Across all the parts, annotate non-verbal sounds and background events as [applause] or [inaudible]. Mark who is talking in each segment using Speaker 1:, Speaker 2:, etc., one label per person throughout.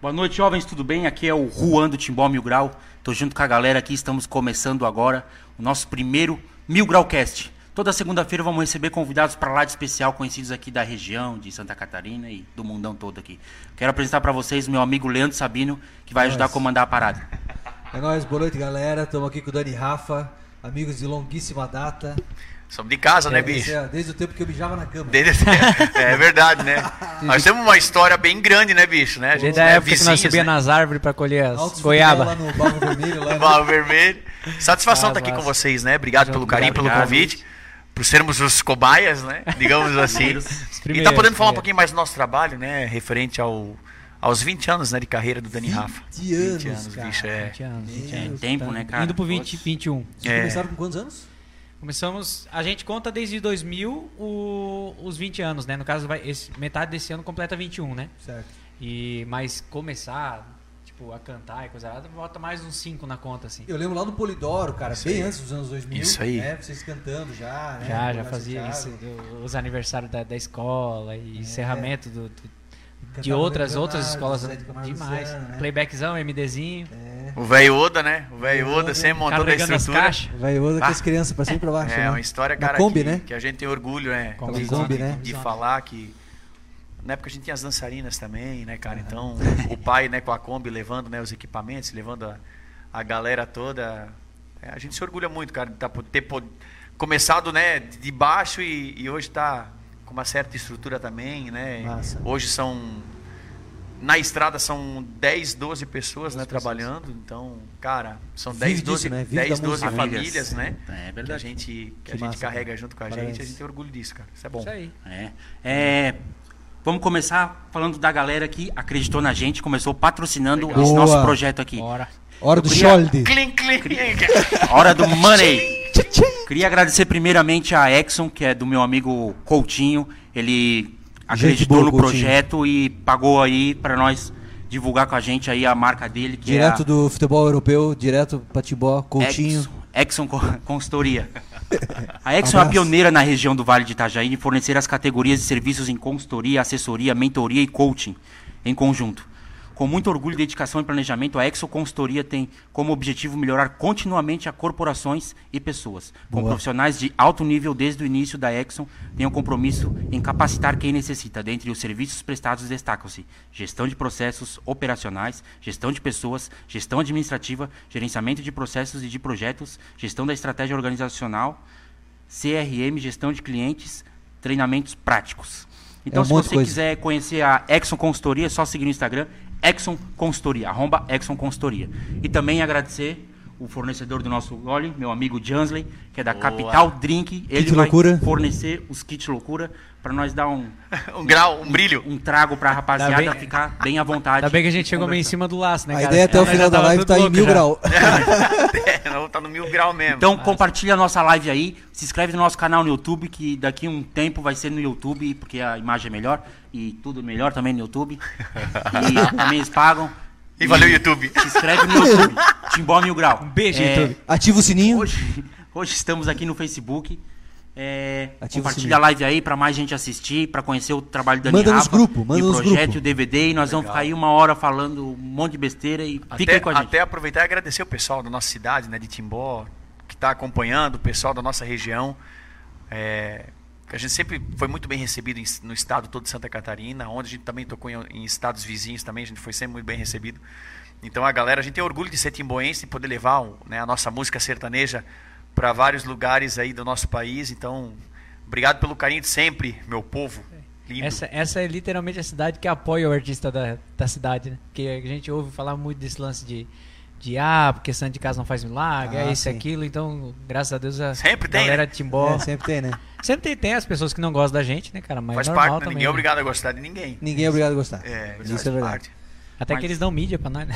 Speaker 1: Boa noite, jovens, tudo bem? Aqui é o Juan do Timbó Mil Grau. Tô junto com a galera aqui, estamos começando agora o nosso primeiro Mil Grau Cast. Toda segunda-feira vamos receber convidados para lá de especial, conhecidos aqui da região, de Santa Catarina e do mundão todo aqui. Quero apresentar para vocês o meu amigo Leandro Sabino, que vai ajudar a
Speaker 2: Nós.
Speaker 1: comandar a parada.
Speaker 2: É nóis, boa noite galera. Estamos aqui com o Dani Rafa, amigos de longuíssima data.
Speaker 3: Somos de casa, né,
Speaker 2: Esse
Speaker 3: bicho?
Speaker 2: é Desde o tempo que eu mijava na cama.
Speaker 3: [laughs] Desde- É verdade,
Speaker 4: [laughs]
Speaker 3: né? Nós temos uma história bem grande, né, bicho? Né? A
Speaker 4: Desde a
Speaker 3: é
Speaker 4: época que nós
Speaker 3: vizinhos,
Speaker 4: subia
Speaker 3: né?
Speaker 4: nas árvores pra colher
Speaker 2: Altos
Speaker 4: as
Speaker 2: futebol lá
Speaker 4: goiaba.
Speaker 2: no Barro Vermelho,
Speaker 3: [laughs]
Speaker 2: lá né?
Speaker 3: Barro Vermelho. Satisfação
Speaker 4: Ah,
Speaker 3: estar aqui com
Speaker 4: massa.
Speaker 3: vocês, né? Obrigado pelo carinho, pelo
Speaker 1: obrigado.
Speaker 3: convite. Por sermos os cobaias, né?
Speaker 4: [laughs]
Speaker 3: Digamos assim.
Speaker 4: Então
Speaker 3: e tá
Speaker 4: primeiros,
Speaker 3: podendo falar um
Speaker 4: primeiros.
Speaker 3: pouquinho mais do nosso trabalho, né? Referente ao, aos 20 anos né, de carreira do Dani Rafa.
Speaker 2: 20 anos, cara.
Speaker 3: bicho. É.
Speaker 4: 20 anos, 20
Speaker 2: Meu
Speaker 4: anos.
Speaker 1: tempo, né, cara?
Speaker 4: Tá Indo pro 20,
Speaker 1: Poxa.
Speaker 4: 21.
Speaker 2: Vocês
Speaker 3: É.
Speaker 2: começaram com quantos anos?
Speaker 4: Começamos, a gente conta desde 2000 o- os 20 anos, né? No caso, vai, esse- metade desse ano completa 21, né?
Speaker 2: Certo.
Speaker 4: E, mas começar, tipo, a cantar e coisa nada, bota mais uns 5 na conta, assim.
Speaker 2: Eu lembro lá no Polidoro, cara,
Speaker 3: Isso
Speaker 2: bem
Speaker 3: aí.
Speaker 2: antes dos anos 2000.
Speaker 3: Isso aí.
Speaker 2: Né? Vocês cantando já, né?
Speaker 4: já, já
Speaker 2: Conversa
Speaker 4: fazia
Speaker 2: Thiago. É.
Speaker 4: isso, do- os aniversários da, da escola e encerramento do- do- de
Speaker 2: Cantava
Speaker 4: outras,
Speaker 2: Leonardo,
Speaker 4: outras escolas.
Speaker 2: Zé de Camargo
Speaker 4: Demais.
Speaker 2: Luciano, né? É.
Speaker 4: Playbackzão, MDzinho,
Speaker 3: O velho Oda, né? O velho
Speaker 2: Velho Oda.
Speaker 3: Oda sempre montou a
Speaker 4: carregando as
Speaker 3: estrutura.
Speaker 4: caixas.
Speaker 2: Vai outra com
Speaker 3: Ah.
Speaker 2: as crianças pra cima e pra baixo.
Speaker 3: É
Speaker 2: né?
Speaker 3: uma história,
Speaker 2: Na
Speaker 3: cara,
Speaker 2: Kombi,
Speaker 3: que,
Speaker 2: né?
Speaker 3: que a gente tem orgulho, né?
Speaker 4: Aquela
Speaker 3: de,
Speaker 2: Kombi,
Speaker 3: de-
Speaker 2: né?
Speaker 3: de falar que. Na época a gente tinha as dançarinas também, né,
Speaker 2: Ah.
Speaker 3: cara? Então, o pai, né, com a Kombi levando né, os equipamentos, levando a, a galera toda. É, a gente se orgulha muito, cara, de tá, po- ter pod- começado né, de baixo e, e hoje tá com uma certa estrutura também, né?
Speaker 2: Massa.
Speaker 3: Hoje são. Na estrada são 10, 12 pessoas, né, trabalhando. Então, cara, são
Speaker 2: Vive
Speaker 3: 10,
Speaker 2: disso,
Speaker 3: 12,
Speaker 2: né? Vive da
Speaker 3: 10, 12
Speaker 2: música.
Speaker 3: famílias, né?
Speaker 1: É
Speaker 3: que a
Speaker 1: verdade.
Speaker 3: gente, que
Speaker 2: Que
Speaker 3: a gente
Speaker 2: massa,
Speaker 3: carrega
Speaker 2: cara.
Speaker 3: junto com a
Speaker 2: Parabéns.
Speaker 3: gente, a gente tem orgulho disso, cara. Isso é bom.
Speaker 4: Isso aí.
Speaker 1: É. É, vamos começar falando da galera que acreditou na gente, começou patrocinando
Speaker 2: Legal.
Speaker 1: esse nosso
Speaker 2: Boa.
Speaker 1: projeto aqui.
Speaker 4: Bora.
Speaker 2: Hora
Speaker 1: Eu
Speaker 2: do
Speaker 1: queria-
Speaker 2: Scholde.
Speaker 3: Clim, clim, clim.
Speaker 1: Hora do
Speaker 4: [laughs]
Speaker 1: Money! Queria agradecer primeiramente a Exxon, que é do meu amigo Coutinho. Ele acreditou no
Speaker 2: boa, Coutinho.
Speaker 1: projeto e pagou aí pra nós divulgar com a gente aí a marca dele, que
Speaker 2: Direto
Speaker 1: é
Speaker 2: do futebol europeu, direto Patibó,
Speaker 1: a
Speaker 2: Coutinho.
Speaker 1: Exxon, Exxon Co- Consultoria. A Exxon é a
Speaker 2: Abraço.
Speaker 1: pioneira na região do Vale de Itajaí em fornecer as categorias de serviços em consultoria, assessoria, mentoria e coaching em conjunto. Com muito orgulho, dedicação e planejamento, a Exxon Consultoria tem como objetivo melhorar continuamente a corporações e pessoas. Com
Speaker 2: Boa.
Speaker 1: profissionais de alto nível desde o início da Exxon, tem um compromisso em capacitar quem necessita. Dentre os serviços prestados destacam-se gestão de processos operacionais, gestão de pessoas, gestão administrativa, gerenciamento de processos e de projetos, gestão da estratégia organizacional, CRM, gestão de clientes, treinamentos práticos. Então,
Speaker 2: um
Speaker 1: se
Speaker 2: monte de
Speaker 1: você
Speaker 2: coisa.
Speaker 1: quiser conhecer a Exxon Consultoria, é só seguir no Instagram, Exxon Consultoria, arroba Exxon Consultoria. E também agradecer o fornecedor do nosso gole, meu amigo Jansley, que é da
Speaker 3: Boa.
Speaker 1: Capital Drink. Ele
Speaker 2: Kit
Speaker 1: vai
Speaker 2: Loucura.
Speaker 1: fornecer os kits loucura para nós dar um,
Speaker 3: [laughs] Um grau, um brilho.
Speaker 1: [laughs]
Speaker 3: [laughs]
Speaker 1: um trago para a rapaziada
Speaker 4: Ainda Tá bem-
Speaker 1: ficar bem à vontade.
Speaker 4: Ainda bem que a gente
Speaker 1: e
Speaker 4: chegou meio em
Speaker 1: conversar.
Speaker 4: cima do laço, né,
Speaker 2: A
Speaker 4: cara?
Speaker 2: ideia é até o
Speaker 4: Nós
Speaker 2: final
Speaker 4: já
Speaker 2: da
Speaker 4: tava
Speaker 2: live
Speaker 4: tudo
Speaker 2: tá em
Speaker 4: louco
Speaker 2: mil
Speaker 4: já.
Speaker 2: grau. [laughs]
Speaker 3: É, não, tá no mil grau mesmo.
Speaker 1: Então compartilha a nossa live aí, se inscreve no nosso canal no YouTube, que daqui a um tempo vai ser no YouTube, porque a imagem é melhor e tudo melhor também no YouTube.
Speaker 3: [laughs]
Speaker 1: E também eles pagam.
Speaker 3: e valeu, YouTube.
Speaker 1: Se inscreve no
Speaker 3: [laughs]
Speaker 1: YouTube, Timbó Mil Grau. É,
Speaker 4: Um beijo, YouTube.
Speaker 2: Ativa o sininho.
Speaker 1: Hoje, hoje estamos aqui no Facebook. É,
Speaker 2: Ativa o
Speaker 1: compartilha
Speaker 2: sininho.
Speaker 1: a live aí pra mais gente assistir, pra conhecer o trabalho da
Speaker 2: Manda
Speaker 1: Dani
Speaker 2: nos
Speaker 1: Rafa,
Speaker 2: grupo, manda
Speaker 1: e o
Speaker 2: nos
Speaker 1: projeto,
Speaker 2: grupo.
Speaker 1: e o DVD, e nós vamos ficar aí uma hora falando um monte de besteira e fica
Speaker 3: Até,
Speaker 1: aí com a gente.
Speaker 3: até aproveitar e agradecer o pessoal da nossa cidade, né, de Timbó, que tá acompanhando, o pessoal da nossa região. É, que a gente sempre foi muito bem recebido em- no estado todo de Santa Catarina, onde a gente também tocou em, em estados vizinhos também, a gente foi sempre muito bem recebido. Então a galera, a gente tem orgulho de ser timboense e poder levar o- né, a nossa música sertaneja para vários lugares aí do nosso país. Então, obrigado pelo carinho de sempre, meu povo. Lindo.
Speaker 4: Essa, essa é literalmente a cidade que apoia o artista da, da cidade, né? Porque a gente ouve falar muito desse lance de, de ah, porque santo de casa não faz milagre,
Speaker 2: Ah,
Speaker 4: é isso,
Speaker 2: sim.
Speaker 4: e aquilo. Então, graças a Deus, a
Speaker 3: Sempre tem,
Speaker 4: galera
Speaker 3: né?
Speaker 4: de Timbó.
Speaker 2: É, sempre tem, né?
Speaker 4: Sempre tem, tem as pessoas que não gostam da gente, né, cara? Mas
Speaker 3: Faz
Speaker 4: é normal
Speaker 3: parte, né?
Speaker 4: também.
Speaker 3: ninguém é
Speaker 4: né?
Speaker 3: obrigado a gostar de ninguém.
Speaker 2: Ninguém é obrigado a gostar.
Speaker 3: É, faz
Speaker 2: Isso é verdade.
Speaker 3: parte.
Speaker 4: Até
Speaker 1: Mas-
Speaker 4: que eles dão mídia pra nós, né?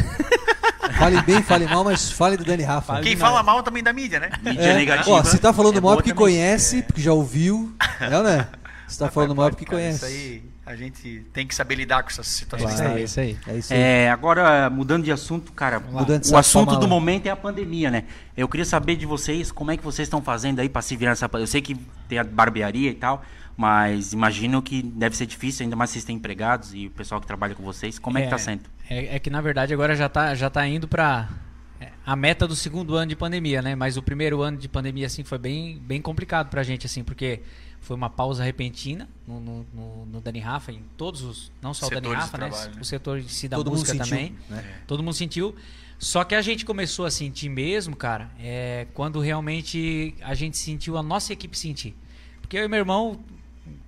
Speaker 2: Fale bem, fale mal, mas fale do
Speaker 4: [laughs]
Speaker 2: Dani Rafa.
Speaker 3: Quem fala mal também da mídia, né?
Speaker 1: Mídia
Speaker 2: É.
Speaker 1: negativa.
Speaker 2: Ó, você tá falando
Speaker 1: é
Speaker 2: mal
Speaker 1: boa
Speaker 2: porque É
Speaker 1: também.
Speaker 4: é
Speaker 2: conhece, porque já ouviu. Não, né? Você tá falando mal porque
Speaker 3: Cara,
Speaker 2: conhece.
Speaker 3: Isso aí.
Speaker 5: a gente tem que saber lidar com essas situações. né?
Speaker 2: Claro.
Speaker 4: É
Speaker 5: também.
Speaker 4: isso aí.
Speaker 2: É isso aí.
Speaker 1: É, agora, mudando de assunto, cara,
Speaker 4: lá.
Speaker 2: Mudando de
Speaker 1: o
Speaker 2: saco pra
Speaker 1: assunto do
Speaker 2: mala.
Speaker 1: momento é a pandemia, né? Eu queria saber de vocês como é que vocês estão fazendo aí pra se virar nessa pandemia. Eu sei que tem a barbearia e tal, mas imagino que deve ser difícil, ainda mais vocês têm empregados e o pessoal que trabalha com vocês. Como é, que tá sendo?
Speaker 4: É, é que na verdade agora já tá, já tá indo pra é, a meta do segundo ano de pandemia, né? Mas o primeiro ano de pandemia assim foi bem, bem complicado pra gente assim, porque foi uma pausa repentina no, no, no, no Dani Rafa, em todos os, não só o Dani
Speaker 5: Setores de
Speaker 4: Rafa, né?
Speaker 5: trabalho, né?
Speaker 4: O setor em si da
Speaker 2: Todo mundo
Speaker 4: música
Speaker 2: sentiu,
Speaker 4: também.
Speaker 2: né?
Speaker 4: Todo mundo sentiu. Só que a gente começou a sentir mesmo, cara, é, quando realmente a gente sentiu, a nossa equipe sentir. Porque eu e meu irmão,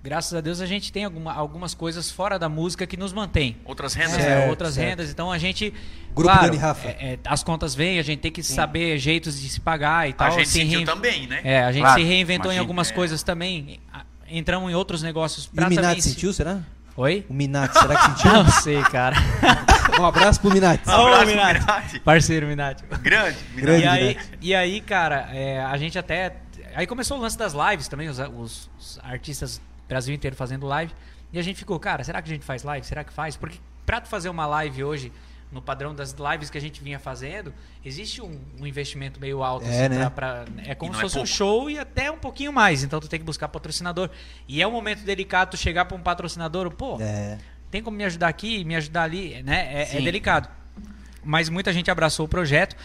Speaker 4: graças a Deus, a gente tem alguma- algumas coisas fora da música que nos mantém.
Speaker 5: Outras rendas,
Speaker 4: É,
Speaker 5: né?
Speaker 2: Certo,
Speaker 4: outras
Speaker 2: certo.
Speaker 4: rendas. Então a gente.
Speaker 2: Grupo
Speaker 4: claro,
Speaker 2: Dani Rafa.
Speaker 4: é, é, as contas vêm, a gente tem que saber jeitos de se pagar e
Speaker 5: a
Speaker 4: tal.
Speaker 5: gente
Speaker 4: se
Speaker 5: sentiu
Speaker 4: rein-
Speaker 5: também, né?
Speaker 4: Então, É, a gente
Speaker 1: Claro,
Speaker 4: se reinventou em
Speaker 1: imagina,
Speaker 4: algumas
Speaker 5: é.
Speaker 4: coisas também. a- Entramos em outros negócios
Speaker 2: E o
Speaker 4: pra também.
Speaker 2: Minati
Speaker 4: se-
Speaker 2: sentiu, será?
Speaker 4: Oi?
Speaker 2: O Minati, será que sentiu?
Speaker 4: [laughs] Não sei, cara.
Speaker 2: Um abraço pro Minati.
Speaker 5: Um abraço,
Speaker 4: Ô, Minati.
Speaker 5: Minati.
Speaker 4: Parceiro, Minati.
Speaker 5: Grande, Minati.
Speaker 2: Grande. né?
Speaker 4: E aí,
Speaker 2: Minati.
Speaker 4: e aí, cara, é, a gente até. Aí começou o lance das lives também, os, os- os artistas do Brasil inteiro fazendo live. E a gente ficou, cara, será que a gente faz live? Será que faz? Porque pra tu fazer uma live hoje, no padrão das lives que a gente vinha fazendo, existe um, um investimento meio alto.
Speaker 2: É,
Speaker 4: assim,
Speaker 2: né?
Speaker 4: pra- pra- é como
Speaker 5: não
Speaker 4: se
Speaker 5: é
Speaker 4: fosse um
Speaker 5: pouco.
Speaker 4: show e até um pouquinho mais. Então tu tem que buscar patrocinador. E é um momento delicado tu chegar pra um patrocinador, pô,
Speaker 2: É,
Speaker 4: tem como me ajudar aqui, me ajudar ali, né? É- É,
Speaker 1: Sim.
Speaker 4: delicado. Mas muita gente abraçou o projeto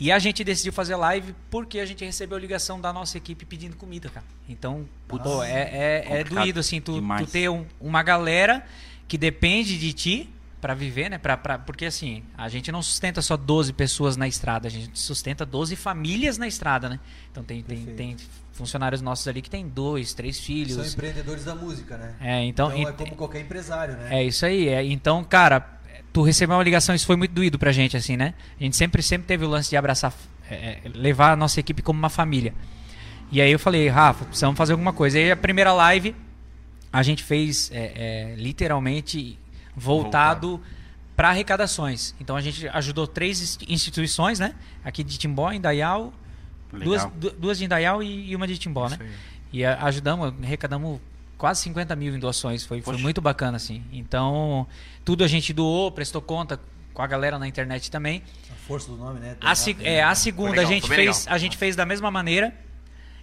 Speaker 4: e a gente decidiu fazer live porque a gente recebeu ligação da nossa equipe pedindo comida, cara. Então, pô, é, é- é,
Speaker 1: complicado
Speaker 4: doído, assim, tu, tu
Speaker 1: demais.
Speaker 4: ter um- uma galera que depende de ti pra viver, né? Pra, pra- porque, assim, a gente não sustenta só 12 pessoas na estrada, a gente sustenta 12 famílias na estrada, né? Então, tem, tem,
Speaker 2: Perfeito.
Speaker 4: tem funcionários nossos ali que tem dois, três
Speaker 2: são
Speaker 4: filhos.
Speaker 2: empreendedores da música, né?
Speaker 4: É, então,
Speaker 2: Então é
Speaker 4: ent-
Speaker 2: como qualquer empresário, né?
Speaker 4: é isso aí. é. então, cara, tu recebeu uma ligação, isso foi muito doído pra gente, assim, né? A gente sempre, sempre teve o lance de abraçar, é, é, levar a nossa equipe como uma família. E aí eu falei, Rafa, precisamos fazer alguma coisa. E aí a primeira live a gente fez é, é, literalmente voltado para arrecadações. Então a gente ajudou três insti- instituições, né? Aqui de Timbó, Indaial, duas,
Speaker 1: Legal.
Speaker 4: du- duas de Indaial e, e uma de Timbó, né?
Speaker 5: Isso aí.
Speaker 4: E a- ajudamos, arrecadamos quase 50 mil em doações. Foi, foi
Speaker 1: Poxa.
Speaker 4: muito bacana, assim. Então, tudo a gente doou, prestou conta com a galera na internet também.
Speaker 2: A força do nome, né?
Speaker 4: A, se- é, a segunda
Speaker 5: legal,
Speaker 4: a, gente
Speaker 5: foi bem
Speaker 4: fez,
Speaker 5: legal.
Speaker 4: a gente fez da mesma maneira.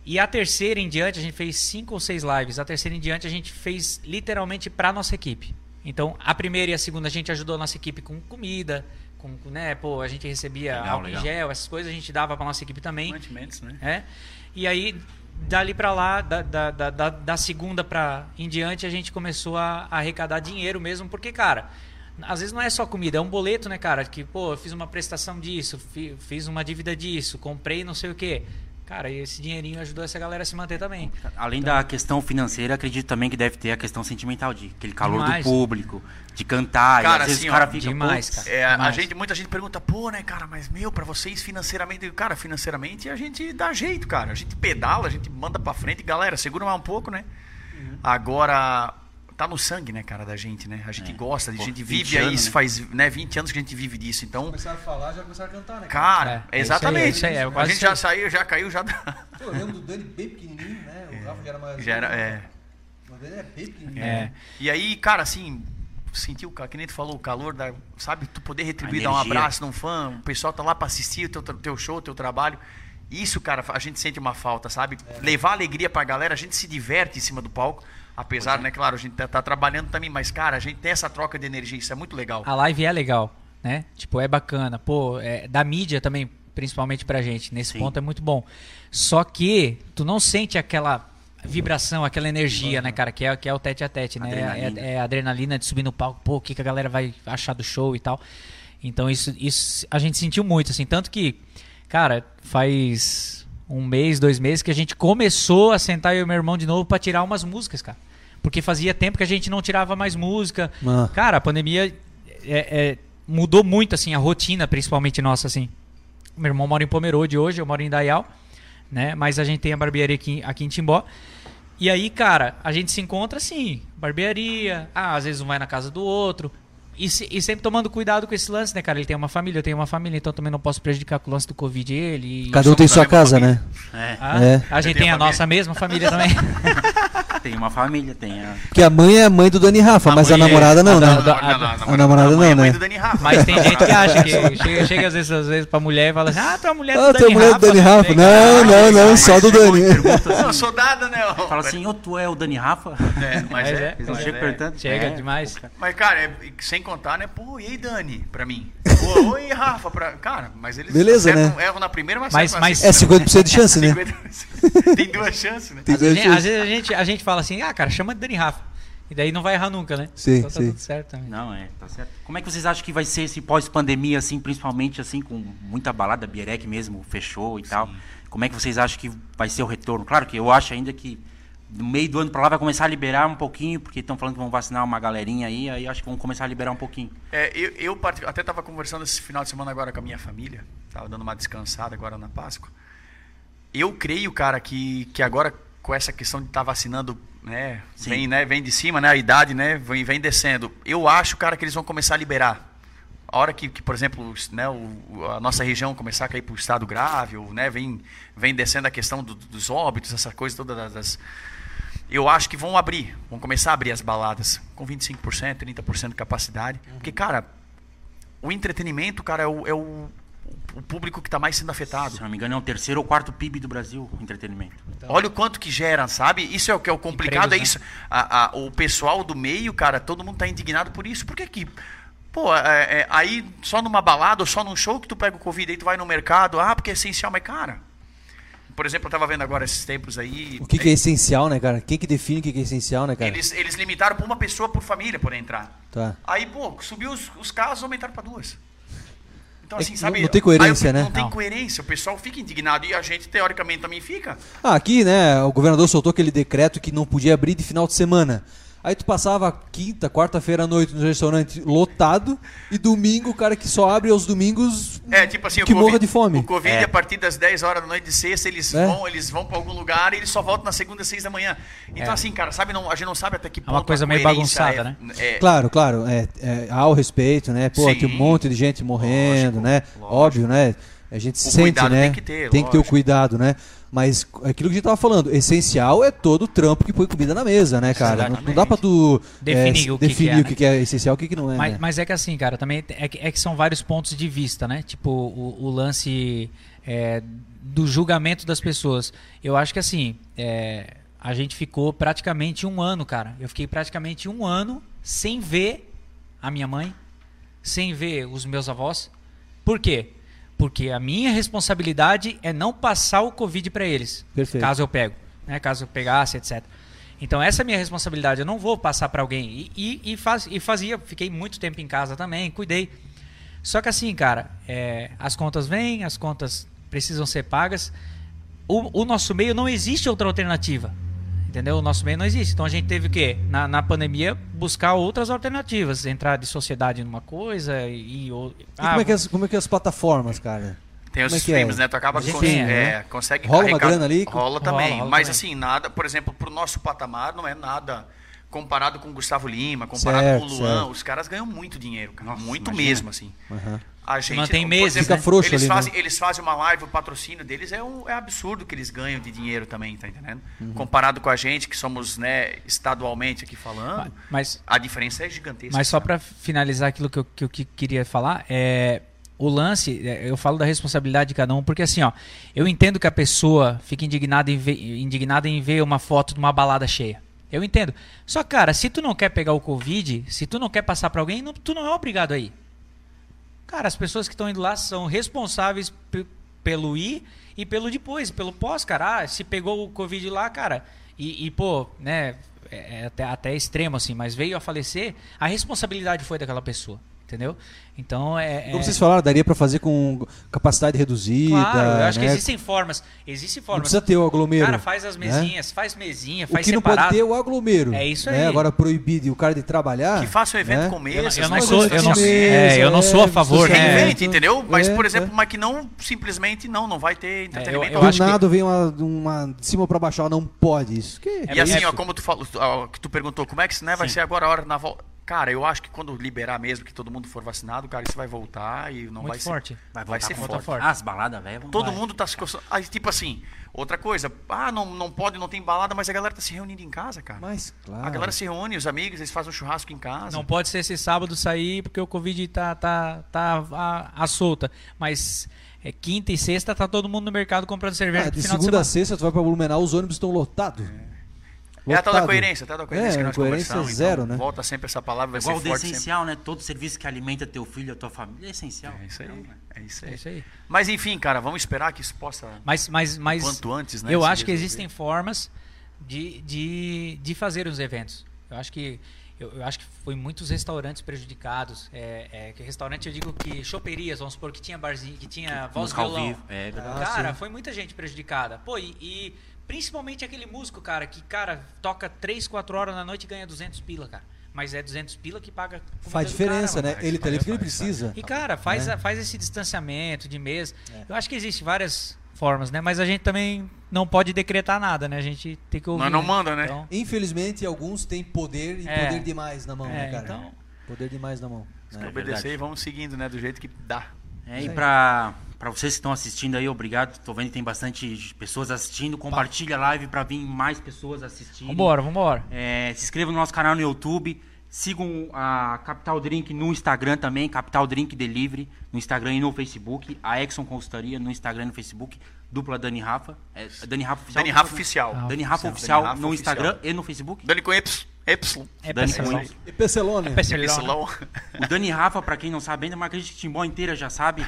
Speaker 4: E a terceira em diante, a gente fez cinco ou seis lives. A terceira em diante, a gente fez literalmente pra nossa equipe. Então, a primeira e a segunda, a gente ajudou a nossa equipe com comida, com, com, né, pô, a gente recebia
Speaker 1: Legal,
Speaker 4: álcool em
Speaker 1: legal.
Speaker 4: gel, essas coisas a gente dava pra nossa equipe também.
Speaker 5: Mantimentos, né?
Speaker 4: É. E aí, dali pra lá, da, da, da, da- da segunda pra em diante, a gente começou a arrecadar dinheiro mesmo, porque, cara, às vezes não é só comida, é um boleto, né, cara? Que, pô, eu fiz uma prestação disso, fi- fiz uma dívida disso, comprei não sei o quê. Cara, e esse dinheirinho ajudou essa galera a se manter também.
Speaker 1: Além da questão financeira, acredito também que deve ter a questão sentimental, de aquele calor
Speaker 4: Demais.
Speaker 1: do público, de cantar, e
Speaker 5: Cara,
Speaker 1: às vezes
Speaker 5: assim,
Speaker 1: o cara
Speaker 5: ó,
Speaker 1: fica.
Speaker 4: demais,
Speaker 1: "Putz,
Speaker 4: cara.
Speaker 5: É, a
Speaker 4: Mas-
Speaker 5: gente, muita gente pergunta, pô, né, cara, mas meu, pra vocês financeiramente, Eu digo, cara, financeiramente a gente dá jeito, cara. A gente pedala, a gente manda pra frente, galera, segura mais um pouco, né?
Speaker 3: Uhum.
Speaker 5: Agora tá no sangue, né, cara, da gente, né? A gente
Speaker 3: É.
Speaker 5: gosta, a
Speaker 1: Pô,
Speaker 5: gente
Speaker 1: 20
Speaker 5: vive aí,
Speaker 1: anos,
Speaker 5: isso
Speaker 1: né?
Speaker 5: faz, né, 20 anos que a gente vive disso. Então,
Speaker 2: Começaram a falar, já começaram a cantar, né?
Speaker 5: cara,
Speaker 4: É, é isso aí, é
Speaker 5: exatamente.
Speaker 4: isso aí, é
Speaker 5: a
Speaker 4: quase
Speaker 5: gente
Speaker 4: isso aí.
Speaker 5: já saiu, já caiu, já dá- [laughs]
Speaker 2: Pô, eu lembro do Dani bem pequenininho, né? O Rafa já era mais.
Speaker 5: já era, é.
Speaker 2: O Dani era bem pequenininho.
Speaker 4: É.
Speaker 5: E aí, cara, assim, sentiu, ca- que nem tu falou, o calor da, sabe, tu poder retribuir,
Speaker 1: A
Speaker 5: dar um
Speaker 1: energia.
Speaker 5: abraço num fã, o pessoal tá lá pra assistir o teu, tra- teu show, teu trabalho. Isso, cara, a gente sente uma falta, sabe?
Speaker 4: É.
Speaker 5: Levar alegria pra galera, a gente se diverte em cima do palco, apesar,
Speaker 4: é.
Speaker 5: né, claro, a gente tá, tá trabalhando também, mas, cara, a gente tem essa troca de energia, isso é muito legal.
Speaker 4: A live é legal, né? Tipo, é bacana. Pô, é, da mídia também, principalmente pra gente. Nesse
Speaker 1: Sim.
Speaker 4: ponto é muito bom. Só que tu não sente aquela vibração, aquela energia, né, cara? Que é, que é o tete a tete, né?
Speaker 1: Uhum. Adrenalina.
Speaker 4: É, é a adrenalina de subir no palco, pô, o que, que a galera vai achar do show e tal. Então isso, isso a gente sentiu muito, assim. Tanto que, cara, faz um mês, dois meses que a gente começou a sentar eu e meu irmão de novo pra tirar umas músicas, cara. Porque fazia tempo que a gente não tirava mais música.
Speaker 2: Ah.
Speaker 4: Cara, a pandemia é- é, mudou muito, assim, a rotina, principalmente nossa, assim. Meu irmão mora em Pomerode hoje, eu moro em Dayal, né? Mas a gente tem a barbearia aqui, em- aqui em Timbó. E aí, cara, a gente se encontra assim, barbearia, ah, às vezes um vai na casa do outro. E, se- e sempre tomando cuidado com esse lance, né, cara? Ele tem uma família, eu tenho uma família, então também não posso prejudicar com o lance do Covid ele. e-
Speaker 2: Cada um tem sua
Speaker 5: Somos
Speaker 2: casa,
Speaker 5: da mesma
Speaker 2: né?
Speaker 1: É.
Speaker 4: Ah,
Speaker 2: É.
Speaker 4: A
Speaker 5: Eu
Speaker 4: gente
Speaker 5: tenho
Speaker 4: tem a
Speaker 5: família. [laughs]
Speaker 4: nossa mesma família também.
Speaker 1: Tem uma família, tem a...
Speaker 2: Porque a mãe é a mãe do Dani Rafa, mas a
Speaker 3: mãe é-
Speaker 2: namorada não,
Speaker 4: a
Speaker 2: né?
Speaker 4: da- da-
Speaker 2: a namorada
Speaker 3: mãe é
Speaker 2: não,
Speaker 3: mãe
Speaker 2: né?
Speaker 3: do Dani Rafa.
Speaker 4: Mas tem gente que
Speaker 5: [laughs]
Speaker 4: acha que chega, chega às, vezes, às vezes pra mulher e fala assim: Ah, tu é a mulher do
Speaker 2: Ah,
Speaker 4: Dani
Speaker 2: tem a mulher do Dani
Speaker 4: Rafa,
Speaker 2: Rafa.
Speaker 4: né?" não sei o quê."
Speaker 2: Não, não, não,
Speaker 1: Mas
Speaker 2: só do
Speaker 1: chegou
Speaker 2: Dani.
Speaker 1: e
Speaker 5: [laughs]
Speaker 1: pergunta
Speaker 3: Não,
Speaker 1: assim,
Speaker 3: sou dada, né?
Speaker 1: Fala assim, ô, tu é o Dani Rafa? [laughs]
Speaker 3: É, mas
Speaker 4: Mas
Speaker 3: é.
Speaker 4: é,
Speaker 1: Eles não
Speaker 3: mas
Speaker 1: chegam
Speaker 3: é.
Speaker 1: perguntando.
Speaker 4: Chega
Speaker 1: É,
Speaker 4: demais.
Speaker 3: Mas, cara, é- e sem contar, né? Pô, e aí, Dani, pra mim. Pô, oi, Rafa, pra. Cara, mas eles
Speaker 2: Beleza,
Speaker 3: acertam-
Speaker 2: né?
Speaker 3: erram na primeira, mas
Speaker 4: Mas-
Speaker 3: acertam na
Speaker 4: mas-
Speaker 2: É
Speaker 3: segunda.
Speaker 2: 50% de chance, né?
Speaker 3: 50%. [laughs] Tem duas chances, né?
Speaker 2: Tem
Speaker 4: Às vezes,
Speaker 2: dois
Speaker 4: às
Speaker 2: chances.
Speaker 4: vezes a, gente, a gente fala assim: Ah, cara, chama de Dani Rafa. E daí não vai errar nunca, né?
Speaker 2: Sim,
Speaker 4: então tá
Speaker 2: sim.
Speaker 4: tudo certo também.
Speaker 1: Não, é, tá certo. Como é que vocês acham que vai ser esse pós-pandemia, assim, principalmente assim, com muita balada, Bierec mesmo, fechou e tal. Como é que vocês acham que vai ser o retorno? Claro que eu acho ainda que no meio do ano pra lá vai começar a liberar um pouquinho, porque estão falando que vão vacinar uma galerinha aí, aí eu acho que vão começar a liberar um pouquinho.
Speaker 3: É, eu, eu partic- até estava conversando esse final de semana agora com a minha família. Estava dando uma descansada agora na Páscoa. Eu creio, cara, que, que agora com essa questão de estar vacinando, né,
Speaker 1: Sim.
Speaker 3: vem, né, vem de cima, né, a idade, né, vem, vem descendo. Eu acho, cara, que eles vão começar a liberar. A hora que, que, por exemplo, os- né, o- o- a nossa região começar a cair para o estado grave, ou, né, vem, vem descendo a questão do- dos óbitos, essa coisa toda das- das, eu acho que vão abrir, vão começar a abrir as baladas com 25%, 30% de capacidade.
Speaker 2: Uhum.
Speaker 3: Porque, cara, o entretenimento, cara, é o, é o- o público que está mais sendo afetado.
Speaker 1: Se não me engano, é o terceiro ou quarto PIB do Brasil, entretenimento.
Speaker 2: então.
Speaker 3: Olha o quanto que gera, sabe? Isso é o que é o complicado,
Speaker 4: Empregos,
Speaker 3: é
Speaker 4: né?
Speaker 3: isso. A- a- o pessoal do meio, cara, todo mundo tá indignado por isso. Por que que... Pô, é- é- aí só numa balada ou só num show que tu pega o Covid, aí tu vai no mercado, ah, porque é essencial, mas, cara... Por exemplo, eu tava vendo agora esses tempos aí...
Speaker 2: O que, que é essencial, né, cara? Quem que define o que, que é essencial, né, cara?
Speaker 3: Eles, eles limitaram pra uma pessoa por família poder entrar.
Speaker 2: Tá.
Speaker 3: Aí, pô, subiu os, os casos, aumentaram pra duas. Então,
Speaker 2: É
Speaker 3: assim,
Speaker 2: que
Speaker 3: sabe?
Speaker 2: não- não tem coerência,
Speaker 3: aí o-
Speaker 2: né?
Speaker 3: Não tem
Speaker 4: Não.
Speaker 3: coerência. O pessoal fica indignado e a gente, teoricamente, também fica.
Speaker 2: Ah, aqui, né, o governador soltou aquele decreto que não podia abrir de final de semana. Aí tu passava quinta, quarta-feira à noite no restaurante lotado e domingo o cara que só abre aos domingos
Speaker 3: É, tipo
Speaker 2: que
Speaker 3: assim, o Covid,
Speaker 2: morra de
Speaker 3: O
Speaker 2: fome.
Speaker 3: Covid,
Speaker 1: É.
Speaker 3: a partir das 10 horas da noite de sexta, eles
Speaker 2: É.
Speaker 3: vão, eles vão pra algum lugar e eles só voltam na segunda às 6 da manhã. Então,
Speaker 2: É.
Speaker 3: assim, cara, sabe, não, a gente não sabe até que ponto.
Speaker 4: É uma
Speaker 3: a
Speaker 4: coisa meio
Speaker 3: coerência
Speaker 4: bagunçada, né?
Speaker 3: É,
Speaker 2: Claro, claro, é, é, há o respeito, né? Pô, aqui
Speaker 3: Sim.
Speaker 2: um monte de gente morrendo,
Speaker 3: Lógico,
Speaker 2: né?
Speaker 3: lógico.
Speaker 2: Óbvio, né? A gente
Speaker 3: O
Speaker 2: sente,
Speaker 3: cuidado
Speaker 2: né?
Speaker 3: tem que ter,
Speaker 2: o
Speaker 3: lógico.
Speaker 2: cuidado, né? Mas aquilo que a gente tava falando, essencial é todo o trampo que põe comida na mesa, né, cara? Não, não dá pra tu é,
Speaker 4: Definir o que que
Speaker 2: definir
Speaker 4: é,
Speaker 2: o
Speaker 3: né.
Speaker 2: que, que é essencial e o que, que não é.
Speaker 4: Mas,
Speaker 2: né?
Speaker 4: mas é que assim, cara, também te- é que, é que são vários pontos de vista, né? Tipo, o, o lance é, do julgamento das pessoas. Eu acho que assim, é, a gente ficou praticamente um ano, cara. Eu fiquei praticamente um ano sem ver a minha mãe, sem ver os meus avós. Por quê? Porque a minha responsabilidade é não passar o Covid para eles.
Speaker 2: Perfeito.
Speaker 4: Caso eu pego, né? Caso eu pegasse, etc. Então essa é a minha responsabilidade, eu não vou passar para alguém. E, e, e, faz, e fazia, fiquei muito tempo em casa também, cuidei. Só que assim, cara, é, as contas vêm, as contas precisam ser pagas. O, o nosso meio não existe outra alternativa. Entendeu? O nosso meio não existe. Então a gente teve o quê? Na, na pandemia, buscar outras alternativas. Entrar de sociedade numa coisa e. e ou-
Speaker 2: E
Speaker 4: ah,
Speaker 2: como, é que as, como é que as plataformas, cara?
Speaker 3: Tem os
Speaker 2: Como é que é?
Speaker 3: streams, né? Tu acaba
Speaker 4: Mas
Speaker 3: cons-
Speaker 4: enfim,
Speaker 3: é,
Speaker 2: né?
Speaker 3: consegue
Speaker 2: Rola uma grana ali?
Speaker 3: Rola
Speaker 4: Rola,
Speaker 3: também.
Speaker 4: rola
Speaker 3: mas
Speaker 4: também.
Speaker 3: assim, nada, por exemplo, pro nosso patamar não é nada comparado com o Gustavo Lima, comparado
Speaker 2: Certo,
Speaker 3: com o Luan.
Speaker 2: certo.
Speaker 3: Os caras ganham muito dinheiro, cara.
Speaker 1: Nossa,
Speaker 3: muito
Speaker 1: imagina.
Speaker 3: mesmo, assim.
Speaker 2: Aham.
Speaker 3: A gente,
Speaker 4: mantém
Speaker 3: por
Speaker 4: meses,
Speaker 3: exemplo,
Speaker 2: Fica frouxo
Speaker 3: eles
Speaker 2: ali, né?
Speaker 3: fazem, Eles fazem uma live, o patrocínio deles é, um, é absurdo o que eles ganham de dinheiro também, tá entendendo?
Speaker 2: Uhum.
Speaker 3: Comparado com a gente, que somos, né, estadualmente aqui falando,
Speaker 4: Ah, Mas
Speaker 3: a diferença é gigantesca.
Speaker 4: Mas só
Speaker 3: sabe?
Speaker 4: para finalizar aquilo que eu, que eu que- queria falar, é o lance, é, eu falo da responsabilidade de cada um, porque assim, ó, eu entendo que a pessoa fica indignada em ver, indignada em ver uma foto de uma balada cheia. Eu entendo. Só cara, se tu não quer pegar o covid, se tu não quer passar para alguém, não- tu não é obrigado aí. Cara, as pessoas que estão indo lá são responsáveis pe- pelo ir e pelo depois, pelo pós, cara. Ah, se pegou o Covid lá, cara, e, e, pô, né, é é até, até extremo assim, mas veio a falecer, a responsabilidade foi daquela pessoa, entendeu? Então é. é-
Speaker 2: Como vocês falaram, daria pra fazer com capacidade reduzida.
Speaker 4: claro, eu acho
Speaker 2: né?
Speaker 4: que existem formas. Existem
Speaker 2: Não
Speaker 4: formas.
Speaker 2: precisa ter o aglomero.
Speaker 4: Cara, faz as
Speaker 2: né?
Speaker 4: mesinhas, faz mesinha,
Speaker 2: O
Speaker 4: faz
Speaker 2: que não pode
Speaker 4: separado.
Speaker 2: ter é o aglomero.
Speaker 4: É isso
Speaker 2: né?
Speaker 4: aí.
Speaker 2: Agora proibir de- o cara de trabalhar.
Speaker 3: Que faça o evento
Speaker 2: né?
Speaker 3: com
Speaker 4: Eu não-
Speaker 3: mesas,
Speaker 4: eu não
Speaker 3: né,
Speaker 4: sou-
Speaker 3: coisas
Speaker 4: eu não-
Speaker 3: assim.
Speaker 4: é, eu não sou a favor,
Speaker 3: Que
Speaker 4: né?
Speaker 3: é
Speaker 4: É.
Speaker 3: invento, entendeu? Mas, por
Speaker 2: um É,
Speaker 3: exemplo,
Speaker 2: é.
Speaker 3: mas que não, simplesmente não, não vai ter entretenimento.
Speaker 4: É, eu
Speaker 2: do
Speaker 4: acho que-
Speaker 2: nada vem uma, uma de cima pra baixo, ela não pode. Isso que.
Speaker 4: É
Speaker 3: e assim,
Speaker 4: isso.
Speaker 3: ó, como tu falou, tu- ó, que tu perguntou, como é que isso né, vai
Speaker 1: Sim.
Speaker 3: ser agora a hora na volta? Cara, eu acho que quando liberar mesmo, que todo mundo for vacinado, cara, isso vai voltar e não
Speaker 4: Muito
Speaker 3: vai
Speaker 4: forte.
Speaker 3: ser.
Speaker 1: Vai,
Speaker 3: vai
Speaker 1: voltar
Speaker 3: ser
Speaker 1: com
Speaker 3: forte.
Speaker 1: forte.
Speaker 4: forte.
Speaker 1: Ah, as baladas, velho.
Speaker 3: Todo mundo tá se coçando. Aí, tipo assim, outra coisa. Ah, não, não pode, não tem balada, mas a galera tá se reunindo em casa, cara.
Speaker 2: Mas, claro.
Speaker 3: A galera se reúne, os amigos, eles fazem um churrasco em casa.
Speaker 4: Não pode ser esse sábado sair porque o Covid tá, tá, tá à, à solta. Mas é quinta e sexta tá todo mundo no mercado comprando cerveja
Speaker 2: Ah,
Speaker 4: pro
Speaker 2: de
Speaker 4: final
Speaker 2: segunda a
Speaker 4: de semana.
Speaker 2: sexta, tu vai pra Blumenau, os ônibus estão lotados.
Speaker 3: É a tal da
Speaker 2: Lotado.
Speaker 3: coerência, tá da coerência
Speaker 2: É,
Speaker 3: que nós
Speaker 2: coerência
Speaker 3: conversamos.
Speaker 2: é zero,
Speaker 3: então,
Speaker 2: né?
Speaker 3: Volta sempre essa palavra, vai
Speaker 1: Igual
Speaker 3: ser
Speaker 1: o
Speaker 3: forte sempre.
Speaker 1: essencial, né? Todo serviço que alimenta teu filho, a tua família, é essencial.
Speaker 3: É isso aí,
Speaker 1: Então, né?
Speaker 3: é isso
Speaker 4: É
Speaker 3: aí.
Speaker 4: isso aí.
Speaker 3: Mas enfim, cara, vamos esperar que isso possa.
Speaker 4: Mas, mas, mas
Speaker 3: Quanto antes, né,
Speaker 4: eu
Speaker 3: se
Speaker 4: acho que
Speaker 3: resolver.
Speaker 4: existem formas de, de, de fazer os eventos. Eu acho que eu, eu acho que foi muitos restaurantes prejudicados. É, é, que restaurante eu digo que choperias, vamos supor que tinha barzinho, que tinha voz e
Speaker 1: Música ao
Speaker 4: violão.
Speaker 1: vivo, é verdade.
Speaker 4: cara, foi muita gente prejudicada. Pô, e, e principalmente aquele músico, cara, que cara toca 3, 4 horas na noite e ganha 200 pila, cara. Mas é 200 pila que paga comida
Speaker 2: Faz
Speaker 4: do
Speaker 2: diferença,
Speaker 4: cara, mano.
Speaker 2: né?
Speaker 3: faz, Então,
Speaker 2: ele tá ali porque ele
Speaker 3: faz, faz.
Speaker 2: precisa.
Speaker 4: E
Speaker 1: Então,
Speaker 4: cara, faz,
Speaker 1: né?
Speaker 4: a- faz esse distanciamento de mesa.
Speaker 1: É.
Speaker 4: Eu acho que existe várias formas, né? Mas a gente também não pode decretar nada, né? A gente tem que ouvir.
Speaker 3: Nós não manda, né?
Speaker 4: Então,
Speaker 2: Infelizmente, alguns têm poder e
Speaker 4: É.
Speaker 2: poder demais na mão, né,
Speaker 4: É,
Speaker 2: cara?
Speaker 4: então-
Speaker 2: Poder demais na mão.
Speaker 3: Tem que
Speaker 1: É
Speaker 2: Né?
Speaker 3: obedecer
Speaker 1: verdade.
Speaker 3: e vamos seguindo, né? Do jeito que dá.
Speaker 1: É, e pra, pra vocês que estão assistindo aí, obrigado. Tô vendo que tem bastante pessoas assistindo. Compartilha a live pra vir mais pessoas assistirem.
Speaker 4: vambora, vambora.
Speaker 1: É, se inscreva no nosso canal no YouTube. Sigam a Capital Drink no Instagram também, Capital Drink Delivery, no Instagram e no Facebook. A Exxon Consultoria no Instagram e no Facebook. Dupla Dani Rafa. É, Dani Rafa Oficial.
Speaker 3: Dani Rafa Oficial.
Speaker 1: Dani Rafa Oficial
Speaker 3: Dani Rafa
Speaker 1: no
Speaker 3: Oficial.
Speaker 1: Instagram e no Facebook.
Speaker 3: Dani com Eps- Epsilon.
Speaker 4: É
Speaker 1: Dani
Speaker 4: pra
Speaker 1: com
Speaker 4: ser-
Speaker 1: Y.
Speaker 2: E Pecelone.
Speaker 4: pra ser legal, né?
Speaker 3: Epsilon.
Speaker 1: O Dani Rafa, pra quem não sabe ainda, mas acredito que Timbó inteira já sabe.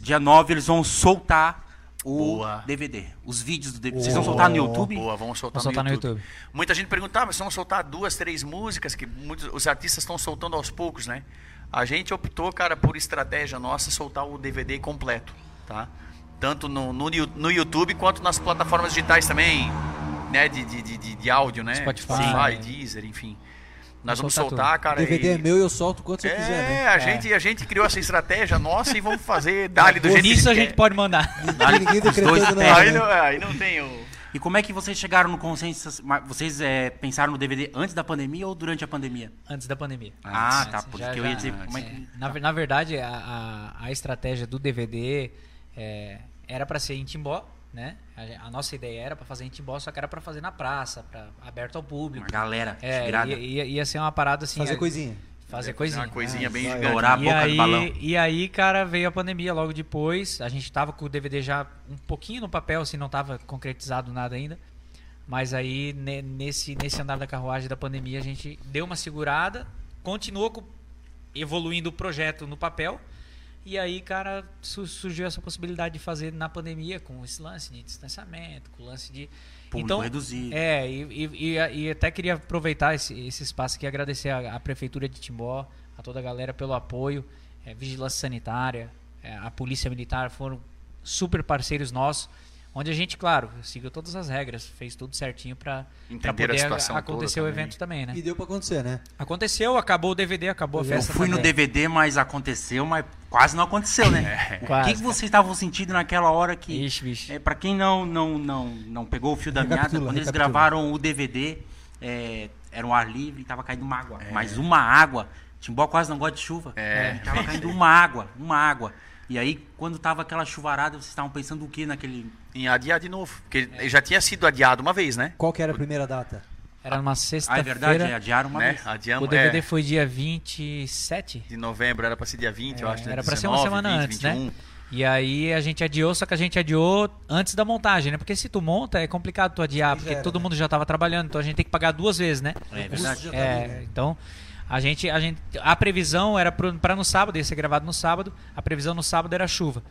Speaker 1: Dia 9 eles vão soltar o
Speaker 3: Boa.
Speaker 1: DVD. Os vídeos do DVD. Vocês vão soltar no YouTube?
Speaker 3: Boa, vamos soltar,
Speaker 4: Vamos soltar
Speaker 3: no,
Speaker 4: no
Speaker 3: YouTube.
Speaker 4: YouTube.
Speaker 3: Muita gente pergunta, ah, mas vão soltar duas, três músicas que muitos, os artistas estão soltando aos poucos, né? A gente optou, cara, por estratégia nossa, soltar o DVD completo, tá? Tanto no, no, Yu- no YouTube quanto nas plataformas digitais também, né? De, de, de, de- de áudio, né?
Speaker 4: Spotify.
Speaker 3: Deezer, enfim. Nós
Speaker 4: Vamos
Speaker 3: vamos
Speaker 4: soltar
Speaker 3: soltar, cara.
Speaker 2: DVD
Speaker 3: e-
Speaker 2: é meu e eu solto quanto você
Speaker 3: É,
Speaker 2: quiser, né?
Speaker 3: a gente, a gente criou essa estratégia nossa e vamos fazer dali do
Speaker 4: Por
Speaker 3: jeito que
Speaker 4: isso a gente
Speaker 3: quer.
Speaker 4: pode mandar. [laughs]
Speaker 1: Vale
Speaker 2: Ninguém
Speaker 1: os
Speaker 2: decretou
Speaker 1: dois
Speaker 2: nada,
Speaker 1: pés.
Speaker 2: né?
Speaker 3: Aí não, aí não tem o...
Speaker 1: E como é que vocês chegaram no consenso? Mas Vocês eh, pensaram no DVD antes da pandemia ou durante a pandemia?
Speaker 4: Antes da pandemia.
Speaker 1: Ah,
Speaker 4: Antes,
Speaker 1: tá.
Speaker 4: antes,
Speaker 1: Porque
Speaker 4: já-
Speaker 1: eu ia
Speaker 4: já-
Speaker 1: dizer
Speaker 4: antes,
Speaker 1: como é
Speaker 4: é.
Speaker 1: que.
Speaker 4: Na, ver- na verdade, a, a- a estratégia do DVD é, era para ser em Timbó, né? A, a nossa ideia era para fazer em Timbó, só que era para fazer na praça, pra, aberto ao
Speaker 1: Uma
Speaker 4: público.
Speaker 1: galera
Speaker 4: É,
Speaker 1: inspirada.
Speaker 4: ia, ia, ia ser uma parada assim.
Speaker 2: Fazer
Speaker 4: a-
Speaker 2: coisinha.
Speaker 4: Fazer
Speaker 3: É
Speaker 4: coisinha. Ah,
Speaker 3: Uma coisinha bem
Speaker 2: vai.
Speaker 3: gigante.
Speaker 1: Dourar a
Speaker 4: E
Speaker 1: boca do balão.
Speaker 4: aí, e aí, cara, veio a pandemia logo depois. A gente tava com o DVD já um pouquinho no papel, assim, não tava concretizado nada ainda. Mas aí, ne- nesse, nesse andar da carruagem da pandemia, a gente deu uma segurada, continuou co- evoluindo o projeto no papel. E aí, cara, su- surgiu essa possibilidade de fazer na pandemia, com esse lance de distanciamento, com o lance de.
Speaker 1: Público reduzido.
Speaker 4: É, e, e- e a- e até queria aproveitar esse, esse espaço aqui e agradecer à, à Prefeitura de Timbó, a toda a galera pelo apoio, é, Vigilância Sanitária, é, a Polícia Militar foram super parceiros nossos, onde a gente, claro, seguiu todas as regras, fez tudo certinho para
Speaker 3: Entenderam a
Speaker 4: poder
Speaker 3: situação
Speaker 4: acontecer
Speaker 3: toda
Speaker 4: o
Speaker 3: também.
Speaker 4: evento também, né?
Speaker 2: E deu pra acontecer, né?
Speaker 4: Aconteceu, acabou o DVD, acabou a
Speaker 1: Eu
Speaker 4: festa.
Speaker 1: fui no
Speaker 4: também.
Speaker 1: DVD, mas aconteceu, mas quase não aconteceu, né? O
Speaker 4: É. Quase.
Speaker 1: que, que vocês estavam sentindo naquela hora que.
Speaker 4: Ixi, bicho.
Speaker 1: É, para quem não, não, não, não pegou o fio da meada,
Speaker 2: Recapitula,
Speaker 1: quando eles
Speaker 2: recapitula.
Speaker 1: gravaram o DVD, é, era um ar livre e tava caindo uma água. Mas uma água. Timbó quase não gosta de chuva.
Speaker 3: É.
Speaker 1: E tava caindo uma água, uma água. E aí, quando tava aquela chuvarada, vocês estavam pensando o que naquele.
Speaker 3: Em adiar de novo. Porque ele já tinha sido adiado uma vez, né?
Speaker 2: Qual que era a primeira data?
Speaker 4: Era numa
Speaker 1: Ah, é verdade, é,
Speaker 4: sexta-feira.
Speaker 1: adiaram uma
Speaker 3: né?
Speaker 1: vez.
Speaker 4: o
Speaker 3: Adiamos.
Speaker 4: DVD
Speaker 3: é,
Speaker 4: foi dia 27.
Speaker 3: de novembro era pra ser dia 20, eu
Speaker 4: É,
Speaker 3: acho. né?
Speaker 4: Era pra ser uma
Speaker 3: 19,
Speaker 4: semana
Speaker 3: 20,
Speaker 4: antes,
Speaker 3: 21.
Speaker 4: né?
Speaker 1: um.
Speaker 4: E aí a gente adiou, só que a gente adiou antes da montagem, né? Porque se tu monta, é complicado tu adiar,
Speaker 2: Aí já
Speaker 4: porque
Speaker 2: era,
Speaker 4: todo
Speaker 2: né?
Speaker 4: mundo já tava trabalhando, então a gente tem que pagar duas vezes, né?
Speaker 1: É
Speaker 2: O custo
Speaker 1: verdade.
Speaker 2: já tá ali,
Speaker 4: É,
Speaker 2: né?
Speaker 4: então a gente, a gente a previsão era pro- pra no sábado, ia ser gravado no sábado, a previsão no sábado era chuva.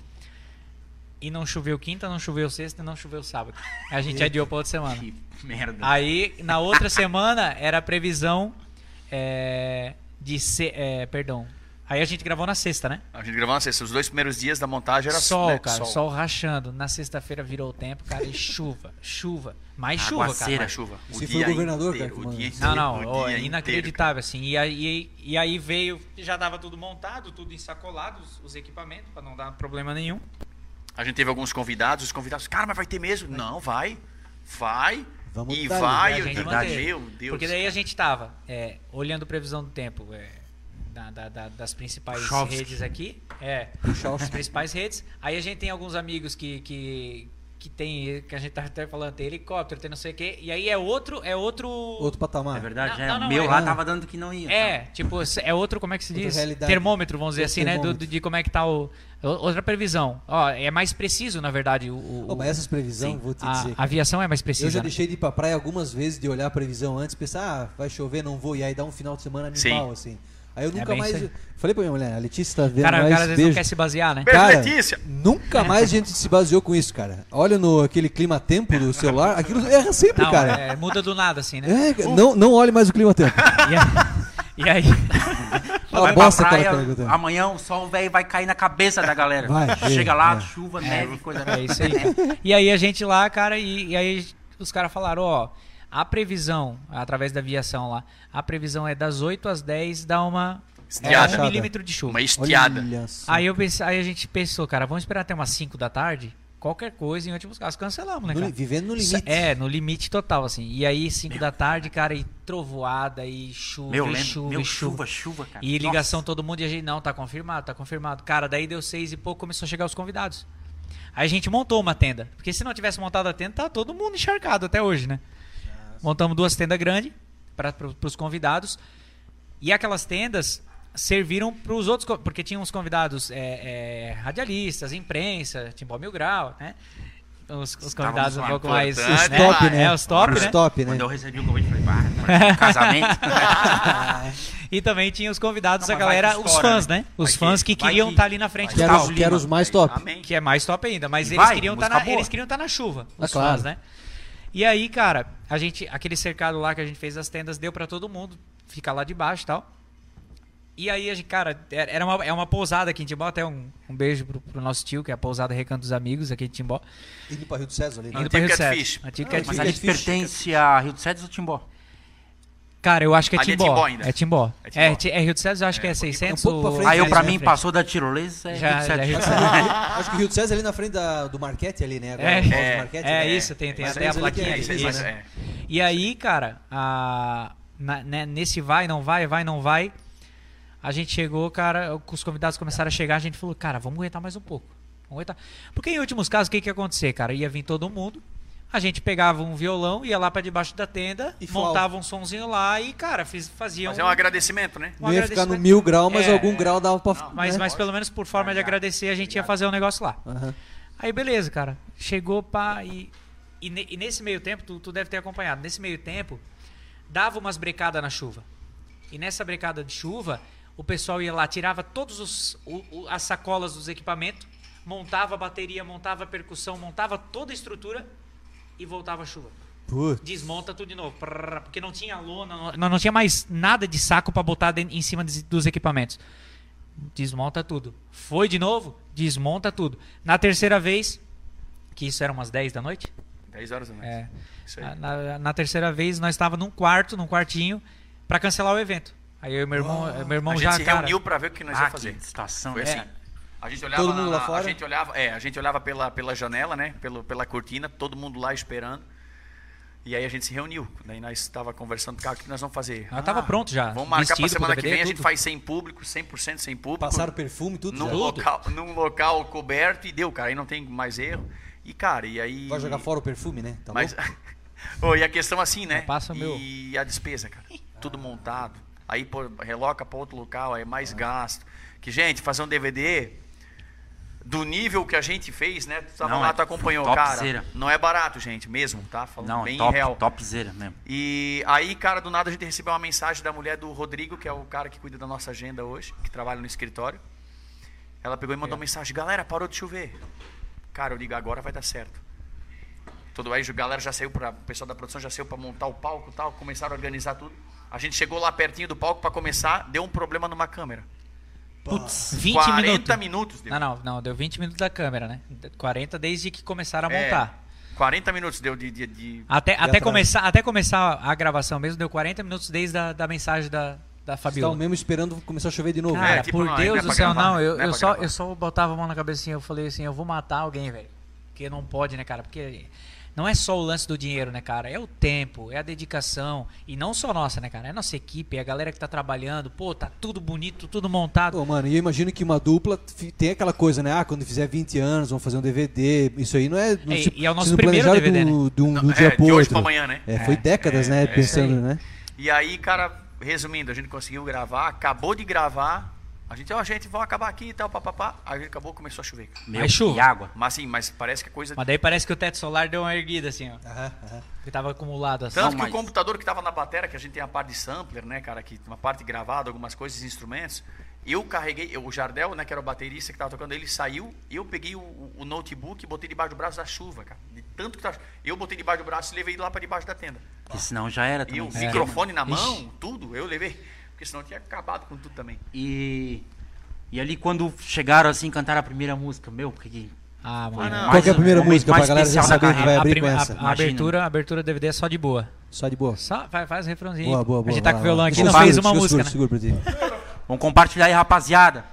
Speaker 4: E não choveu quinta, não choveu sexta, e não choveu sábado.
Speaker 1: [laughs]
Speaker 4: A gente adiou pra outra semana.
Speaker 1: Que merda.
Speaker 4: Aí, na outra semana, era a previsão é, de ser. é, perdão. Aí a gente gravou na sexta, né?
Speaker 3: um. A gente gravou na sexta. Os dois primeiros dias da montagem era
Speaker 4: sol,
Speaker 3: né?
Speaker 4: cara, sol. rachando. Na sexta-feira virou o tempo, cara, e chuva, chuva. Mais chuva,
Speaker 1: Aguaceira.
Speaker 4: cara.
Speaker 3: Era chuva.
Speaker 2: Esse foi o governador, cara, que
Speaker 3: o
Speaker 2: mandou.
Speaker 3: dia
Speaker 4: Não,
Speaker 3: inteiro, o
Speaker 4: não, ó,
Speaker 3: dia
Speaker 4: é
Speaker 3: inteiro,
Speaker 4: inacreditável, assim. E aí, e aí veio, já tava tudo montado, tudo ensacolado, os, os equipamentos, pra não dar problema nenhum. É.
Speaker 3: cara. A gente teve alguns convidados, os convidados, cara, mas vai ter mesmo? Não, vai. Vai.
Speaker 2: Vamos
Speaker 3: E
Speaker 2: tá ali.
Speaker 3: vai,
Speaker 4: né? a gente
Speaker 3: eu-
Speaker 1: Verdade.
Speaker 3: meu Deus.
Speaker 4: Porque daí a gente tava é, olhando previsão do tempo é, da- da- da- das principais
Speaker 1: Puchovski.
Speaker 4: redes aqui. É, as principais redes. Aí a gente tem alguns amigos que. que que tem, que a gente tá até falando, tem helicóptero, tem não sei o quê, e aí é outro, é outro...
Speaker 2: Outro patamar.
Speaker 1: É verdade,
Speaker 4: Não,
Speaker 1: é.
Speaker 4: não, não,
Speaker 1: o meu
Speaker 4: é-
Speaker 1: lá tava dando que não ia.
Speaker 4: É,
Speaker 1: tá?
Speaker 4: tipo, é outro, como é que se
Speaker 2: Outra
Speaker 4: diz?
Speaker 2: realidade.
Speaker 4: Termômetro, vamos dizer
Speaker 2: Outro
Speaker 4: assim, né? do- do-
Speaker 2: termômetro.
Speaker 4: de como é que tá o. o- Outra previsão. Ó, é mais preciso, na verdade. O, o-
Speaker 2: Ô, mas essas previsões, vou te
Speaker 4: a,
Speaker 2: dizer.
Speaker 4: a aviação é mais
Speaker 2: Eu já
Speaker 4: precisa. né?
Speaker 2: deixei de ir pra praia algumas vezes, de olhar a previsão antes, pensar, ah, vai chover, não vou, e aí dá um final de semana
Speaker 3: Sim.
Speaker 2: animal, assim. Aí eu nunca
Speaker 4: É bem
Speaker 2: mais.
Speaker 4: isso aí.
Speaker 2: Falei pra minha mulher, a Letícia tá vendo.
Speaker 4: Cara, o
Speaker 2: mais,
Speaker 4: cara às vezes não
Speaker 2: beijo.
Speaker 4: quer se basear, né?
Speaker 3: Beijo,
Speaker 2: Cara,
Speaker 3: Letícia.
Speaker 2: Nunca mais a gente se baseou com isso, cara. Olha no aquele clima-tempo do celular, aquilo erra sempre,
Speaker 4: Não,
Speaker 2: cara.
Speaker 4: é, muda do nada, assim, né?
Speaker 2: É, não, não olhe mais o
Speaker 4: [laughs]
Speaker 2: clima-tempo.
Speaker 4: E aí- E aí,
Speaker 2: Uma
Speaker 1: vai pra
Speaker 2: bosta aquela
Speaker 1: praia,
Speaker 2: pergunta.
Speaker 1: amanhã o sol velho vai cair na cabeça da galera.
Speaker 2: Vai,
Speaker 1: Chega
Speaker 2: é,
Speaker 1: lá,
Speaker 2: é.
Speaker 1: chuva, neve,
Speaker 4: [laughs]
Speaker 1: coisa
Speaker 4: É isso aí. E aí a gente lá, cara, e, e aí os caras falaram, ó, a previsão, através da aviação lá, a previsão é das 8 às 10, dá uma é,
Speaker 3: Estiada.
Speaker 4: um milímetro de chuva.
Speaker 3: Uma estiada.
Speaker 2: Olha só.
Speaker 4: Aí, eu pensei, aí a gente pensou, cara, vamos esperar até umas 5 da tarde? Qualquer coisa, em últimos casos, cancelamos, né,
Speaker 2: No li-
Speaker 4: cara?
Speaker 2: vivendo no
Speaker 4: Isso-
Speaker 2: limite.
Speaker 4: É, no limite total, assim. E aí, 5 da tarde, cara, e trovoada, e chuva,
Speaker 1: Meu,
Speaker 4: e
Speaker 1: lembro,
Speaker 4: chuva,
Speaker 1: meu,
Speaker 4: e
Speaker 1: chuva,
Speaker 4: chuva.
Speaker 1: chuva, cara.
Speaker 4: E ligação todo mundo e a gente, não, tá confirmado, tá confirmado. Cara, daí deu seis e pouco, começou a chegar os convidados. Aí a gente montou uma tenda. Porque se não tivesse montado a tenda, tá todo mundo encharcado até hoje, né? Montamos duas tendas grandes para os convidados. E aquelas tendas serviram para os outros, co- porque tinha uns convidados é, é, radialistas, imprensa, Timbó Mil Grau, né? Os, os convidados um
Speaker 1: lá,
Speaker 4: pouco mais.
Speaker 3: importante,
Speaker 2: Os top, né?
Speaker 4: É, os top,
Speaker 2: Os
Speaker 4: né?
Speaker 2: top,
Speaker 1: Nossa,
Speaker 2: né?
Speaker 1: Quando eu recebi o convite, eu falei,
Speaker 4: [laughs]
Speaker 1: bah, casamento.
Speaker 4: E também tinha os convidados,
Speaker 1: Não,
Speaker 4: a
Speaker 1: mas vai
Speaker 4: galera,
Speaker 1: que
Speaker 4: os
Speaker 1: estoura,
Speaker 4: fãs,
Speaker 1: né?
Speaker 4: né? Os
Speaker 1: Vai
Speaker 4: fãs
Speaker 1: que-
Speaker 4: que,
Speaker 1: vai
Speaker 4: quero queriam
Speaker 1: que-
Speaker 4: estar ali na
Speaker 1: vai
Speaker 4: frente do
Speaker 1: que- tá
Speaker 2: Quero os,
Speaker 4: palco.
Speaker 2: quero os mais top.
Speaker 3: Amém.
Speaker 4: Que é mais top ainda, mas
Speaker 1: E
Speaker 4: eles
Speaker 1: vai,
Speaker 4: queriam estar
Speaker 1: música
Speaker 4: na,
Speaker 1: boa.
Speaker 4: eles queriam estar na chuva,
Speaker 2: Ah,
Speaker 4: os
Speaker 2: claro.
Speaker 4: fãs, né? E aí, cara, a gente, aquele cercado lá que a gente fez as tendas deu pra todo mundo ficar lá de baixo, e tal. E aí, a gente, cara, era era uma, é uma pousada aqui em Timbó, até um, um beijo pro, pro nosso tio, que é a pousada Recanto dos Amigos aqui em Timbó.
Speaker 2: Indo pra Rio do César ali. né?
Speaker 4: [laughs] Indo
Speaker 3: Antigo
Speaker 4: pra Rio do
Speaker 3: Catfish.
Speaker 4: Cedro. Antigo é
Speaker 2: Ah,
Speaker 4: Catfish.
Speaker 1: Mas ali
Speaker 2: Fica difícil,
Speaker 1: pertence a Rio de Cedros ou Timbó?
Speaker 4: Cara, eu acho que é
Speaker 3: Ali é
Speaker 4: Timbó.
Speaker 3: Timbó ainda.
Speaker 4: É Timbó.
Speaker 3: É Timbó.
Speaker 4: É, Ti- é Rio do César, eu acho que é
Speaker 2: pouquinho-
Speaker 4: 600.
Speaker 2: é um pouco pra
Speaker 4: ou-
Speaker 2: frente,
Speaker 1: Aí eu, pra
Speaker 2: né,
Speaker 1: mim,
Speaker 4: frente.
Speaker 1: passou da tirolesa, é
Speaker 4: Já-
Speaker 1: Rio de Cedros.
Speaker 4: já é Rio de Cedro.
Speaker 1: [laughs]
Speaker 2: Acho que o Rio do César é ali na frente da- do Marquete ali, né? Agora,
Speaker 4: É,
Speaker 2: o Paulo do
Speaker 3: é,
Speaker 2: Marquete,
Speaker 4: é
Speaker 2: né?
Speaker 4: isso, tem, tem
Speaker 2: Mais
Speaker 4: até a
Speaker 2: ou menos ali que
Speaker 4: plaquinha.
Speaker 2: é,
Speaker 4: aqui,
Speaker 2: isso aí,
Speaker 4: isso.
Speaker 2: né?
Speaker 3: é.
Speaker 4: E aí, cara, a- na- né, nesse vai, não vai, vai, não vai, a gente chegou, cara, os convidados começaram a chegar, a gente falou, cara, vamos aguentar mais um pouco. Vamos aguentar. Porque em últimos casos, o que, que ia acontecer, cara? Ia vir todo mundo, a gente pegava um violão, ia lá pra debaixo da tenda,
Speaker 2: E flauta.
Speaker 4: montava um sonzinho lá e, cara, fiz- fazia
Speaker 3: Mas é um agradecimento, né?
Speaker 4: um
Speaker 2: Não ia ficar no
Speaker 4: agradecimento.
Speaker 2: mil grau, mas
Speaker 4: É,
Speaker 2: algum grau dava pra.
Speaker 4: Mas,
Speaker 2: né?
Speaker 4: mas pelo menos por
Speaker 3: é.
Speaker 4: forma de agradecer, a gente ia fazer um negócio lá.
Speaker 2: Aham.
Speaker 4: Aí beleza, cara. Chegou pá, e, e, ne- e nesse meio tempo, tu, tu deve ter acompanhado, nesse meio tempo, dava umas brecadas na chuva. E nessa brecada de chuva, o pessoal ia lá, tirava todas os, o- o- as sacolas dos equipamentos, montava a bateria, montava a percussão, montava toda a estrutura e voltava a chuva.
Speaker 2: Putz.
Speaker 4: Desmonta tudo de novo. prrr, Porque não tinha lona, não, não tinha mais nada de saco pra botar den- em cima des- dos equipamentos. Desmonta tudo. Foi de novo? Desmonta tudo. Na terceira vez, que isso era umas 10 da noite?
Speaker 3: 10 horas da noite.
Speaker 4: É.
Speaker 3: Isso aí.
Speaker 4: Na, na- na terceira vez, nós estava num quarto, num quartinho, pra cancelar o evento. Aí eu e meu irmão, meu irmão
Speaker 3: a gente
Speaker 4: já.
Speaker 3: se
Speaker 4: cara,
Speaker 3: reuniu pra ver o que nós
Speaker 1: Ah,
Speaker 3: ia fazer.
Speaker 1: que situação.
Speaker 3: Foi
Speaker 1: né?
Speaker 3: assim.
Speaker 1: É.
Speaker 3: A gente olhava
Speaker 2: Todo mundo lá
Speaker 3: na-
Speaker 2: fora?
Speaker 3: A gente olhava, é, a gente olhava pela, pela janela, né? Pelo, pela cortina, todo mundo lá esperando. E aí a gente se reuniu. Daí nós estava conversando, cara, o que nós vamos fazer? Ah,
Speaker 4: Nós Ah, tava pronto já.
Speaker 3: Vamos marcar para
Speaker 4: vestido, com
Speaker 3: semana que
Speaker 4: DVD,
Speaker 3: vem, a gente
Speaker 4: tudo.
Speaker 3: faz sem público, 100% sem público.
Speaker 2: Passaram perfume, tudo.
Speaker 3: num
Speaker 2: já.
Speaker 3: local, num local coberto e deu, cara. Aí não tem mais erro. E, cara, e aí.
Speaker 2: Vai jogar fora o perfume, né? Tá
Speaker 3: Mas,
Speaker 2: louco?
Speaker 3: [laughs] Ô, e a questão assim, né?
Speaker 4: Mas passa o meu.
Speaker 3: E a despesa, cara. Tudo montado. Aí pô, reloca para outro local, aí é mais gasto. Que, gente, fazer um DVD do nível que a gente fez, né? Tu tava
Speaker 1: Não,
Speaker 3: lá,
Speaker 1: é
Speaker 3: tu acompanhou,
Speaker 1: topzera.
Speaker 3: cara. Não é barato, gente, mesmo, tá? Falando
Speaker 1: Não, é
Speaker 3: bem
Speaker 1: top,
Speaker 3: real.
Speaker 1: topzera mesmo.
Speaker 3: E aí, cara, do nada a gente recebeu uma mensagem da mulher do Rodrigo, que é o cara que cuida da nossa agenda hoje, que trabalha no escritório. Ela pegou e
Speaker 4: É.
Speaker 3: mandou mensagem: galera, parou de chover. Cara, eu digo: agora vai dar certo. Todo aí, a galera já saiu para o pessoal da produção já saiu para montar o palco, e tal, começaram a organizar tudo. A gente chegou lá pertinho do palco para começar, deu um problema numa câmera.
Speaker 4: Putz, 20
Speaker 3: 40
Speaker 4: minutos.
Speaker 3: minutos. deu.
Speaker 4: Não, não, não, deu 20 minutos da câmera, né? 40 desde que começaram a
Speaker 3: É,
Speaker 4: montar.
Speaker 3: 40 minutos deu de, de- de-
Speaker 4: Até, até,
Speaker 2: atraso.
Speaker 4: começar, até começar a gravação mesmo, deu 40 minutos desde a da mensagem da, da
Speaker 2: Estavam
Speaker 4: Fabiola.
Speaker 2: mesmo esperando começar a chover de novo.
Speaker 4: é
Speaker 2: né?
Speaker 4: Cara,
Speaker 3: É, tipo,
Speaker 4: por
Speaker 3: não, aí não é
Speaker 4: Deus do
Speaker 3: pra
Speaker 4: céu,
Speaker 3: gravar,
Speaker 4: não. Eu,
Speaker 3: não é
Speaker 4: eu,
Speaker 3: pra
Speaker 4: só,
Speaker 3: gravar.
Speaker 4: assim, eu só botava a mão na cabecinha, eu falei assim, eu vou matar alguém, velho. Porque não pode, né, cara? Porque não é só o lance do dinheiro, né, cara? É o tempo, é a dedicação. E não só nossa, né, cara? É a nossa equipe, é a galera que tá trabalhando. Pô, tá tudo bonito, tudo montado.
Speaker 2: Pô, mano, e eu imagino que uma dupla fi- tem aquela coisa, né? Ah, quando fizer 20 anos, vão fazer um DVD. Isso aí não é. Não
Speaker 4: É,
Speaker 2: se-
Speaker 4: e é o nosso
Speaker 2: vocês não
Speaker 4: primeiro
Speaker 2: planejaram
Speaker 4: DVD,
Speaker 2: do, de um do
Speaker 5: é,
Speaker 2: dia
Speaker 5: de
Speaker 2: pro
Speaker 5: hoje
Speaker 2: outro.
Speaker 5: pra amanhã, né?
Speaker 2: É, foi
Speaker 5: É,
Speaker 2: décadas,
Speaker 5: é,
Speaker 2: né?
Speaker 5: é isso
Speaker 2: pensando,
Speaker 4: aí.
Speaker 2: né?
Speaker 5: E aí, cara, resumindo, a gente conseguiu gravar, acabou de gravar. A gente, ó, gente, vamos acabar aqui e tal, papapá. Aí a gente acabou, começou a chover. cara.
Speaker 1: Meu,
Speaker 4: Mas chuva.
Speaker 1: e água.
Speaker 5: Mas assim, mas parece que a coisa.
Speaker 4: Mas daí parece que o teto solar deu uma erguida, assim, ó. Que tava acumulado, assim.
Speaker 5: Tanto
Speaker 1: Não,
Speaker 5: que
Speaker 1: mas-
Speaker 5: o computador que tava na bateria, que a gente tem a parte de sampler, né, cara, que uma parte gravada, algumas coisas, instrumentos. Eu carreguei, eu- o Jardel, né, que era o baterista que tava tocando, ele saiu, eu peguei o, o notebook e botei debacho do braço da chuva, cara. De tanto que tava. Eu botei debaixo do braço e levei lá pra debaixo da tenda.
Speaker 1: Porque senão já era
Speaker 5: E
Speaker 1: também.
Speaker 5: o
Speaker 1: É.
Speaker 5: microfone na
Speaker 4: Ixi.
Speaker 5: mão, tudo, eu levei. Porque senão eu tinha acabado com tudo também.
Speaker 1: E, e ali quando chegaram assim, cantaram a primeira música, meu, porque que-
Speaker 4: Ah,
Speaker 5: Ah,
Speaker 4: mano.
Speaker 5: não.
Speaker 2: Qual que é
Speaker 1: Mas
Speaker 2: a primeira
Speaker 1: o momento
Speaker 2: música pra
Speaker 1: mais
Speaker 2: galera já
Speaker 1: especial da
Speaker 2: saber que vai
Speaker 1: carreira.
Speaker 2: abrir
Speaker 4: A
Speaker 2: com
Speaker 4: prim- a-
Speaker 2: essa?
Speaker 4: a abertura, a abertura do DVD é só de boa.
Speaker 2: Só de boa.
Speaker 4: Só, faz, faz o refrãozinho.
Speaker 2: Boa, boa, boa.
Speaker 4: A gente tá
Speaker 2: vai
Speaker 4: com o
Speaker 2: lá.
Speaker 4: violão aqui,
Speaker 2: Deixa eu
Speaker 4: não fez
Speaker 2: seguro,
Speaker 4: uma
Speaker 2: deixa eu
Speaker 4: música, né?
Speaker 2: seguro, Seguro pra ti.
Speaker 1: Vamos compartilhar aí, rapaziada.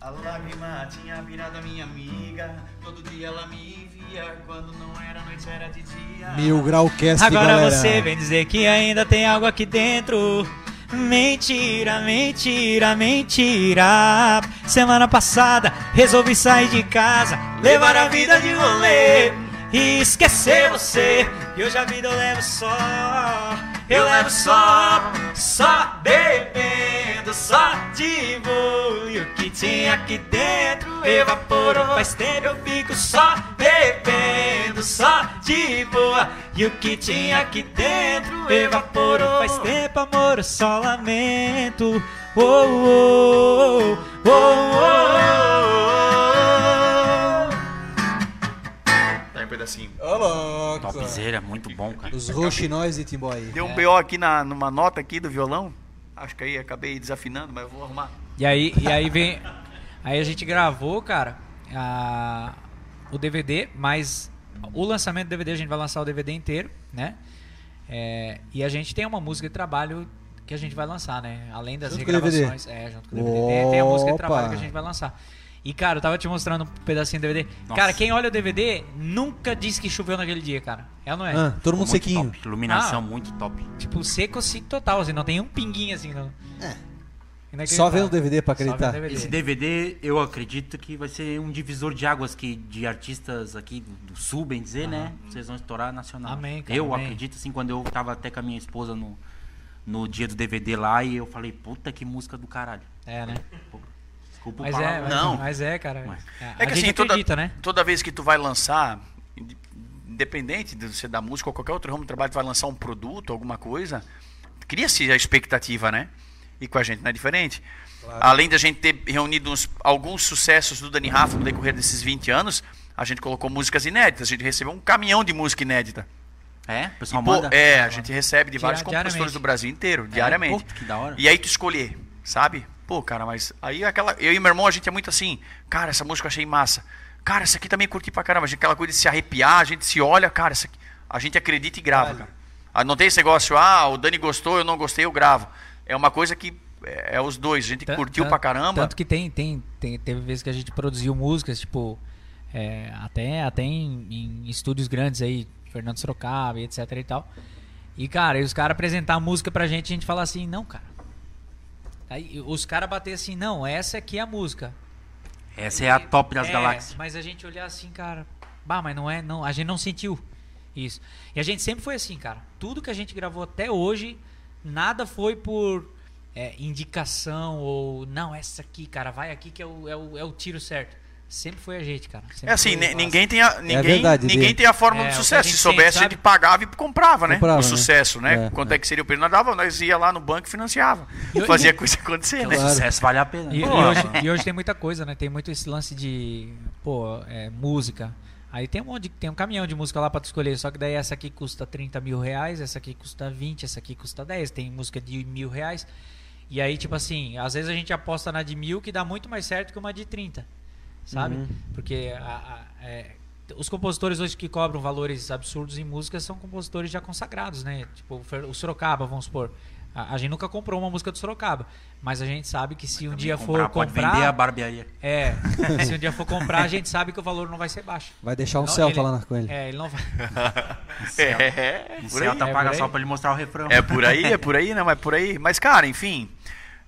Speaker 5: A lágrima tinha virado a minha amiga. Todo dia ela me envia. Quando não era noite, era de dia.
Speaker 2: Mil Grau Cast,
Speaker 4: né? Agora
Speaker 2: galera.
Speaker 4: você vem dizer que ainda tem algo aqui dentro. Mentira, mentira, mentira. Semana passada resolvi sair de casa, levar a vida de rolê e esquecer você. E hoje a vida eu levo só, eu levo só, só bebendo, só de boa. E o que tinha aqui dentro evaporou. Faz tempo eu fico só bebendo, só de boa. E o que tinha aqui dentro evaporou. Faz tempo, amor, eu só lamento. Oh, oh, oh, oh, oh, oh.
Speaker 5: Tá em pedacinho.
Speaker 2: Ô, louco.
Speaker 1: Topzera, muito bom, cara.
Speaker 2: Os roxinóis de Timbó aí.
Speaker 5: Deu um BO aqui na, numa nota aqui do violão. Acho que aí acabei desafinando, mas eu vou arrumar.
Speaker 4: E aí, e aí vem. Aí a gente gravou, cara, a- o DVD, mas o lançamento do DVD, a gente vai lançar o DVD inteiro, né? É, e a gente tem uma música de trabalho que a gente vai lançar, né? Além das
Speaker 2: Junto com o
Speaker 4: regravações. É, junto com o DVD. Tem, tem a música de trabalho que a
Speaker 2: Opa!
Speaker 4: gente vai lançar. E, cara, eu tava te mostrando um pedacinho do DVD.
Speaker 1: Nossa.
Speaker 4: Cara, quem olha o DVD nunca diz que choveu naquele dia, cara. É ou não é?
Speaker 2: Ah, todo mundo
Speaker 1: Muito
Speaker 2: sequinho.
Speaker 1: top. Iluminação
Speaker 4: Ah.
Speaker 1: muito top.
Speaker 4: Tipo, seco assim total, assim, não tem um pinguinho assim, não. É.
Speaker 2: Só vendo o DVD pra acreditar.
Speaker 1: Esse DVD, eu acredito que vai ser um divisor de águas que de artistas aqui do sul, bem dizer, né? Vocês vão estourar nacional.
Speaker 4: Amém, cara,
Speaker 1: eu
Speaker 4: amém.
Speaker 1: acredito, assim, quando eu tava até com a minha esposa no, no dia do DVD lá e eu falei, puta que música do caralho.
Speaker 4: É, né?
Speaker 1: Desculpa o
Speaker 4: Mas é,
Speaker 1: palavrão.
Speaker 4: mas,
Speaker 5: Não.
Speaker 4: mas é, cara.
Speaker 1: Mas-
Speaker 4: A,
Speaker 5: É que
Speaker 4: gente
Speaker 5: assim, toda,
Speaker 4: acredita, né?
Speaker 5: toda vez que tu vai lançar, inde- independente de ser da música ou qualquer outro ramo de trabalho, tu vai lançar um produto, alguma coisa, cria-se a expectativa, né? E com a gente não é diferente. Além da gente ter reunido uns- alguns sucessos do Dani Rafa no decorrer desses 20 anos, a gente colocou músicas inéditas, a gente recebeu um caminhão de música inédita.
Speaker 1: É? O pessoal
Speaker 5: Pô,
Speaker 1: manda?
Speaker 5: é, a gente recebe de
Speaker 4: Dia-
Speaker 5: vários compositores
Speaker 4: diariamente.
Speaker 5: do Brasil inteiro, diariamente.
Speaker 1: pô, que da hora.
Speaker 5: E aí tu escolher, sabe? Pô, cara, mas aí aquela. Eu e meu irmão, a gente é muito assim. Cara, essa música eu achei massa. Cara, essa aqui também curti pra caramba. A gente, aquela coisa de se arrepiar, a gente se olha, cara, essa aqui- a gente acredita e grava, cara. Ah, não tem esse negócio, ah, o Dani gostou, eu não gostei, eu gravo. É uma coisa que é, é os dois, a gente
Speaker 4: Tan-
Speaker 5: curtiu
Speaker 4: tan-
Speaker 5: pra caramba.
Speaker 4: Tanto que tem, tem, tem, teve vezes que a gente produziu músicas, tipo, é, até, até em, em estúdios grandes aí, Fernando Sorocaba e etc e tal. E, cara, e os caras apresentar a música pra gente, a gente falar assim, não, cara. Aí os caras bater assim, não, essa aqui é a música.
Speaker 1: Essa é a top das
Speaker 4: É,
Speaker 1: galáxias.
Speaker 4: Mas a gente olhar assim, cara, bah, mas não é, não, a gente não sentiu isso. E a gente sempre foi assim, cara. Tudo que a gente gravou até hoje, nada foi por é, indicação ou não, essa aqui, cara, vai aqui que é o, é o, é o tiro certo. Sempre foi a gente, cara. Sempre
Speaker 5: É assim,
Speaker 4: foi
Speaker 5: ni-
Speaker 4: nós.
Speaker 5: ninguém tem a, ninguém,
Speaker 2: verdade, Dê.
Speaker 5: ninguém tem a
Speaker 4: É,
Speaker 5: fórmula do
Speaker 4: o que a
Speaker 5: sucesso.
Speaker 4: gente
Speaker 5: Se soubesse,
Speaker 4: sente,
Speaker 5: ele pagava e comprava, né?
Speaker 2: Comprava,
Speaker 5: o
Speaker 2: né?
Speaker 5: sucesso, né?
Speaker 2: É,
Speaker 5: Quanto é. que seria o período? Nós dava, nós ia lá no banco e financiava.
Speaker 4: E-
Speaker 5: Fazia a coisa acontecer, né?
Speaker 2: Claro.
Speaker 1: Sucesso vale a pena.
Speaker 4: É, E, e
Speaker 1: Pô,
Speaker 4: hoje, e hoje tem muita coisa, né? Tem muito esse lance de, pô, é, música. Aí tem um monte, de- tem um caminhão de música lá pra tu escolher, só que daí essa aqui custa 30 mil reais, essa aqui custa 20, essa aqui custa 10, tem música de mil reais. E aí, tipo assim, às vezes a gente aposta na de mil que dá muito mais certo que uma de 30, sabe? Porque a- a- é, os compositores hoje que cobram valores absurdos em música são compositores já consagrados, né? Tipo, o Fer- o Sorocaba, vamos supor. A, a gente nunca comprou uma música do Sorocaba, mas a gente sabe que se um
Speaker 1: Também
Speaker 4: dia for
Speaker 1: pode
Speaker 4: comprar,
Speaker 1: vender a barbearia.
Speaker 4: é, [laughs] se um dia for comprar, a gente sabe que o valor não vai ser baixo.
Speaker 2: Vai deixar um
Speaker 4: Não,
Speaker 2: Celta
Speaker 4: ele-
Speaker 2: lá na, com ele.
Speaker 4: É, ele não vai. [laughs]
Speaker 5: É,
Speaker 1: O
Speaker 5: por aí.
Speaker 1: Celta
Speaker 4: É
Speaker 1: paga
Speaker 4: por aí.
Speaker 1: só pra ele mostrar o refrão.
Speaker 5: É por aí, é por aí, não, é por aí. Mas, cara, enfim,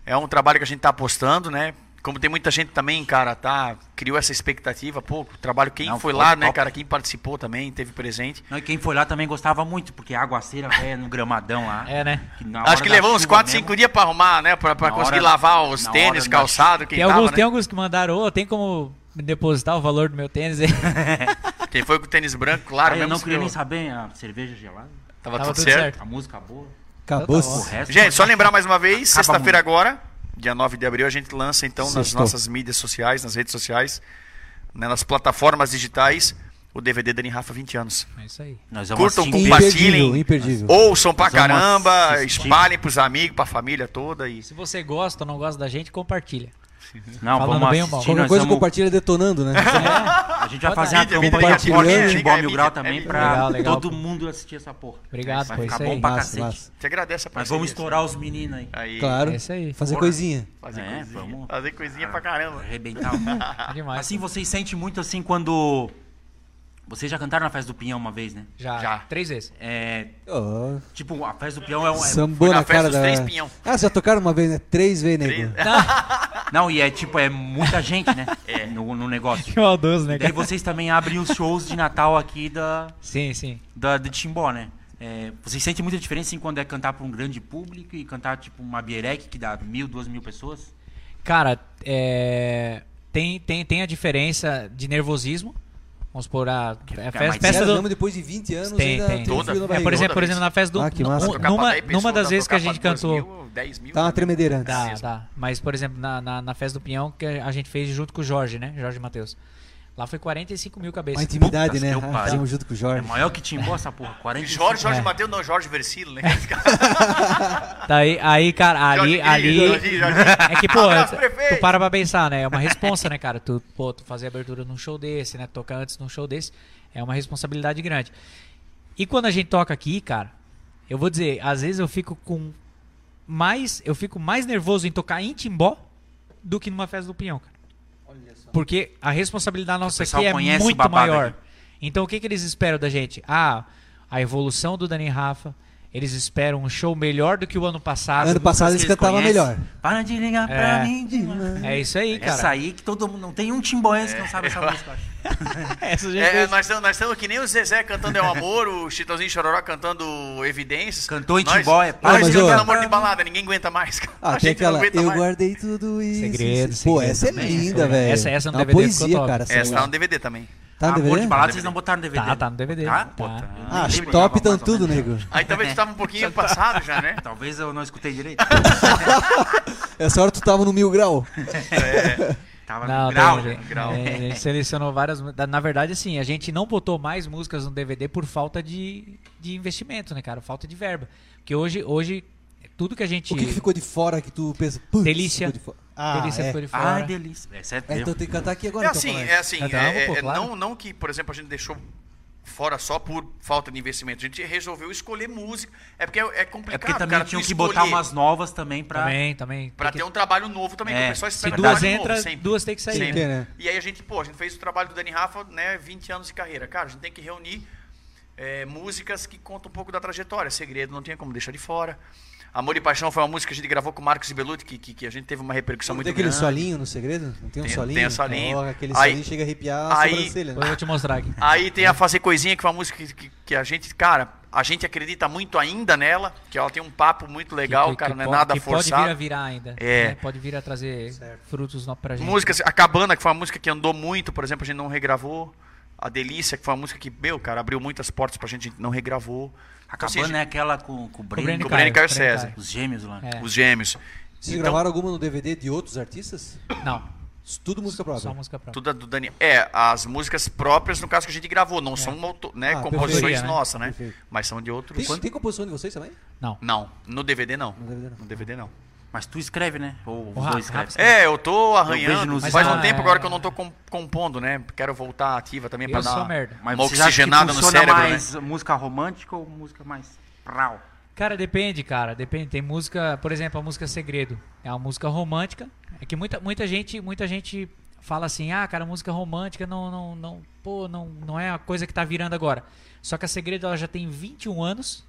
Speaker 5: é um trabalho que a gente tá apostando, né? Como tem muita gente também, cara, tá, criou essa expectativa, pô, o trabalho, quem
Speaker 1: Não,
Speaker 5: foi
Speaker 1: foi
Speaker 5: lá,
Speaker 1: top.
Speaker 5: né, cara, quem participou também, teve presente.
Speaker 1: Não, e quem foi lá também gostava muito, porque a aguaceira é no gramadão lá.
Speaker 4: É, né?
Speaker 1: que na hora
Speaker 5: Acho que
Speaker 1: da
Speaker 5: levou uns
Speaker 1: chuva
Speaker 5: 4,
Speaker 1: mesmo,
Speaker 5: 5 dias pra arrumar, né, pra, pra
Speaker 1: Na
Speaker 5: conseguir
Speaker 1: hora-
Speaker 5: lavar os
Speaker 1: na
Speaker 5: tênis,
Speaker 1: hora da-
Speaker 5: calçado, quem
Speaker 4: Tem
Speaker 5: tava,
Speaker 4: alguns,
Speaker 5: né?
Speaker 4: tem alguns que mandaram, ô, tem como depositar o valor do meu tênis [laughs] aí?
Speaker 5: Quem foi com o tênis branco, claro,
Speaker 1: Aí eu
Speaker 5: mesmo
Speaker 1: não
Speaker 5: se
Speaker 1: queria
Speaker 5: eu-
Speaker 1: nem saber a cerveja gelada,
Speaker 4: Tava
Speaker 5: Tava, Tá tudo,
Speaker 4: tudo
Speaker 5: certo.
Speaker 4: certo.
Speaker 1: a música boa,
Speaker 2: Acabou.
Speaker 1: o
Speaker 4: Nossa.
Speaker 1: resto.
Speaker 5: Gente, só lembrar mais uma vez,
Speaker 1: Acaba
Speaker 5: sexta-feira
Speaker 1: muito.
Speaker 5: agora, dia 9 de abril, a gente lança então nas
Speaker 2: Sextou.
Speaker 5: nossas mídias sociais, nas redes sociais, né, nas plataformas digitais, o DVD Dani Rafa 20 anos.
Speaker 4: É isso aí.
Speaker 1: Nós vamos
Speaker 5: curtam,
Speaker 1: assistir em
Speaker 5: compartilhem.
Speaker 1: peso.
Speaker 2: imperdível, imperdível.
Speaker 5: Ouçam pra
Speaker 1: Nós vamos
Speaker 5: caramba,
Speaker 1: assistir.
Speaker 5: espalhem pros amigos, pra família toda e
Speaker 4: Se você gosta ou não gosta da gente, compartilha.
Speaker 1: Não,
Speaker 4: Falando
Speaker 1: vamos
Speaker 4: bem ou mal.
Speaker 1: assistir,
Speaker 2: Qualquer
Speaker 1: nós
Speaker 2: coisa
Speaker 1: vamos-
Speaker 2: compartilha detonando, né?
Speaker 1: A gente vai fazer a
Speaker 5: Mídia, mídia,
Speaker 1: campanha
Speaker 2: mídia,
Speaker 1: forte
Speaker 2: mídia,
Speaker 1: de Timbó
Speaker 5: mídia,
Speaker 1: Mil Grau
Speaker 5: mídia,
Speaker 1: também
Speaker 5: mídia.
Speaker 1: pra
Speaker 4: Legal, legal,
Speaker 1: todo
Speaker 4: pô.
Speaker 1: mundo assistir essa porra.
Speaker 4: Obrigado,
Speaker 1: Vai
Speaker 4: pô,
Speaker 1: ficar
Speaker 4: isso
Speaker 1: bom
Speaker 4: aí.
Speaker 1: pra
Speaker 2: Massa,
Speaker 1: cacete.
Speaker 2: massa.
Speaker 5: te agradece a
Speaker 1: Nós
Speaker 5: parceria.
Speaker 1: vamos estourar os meninos aí.
Speaker 5: Aí,
Speaker 2: Claro.
Speaker 4: É isso aí.
Speaker 2: Fazer
Speaker 1: Porra.
Speaker 2: coisinha.
Speaker 5: fazer
Speaker 1: É,
Speaker 5: coisinha,
Speaker 1: vamos.
Speaker 5: fazer coisinha pra caramba.
Speaker 1: Arrebentar.
Speaker 4: [laughs] É demais.
Speaker 1: assim vocês sentem muito assim quando. Vocês já cantaram na festa do Pinhão uma vez, né?
Speaker 4: já,
Speaker 5: Já.
Speaker 4: Três vezes.
Speaker 1: É.
Speaker 2: Oh,
Speaker 1: Tipo, a festa do Pinhão é um. é-
Speaker 2: sambou
Speaker 5: na
Speaker 2: na
Speaker 5: festa
Speaker 2: cara
Speaker 5: dos
Speaker 2: da.
Speaker 5: três pinhão.
Speaker 2: Ah, já tocaram uma vez, né? Três vezes,
Speaker 5: Três-
Speaker 2: nego.
Speaker 1: Não, e é tipo, é muita gente, né?
Speaker 4: É.
Speaker 1: No, no negócio.
Speaker 4: Que maldoso, né,
Speaker 1: Daí
Speaker 4: cara?
Speaker 1: vocês também abrem os shows de Natal aqui da,
Speaker 4: Sim, sim.
Speaker 1: da, de Timbó, né? É, vocês sentem muita diferença em quando é cantar pra um grande público e cantar tipo uma Bierec que dá mil, duas mil pessoas?
Speaker 4: Cara, é, tem, tem, tem a diferença de nervosismo. Vamos supor, a, é,
Speaker 1: fica
Speaker 4: festa,
Speaker 1: mais
Speaker 4: festa
Speaker 1: sério,
Speaker 4: do,
Speaker 2: Mesmo depois de 20 anos
Speaker 4: Tem,
Speaker 2: ainda
Speaker 4: tem.
Speaker 2: tem frio
Speaker 5: Toda-
Speaker 2: na
Speaker 5: é,
Speaker 4: É,
Speaker 2: barriga.
Speaker 4: por exemplo,
Speaker 5: Toda
Speaker 4: por
Speaker 5: vez.
Speaker 4: exemplo, na festa do.
Speaker 2: Ah, que massa.
Speaker 4: nu-
Speaker 2: Tocar
Speaker 5: pra
Speaker 4: Numa,
Speaker 5: 10
Speaker 4: numa
Speaker 5: pessoas,
Speaker 4: das vezes que a
Speaker 5: tocar
Speaker 4: gente
Speaker 5: pra 2
Speaker 4: cantou.
Speaker 5: mil, 10 mil, né?
Speaker 2: Tá uma tremedeira antes.
Speaker 4: Dá, dá. Mas, por exemplo, na, na, na festa do Pinhão, que a gente fez junto com o Jorge, né? Jorge Matheus. Lá foi 45 mil
Speaker 2: Uma
Speaker 4: cabeças.
Speaker 2: intimidade,
Speaker 1: Puta
Speaker 2: né?
Speaker 1: que eu
Speaker 2: Ah,
Speaker 1: pariu.
Speaker 2: Fizemos junto com o
Speaker 1: É
Speaker 2: Jorge.
Speaker 1: maior que Timbó essa porra, 40
Speaker 5: Jorge, Jorge
Speaker 4: É.
Speaker 5: Mateus, não, Jorge Versilo, né?
Speaker 4: Daí, Tá aí, cara, ali.
Speaker 5: Jorge
Speaker 4: ali
Speaker 5: querido, Jorge, Jorge.
Speaker 4: [laughs] É que, pô,
Speaker 5: Abraço,
Speaker 4: tu,
Speaker 5: prefeito.
Speaker 4: tu para pra pensar, né? É uma responsa, né, cara? Tu, pô, tu fazer abertura num show desse, né? Tocar antes num show desse. É uma responsabilidade grande. E quando a gente toca aqui, cara, eu vou dizer, às vezes eu fico com mais. Eu fico mais nervoso em tocar em Timbó do que numa festa do Pinhão, cara. Porque a responsabilidade nossa
Speaker 1: pessoal
Speaker 4: aqui é
Speaker 1: conhece o
Speaker 4: muito
Speaker 1: babado
Speaker 4: maior.
Speaker 1: aqui.
Speaker 4: Então o que, que eles esperam da gente? Ah, a evolução do Dani Rafa. Eles esperam um show melhor do que o ano passado.
Speaker 2: Ano passado eles cantavam melhor.
Speaker 1: Para de ligar
Speaker 4: É.
Speaker 1: pra mim, de mano.
Speaker 4: É isso aí, cara.
Speaker 2: [laughs]
Speaker 1: Essa aí que todo mundo. Não tem um timboense
Speaker 4: É.
Speaker 1: que não sabe
Speaker 4: [laughs]
Speaker 1: essa música. eu acho.
Speaker 4: Essa gente
Speaker 5: É,
Speaker 4: fez.
Speaker 5: nós estamos nós tamo que nem o Zezé cantando É o Amor, o Chitãozinho Chororó cantando Evidências.
Speaker 1: Cantou em
Speaker 5: Nós-
Speaker 1: Timbó, é
Speaker 2: Ah,
Speaker 5: Nós
Speaker 2: mas
Speaker 5: cantando
Speaker 2: eu-
Speaker 5: Amor de Balada, ninguém aguenta mais. cara.
Speaker 2: Ah,
Speaker 5: A
Speaker 2: tem
Speaker 5: gente não
Speaker 2: aquela.
Speaker 5: aguenta
Speaker 2: Eu
Speaker 5: mais.
Speaker 2: guardei tudo isso.
Speaker 4: Segredo,
Speaker 2: isso. Pô,
Speaker 4: segredo
Speaker 2: essa é
Speaker 4: também,
Speaker 2: linda,
Speaker 4: essa-
Speaker 2: velho.
Speaker 4: essa- um essa no
Speaker 2: É uma
Speaker 4: DVD ficou
Speaker 2: poesia,
Speaker 4: top.
Speaker 2: cara.
Speaker 5: Essa um tá
Speaker 2: música.
Speaker 5: no DVD também.
Speaker 2: Tá no
Speaker 1: Amor de
Speaker 2: DVD?
Speaker 1: balada, vocês não botaram no DVD.
Speaker 4: Tá, tá no DVD.
Speaker 1: Tá?
Speaker 4: Tá.
Speaker 1: Pô,
Speaker 2: Ah,
Speaker 1: nem
Speaker 2: acho
Speaker 1: lembrava
Speaker 2: top
Speaker 1: mais
Speaker 2: tão
Speaker 1: ou
Speaker 2: tudo,
Speaker 1: menos.
Speaker 2: nego.
Speaker 5: Aí talvez tu tava um pouquinho passado já, né?
Speaker 1: Talvez eu não escutei direito.
Speaker 2: [laughs] Essa hora tu tava no mil grau.
Speaker 1: Tava
Speaker 4: Não,
Speaker 1: no grau.
Speaker 4: tem-
Speaker 1: né?
Speaker 5: um grau.
Speaker 1: [laughs]
Speaker 4: é, a gente selecionou várias. mu- da- Na verdade, assim, a gente não botou mais músicas no DVD por falta de, de investimento, né, cara? Falta de verba. Porque hoje, hoje tudo que a gente.
Speaker 2: O que, que ficou de fora que tu pensa? Putz,
Speaker 4: Delícia.
Speaker 2: ficou de fora. Ah,
Speaker 4: Delícia
Speaker 2: é.
Speaker 4: ficou de fora.
Speaker 1: Ai, delícia. Essa é
Speaker 2: É, então
Speaker 1: teu.
Speaker 2: tem que cantar aqui agora.
Speaker 5: É
Speaker 2: então,
Speaker 5: assim,
Speaker 2: Paulette.
Speaker 5: é assim.
Speaker 4: Ah, tá,
Speaker 5: é-
Speaker 4: pô,
Speaker 5: é-
Speaker 4: claro.
Speaker 5: não, não que, por exemplo, a gente deixou fora só por falta de investimento. A gente resolveu escolher música. É porque é, é complicado,
Speaker 1: É porque também
Speaker 5: cara, tu
Speaker 1: tinham que botar
Speaker 5: escolher
Speaker 1: umas novas também pra.
Speaker 4: Também, também.
Speaker 5: Pra
Speaker 4: Tem
Speaker 5: ter
Speaker 4: é que-
Speaker 5: um trabalho novo também,
Speaker 1: É,
Speaker 5: que o pessoal
Speaker 1: se
Speaker 4: Se
Speaker 5: espera um
Speaker 4: duas
Speaker 5: trabalho
Speaker 4: entram,
Speaker 5: novo sempre.
Speaker 4: duas tem que sair.
Speaker 5: Sempre.
Speaker 4: né?
Speaker 2: Tem, né?
Speaker 5: E aí a gente, pô, a gente fez o trabalho do Dani Rafa, né, 20 anos de carreira. Cara, a gente tem que reunir é, músicas que contam um pouco da trajetória. Segredo não tinha como deixar de fora. Amor e Paixão foi uma música que a gente gravou com o Marcos Ibeluti, que, que, que a gente teve uma repercussão
Speaker 2: Não
Speaker 5: muito
Speaker 2: tem aquele
Speaker 5: grande.
Speaker 2: solinho no segredo? Não tem um
Speaker 5: Tem-
Speaker 2: solinho?
Speaker 5: tem um solinho.
Speaker 2: Ó, aquele
Speaker 5: Aí-
Speaker 2: solinho chega a arrepiar a
Speaker 5: aí-
Speaker 2: sobrancelha. né?
Speaker 4: Depois eu vou te mostrar aqui.
Speaker 5: Aí tem a Fazer Coisinha, que foi uma música que, que- que a gente, cara, a gente acredita muito ainda nela, que ela tem um papo muito legal,
Speaker 4: Que- que-
Speaker 5: cara,
Speaker 4: que
Speaker 5: não é
Speaker 4: po-
Speaker 5: nada
Speaker 4: que Pode vir a
Speaker 5: forçado.
Speaker 4: virar ainda.
Speaker 5: É.
Speaker 4: né? Pode vir a trazer frutos no- pra gente.
Speaker 5: Músicas, a Cabana, que foi uma música que andou muito, por exemplo, a gente não regravou. A Delícia, que foi uma música que, meu, cara, abriu muitas portas pra gente, a gente não regravou.
Speaker 1: A
Speaker 5: Então, assim,
Speaker 1: cabana é aquela com, com o
Speaker 4: Com o Breno
Speaker 1: Breno,
Speaker 5: Com o
Speaker 4: Caio,
Speaker 5: Breno Caio
Speaker 4: Breno
Speaker 5: César.
Speaker 1: os gêmeos lá.
Speaker 4: É.
Speaker 5: Os gêmeos.
Speaker 2: Vocês
Speaker 5: Então-
Speaker 2: gravaram alguma no DVD de outros artistas?
Speaker 4: Não,
Speaker 2: Tudo música própria.
Speaker 4: só música própria.
Speaker 5: Tudo a do Daniel. É, as músicas próprias, no caso que a gente gravou, não são uma auto- né,
Speaker 2: Ah,
Speaker 5: composições
Speaker 4: É. perfeito, né?
Speaker 5: nossas, né?
Speaker 2: Perfeito.
Speaker 5: Mas são de outro.
Speaker 2: Tem, tem composição de vocês também?
Speaker 4: Não.
Speaker 5: Não, no DVD não.
Speaker 2: DVD não.
Speaker 5: No DVD não.
Speaker 1: Mas tu escreve, né? Ou os
Speaker 4: Rafa,
Speaker 1: dois escrevem.
Speaker 4: Rafa,
Speaker 5: É, eu tô
Speaker 1: Eu vejo
Speaker 5: arranhando.
Speaker 1: nos
Speaker 5: Faz um
Speaker 4: stories.
Speaker 5: tempo agora que eu não tô com- compondo, né? Quero voltar ativa também pra
Speaker 4: Eu sou
Speaker 5: dar
Speaker 4: merda.
Speaker 5: uma
Speaker 1: vocês acham que
Speaker 5: oxigenada no
Speaker 1: funciona
Speaker 5: cérebro, né?
Speaker 1: mais música romântica ou música mais prau?
Speaker 4: Cara, depende, cara. Depende. Tem música, por exemplo, a música Segredo. É uma música romântica. É que muita, muita gente, muita gente fala assim: "Ah, cara, música romântica não não não, pô, não não é a coisa que tá virando agora". Só que a Segredo ela já tem 21 anos.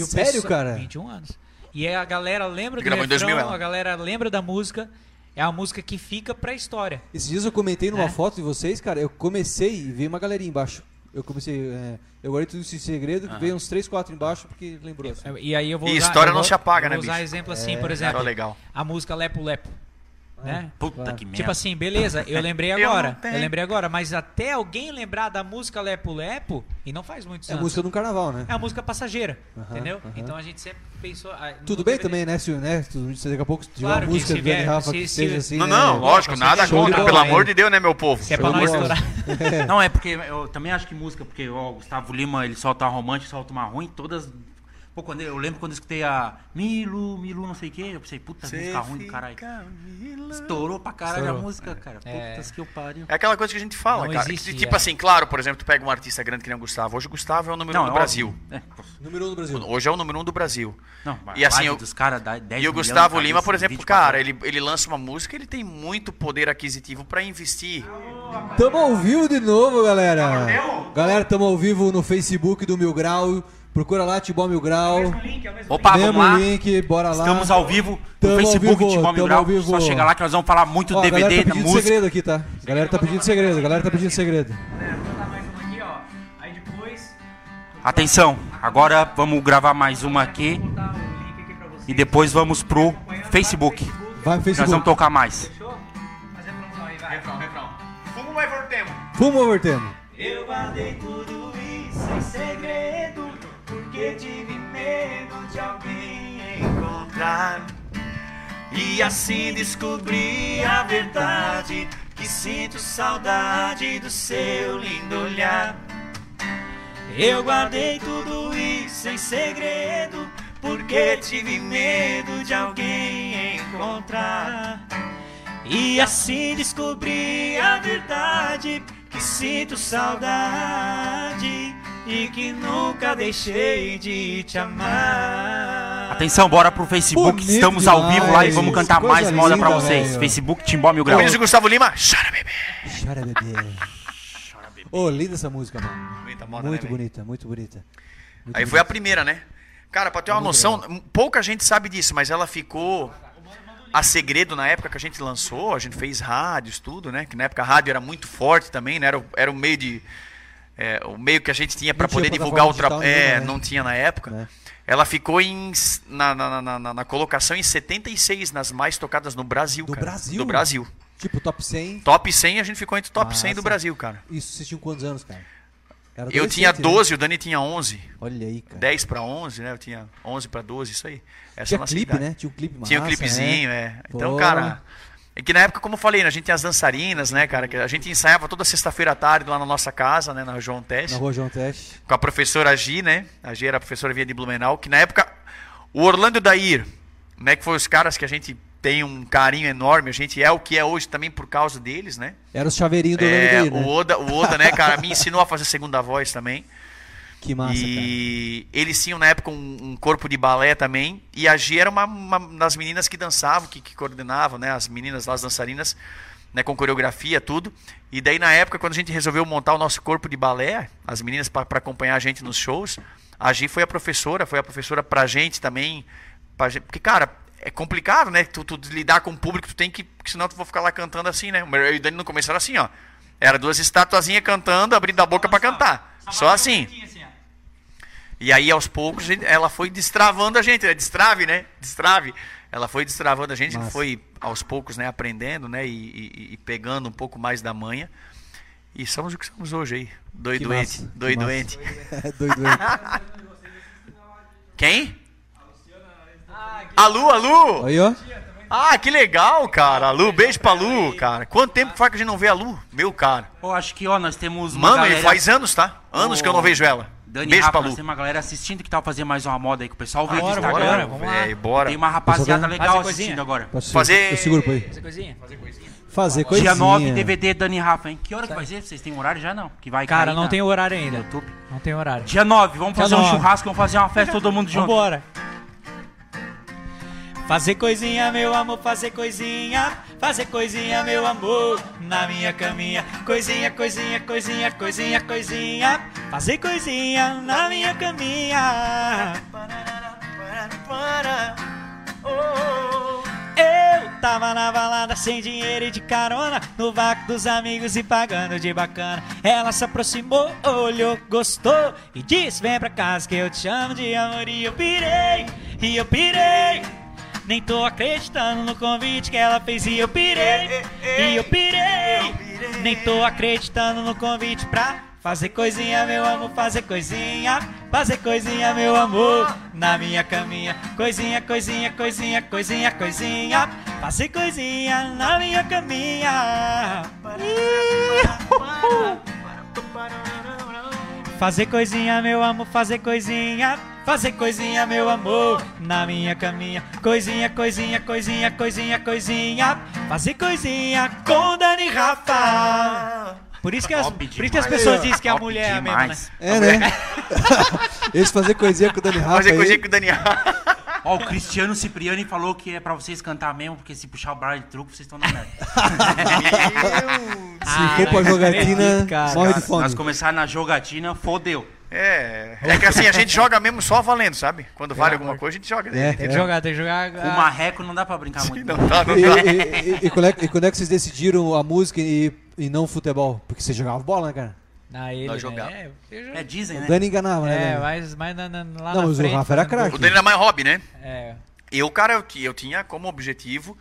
Speaker 4: o
Speaker 2: Sério,
Speaker 4: pessoal-
Speaker 2: cara?
Speaker 4: 21 anos. E aí a galera lembra do
Speaker 5: Gravou em
Speaker 4: refrão,
Speaker 5: 2000 ela.
Speaker 4: a galera lembra da música. É uma música que fica pra história.
Speaker 2: Esses dias eu comentei numa
Speaker 4: É.
Speaker 2: foto de vocês, cara, eu comecei e veio uma galerinha embaixo. Eu comecei, é, eu guardei tudo isso em segredo, veio uns 3, 4 embaixo, porque lembrou. assim.
Speaker 4: É, E aí eu vou
Speaker 5: E
Speaker 4: usar-
Speaker 5: história
Speaker 4: eu
Speaker 5: não
Speaker 4: vou-
Speaker 5: se apaga,
Speaker 4: eu vou
Speaker 5: né,
Speaker 4: usar
Speaker 5: bicho?
Speaker 4: exemplo assim,
Speaker 2: É.
Speaker 4: por
Speaker 5: Cara,
Speaker 4: exemplo,
Speaker 5: legal.
Speaker 4: a música Lepo Lepo, né?
Speaker 1: Puta
Speaker 2: Claro.
Speaker 1: que merda.
Speaker 4: Tipo assim, beleza, eu lembrei
Speaker 5: Eu
Speaker 4: agora.
Speaker 5: não
Speaker 4: Eu,
Speaker 5: tenho.
Speaker 4: lembrei agora, mas até alguém lembrar da música Lepo Lepo, e não faz muitos
Speaker 2: É a
Speaker 4: anos.
Speaker 2: música de um carnaval, né?
Speaker 4: É a música passageira,
Speaker 2: Aham,
Speaker 4: entendeu?
Speaker 2: aham.
Speaker 4: Então a gente sempre pensou. ah,
Speaker 2: Tudo
Speaker 4: nunca
Speaker 2: bem
Speaker 4: teve-
Speaker 2: também, né, Silvio? Né? Tudo- se Daqui a pouco tiver
Speaker 4: Claro
Speaker 2: uma
Speaker 4: que
Speaker 2: música
Speaker 4: se
Speaker 2: do Dani
Speaker 4: vier,
Speaker 2: Rafa
Speaker 4: se-
Speaker 2: que
Speaker 4: se-
Speaker 2: seja assim.
Speaker 5: Não,
Speaker 2: né?
Speaker 5: não, lógico,
Speaker 4: Show
Speaker 5: nada
Speaker 4: de
Speaker 5: contra,
Speaker 2: bola,
Speaker 5: pelo
Speaker 2: hein?
Speaker 5: amor de Deus, né, meu povo?
Speaker 4: Se é
Speaker 2: Show
Speaker 4: pra
Speaker 2: de
Speaker 4: nós
Speaker 2: bola.
Speaker 4: estourar.
Speaker 1: [laughs] Não, é porque eu também acho que música, porque ó, o Gustavo Lima, ele solta uma romântica, solta uma ruim, todas... Pô, quando eu, eu lembro quando eu escutei a Milu, Milu, não sei o quê, eu pensei, puta, música ruim do caralho. Estourou É, pra caralho
Speaker 4: Estourou.
Speaker 1: a música, cara. Putas que eu pariu.
Speaker 5: É aquela coisa que a gente fala,
Speaker 4: Não
Speaker 5: cara.
Speaker 4: existe,
Speaker 5: Que, tipo
Speaker 4: é.
Speaker 5: assim, claro, por exemplo, tu pega um artista grande que nem o Gustavo. Hoje o Gustavo é o número
Speaker 1: é
Speaker 5: um do
Speaker 1: óbvio.
Speaker 5: Brasil.
Speaker 1: É.
Speaker 2: Número 1 um do Brasil.
Speaker 5: Hoje é o número um do Brasil.
Speaker 1: Não,
Speaker 5: E assim,
Speaker 1: eu,
Speaker 5: eu-
Speaker 1: dos cara dá
Speaker 2: É
Speaker 1: 10
Speaker 5: E o
Speaker 1: milhões de
Speaker 5: Gustavo
Speaker 1: cabeça,
Speaker 5: Lima, por exemplo,
Speaker 1: 20 pra
Speaker 5: cara,
Speaker 1: cada.
Speaker 5: ele, ele lança uma música, ele tem muito poder aquisitivo pra investir.
Speaker 2: Tamo ao vivo de novo, galera. Galera, tamo ao vivo no Facebook do Mil Grau. Procura lá, Tibó Mil Grau.
Speaker 1: Opa,
Speaker 2: Mesmo
Speaker 1: Tá vamos tá lá.
Speaker 2: link, bora lá.
Speaker 1: Estamos ao vivo
Speaker 2: Tamo
Speaker 1: no
Speaker 2: ao
Speaker 1: Facebook
Speaker 2: vivo,
Speaker 1: de Timão
Speaker 2: tamo ao
Speaker 1: Grau.
Speaker 2: vivo.
Speaker 1: Só chega lá que nós vamos falar muito
Speaker 2: Ó, a galera
Speaker 1: DVD,
Speaker 2: tá
Speaker 1: da
Speaker 2: pedindo
Speaker 1: música.
Speaker 2: segredo aqui, tá? A galera tá pedindo segredo, a galera tá pedindo segredo.
Speaker 4: Vou botar mais uma [laughs] aqui, ó. Aí depois,
Speaker 1: Atenção, agora vamos gravar mais uma aqui
Speaker 4: vou botar o link aqui pra vocês.
Speaker 1: e depois vamos pro Facebook.
Speaker 2: Vai no
Speaker 1: Nós vamos
Speaker 2: Facebook.
Speaker 1: tocar mais.
Speaker 4: Fechou? Mas é pra aí, vai.
Speaker 5: Fumo vai voltemos.
Speaker 2: Fumo overtemo.
Speaker 4: Eu guardei tudo isso em segredo, porque tive medo de alguém
Speaker 5: Encontrar e assim descobrir a verdade que sinto saudade do seu lindo olhar. Eu guardei tudo isso em segredo porque tive medo de alguém encontrar. E assim descobri a verdade que sinto saudade e que nunca deixei de te amar.
Speaker 1: Atenção, bora pro Facebook.
Speaker 2: Bonito
Speaker 1: Estamos ao vivo lá e
Speaker 2: demais.
Speaker 1: vamos cantar
Speaker 2: Coisa
Speaker 1: mais moda pra
Speaker 2: linda,
Speaker 1: vocês.
Speaker 2: velho.
Speaker 1: Facebook Timbó Mil Grau.
Speaker 5: Como diz o Gustavo Lima, chora bebê.
Speaker 2: Chora, bebê. Ô, linda essa música, mano. Muito bonita, muito bonita. Muito
Speaker 5: né, Aí
Speaker 2: bonita.
Speaker 5: foi a primeira, né? Cara, pra ter uma noção, pouca gente sabe disso, mas ela ficou a segredo na época que a gente lançou, a gente fez rádios, tudo, né? Que na época a rádio era muito forte também, né? Era, o- era o meio de. é, o meio que a gente tinha pra
Speaker 2: tinha
Speaker 5: poder
Speaker 2: plataforma
Speaker 5: divulgar o trabalho.
Speaker 2: digital nenhuma,
Speaker 5: É,
Speaker 2: né?
Speaker 5: não tinha na época.
Speaker 2: Né?
Speaker 5: Ela ficou em, s- na, na, na- na- na colocação em 76, nas mais tocadas no Brasil.
Speaker 2: Do
Speaker 5: cara.
Speaker 2: Brasil?
Speaker 5: Do Brasil.
Speaker 2: Tipo, top 100.
Speaker 5: Top 100, a gente ficou entre top 100 do
Speaker 2: Massa.
Speaker 5: Brasil, cara.
Speaker 2: Isso, vocês tinham quantos anos, cara? Era
Speaker 5: Eu tinha
Speaker 2: adolescente, né?
Speaker 5: 12, o Dani tinha 11.
Speaker 2: Olha aí, cara.
Speaker 5: 10 pra 11, né? Eu tinha 11 pra 12, isso aí. Essa é a
Speaker 2: Tinha
Speaker 5: nossa
Speaker 2: clipe,
Speaker 5: idade.
Speaker 2: né? Tinha um clipe massa,
Speaker 5: Tinha o clipezinho,
Speaker 2: né?
Speaker 5: é. Então,
Speaker 2: Pô.
Speaker 5: cara. É que na época, como eu falei, né, a gente tinha as dançarinas, né, cara? Que a gente ensaiava toda sexta-feira à tarde lá na nossa casa, né, na João Teste.
Speaker 2: Na rua João Teste.
Speaker 5: Com a professora G, né? A G era a professora vinha de Blumenau, que na época. O Orlando e o Dair, né? Que foi os caras que a gente tem um carinho enorme. A gente é o que é hoje também por causa deles, né?
Speaker 2: Era os chaveirinhos do
Speaker 5: É,
Speaker 2: Orlando Daí,
Speaker 5: o
Speaker 2: né?
Speaker 5: Oda, o Oda, né, cara, me ensinou a fazer segunda voz também
Speaker 2: Que massa,
Speaker 5: e eles tinham na época um, um corpo de balé também. E a G era uma, uma das meninas que dançava, que, que coordenava, né? As meninas lá, as dançarinas, né? Com coreografia, tudo. E daí na época, quando a gente resolveu montar o nosso corpo de balé, as meninas para acompanhar a gente nos shows, a G foi a professora, foi a professora pra gente também. pra gen- porque, cara. É complicado, né? Tu, tu lidar com o público, tu tem que. porque Senão tu vou ficar lá cantando assim, né? O meu- Eu e o Dani não começaram assim, ó. Era duas estatuazinhas cantando, abrindo a boca pra cantar. Só assim. E aí, aos poucos, gente- ela foi destravando a gente, né? Destrave, né? Destrave. Ela foi destravando a gente,
Speaker 2: Massa.
Speaker 5: foi aos poucos, né? Aprendendo, né? E, e- e pegando um pouco mais da manha. E somos o que somos hoje aí. Doi
Speaker 2: Que
Speaker 5: doente,
Speaker 2: massa,
Speaker 5: doi
Speaker 2: que
Speaker 5: doente.
Speaker 2: cara. [laughs] É doido,
Speaker 5: [laughs]
Speaker 2: doido.
Speaker 5: Quem? A Lu, a Lu!
Speaker 2: Aí, ó.
Speaker 5: Ah, que legal, cara. A Lu, beijo pra Lu, cara. Quanto tempo faz que a gente não vê a Lu? Meu, cara.
Speaker 1: Eu acho que, ó, nós temos uma
Speaker 5: Mano,
Speaker 1: galera...
Speaker 5: ele faz anos, tá? Anos que eu não vejo ela.
Speaker 1: Dani
Speaker 5: beijo
Speaker 1: Rafa,
Speaker 5: pra
Speaker 1: nós
Speaker 5: Lu.
Speaker 1: temos uma galera assistindo que tal fazer mais uma moda aí que o pessoal veio do
Speaker 4: Bora,
Speaker 1: Instagram.
Speaker 4: bora, vamos lá.
Speaker 5: Véi, bora.
Speaker 1: Tem uma rapaziada
Speaker 2: Pessoal,
Speaker 1: legal
Speaker 4: faz a coisinha.
Speaker 1: assistindo agora.
Speaker 2: Posso-
Speaker 5: Fazer-
Speaker 2: Eu seguro pra aí.
Speaker 4: Essa coisinha?
Speaker 2: Fazer coisinha.
Speaker 1: Dia 9, DVD Dani e Rafa, hein? Que hora que vai ser? Vocês têm um horário já não? Que vai
Speaker 4: Cara,
Speaker 1: cair
Speaker 4: não
Speaker 1: na-
Speaker 4: tem horário ainda.
Speaker 1: YouTube.
Speaker 4: Não tem horário.
Speaker 1: Dia 9, vamos
Speaker 4: Dia
Speaker 1: fazer um
Speaker 4: 9.
Speaker 1: churrasco, vamos fazer uma festa todo mundo junto.
Speaker 4: Vambora.
Speaker 6: Fazer coisinha, meu amor, fazer coisinha, fazer coisinha, meu amor, na minha caminha. Coisinha, coisinha, coisinha, coisinha, coisinha, fazer coisinha na minha caminha. Eu tava na balada sem dinheiro e de carona, no vácuo dos amigos e pagando de bacana. Ela se aproximou, olhou, gostou e disse: Vem pra casa que eu te chamo de amor. E eu pirei, e eu pirei. Nem tô acreditando no convite que ela fez. E eu pirei, e eu pirei. Nem tô acreditando no convite pra fazer coisinha, meu amor, fazer coisinha, fazer coisinha, meu amor, na minha caminha. Coisinha, coisinha, coisinha, coisinha, coisinha, fazer coisinha na minha caminha. Fazer coisinha, meu amor, fazer coisinha, fazer coisinha, meu amor, na minha caminha. Coisinha, coisinha, coisinha, coisinha, coisinha, fazer coisinha com Dani Rafa. Por isso que as,
Speaker 1: Top
Speaker 6: por isso que as
Speaker 1: demais.
Speaker 6: pessoas dizem que a
Speaker 1: Top
Speaker 6: mulher é a mesma, né?
Speaker 1: demais.
Speaker 2: É,
Speaker 5: [laughs]
Speaker 2: né? [laughs] Esse fazer coisinha com o Dani Rafa.
Speaker 5: Fazer
Speaker 2: aí.
Speaker 5: coisinha com o Daniel.
Speaker 1: Ó, o Cristiano Cipriani falou que é pra vocês cantar mesmo, porque se puxar o braço de truco, vocês estão na merda.
Speaker 2: Se for pra jogatina, morre de
Speaker 1: Se nós
Speaker 2: fome.
Speaker 1: começar na jogatina, fodeu.
Speaker 5: É, é que assim, a gente joga mesmo só valendo, sabe? Quando vale alguma coisa, a gente joga. [laughs] Então,
Speaker 2: É,
Speaker 4: Tem
Speaker 2: é.
Speaker 4: que jogar, tem que jogar.
Speaker 1: O
Speaker 4: ah,
Speaker 1: marreco não dá pra brincar muito. né?
Speaker 5: Não dá, não
Speaker 2: E, [laughs]
Speaker 5: dá.
Speaker 2: e- e- e quando é, que- e quando é que vocês decidiram a música e, e não futebol? Porque você jogava bola, né, cara?
Speaker 4: Na ele, né?
Speaker 5: jogar.
Speaker 4: É, eu jogo-
Speaker 1: É, dizem, né?
Speaker 2: Dani enganava, né?
Speaker 4: é
Speaker 2: Dani?
Speaker 4: mas, mas na, na- lá
Speaker 2: Não,
Speaker 4: na
Speaker 2: mas o
Speaker 4: frente,
Speaker 2: Rafa era
Speaker 4: fazendo
Speaker 2: craque.
Speaker 5: O Daniel é mais hobby, né?
Speaker 4: gol. É.
Speaker 5: Eu, cara, eu, ti- eu tinha como objetivo.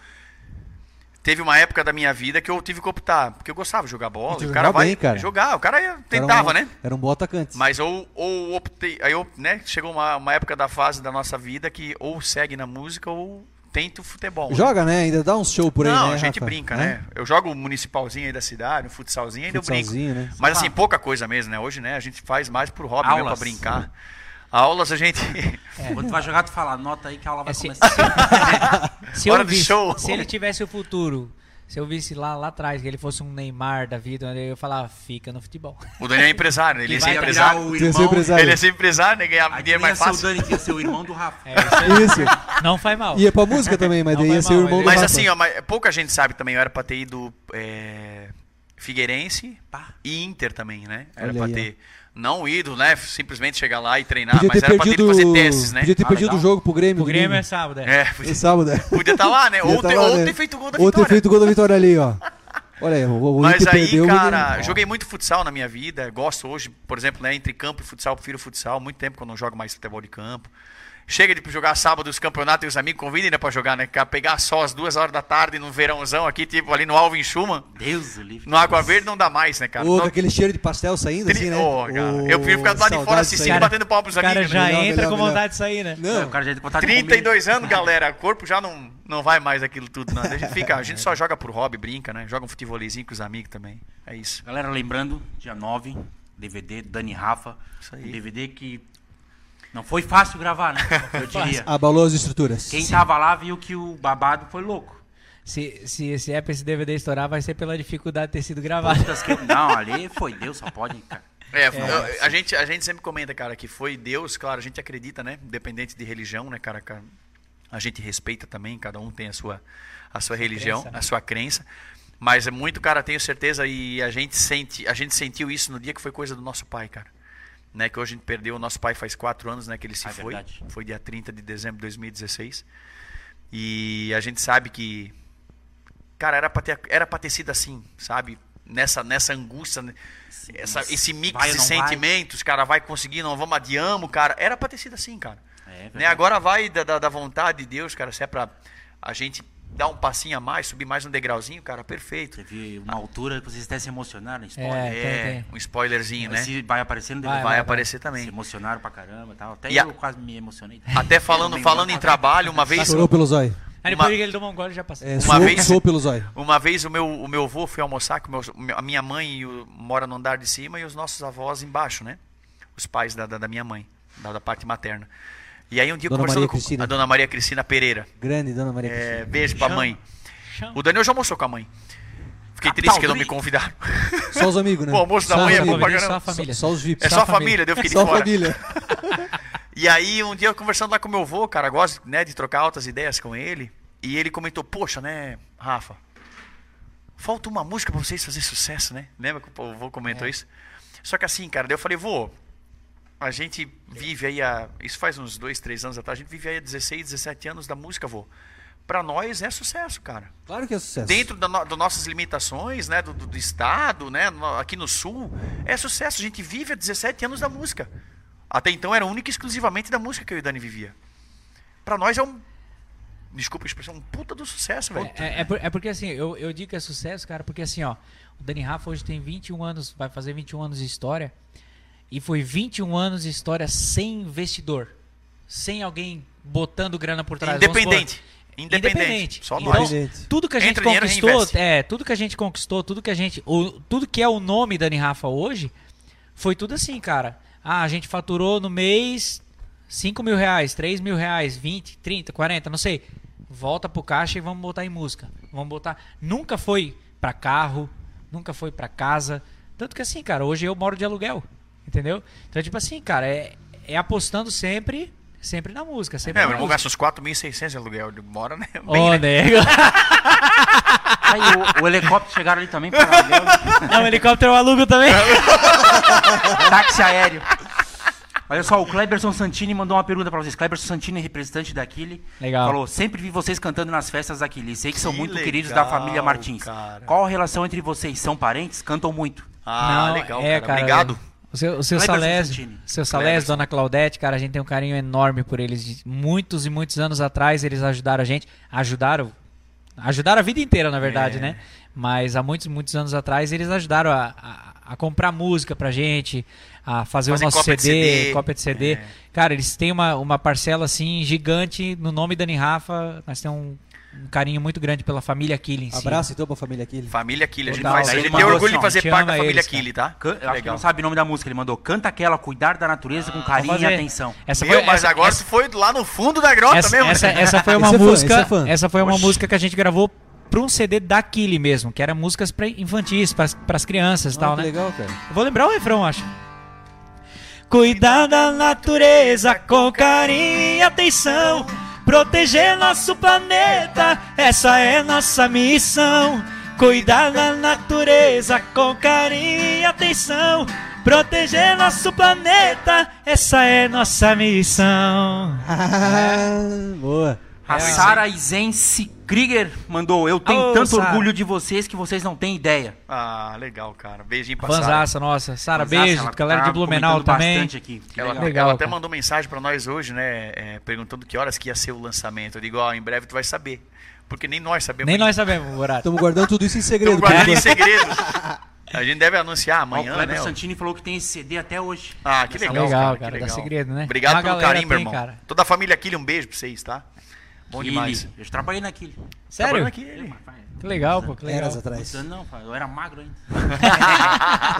Speaker 5: Teve uma época da minha vida que eu tive que optar, porque eu gostava de jogar bola.
Speaker 2: Tu
Speaker 5: e O cara
Speaker 2: jogava
Speaker 5: vai
Speaker 2: bem, cara.
Speaker 5: jogar, o cara ia-
Speaker 2: Era um-
Speaker 5: tentava, né?
Speaker 2: Era um bom atacante.
Speaker 5: Mas ou, ou optei. Aí eu, né? Chegou uma, uma época da fase da nossa vida que ou segue na música ou tenta o futebol. né?
Speaker 2: Joga, né? Ainda dá um show por aí,
Speaker 5: Não,
Speaker 2: né,
Speaker 5: a gente
Speaker 2: Rafa?
Speaker 5: brinca, né? Eu jogo o municipalzinho aí da cidade, o futsalzinho, ainda eu brinco.
Speaker 2: Futsalzinho, né?
Speaker 5: Mas assim, pouca coisa mesmo, né? Hoje, né, a gente faz mais por hobby mesmo pra
Speaker 1: Tá. Aulas.
Speaker 5: brincar. Aulas a gente. [laughs]
Speaker 1: Quando tu vai jogar, tu fala, anota aí que a aula vai
Speaker 4: É, se-
Speaker 1: começar.
Speaker 4: Se, eu
Speaker 5: Hora de
Speaker 4: visse-
Speaker 5: show.
Speaker 4: se ele tivesse o futuro, se eu visse lá, lá atrás que ele fosse um Neymar da vida, eu ia falar, fica no futebol.
Speaker 5: O Daniel é empresário, né? ele ia
Speaker 4: Que
Speaker 5: ser
Speaker 4: vai
Speaker 1: Ia
Speaker 5: empresário.
Speaker 1: virar o
Speaker 2: Tem que ser
Speaker 1: irmão.
Speaker 2: empresário.
Speaker 5: Ele ia ser empresário, né? Ganhar
Speaker 1: Aí tu
Speaker 5: dinheiro
Speaker 1: não ia
Speaker 5: mais
Speaker 1: ser o
Speaker 5: fácil.
Speaker 1: Dani, tu ia ser o irmão do Rafa.
Speaker 4: É, isso aí.
Speaker 2: Isso.
Speaker 4: Não faz mal.
Speaker 2: Ia pra
Speaker 5: [laughs]
Speaker 2: música também, mas
Speaker 4: Não,
Speaker 2: daí ia
Speaker 4: mas
Speaker 2: ser o
Speaker 4: não,
Speaker 2: irmão
Speaker 4: mas-
Speaker 2: do
Speaker 5: Mas
Speaker 2: Rafa.
Speaker 5: assim, ó, mas pouca gente sabe também. Eu era pra ter ido é, Figueirense
Speaker 1: Pá.
Speaker 5: e Inter também, né? Era
Speaker 2: Olha
Speaker 5: pra
Speaker 2: aí, ó.
Speaker 5: ter. Não ido, né? Simplesmente chegar lá e treinar,
Speaker 2: Podia
Speaker 5: mas
Speaker 2: ter
Speaker 5: era pra ter ido
Speaker 2: perdido,
Speaker 5: fazer testes, né?
Speaker 2: podia ter
Speaker 1: Ah,
Speaker 2: perdido o
Speaker 1: legal.
Speaker 2: jogo pro Grêmio.
Speaker 4: O Grêmio é
Speaker 2: domingo.
Speaker 4: sábado. é.
Speaker 5: É,
Speaker 2: No
Speaker 5: podia-
Speaker 2: sábado. é.
Speaker 5: [laughs] podia
Speaker 2: [laughs]
Speaker 5: estar lá, né?
Speaker 2: Ia
Speaker 5: Ou,
Speaker 2: tá
Speaker 5: ter,
Speaker 2: lá,
Speaker 5: ou
Speaker 2: né?
Speaker 5: ter feito gol da
Speaker 2: Ou ter
Speaker 5: vitória.
Speaker 2: feito o gol da vitória ali, ó. Olha aí, o, o
Speaker 5: Mas
Speaker 2: Inter
Speaker 5: aí,
Speaker 2: perdeu,
Speaker 5: cara,
Speaker 2: né?
Speaker 5: joguei muito futsal na minha vida. Gosto hoje, por exemplo, né, entre campo e futsal, eu prefiro futsal. Muito tempo que eu não jogo mais futebol de campo. Chega de jogar sábado os campeonatos e os amigos convidam ainda pra jogar, né? cara? Pegar só às duas horas da tarde no verãozão aqui, tipo ali no Alvin Schumann,
Speaker 1: Deus o livre.
Speaker 5: no Água Verde não dá mais, né, cara?
Speaker 2: Ô, com
Speaker 5: Não-
Speaker 2: aquele cheiro de pastel saindo,
Speaker 5: Tri-
Speaker 2: assim, né?
Speaker 5: Ô, cara, eu prefiro ficar do lado de fora
Speaker 2: saudades
Speaker 5: assistindo
Speaker 2: saindo.
Speaker 5: e batendo palma pros
Speaker 4: O cara
Speaker 5: amigos.
Speaker 4: já
Speaker 5: né?
Speaker 2: Melhor,
Speaker 4: entra
Speaker 2: melhor,
Speaker 4: com
Speaker 2: melhor.
Speaker 4: vontade de sair, né?
Speaker 1: É,
Speaker 2: Não,
Speaker 1: O cara já tem contato comigo.
Speaker 5: 32 anos, galera, o corpo já não, não vai mais aquilo tudo, não. A gente, fica,
Speaker 2: [laughs] É.
Speaker 5: a gente só joga por hobby, brinca, né? Joga um futevolizinho com os amigos também. É isso.
Speaker 1: Galera, lembrando, dia 9, DVD Dani e Rafa.
Speaker 5: Isso aí.
Speaker 1: Um DVD que não foi fácil
Speaker 5: [laughs]
Speaker 1: gravar, né? Eu diria.
Speaker 2: abalou as estruturas.
Speaker 1: Quem tava lá viu que o babado foi louco.
Speaker 4: Se, se esse app, esse DVD estourar, vai ser pela dificuldade de ter sido gravado.
Speaker 1: Putas que- Não, ali foi Deus, só pode, cara.
Speaker 5: É, eu- a, gente, a gente sempre comenta, cara, que foi Deus, claro, a gente acredita, né? Independente de religião, né, cara? ca- A gente respeita também, cada um tem a sua, a sua religião,
Speaker 4: crença, né?
Speaker 5: a sua crença. Mas é muito, cara, tenho certeza, e a gente sente, a gente sentiu isso no dia que foi coisa do nosso pai, cara. Né, que hoje a gente perdeu o nosso pai faz quatro anos, né? Que ele se
Speaker 1: Ah, é
Speaker 5: foi.
Speaker 1: verdade.
Speaker 5: Foi dia 30 de dezembro de 2016. E a gente sabe que Cara, era pra ter, era pra ter sido assim, sabe? Nessa, nessa angústia, né? [laughs] Essa-
Speaker 1: mas
Speaker 5: esse mix
Speaker 1: vai ou
Speaker 5: de
Speaker 1: não vai?
Speaker 5: sentimentos, cara, vai conseguir, não vamos adiamos, cara. Era pra ter sido assim, cara.
Speaker 1: É,
Speaker 5: Né?
Speaker 1: verdade.
Speaker 5: Agora vai da, da, da vontade de Deus, cara, se é pra a gente dar um passinho a mais, subir mais um degrauzinho, cara, perfeito.
Speaker 1: Teve uma altura que vocês até se emocionaram,
Speaker 4: [laughs] É,
Speaker 1: spoiler.
Speaker 5: É,
Speaker 4: tem, tem.
Speaker 5: um spoilerzinho, né?
Speaker 1: Se vai aparecer no DVD.
Speaker 4: Vai,
Speaker 5: Vai aparecer também.
Speaker 1: Se emocionaram pra caramba e tal. Até
Speaker 5: E a-
Speaker 1: eu quase me emocionei. [laughs]
Speaker 5: Até falando, falando em trabalho, uma vez,
Speaker 2: Chorou pelo zóio.
Speaker 4: Aí depois
Speaker 5: Uma-
Speaker 4: que ele tomou um gole, já passou.
Speaker 2: É,
Speaker 5: Uma
Speaker 2: suou,
Speaker 5: vez-
Speaker 2: suou pelo zóio.
Speaker 5: Uma vez o meu, o meu avô foi almoçar, com o meu- a minha mãe e o- mora no andar de cima e os nossos avós embaixo, né? Os pais da, da, da minha mãe, da, da parte materna. E aí um dia eu
Speaker 2: Dona
Speaker 5: conversando
Speaker 2: Maria
Speaker 5: com
Speaker 2: Cristina.
Speaker 5: a dona Maria Cristina Pereira.
Speaker 2: Grande, dona Maria
Speaker 5: É,
Speaker 2: Cristina.
Speaker 5: beijo pra mãe.
Speaker 4: Chama.
Speaker 5: O Daniel já almoçou com a mãe. Fiquei
Speaker 1: Capital
Speaker 5: triste que não
Speaker 1: do
Speaker 5: me
Speaker 1: Rio.
Speaker 5: convidaram.
Speaker 2: Só os amigos, né?
Speaker 5: O almoço da
Speaker 2: Só
Speaker 5: manhã
Speaker 2: os
Speaker 5: é bom
Speaker 2: amigos.
Speaker 4: Família,
Speaker 5: pra caramba.
Speaker 4: Só a família.
Speaker 2: Só os VIPs.
Speaker 5: É só a família, daí eu fiquei
Speaker 2: Só
Speaker 5: de
Speaker 2: a
Speaker 5: fora.
Speaker 2: família.
Speaker 5: E aí, um dia eu conversando lá com meu avô, cara, eu gosto né, de trocar altas ideias com ele. E ele comentou: Poxa, né, Rafa, falta uma música pra vocês fazerem sucesso, né? Lembra que o avô
Speaker 1: É.
Speaker 5: comentou isso? Só que assim, cara, daí eu falei: Vô, a gente vive aí, a, isso faz uns dois, três anos atrás, a gente vive aí há 16, 17 anos da música, vô. Pra nós é sucesso, cara
Speaker 2: Claro que é sucesso.
Speaker 5: dentro das nossas limitações, né, do, do- do estado, né, no- aqui no sul, é sucesso. A gente vive há 17 anos da música. Até então era única e exclusivamente da música que eu e o Dani vivia. Pra nós é um desculpa a expressão, um puta do sucesso, velho.
Speaker 4: É, é por- é porque assim, eu, eu digo que é sucesso, cara, porque assim, ó, o Dani Rafa hoje tem 21 anos, vai fazer 21 anos de história, e foi 21 anos de história sem investidor, sem alguém botando grana por trás. Vamos supor,
Speaker 5: Independente.
Speaker 4: É,
Speaker 5: Independente. Só
Speaker 4: então,
Speaker 5: nós.
Speaker 2: Independente.
Speaker 4: tudo que a gente
Speaker 5: Entra dinheiro,
Speaker 4: conquistou,
Speaker 5: reinveste.
Speaker 4: é, tudo que a gente conquistou, tudo que a gente, o, tudo que é o nome Dani Rafa hoje, foi tudo assim, cara. Ah, a gente faturou no mês 5 mil reais, 3 mil reais, 20, 30, 40, não sei. Volta pro caixa e vamos botar em música. Vamos botar. Nunca foi pra carro, nunca foi pra casa. Tanto que assim, cara, hoje eu moro de aluguel. Entendeu? Então, é tipo assim, cara, é, é apostando sempre, sempre na música.
Speaker 5: É,
Speaker 4: Sempre
Speaker 5: meu
Speaker 4: na
Speaker 5: irmão
Speaker 4: música.
Speaker 5: gasta uns 4.600 de aluguel, ele mora, né? Bem,
Speaker 4: Ô,
Speaker 5: né?
Speaker 4: nego.
Speaker 1: Aí o, o helicóptero chegaram ali também para aluguel,
Speaker 5: [laughs]
Speaker 4: Não, helicóptero eu alugo também.
Speaker 1: táxi aéreo. Olha só, o Kleberson Santini mandou uma pergunta pra vocês. Kleberson Santini, representante da Aquile,
Speaker 4: Legal.
Speaker 1: falou: Sempre vi vocês cantando nas festas da Aquile. Sei que são
Speaker 5: Que
Speaker 1: muito
Speaker 5: legal,
Speaker 1: queridos da família Martins.
Speaker 5: cara.
Speaker 1: Qual a relação entre vocês? São parentes? Cantam muito.
Speaker 5: Ah,
Speaker 4: Não,
Speaker 5: legal,
Speaker 4: é,
Speaker 5: cara. Obrigado.
Speaker 4: O seu, o seu
Speaker 1: Kleber
Speaker 4: Salésio,
Speaker 1: Santini.
Speaker 4: seu Salésio, Dona Claudete, cara, a gente tem um carinho enorme por eles. De Muitos e muitos anos atrás eles ajudaram a gente. Ajudaram. Ajudaram a vida inteira, na
Speaker 5: É.
Speaker 4: verdade, né? Mas há muitos, muitos anos atrás eles ajudaram a, a- a comprar música pra gente, a fazer
Speaker 5: Fazer
Speaker 4: o nosso
Speaker 5: cópia de É.
Speaker 4: CD,
Speaker 5: CD.
Speaker 4: cópia de CD. Cara, eles têm uma, uma parcela assim gigante no nome Dani Rafa. Nós temos um, um carinho muito grande pela família Killing.
Speaker 2: Abraço então pra família Aquile.
Speaker 5: Família Kili, a gente
Speaker 4: Total,
Speaker 5: faz. A
Speaker 1: ele
Speaker 5: gente tem
Speaker 1: mandou
Speaker 5: orgulho
Speaker 1: assim, ó,
Speaker 5: de fazer
Speaker 4: te
Speaker 5: parte
Speaker 4: ama
Speaker 5: da família
Speaker 4: eles,
Speaker 5: Kili, tá?
Speaker 1: Can- eu acho que
Speaker 5: Legal.
Speaker 1: não sabe o nome da música. Ele mandou: Canta aquela, cuidar da natureza com carinho
Speaker 4: Ah, fazer.
Speaker 1: e atenção.
Speaker 4: Essa
Speaker 5: Meu, mas
Speaker 4: essa-
Speaker 5: agora tu foi lá no fundo da grota
Speaker 4: essa,
Speaker 5: mesmo.
Speaker 4: essa,
Speaker 5: né?
Speaker 2: [laughs]
Speaker 4: essa foi uma
Speaker 2: Esse é fã,
Speaker 4: música.
Speaker 2: esse é fã.
Speaker 4: essa foi uma música que a gente gravou para um CD da Kili mesmo, que era músicas para infantis, para as crianças e
Speaker 2: Ah,
Speaker 4: tal,
Speaker 2: que
Speaker 4: né?
Speaker 2: legal, cara.
Speaker 5: [laughs]
Speaker 4: Eu vou lembrar o refrão, acho.
Speaker 6: Cuidar da natureza com carinho e atenção. Proteger nosso planeta, essa é nossa missão. Cuidar da natureza com carinho e atenção. Proteger nosso planeta, essa é nossa missão.
Speaker 2: Ah, boa.
Speaker 4: É,
Speaker 1: A Sara Isense Krieger mandou: Eu tenho
Speaker 4: Ô,
Speaker 1: tanto
Speaker 4: Sara.
Speaker 1: orgulho de vocês que vocês não têm ideia.
Speaker 5: Ah, legal, cara. Beijinho pra Sara.
Speaker 4: Fanzaça, nossa. Sara,
Speaker 1: Mas,
Speaker 4: beijo.
Speaker 1: ela
Speaker 4: Galera
Speaker 1: tá
Speaker 4: de Blumenau
Speaker 1: comentando
Speaker 4: também.
Speaker 1: bastante aqui. Que
Speaker 5: Ela,
Speaker 1: legal.
Speaker 4: Legal,
Speaker 5: ela até
Speaker 4: cara.
Speaker 5: mandou mensagem pra nós hoje, né? é, perguntando que horas que ia ser o lançamento. Eu digo, ó, em breve tu vai saber. Porque nem nós sabemos.
Speaker 4: Nem nós né? sabemos o horário.
Speaker 2: Estamos guardando tudo isso em segredo.
Speaker 5: Estamos guardando
Speaker 2: por
Speaker 5: em
Speaker 2: enquanto.
Speaker 5: segredo.
Speaker 4: [laughs]
Speaker 5: A gente deve anunciar
Speaker 1: Ó,
Speaker 5: amanhã,
Speaker 1: o Kleber
Speaker 5: né? ó.
Speaker 1: Santini falou que tem esse CD até hoje.
Speaker 5: Ah, que legal,
Speaker 4: é Legal,
Speaker 5: cara.
Speaker 4: cara,
Speaker 5: que
Speaker 4: dá
Speaker 5: legal.
Speaker 4: segredo, né?
Speaker 5: Obrigado
Speaker 4: Uma
Speaker 5: pelo
Speaker 4: galera
Speaker 5: carinho, meu
Speaker 4: tem,
Speaker 5: irmão.
Speaker 4: cara.
Speaker 5: Toda a família Kili, um beijo pra vocês, tá? Bom
Speaker 1: Kili.
Speaker 5: demais.
Speaker 1: Eu trabalhei naquele.
Speaker 4: Sério?
Speaker 5: Trabalhando aqui.
Speaker 4: Que legal, pô. Que legal.
Speaker 2: Eras atrás.
Speaker 1: Não, pá, eu era magro ainda.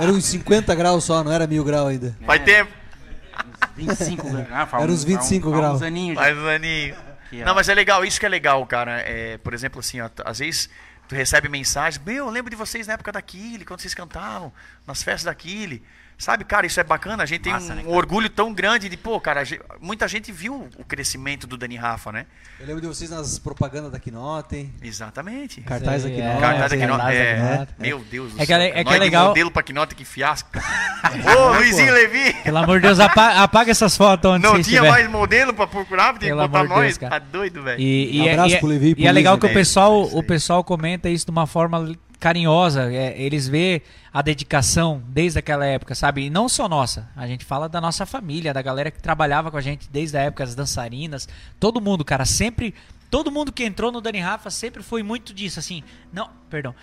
Speaker 2: Era uns 50 graus só, não era mil graus ainda.
Speaker 5: Vai ter.
Speaker 1: 25 graus. Ah, faz
Speaker 2: Era uns
Speaker 1: faz
Speaker 2: 25
Speaker 1: faz
Speaker 2: graus.
Speaker 1: Uns aninhos. já.
Speaker 5: Mas, Aninho.
Speaker 1: Que
Speaker 5: Não, mas é legal, isso que é legal, cara. É, por exemplo, assim, ó, t- às vezes tu recebe mensagem, meu, eu lembro de vocês na época da Kili, quando vocês cantavam, nas festas da Kili. Sabe, cara, isso é bacana, a gente tem
Speaker 1: Massa,
Speaker 5: um
Speaker 1: né, cara?
Speaker 5: orgulho tão grande de, pô, cara, a gente- muita gente viu o crescimento do Dani Rafa, né?
Speaker 2: Eu lembro de vocês nas propagandas da Knoten,
Speaker 5: Exatamente.
Speaker 2: cartaz da
Speaker 4: É,
Speaker 2: Knoten.
Speaker 5: Cartaz da
Speaker 4: é,
Speaker 5: Quinota,
Speaker 4: cartaz da
Speaker 5: é.
Speaker 4: Quinota.
Speaker 5: Meu Deus do
Speaker 4: É que
Speaker 5: céu.
Speaker 4: é- é
Speaker 5: cara.
Speaker 4: que é
Speaker 5: Nós de
Speaker 4: legal-
Speaker 5: modelo pra Quinota,
Speaker 4: [laughs]
Speaker 5: que fiasco. Ô, Luizinho Levi!
Speaker 4: Pelo amor de Deus, apa- apaga essas fotos onde
Speaker 5: Não
Speaker 4: vocês
Speaker 5: tinha
Speaker 4: estiverem.
Speaker 5: mais modelo pra procurar, tem que
Speaker 4: Pelo
Speaker 5: botar
Speaker 4: amor de Deus,
Speaker 5: nós.
Speaker 4: cara.
Speaker 5: Tá doido, velho.
Speaker 4: E, e, é-
Speaker 2: Abraço
Speaker 4: e é-
Speaker 2: pro Levi e pro
Speaker 4: e é legal
Speaker 2: Luiz,
Speaker 4: que o
Speaker 5: né?
Speaker 4: pessoal,
Speaker 5: Isso aí.
Speaker 4: o pessoal comenta isso de uma forma carinhosa. é, eles vê a dedicação desde aquela época, sabe? E não só nossa. A gente fala da nossa família, da galera que trabalhava com a gente desde a época, as dançarinas, todo mundo, cara, sempre. Todo mundo que entrou no Dani Rafa sempre foi muito disso, assim. Não, perdão.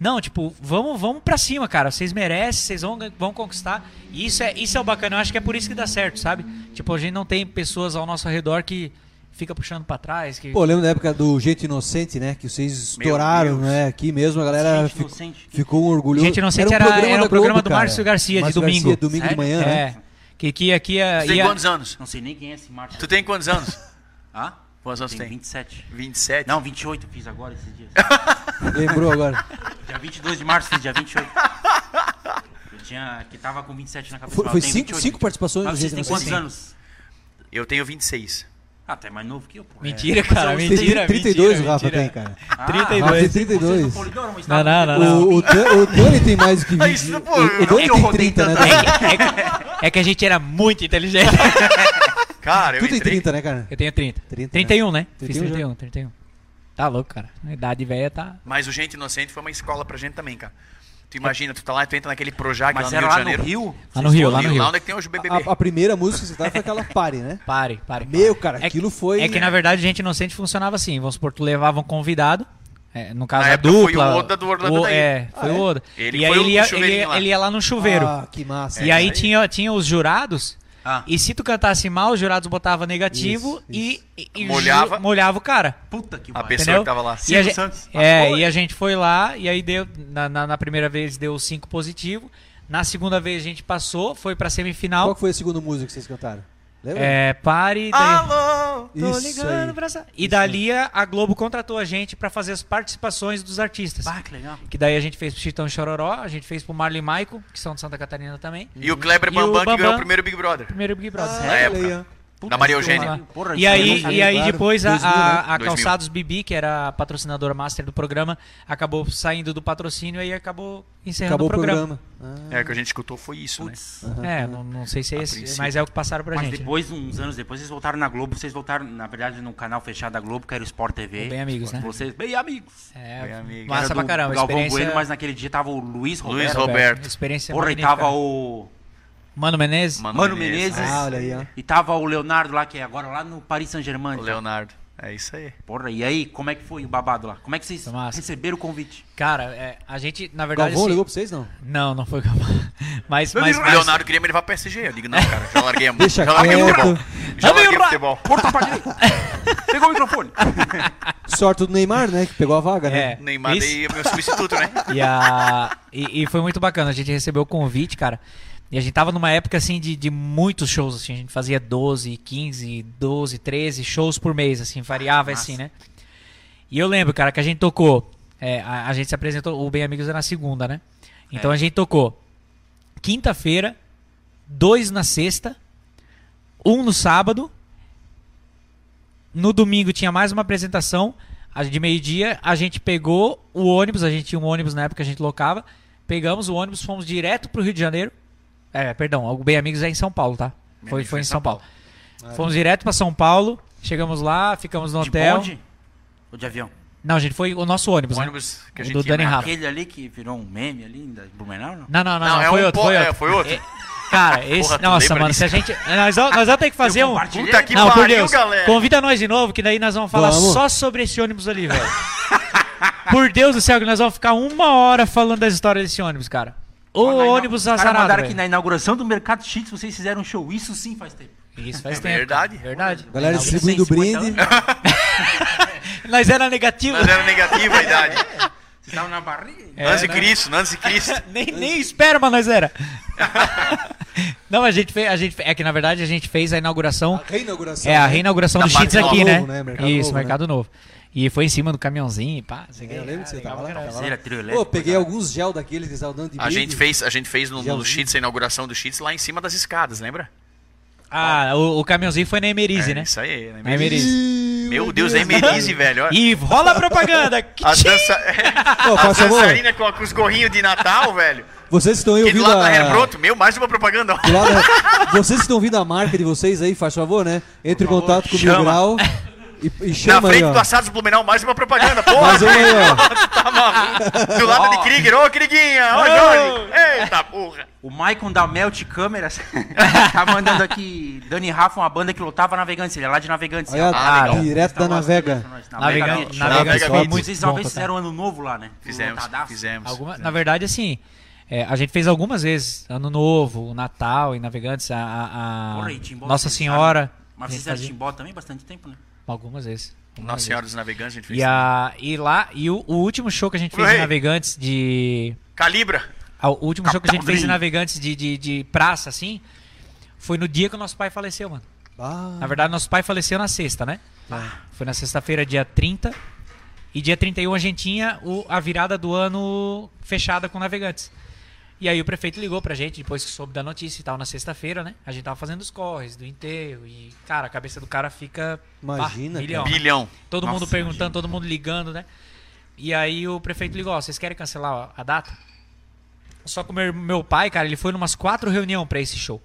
Speaker 4: Não, tipo, vamos, vamos pra cima, cara. Vocês merecem, vocês vão, gan- vão conquistar. E isso é, isso é o bacana. Eu acho que é por isso que dá certo, sabe? Tipo, a gente não tem pessoas ao nosso redor que fica puxando pra trás, que
Speaker 2: Pô, lembro da época do Gente Inocente, né? Que vocês estouraram,
Speaker 5: Deus.
Speaker 2: né? Aqui mesmo a galera
Speaker 1: Gente
Speaker 2: fico-
Speaker 1: Inocente.
Speaker 2: ficou um orgulhosa.
Speaker 4: Gente Inocente era- era um programa do Márcio Garcia, de domingo.
Speaker 2: domingo de
Speaker 1: Sério?
Speaker 2: manhã, né?
Speaker 4: É. Que, que aqui
Speaker 5: Tu tem
Speaker 4: ia.
Speaker 5: quantos anos?
Speaker 1: Não sei nem quem é esse Márcio.
Speaker 5: [laughs] Tu tem quantos anos?
Speaker 1: Hã?
Speaker 5: Quantos anos
Speaker 1: Tem
Speaker 5: tem?
Speaker 1: 27.
Speaker 5: 27?
Speaker 1: Não, 28 fiz agora esses
Speaker 5: [laughs]
Speaker 1: dias.
Speaker 4: É.
Speaker 2: Lembrou agora.
Speaker 1: dia 22 de março fiz dia 28. Eu tinha. que tava com 27 na cabeça.
Speaker 2: Foi,
Speaker 1: mas
Speaker 2: foi
Speaker 1: eu tenho
Speaker 2: cinco,
Speaker 1: 28.
Speaker 2: cinco participações
Speaker 1: Mas
Speaker 2: do
Speaker 1: vocês têm
Speaker 2: jeito que
Speaker 1: quantos
Speaker 2: vocês têm.
Speaker 1: anos?
Speaker 5: Eu tenho 26.
Speaker 1: Ah, tu é mais novo que eu, pô.
Speaker 4: Mentira, cara,
Speaker 2: Tem
Speaker 4: mentira.
Speaker 2: 32 o
Speaker 4: mentira,
Speaker 2: Rafa
Speaker 4: mentira.
Speaker 2: tem, cara.
Speaker 1: Ah,
Speaker 6: 32.
Speaker 2: Rafa tem
Speaker 1: Vocês são
Speaker 2: 32.
Speaker 1: polidoro, um mas
Speaker 6: Não, não, não, não.
Speaker 2: O, o, Dan- o Dani tem mais do que
Speaker 5: Ah,
Speaker 2: 20.
Speaker 5: isso,
Speaker 2: O,
Speaker 5: pô, eu
Speaker 2: o
Speaker 5: não
Speaker 2: Dani
Speaker 5: que eu
Speaker 2: tem
Speaker 5: rodei
Speaker 2: 30, né?
Speaker 5: tanto.
Speaker 2: Dani?
Speaker 4: É que a gente era muito inteligente.
Speaker 5: Cara, eu
Speaker 2: Tu tem
Speaker 5: entrei...
Speaker 2: 30, né, cara?
Speaker 4: Eu tenho 30.
Speaker 2: 30,
Speaker 4: 31, né? Fiz
Speaker 2: 31 já.
Speaker 4: 31, 31. Tá louco, cara. A idade velha tá.
Speaker 5: Mas o Gente Inocente foi uma escola pra gente também, cara. Tu imagina, tu tá lá, tu entra naquele Projac
Speaker 1: Mas
Speaker 5: lá no
Speaker 1: era
Speaker 5: Rio de
Speaker 1: lá
Speaker 5: Janeiro.
Speaker 1: no Rio?
Speaker 4: Lá no Rio, lá no
Speaker 5: Rio,
Speaker 4: Rio.
Speaker 5: lá onde é que tem hoje o BBB.
Speaker 2: A, a primeira música que você tava foi aquela pare, né?
Speaker 4: Pare, pare.
Speaker 2: Meu, cara,
Speaker 4: É que-
Speaker 2: aquilo foi.
Speaker 4: É que na verdade gente inocente funcionava assim. Vamos supor, tu levava um convidado. é, no caso,
Speaker 5: Na
Speaker 4: a
Speaker 5: época foi
Speaker 4: dupla.
Speaker 5: o Oda do Orlando Daí.
Speaker 4: É, foi
Speaker 2: Ah, é?
Speaker 4: o Oda.
Speaker 5: Ele
Speaker 4: e
Speaker 5: foi
Speaker 4: aí
Speaker 5: o
Speaker 4: ele ia,
Speaker 5: do chuveirinho
Speaker 4: ele ia-
Speaker 5: lá.
Speaker 4: ele ia lá no chuveiro.
Speaker 2: Ah, que massa.
Speaker 4: e aí tinha, tinha os jurados.
Speaker 1: Ah.
Speaker 4: E se tu cantasse mal, os jurados botavam negativo
Speaker 2: Isso,
Speaker 4: e, e- e
Speaker 5: Molhava.
Speaker 4: ju- molhava o cara.
Speaker 1: Puta que
Speaker 5: A
Speaker 1: pariu.
Speaker 5: pessoa que tava lá.
Speaker 4: E a,
Speaker 1: Silvio
Speaker 4: gente,
Speaker 1: Santos. Ah,
Speaker 4: é,
Speaker 1: Foi.
Speaker 4: e a gente foi lá e aí deu na, na- na primeira vez deu cinco positivo. Na segunda vez a gente passou, foi pra semifinal.
Speaker 2: Qual que foi a segunda música que vocês cantaram? Lembra?
Speaker 4: É, pare. daí-
Speaker 5: Alô!
Speaker 4: Tô
Speaker 2: Isso
Speaker 4: ligando
Speaker 2: aí.
Speaker 4: pra essa- E dali a a Globo contratou a gente pra fazer as participações dos artistas.
Speaker 1: Ah, que legal.
Speaker 4: Que daí a gente fez pro Chitão Chororó, a gente fez pro Marlon e Maico, que são de Santa Catarina também.
Speaker 2: Hum.
Speaker 5: E o Kleber
Speaker 4: E o
Speaker 5: Bambam, que ganhou
Speaker 4: Bambam.
Speaker 5: o primeiro Big Brother.
Speaker 4: Primeiro Big
Speaker 2: Ah,
Speaker 4: Brother.
Speaker 5: Na
Speaker 2: olha
Speaker 5: época.
Speaker 2: aí, ó.
Speaker 5: Da Maria Eugênia.
Speaker 1: Lá. Porra,
Speaker 4: E
Speaker 1: isso eu não
Speaker 4: aí,
Speaker 1: sabia.
Speaker 4: e aí
Speaker 2: claro. né?
Speaker 4: depois a,
Speaker 2: 2000,
Speaker 4: a, a
Speaker 5: 2000.
Speaker 4: Calçados Bibi, que era a patrocinadora master do programa, acabou saindo do patrocínio e acabou encerrando
Speaker 2: Acabou Ah.
Speaker 4: o programa.
Speaker 5: É, o que a gente escutou foi isso, né?
Speaker 1: Putz.
Speaker 4: É, não, não sei se é esse,
Speaker 5: princípio.
Speaker 4: mas é o que passaram pra
Speaker 1: Mas
Speaker 4: gente. né?
Speaker 1: depois, uns anos depois, vocês voltaram na Globo. Vocês voltaram, na verdade, num canal fechado da Globo, que era o Sport TV.
Speaker 4: Bem amigos, né?
Speaker 1: Vocês, bem amigos.
Speaker 4: É,
Speaker 5: Bem, amigo.
Speaker 4: massa
Speaker 1: Era
Speaker 4: pra
Speaker 1: do
Speaker 4: caramba.
Speaker 1: Galvão
Speaker 4: experiência- é
Speaker 1: Bueno, mas naquele dia tava o Luiz Roberto.
Speaker 5: Luiz Roberto.
Speaker 4: Experiência
Speaker 1: Porra, e
Speaker 4: magnífica.
Speaker 1: tava o
Speaker 4: Mano Menezes.
Speaker 1: Mano Menezes.
Speaker 2: Ah, olha aí, ó.
Speaker 1: E tava o Leonardo lá, que é agora lá no Paris Saint-Germain.
Speaker 5: O Leonardo. É isso aí.
Speaker 1: Porra, e aí, como é que foi o babado lá? Como é que vocês
Speaker 4: Massa.
Speaker 1: receberam o convite?
Speaker 4: Cara, é, a gente, na verdade.
Speaker 2: Galvão
Speaker 4: assim-
Speaker 2: ligou pra vocês, não?
Speaker 4: Não, não foi Galvão. [laughs] Mas,
Speaker 5: O
Speaker 4: mas, mas-
Speaker 5: Leonardo queria me levar pra PSG. Eu digo, não, cara, já larguei a
Speaker 2: Deixa
Speaker 5: já larguei o
Speaker 2: quieto.
Speaker 5: futebol. Já
Speaker 4: Amigo,
Speaker 5: larguei o
Speaker 4: vai.
Speaker 5: futebol.
Speaker 1: Porta pra
Speaker 4: [laughs]
Speaker 1: direita. Pegou o microfone.
Speaker 2: Sorte do Neymar, né? Que pegou a vaga, né?
Speaker 4: É,
Speaker 5: Neymar
Speaker 4: isso.
Speaker 5: daí é meu substituto, né?
Speaker 4: E, a- e- e foi muito bacana. A gente recebeu o convite, cara. E a gente tava numa época assim de, de muitos shows, assim. A gente fazia 12, 15, 12, 13 shows por mês, assim, variava assim, né? E eu lembro, cara, que a gente tocou. é, a, a gente se apresentou, o Bem Amigos era na segunda, né? Então
Speaker 1: É.
Speaker 4: a gente tocou quinta-feira, dois na sexta, um no sábado. No domingo tinha mais uma apresentação. a- De meio-dia, a gente pegou o ônibus, a gente tinha um ônibus na época que a gente locava. Pegamos o ônibus, fomos direto pro Rio de Janeiro. É, perdão, o Bem Amigos é em São Paulo, tá?
Speaker 5: Bem
Speaker 4: Foi,
Speaker 5: Amigos
Speaker 4: foi em São Paulo. Fomos direto pra São Paulo, chegamos lá, ficamos no
Speaker 1: De
Speaker 4: hotel.
Speaker 1: bonde? Ou de avião?
Speaker 4: Não, gente, foi o nosso ônibus,
Speaker 5: O
Speaker 4: né?
Speaker 5: ônibus que a
Speaker 4: O
Speaker 5: gente
Speaker 4: do
Speaker 5: ia
Speaker 4: Dani
Speaker 5: na-
Speaker 4: Rafa.
Speaker 1: Aquele ali que virou um meme ali, da Blumenau, não?
Speaker 4: Não, não, não,
Speaker 5: Não,
Speaker 4: não,
Speaker 5: é
Speaker 4: foi
Speaker 5: um
Speaker 4: outro,
Speaker 5: po-
Speaker 4: foi
Speaker 5: é,
Speaker 4: outro.
Speaker 5: foi outro.
Speaker 4: Cara,
Speaker 5: [laughs]
Speaker 4: esse.
Speaker 5: Porra, tu
Speaker 4: nossa,
Speaker 5: lembra
Speaker 4: mano, se a gente. Nós vamos, nós vamos ter que fazer um.
Speaker 1: compartilhei.
Speaker 5: Puta que
Speaker 4: não, por
Speaker 5: pariu,
Speaker 4: Deus.
Speaker 5: galera.
Speaker 4: Convida nós de novo, que daí nós vamos falar
Speaker 2: Vamos.
Speaker 4: só sobre esse ônibus ali, velho. [laughs] por Deus do céu, que nós vamos ficar uma hora falando das histórias desse ônibus, cara. O
Speaker 1: Ó, na ina-
Speaker 4: ônibus
Speaker 1: os caras
Speaker 4: azarado.
Speaker 1: mandaram aqui
Speaker 4: velho.
Speaker 1: na inauguração do Mercado Cheats, vocês fizeram um show. Isso sim faz tempo.
Speaker 4: Isso faz
Speaker 5: É
Speaker 4: tempo.
Speaker 5: verdade.
Speaker 4: cara, Verdade.
Speaker 2: Galera
Speaker 1: Não, é
Speaker 2: distribuindo
Speaker 1: 150
Speaker 2: brinde.
Speaker 4: Nós era negativo. É,
Speaker 5: Mas era negativa a idade.
Speaker 1: Vocês estavam na barriga.
Speaker 5: Antes de Cristo, antes de Cristo.
Speaker 4: né? nem, nem espera, mas nós
Speaker 5: [laughs]
Speaker 4: era. Não, a gente fez. A gente, fe- é que na verdade a gente fez a inauguração.
Speaker 2: reinauguração.
Speaker 4: É, a reinauguração
Speaker 5: Da
Speaker 4: do Cheats
Speaker 5: Mercado
Speaker 4: aqui, né?
Speaker 2: Novo, né? Mercado
Speaker 4: Isso,
Speaker 2: Novo,
Speaker 4: Mercado Novo. E foi em cima do caminhãozinho, pá. não sei o
Speaker 2: É, eu
Speaker 4: quê. Ah,
Speaker 2: lembro que você tava lá. Tava
Speaker 1: Era
Speaker 2: lá.
Speaker 1: trio
Speaker 2: Pô,
Speaker 1: elétrico,
Speaker 2: peguei alguns gel daqueles que estavam dando de
Speaker 5: A gente fez, a gente fez no,
Speaker 2: Já
Speaker 5: no
Speaker 2: vi.
Speaker 5: Cheats, a inauguração do Cheats, lá em cima das escadas, lembra?
Speaker 4: Ah, o, o caminhãozinho foi na Emerize,
Speaker 5: é,
Speaker 4: né?
Speaker 5: Isso aí,
Speaker 4: Na
Speaker 5: né?
Speaker 4: Emerize.
Speaker 5: Meu Deus, é Emerize, velho. olha.
Speaker 4: E rola a propaganda! Que
Speaker 5: As
Speaker 4: tchim!
Speaker 5: dança... [laughs]
Speaker 2: Pô,
Speaker 5: As
Speaker 2: faz favor,
Speaker 5: dançarinas com, com os gorrinhos de Natal, velho.
Speaker 2: vocês estão aí
Speaker 5: Aquele
Speaker 2: ouvindo
Speaker 5: lá da
Speaker 2: a...
Speaker 5: Herbroto, meu, mais uma propaganda. ó.
Speaker 2: do lado da- Vocês estão ouvindo a marca de vocês aí, faz favor, né? Entre em contato com o Mil
Speaker 5: chama.
Speaker 2: Grau e, e
Speaker 5: Na
Speaker 2: chama aí,
Speaker 5: frente do
Speaker 2: ó.
Speaker 5: Assados Blumenau, mais uma propaganda, porra.
Speaker 2: Mais uma aí, ó.
Speaker 5: tá maluco. Do lado de Krieger, ô Kriguinha, ô Jorge. Eita porra.
Speaker 1: O Maicon da Melt Câmeras [laughs] tá mandando aqui Dani Rafa, uma banda que lotava navegantes. Ele é lá de navegantes.
Speaker 2: Aí, ó, tá
Speaker 5: Ah, legal.
Speaker 2: direto
Speaker 1: Tá
Speaker 2: da Navega.
Speaker 4: Navega-
Speaker 1: Navegante.
Speaker 4: Navega-
Speaker 5: Navega
Speaker 4: foi
Speaker 5: Beach.
Speaker 4: muito
Speaker 1: Vocês
Speaker 4: bom
Speaker 1: talvez
Speaker 4: tocar.
Speaker 1: fizeram ano novo lá, né?
Speaker 5: Fizemos,
Speaker 1: Lotadaço.
Speaker 5: fizemos.
Speaker 4: Alguma- na verdade, assim, é, a gente fez algumas vezes. Ano Novo, Natal em Navegantes, a, a- a
Speaker 1: Porra, e Timbó,
Speaker 4: Nossa
Speaker 1: vocês
Speaker 4: Senhora.
Speaker 1: fizeram-
Speaker 4: a
Speaker 1: Mas
Speaker 4: gente
Speaker 1: vocês fizeram
Speaker 4: fazia
Speaker 1: Timbó também bastante tempo, né?
Speaker 4: Algumas vezes.
Speaker 5: Nossa Senhora dos Navegantes, a gente fez.
Speaker 4: E, a, e lá, e o, o último show que a gente fez
Speaker 5: Rei.
Speaker 4: em Navegantes de.
Speaker 5: Calibra.
Speaker 4: Ah, O último show que a gente fez em
Speaker 1: Capitãozinho.
Speaker 4: Navegantes de, de, de praça, assim, foi no dia que o nosso pai faleceu, mano.
Speaker 2: Ah,
Speaker 4: Na verdade, nosso pai faleceu na sexta, né? Foi na sexta-feira, dia 30. E dia 31 a gente tinha o- a virada do ano fechada com navegantes. E aí o prefeito ligou pra gente, depois que soube da notícia e tal, na sexta-feira, né? A gente tava fazendo os corres do enterro e, cara, a cabeça do cara fica... pá,
Speaker 2: Imagina,
Speaker 4: milhão, né?
Speaker 5: Bilhão.
Speaker 4: Todo
Speaker 5: Nossa,
Speaker 4: mundo perguntando,
Speaker 5: imagina.
Speaker 4: todo mundo ligando, né? E aí o prefeito ligou, ó, vocês querem cancelar a data? Só que o meu, meu pai, cara, ele foi numas quatro reuniões pra esse show.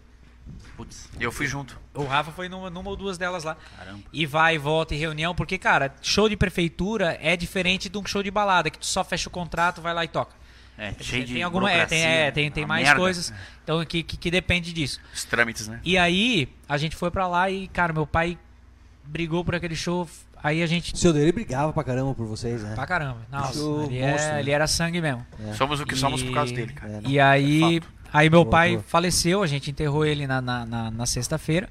Speaker 1: Putz,
Speaker 5: Eu fui junto.
Speaker 4: O Rafa foi numa, numa ou duas delas lá.
Speaker 1: caramba.
Speaker 4: E vai, volta e reunião, porque, cara, show de prefeitura é diferente de um show de balada, que tu só fecha o contrato, vai lá e toca.
Speaker 1: É, cheio de
Speaker 4: tem alguma, é, tem, é,
Speaker 1: burocracia, né?
Speaker 4: tem, tem
Speaker 1: uma
Speaker 4: mais
Speaker 1: merda.
Speaker 4: coisas então, que, que, que depende disso.
Speaker 5: Os trâmites, né?
Speaker 4: E aí, a gente foi pra lá e, cara, meu pai brigou por aquele show. Aí a gente.
Speaker 2: Seu dele brigava pra caramba por vocês, né?
Speaker 4: Pra caramba. Nossa,
Speaker 2: Show
Speaker 4: ele,
Speaker 2: monstro,
Speaker 4: é-
Speaker 2: né?
Speaker 4: ele era sangue mesmo.
Speaker 5: Somos o que
Speaker 4: E-
Speaker 5: somos por causa dele, cara.
Speaker 2: É,
Speaker 4: e aí, aí meu
Speaker 2: Boa,
Speaker 4: pai
Speaker 2: boa.
Speaker 4: faleceu, a gente enterrou ele na, na, na- na sexta-feira.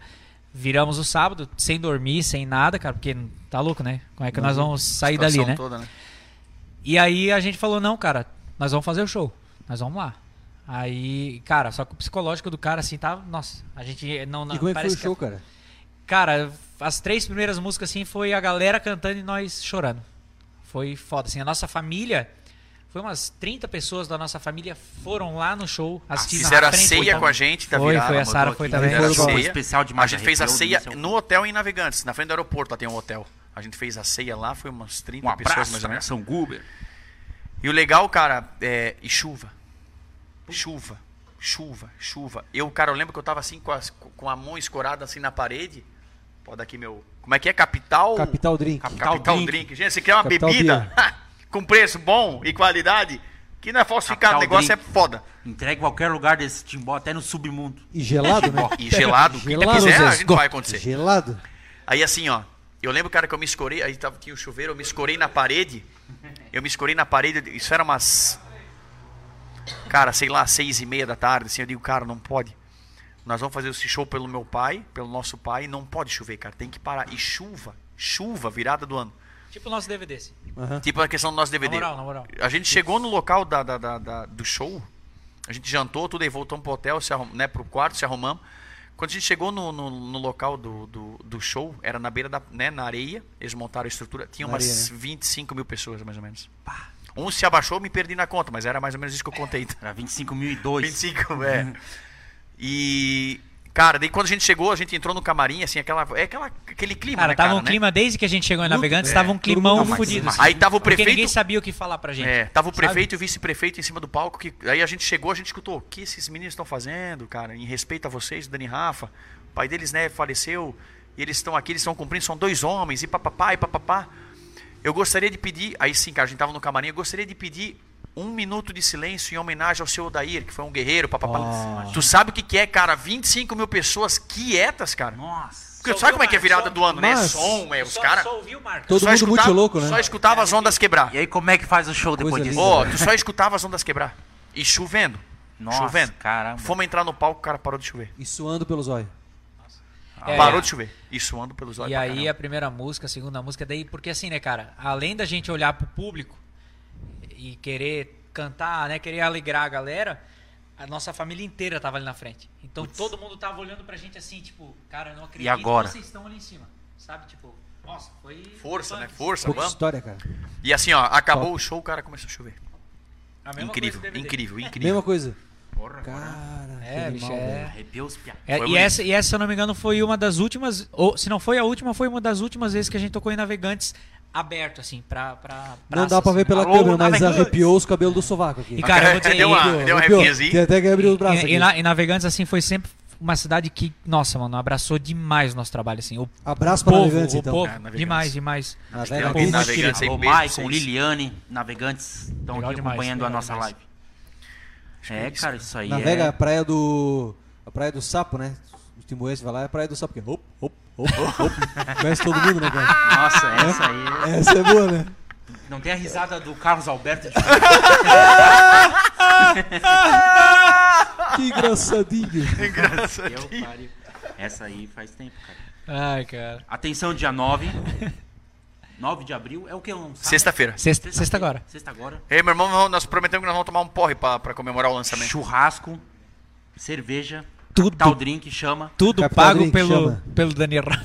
Speaker 4: Viramos o sábado, sem dormir, sem nada, cara, porque tá louco, né? Como é que
Speaker 2: Uhum.
Speaker 4: nós vamos sair dali,
Speaker 5: Situação
Speaker 4: né?
Speaker 5: toda, né?
Speaker 4: E aí a gente falou, não, cara, nós vamos fazer o show. Nós vamos lá. Aí, cara, só que o psicológico do cara, assim, tá. Nossa, a gente não. não
Speaker 2: E como é que foi
Speaker 4: parece
Speaker 2: o show, cara?
Speaker 4: Cara, as três primeiras músicas, assim, foi a galera cantando e nós chorando. Foi foda, assim, a nossa família, foi umas 30 pessoas da nossa família foram lá no show, assistiram
Speaker 5: Ah, Fizeram
Speaker 4: na
Speaker 5: a
Speaker 4: frente,
Speaker 5: ceia
Speaker 4: foi,
Speaker 5: com a gente, tá
Speaker 4: Foi,
Speaker 5: virada,
Speaker 4: foi, a
Speaker 5: mandou
Speaker 4: Sara
Speaker 5: aqui,
Speaker 4: foi também.
Speaker 5: fizeram
Speaker 2: Foi,
Speaker 5: a
Speaker 1: foi.
Speaker 5: ceia.
Speaker 1: Especial demais,
Speaker 5: A gente fez a
Speaker 1: arrepiou
Speaker 5: ceia
Speaker 1: do início.
Speaker 5: no hotel em Navegantes, na frente do aeroporto, lá tem um hotel. A gente fez a ceia lá, foi umas 30
Speaker 1: Um
Speaker 5: pessoas
Speaker 1: abraço,
Speaker 5: mais ou menos.
Speaker 1: São Guber.
Speaker 5: E o legal, cara, é. E chuva. Chuva, chuva, chuva. Eu, cara, eu lembro que eu tava assim com, as- com a mão escorada assim na parede. Pô, daqui meu. Como é que é? Capital.
Speaker 2: Capital Drink.
Speaker 1: Cap-
Speaker 5: Capital,
Speaker 1: Capital
Speaker 5: Drink.
Speaker 1: Drink.
Speaker 5: Gente, você quer uma
Speaker 2: Capital
Speaker 5: bebida [laughs] com preço bom e qualidade, que não é falsificado, o
Speaker 1: Capital
Speaker 5: negócio
Speaker 1: Drink.
Speaker 5: é foda.
Speaker 1: Entrega em qualquer lugar desse timbó, até no submundo.
Speaker 2: E gelado, né?
Speaker 5: E gelado, o que
Speaker 2: Gelado,
Speaker 5: quiser,
Speaker 2: Zé.
Speaker 5: a gente vai acontecer.
Speaker 2: Gelado.
Speaker 5: Aí assim, ó. Eu lembro, cara, que eu me escorei. Aí tava, tinha um chuveiro, eu me escorei na parede. Eu me escorei na parede. Isso era umas. Cara, sei lá, seis e meia da tarde. Assim, eu digo, cara, não pode. Nós vamos fazer esse show pelo meu pai, pelo nosso pai. Não pode chover, cara. Tem que parar. E chuva, chuva, virada do ano.
Speaker 4: Tipo o nosso DVD. assim.
Speaker 2: Aham.
Speaker 5: Tipo a questão do nosso DVD.
Speaker 4: Na moral, na moral.
Speaker 5: A gente chegou no local da, da- da- da- do show, a gente jantou tudo, aí voltamos pro hotel, se arrum, né, pro quarto, se arrumamos. Quando a gente chegou no, no- no local do, do- do show, era na beira da, né, na areia, eles montaram a estrutura, tinha
Speaker 2: Na
Speaker 4: né?
Speaker 5: umas
Speaker 2: areia,
Speaker 5: 25 mil pessoas, mais ou menos. Um se abaixou, eu me perdi na conta, mas era mais ou menos isso que eu contei.
Speaker 4: [laughs]
Speaker 1: Era 25.002.
Speaker 5: 25, é. E, cara, daí quando a gente chegou, a gente entrou no camarim, assim, aquela, é aquela, aquele clima,
Speaker 4: Cara,
Speaker 5: né,
Speaker 4: tava um
Speaker 5: né? é.
Speaker 4: clima, desde que a gente chegou em Navegantes, tava um
Speaker 2: todo mundo
Speaker 4: climão
Speaker 2: tá mais-
Speaker 4: fudido.
Speaker 1: mas-
Speaker 4: assim.
Speaker 5: Aí tava o
Speaker 4: Porque ninguém
Speaker 5: prefeito,
Speaker 4: sabia o que falar pra gente.
Speaker 5: É, tava o
Speaker 4: sabe?
Speaker 5: prefeito e o vice-prefeito em cima do palco. Que, aí a gente chegou, a gente escutou: o que esses meninos estão fazendo, cara? Em respeito a vocês, Dani e Rafa. O pai deles, né, faleceu. E eles estão aqui, eles estão cumprindo, são dois homens, e papapá, e papapá. Eu gostaria de pedir. Aí sim, cara, a gente tava no camarim. Eu gostaria de pedir um minuto de silêncio em homenagem ao seu Odair, que foi um guerreiro, papapá.
Speaker 2: Nossa.
Speaker 5: Tu sabe o que, que é, cara? 25 mil pessoas quietas, cara.
Speaker 1: Nossa.
Speaker 5: Porque tu sabe como é que é virada do ano, né?
Speaker 2: Mas-
Speaker 5: Som, é, os
Speaker 4: Só-
Speaker 5: caras.
Speaker 4: Só ouviu o Marcos.
Speaker 2: Todo
Speaker 5: só
Speaker 2: mundo muito
Speaker 5: escutava-
Speaker 2: louco, né?
Speaker 5: Só escutava as ondas quebrar.
Speaker 1: E aí, como é que faz o show
Speaker 2: Coisa
Speaker 1: depois disso?
Speaker 2: linda.
Speaker 5: Ó, tu só escutava as ondas quebrar. E chovendo.
Speaker 1: Nossa,
Speaker 5: chovendo.
Speaker 1: caramba.
Speaker 5: Fomos entrar no palco, o cara parou de chover.
Speaker 2: E suando pelos olhos.
Speaker 4: É.
Speaker 5: Parou de chover. E suando pelos olhos.
Speaker 4: E
Speaker 5: pra
Speaker 4: aí
Speaker 5: caramba.
Speaker 4: a primeira música, a segunda música, daí, porque assim, né, cara, além da gente olhar pro público e querer cantar, né, querer alegrar a galera, a nossa família inteira tava ali na frente. Então todo mundo tava olhando pra gente assim, tipo, cara, eu não acredito
Speaker 1: agora?
Speaker 4: que vocês estão ali em cima. Sabe, tipo, nossa, foi.
Speaker 5: Força,
Speaker 4: punk.
Speaker 5: né? Força,
Speaker 2: Pouca
Speaker 5: vamos.
Speaker 2: história, cara.
Speaker 4: é
Speaker 5: E assim, ó, acabou o show, o cara começou a chover.
Speaker 4: A mesma
Speaker 5: Incrível,
Speaker 4: coisa do DVD.
Speaker 5: incrível, incrível.
Speaker 2: Mesma coisa.
Speaker 1: Porra,
Speaker 2: Cara,
Speaker 4: É,
Speaker 2: que
Speaker 4: bicho,
Speaker 2: animal,
Speaker 4: é-
Speaker 2: velho.
Speaker 1: Arrepiou os piados.
Speaker 4: É,
Speaker 5: Foi
Speaker 4: e,
Speaker 5: bonito.
Speaker 4: essa, e essa, se eu não me engano, foi uma das últimas, ou se não foi a última, foi uma das últimas vezes que a gente tocou em Navegantes aberto, assim, pra. pra
Speaker 2: Não
Speaker 4: praça,
Speaker 2: dá pra
Speaker 4: assim,
Speaker 2: ver
Speaker 4: né?
Speaker 2: pela
Speaker 1: Alô,
Speaker 2: câmera, mas
Speaker 1: navegantes.
Speaker 2: arrepiou os cabelos do sovaco aqui.
Speaker 4: E, cara, eu vou dizer,
Speaker 5: [laughs] deu uma,
Speaker 2: Arrepiou,
Speaker 5: deu um
Speaker 2: arrepiou.
Speaker 5: arrepiozinho.
Speaker 2: Tem até que abrir os braços
Speaker 4: assim? E, e,
Speaker 2: aqui.
Speaker 4: na, e Navegantes, assim, foi sempre uma cidade que, nossa, mano, abraçou demais o nosso trabalho, assim. O
Speaker 2: Abraço pra
Speaker 4: povo,
Speaker 2: Navegantes,
Speaker 4: o
Speaker 2: então.
Speaker 4: povo,
Speaker 5: É, Navegantes. é
Speaker 4: demais, demais.
Speaker 2: Ah,
Speaker 5: Tem
Speaker 2: velho,
Speaker 5: alguém
Speaker 2: povo
Speaker 5: navegando
Speaker 2: incrível.
Speaker 5: sem
Speaker 1: Alô,
Speaker 5: beijo,
Speaker 1: Maicon,
Speaker 5: sem-
Speaker 1: Liliane, navegantes, estão
Speaker 4: Legal
Speaker 1: aqui
Speaker 4: demais,
Speaker 1: acompanhando a
Speaker 4: legal
Speaker 1: nossa
Speaker 4: demais.
Speaker 1: live. É, cara, isso aí
Speaker 2: Navega a
Speaker 1: é...
Speaker 2: praia do. A praia do sapo, né? O timoense vai lá é a praia do sapo, que é hop, hop, hop,
Speaker 4: [laughs]
Speaker 2: hop. Conhece todo mundo, né, cara?
Speaker 1: Nossa, essa aí...
Speaker 2: Essa é boa, né?
Speaker 1: Não tem a risada do Carlos Alberto de
Speaker 2: Que engraçadinho.
Speaker 1: Eu, pariu. Essa aí faz tempo, cara.
Speaker 4: Ai, cara.
Speaker 1: Atenção, dia
Speaker 4: [laughs]
Speaker 1: 9. 9 de abril é o que? Um sábado?
Speaker 5: Sexta-feira.
Speaker 4: Sexta, sexta tá agora.
Speaker 1: Sexta agora.
Speaker 5: Ei, meu irmão, nós prometemos que nós vamos tomar um porre pra, pra comemorar o lançamento.
Speaker 1: Churrasco, cerveja,
Speaker 4: Tudo.
Speaker 1: tal drink, chama.
Speaker 4: Tudo
Speaker 2: Capital
Speaker 4: pago
Speaker 2: Drink,
Speaker 4: pelo,
Speaker 2: chama.
Speaker 4: [laughs] pelo Daniel Rafa.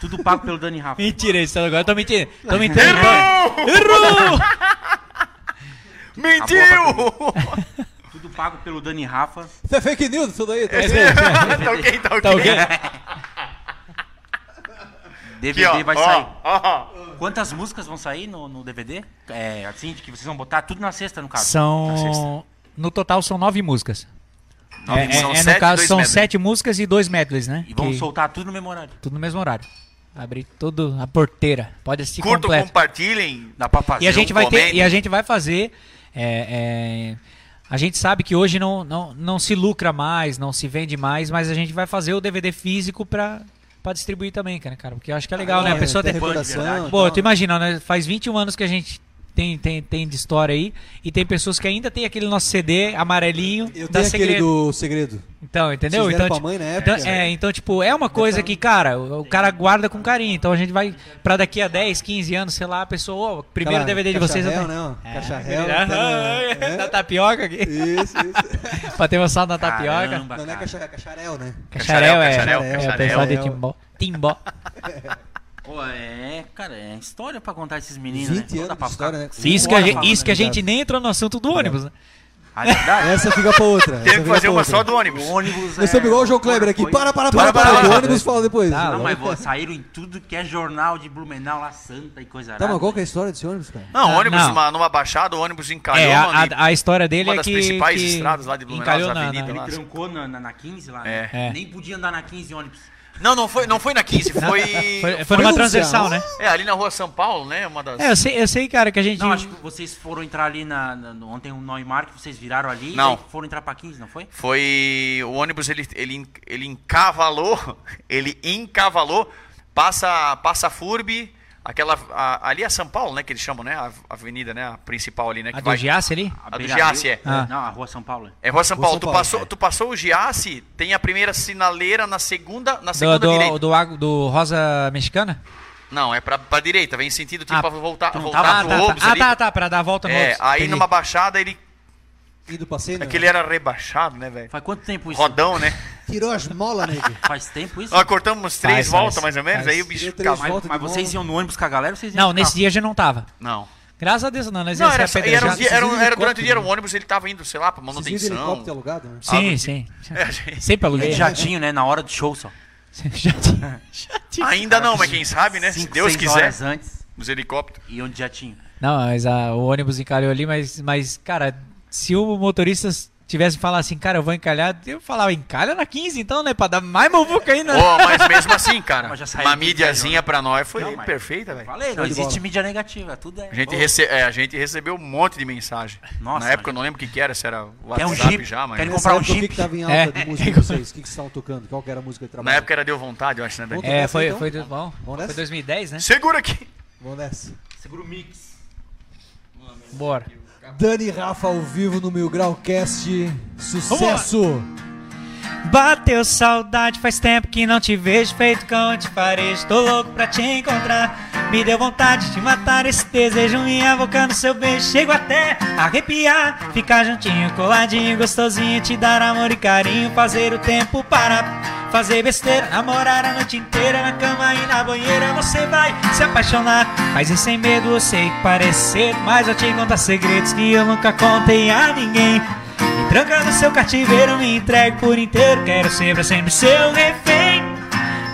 Speaker 1: Tudo pago pelo Dani Rafa.
Speaker 6: Mentira, isso agora eu tô mentindo. Tô mentindo. Errou!
Speaker 5: Mentiu!
Speaker 1: Tudo pago pelo Dani Rafa.
Speaker 2: Isso é fake news isso daí. tá?
Speaker 4: é [laughs]
Speaker 5: tá ok, tá ok.
Speaker 6: Tá ok?
Speaker 1: DVD vai sair. Quantas músicas vão sair no, no DVD? É, assim, de que vocês vão botar tudo na sexta, no caso.
Speaker 5: Tá
Speaker 4: São. No total são nove músicas.
Speaker 5: Nove
Speaker 4: É, é-
Speaker 5: são
Speaker 4: é,
Speaker 5: sete,
Speaker 4: no caso,
Speaker 5: dois
Speaker 4: são
Speaker 5: medley.
Speaker 4: sete músicas e dois medleys, né?
Speaker 1: E vão
Speaker 4: Que-
Speaker 1: soltar tudo no memorário.
Speaker 4: Tudo no mesmo horário. Abrir tudo a porteira. Pode assistir
Speaker 5: Curtam,
Speaker 4: completo.
Speaker 5: compartilhem.
Speaker 1: Dá pra fazer.
Speaker 4: E a gente
Speaker 1: um-
Speaker 4: vai ter,
Speaker 5: comentem.
Speaker 4: e a gente vai fazer. é, é, a gente sabe que hoje não, não, não se lucra mais, não se vende mais, mas a gente vai fazer o DVD físico pra, pra distribuir também, cara, cara. Porque eu acho que é legal, né? A pessoa
Speaker 2: Ah, tem então.
Speaker 4: tem.
Speaker 2: recordação.
Speaker 4: Pô, tu imagina, né? Faz 21 anos que a gente tem, tem, tem de história aí, e tem pessoas que ainda tem aquele nosso CD amarelinho
Speaker 2: Eu
Speaker 4: da
Speaker 2: tenho aquele
Speaker 4: Segredo.
Speaker 2: do segredo.
Speaker 4: Então, entendeu?
Speaker 2: Vocês deram
Speaker 4: Então,
Speaker 2: pra
Speaker 4: tipo-
Speaker 2: mãe na
Speaker 4: então,
Speaker 2: época. né?
Speaker 4: é, então, tipo, é uma coisa que, cara, o, o cara guarda com carinho. Então a gente vai pra daqui a 10, 15 anos, sei lá, a pessoa, ô, primeiro
Speaker 2: Aquela
Speaker 4: DVD de vocês. eu
Speaker 2: Cacharel,
Speaker 4: tenho.
Speaker 2: né? ó,
Speaker 4: [laughs]
Speaker 2: Cacharel.
Speaker 4: É,
Speaker 2: né?
Speaker 4: da tapioca aqui.
Speaker 2: Isso, isso.
Speaker 4: [laughs] pra ter uma salada da tapioca.
Speaker 1: Caramba,
Speaker 2: [laughs] Não, não é
Speaker 1: cara.
Speaker 2: cacharel, é cacharel, né?
Speaker 4: Cacharel é.
Speaker 5: Cacharel,
Speaker 4: É, o
Speaker 5: cacharel.
Speaker 4: pessoal de
Speaker 2: Cacharel.
Speaker 4: Timbó. Timbó.
Speaker 1: Pô, é, cara, é história pra contar esses meninos, né?
Speaker 2: 20
Speaker 1: Não dá
Speaker 2: anos
Speaker 1: pra
Speaker 2: de
Speaker 1: ficar
Speaker 2: história, né?
Speaker 4: Isso que,
Speaker 1: hora
Speaker 4: a gente,
Speaker 1: falando,
Speaker 4: isso que a
Speaker 1: né?
Speaker 4: gente nem entrou no assunto
Speaker 2: É.
Speaker 4: do ônibus, né?
Speaker 1: Ah, é verdade?
Speaker 2: Essa fica pra outra. essa
Speaker 5: Teve que
Speaker 2: fica
Speaker 5: fazer
Speaker 2: pra
Speaker 5: uma
Speaker 2: outra.
Speaker 5: só do ônibus.
Speaker 1: O ônibus.
Speaker 2: Nós estamos
Speaker 1: é-
Speaker 2: igual o João Kleber aqui.
Speaker 1: Foi-
Speaker 2: Para, para, para,
Speaker 5: para,
Speaker 2: para.
Speaker 5: para.
Speaker 2: O ônibus fala depois.
Speaker 4: Tá,
Speaker 2: Tá,
Speaker 1: Não, mas vou- saíram em tudo que é jornal de Blumenau, lá Santa e coisa
Speaker 2: mas
Speaker 1: arada.
Speaker 2: qual que é a história desse ônibus, cara?
Speaker 5: Não,
Speaker 4: Ah,
Speaker 5: ônibus
Speaker 4: não.
Speaker 5: numa- numa baixada, o ônibus encalhou.
Speaker 4: É, a,
Speaker 5: mano, e-
Speaker 4: a- a história dele
Speaker 5: uma
Speaker 4: é
Speaker 5: das
Speaker 4: que.
Speaker 5: principais
Speaker 4: que
Speaker 5: estradas lá de Blumenau,
Speaker 4: encalhou
Speaker 5: as
Speaker 4: na-
Speaker 5: avenidas
Speaker 4: na-
Speaker 1: Ele
Speaker 5: lá.
Speaker 1: trancou na, na, na 15 lá,
Speaker 4: É.
Speaker 1: né? Nem podia andar na 15 em ônibus.
Speaker 5: Não, não foi, não foi na 15,
Speaker 4: [laughs]
Speaker 5: foi...
Speaker 4: Foi, foi numa
Speaker 2: Foi um
Speaker 4: transversal, né?
Speaker 2: céu.
Speaker 5: É, ali na rua São Paulo, né? Uma das...
Speaker 4: É, eu sei, eu sei, cara, que a gente.
Speaker 1: Não, acho que vocês foram entrar ali na, na- no- ontem um Neumark, vocês viraram ali
Speaker 5: Não.
Speaker 1: e daí foram entrar pra 15, não foi?
Speaker 5: Foi... O ônibus, ele, ele, ele encavalou, [laughs] ele encavalou, passa, passa a FURB, aquela... a- ali é São Paulo, né? Que eles chamam, né? A a avenida, né? A principal ali, né? Que
Speaker 4: a do
Speaker 5: vai-
Speaker 4: Giasse ali?
Speaker 5: A do
Speaker 1: Beira
Speaker 5: Giasse,
Speaker 1: Rio.
Speaker 5: é.
Speaker 4: Ah.
Speaker 1: Não, a Rua São Paulo.
Speaker 5: É Rua São
Speaker 2: Rua
Speaker 5: Paulo.
Speaker 2: São
Speaker 5: tu,
Speaker 2: Paulo,
Speaker 5: passou,
Speaker 2: é.
Speaker 5: tu passou o Giasse, tem a primeira sinaleira na segunda, na
Speaker 4: Do,
Speaker 5: segunda
Speaker 4: do,
Speaker 5: direita.
Speaker 4: do, águ- do Rosa Mexicana?
Speaker 5: Não, é pra, pra direita, vem sentido tipo
Speaker 4: Ah,
Speaker 5: pra voltar,
Speaker 1: tu não
Speaker 5: voltar
Speaker 1: tava-
Speaker 5: pro
Speaker 4: tá,
Speaker 5: Lobos
Speaker 4: tá. Ah,
Speaker 5: ali.
Speaker 4: tá, tá, pra dar a volta no
Speaker 5: É,
Speaker 4: Lobos.
Speaker 5: aí
Speaker 4: Entendi.
Speaker 5: numa baixada ele.
Speaker 2: E do passeio, né?
Speaker 5: Aquele era rebaixado, né, velho?
Speaker 1: Faz quanto tempo isso?
Speaker 4: [laughs]
Speaker 5: Rodão, né?
Speaker 2: Tirou as molas, né? nego.
Speaker 1: Faz tempo isso?
Speaker 5: Nós cortamos três
Speaker 4: Faz,
Speaker 5: voltas,
Speaker 4: faz,
Speaker 5: mais ou menos,
Speaker 4: faz.
Speaker 5: aí o bicho
Speaker 2: Deu três
Speaker 5: ficava.
Speaker 1: Mas,
Speaker 2: Volta de
Speaker 1: mas vocês
Speaker 2: novo.
Speaker 1: iam no ônibus com a galera ou vocês iam
Speaker 4: Não,
Speaker 1: de
Speaker 4: nesse
Speaker 1: carro?
Speaker 4: dia a gente não tava.
Speaker 5: Não.
Speaker 4: Graças a Deus, não. Nós
Speaker 5: Não,
Speaker 4: ia ser
Speaker 5: era, só- e era, um
Speaker 4: apedrejado.
Speaker 5: dia- era, um- era durante o
Speaker 2: Esses
Speaker 5: dia, era um ônibus, ele tava indo, sei lá, pra
Speaker 2: Vocês viram helicóptero
Speaker 5: manutenção.
Speaker 2: alugado, né?
Speaker 4: Sim, sim.
Speaker 5: [laughs] É, um
Speaker 4: [laughs]
Speaker 5: gente.
Speaker 4: Sempre
Speaker 1: É
Speaker 4: aluguei.
Speaker 1: de jatinho, né? Na hora do show só.
Speaker 4: Já
Speaker 5: [laughs]
Speaker 4: tinha.
Speaker 5: Ainda não, mas quem sabe, né? Se
Speaker 1: Cinco,
Speaker 5: Deus
Speaker 1: seis
Speaker 5: quiser.
Speaker 1: horas antes,
Speaker 5: Os helicópteros.
Speaker 1: iam de jatinho.
Speaker 4: Não, mas ah, o ônibus encalhou ali, mas, mas, cara, se o motorista tivesse falado assim, cara, eu vou encalhar, eu falava, encalha na 15 então, né? Pra dar mais muvuca ainda. né?"
Speaker 5: Ó, mas
Speaker 1: [laughs]
Speaker 5: mesmo assim, cara,
Speaker 1: Mas já saiu
Speaker 5: uma
Speaker 1: tudo, né?
Speaker 5: mídiazinha pra nós foi
Speaker 1: Não, mas-
Speaker 5: perfeita, velho.
Speaker 1: Falei, não
Speaker 2: de
Speaker 1: existe
Speaker 2: bola.
Speaker 1: mídia negativa, tudo é.
Speaker 5: A gente,
Speaker 1: bom.
Speaker 5: rece- é, a gente recebeu um monte de mensagem.
Speaker 1: Nossa,
Speaker 5: Na época
Speaker 1: gente.
Speaker 5: eu não lembro o que, que era, se era o
Speaker 1: Quer um
Speaker 5: WhatsApp
Speaker 1: Jeep?
Speaker 5: já, mas.
Speaker 1: Quer
Speaker 2: Nessa
Speaker 1: comprar um
Speaker 2: época, O que
Speaker 1: Jeep.
Speaker 2: que tava em alta de
Speaker 4: É.
Speaker 2: música de vocês? O que que estavam tocando? Qual que era a música que
Speaker 5: Na
Speaker 2: trabalhava?
Speaker 5: época era Deu Vontade, eu acho, né, Dani?
Speaker 2: Puta,
Speaker 4: É, foi,
Speaker 2: então.
Speaker 4: foi, do- bom,
Speaker 2: Vamos
Speaker 4: foi
Speaker 2: nessa?
Speaker 4: 2010, né?
Speaker 5: Segura aqui!
Speaker 2: Vamos nessa.
Speaker 1: Segura o mix.
Speaker 4: Bora.
Speaker 2: Dani e Rafa ao vivo no Mil Grau Cast. Sucesso!
Speaker 6: Bateu saudade, faz tempo que não te vejo Feito cão de parede, tô louco pra te encontrar Me deu vontade de matar esse desejo Me avocando seu beijo, chego até a arrepiar Ficar juntinho, coladinho, gostosinho Te dar amor e carinho, fazer o tempo parar Fazer besteira, namorar a noite inteira Na cama e na banheira você vai se apaixonar Mas e sem medo, eu sei que parece cedo Mas eu te contar segredos que eu nunca contei a ninguém me tranca no seu cativeiro, me entregue por inteiro. Quero ser pra sempre seu refém.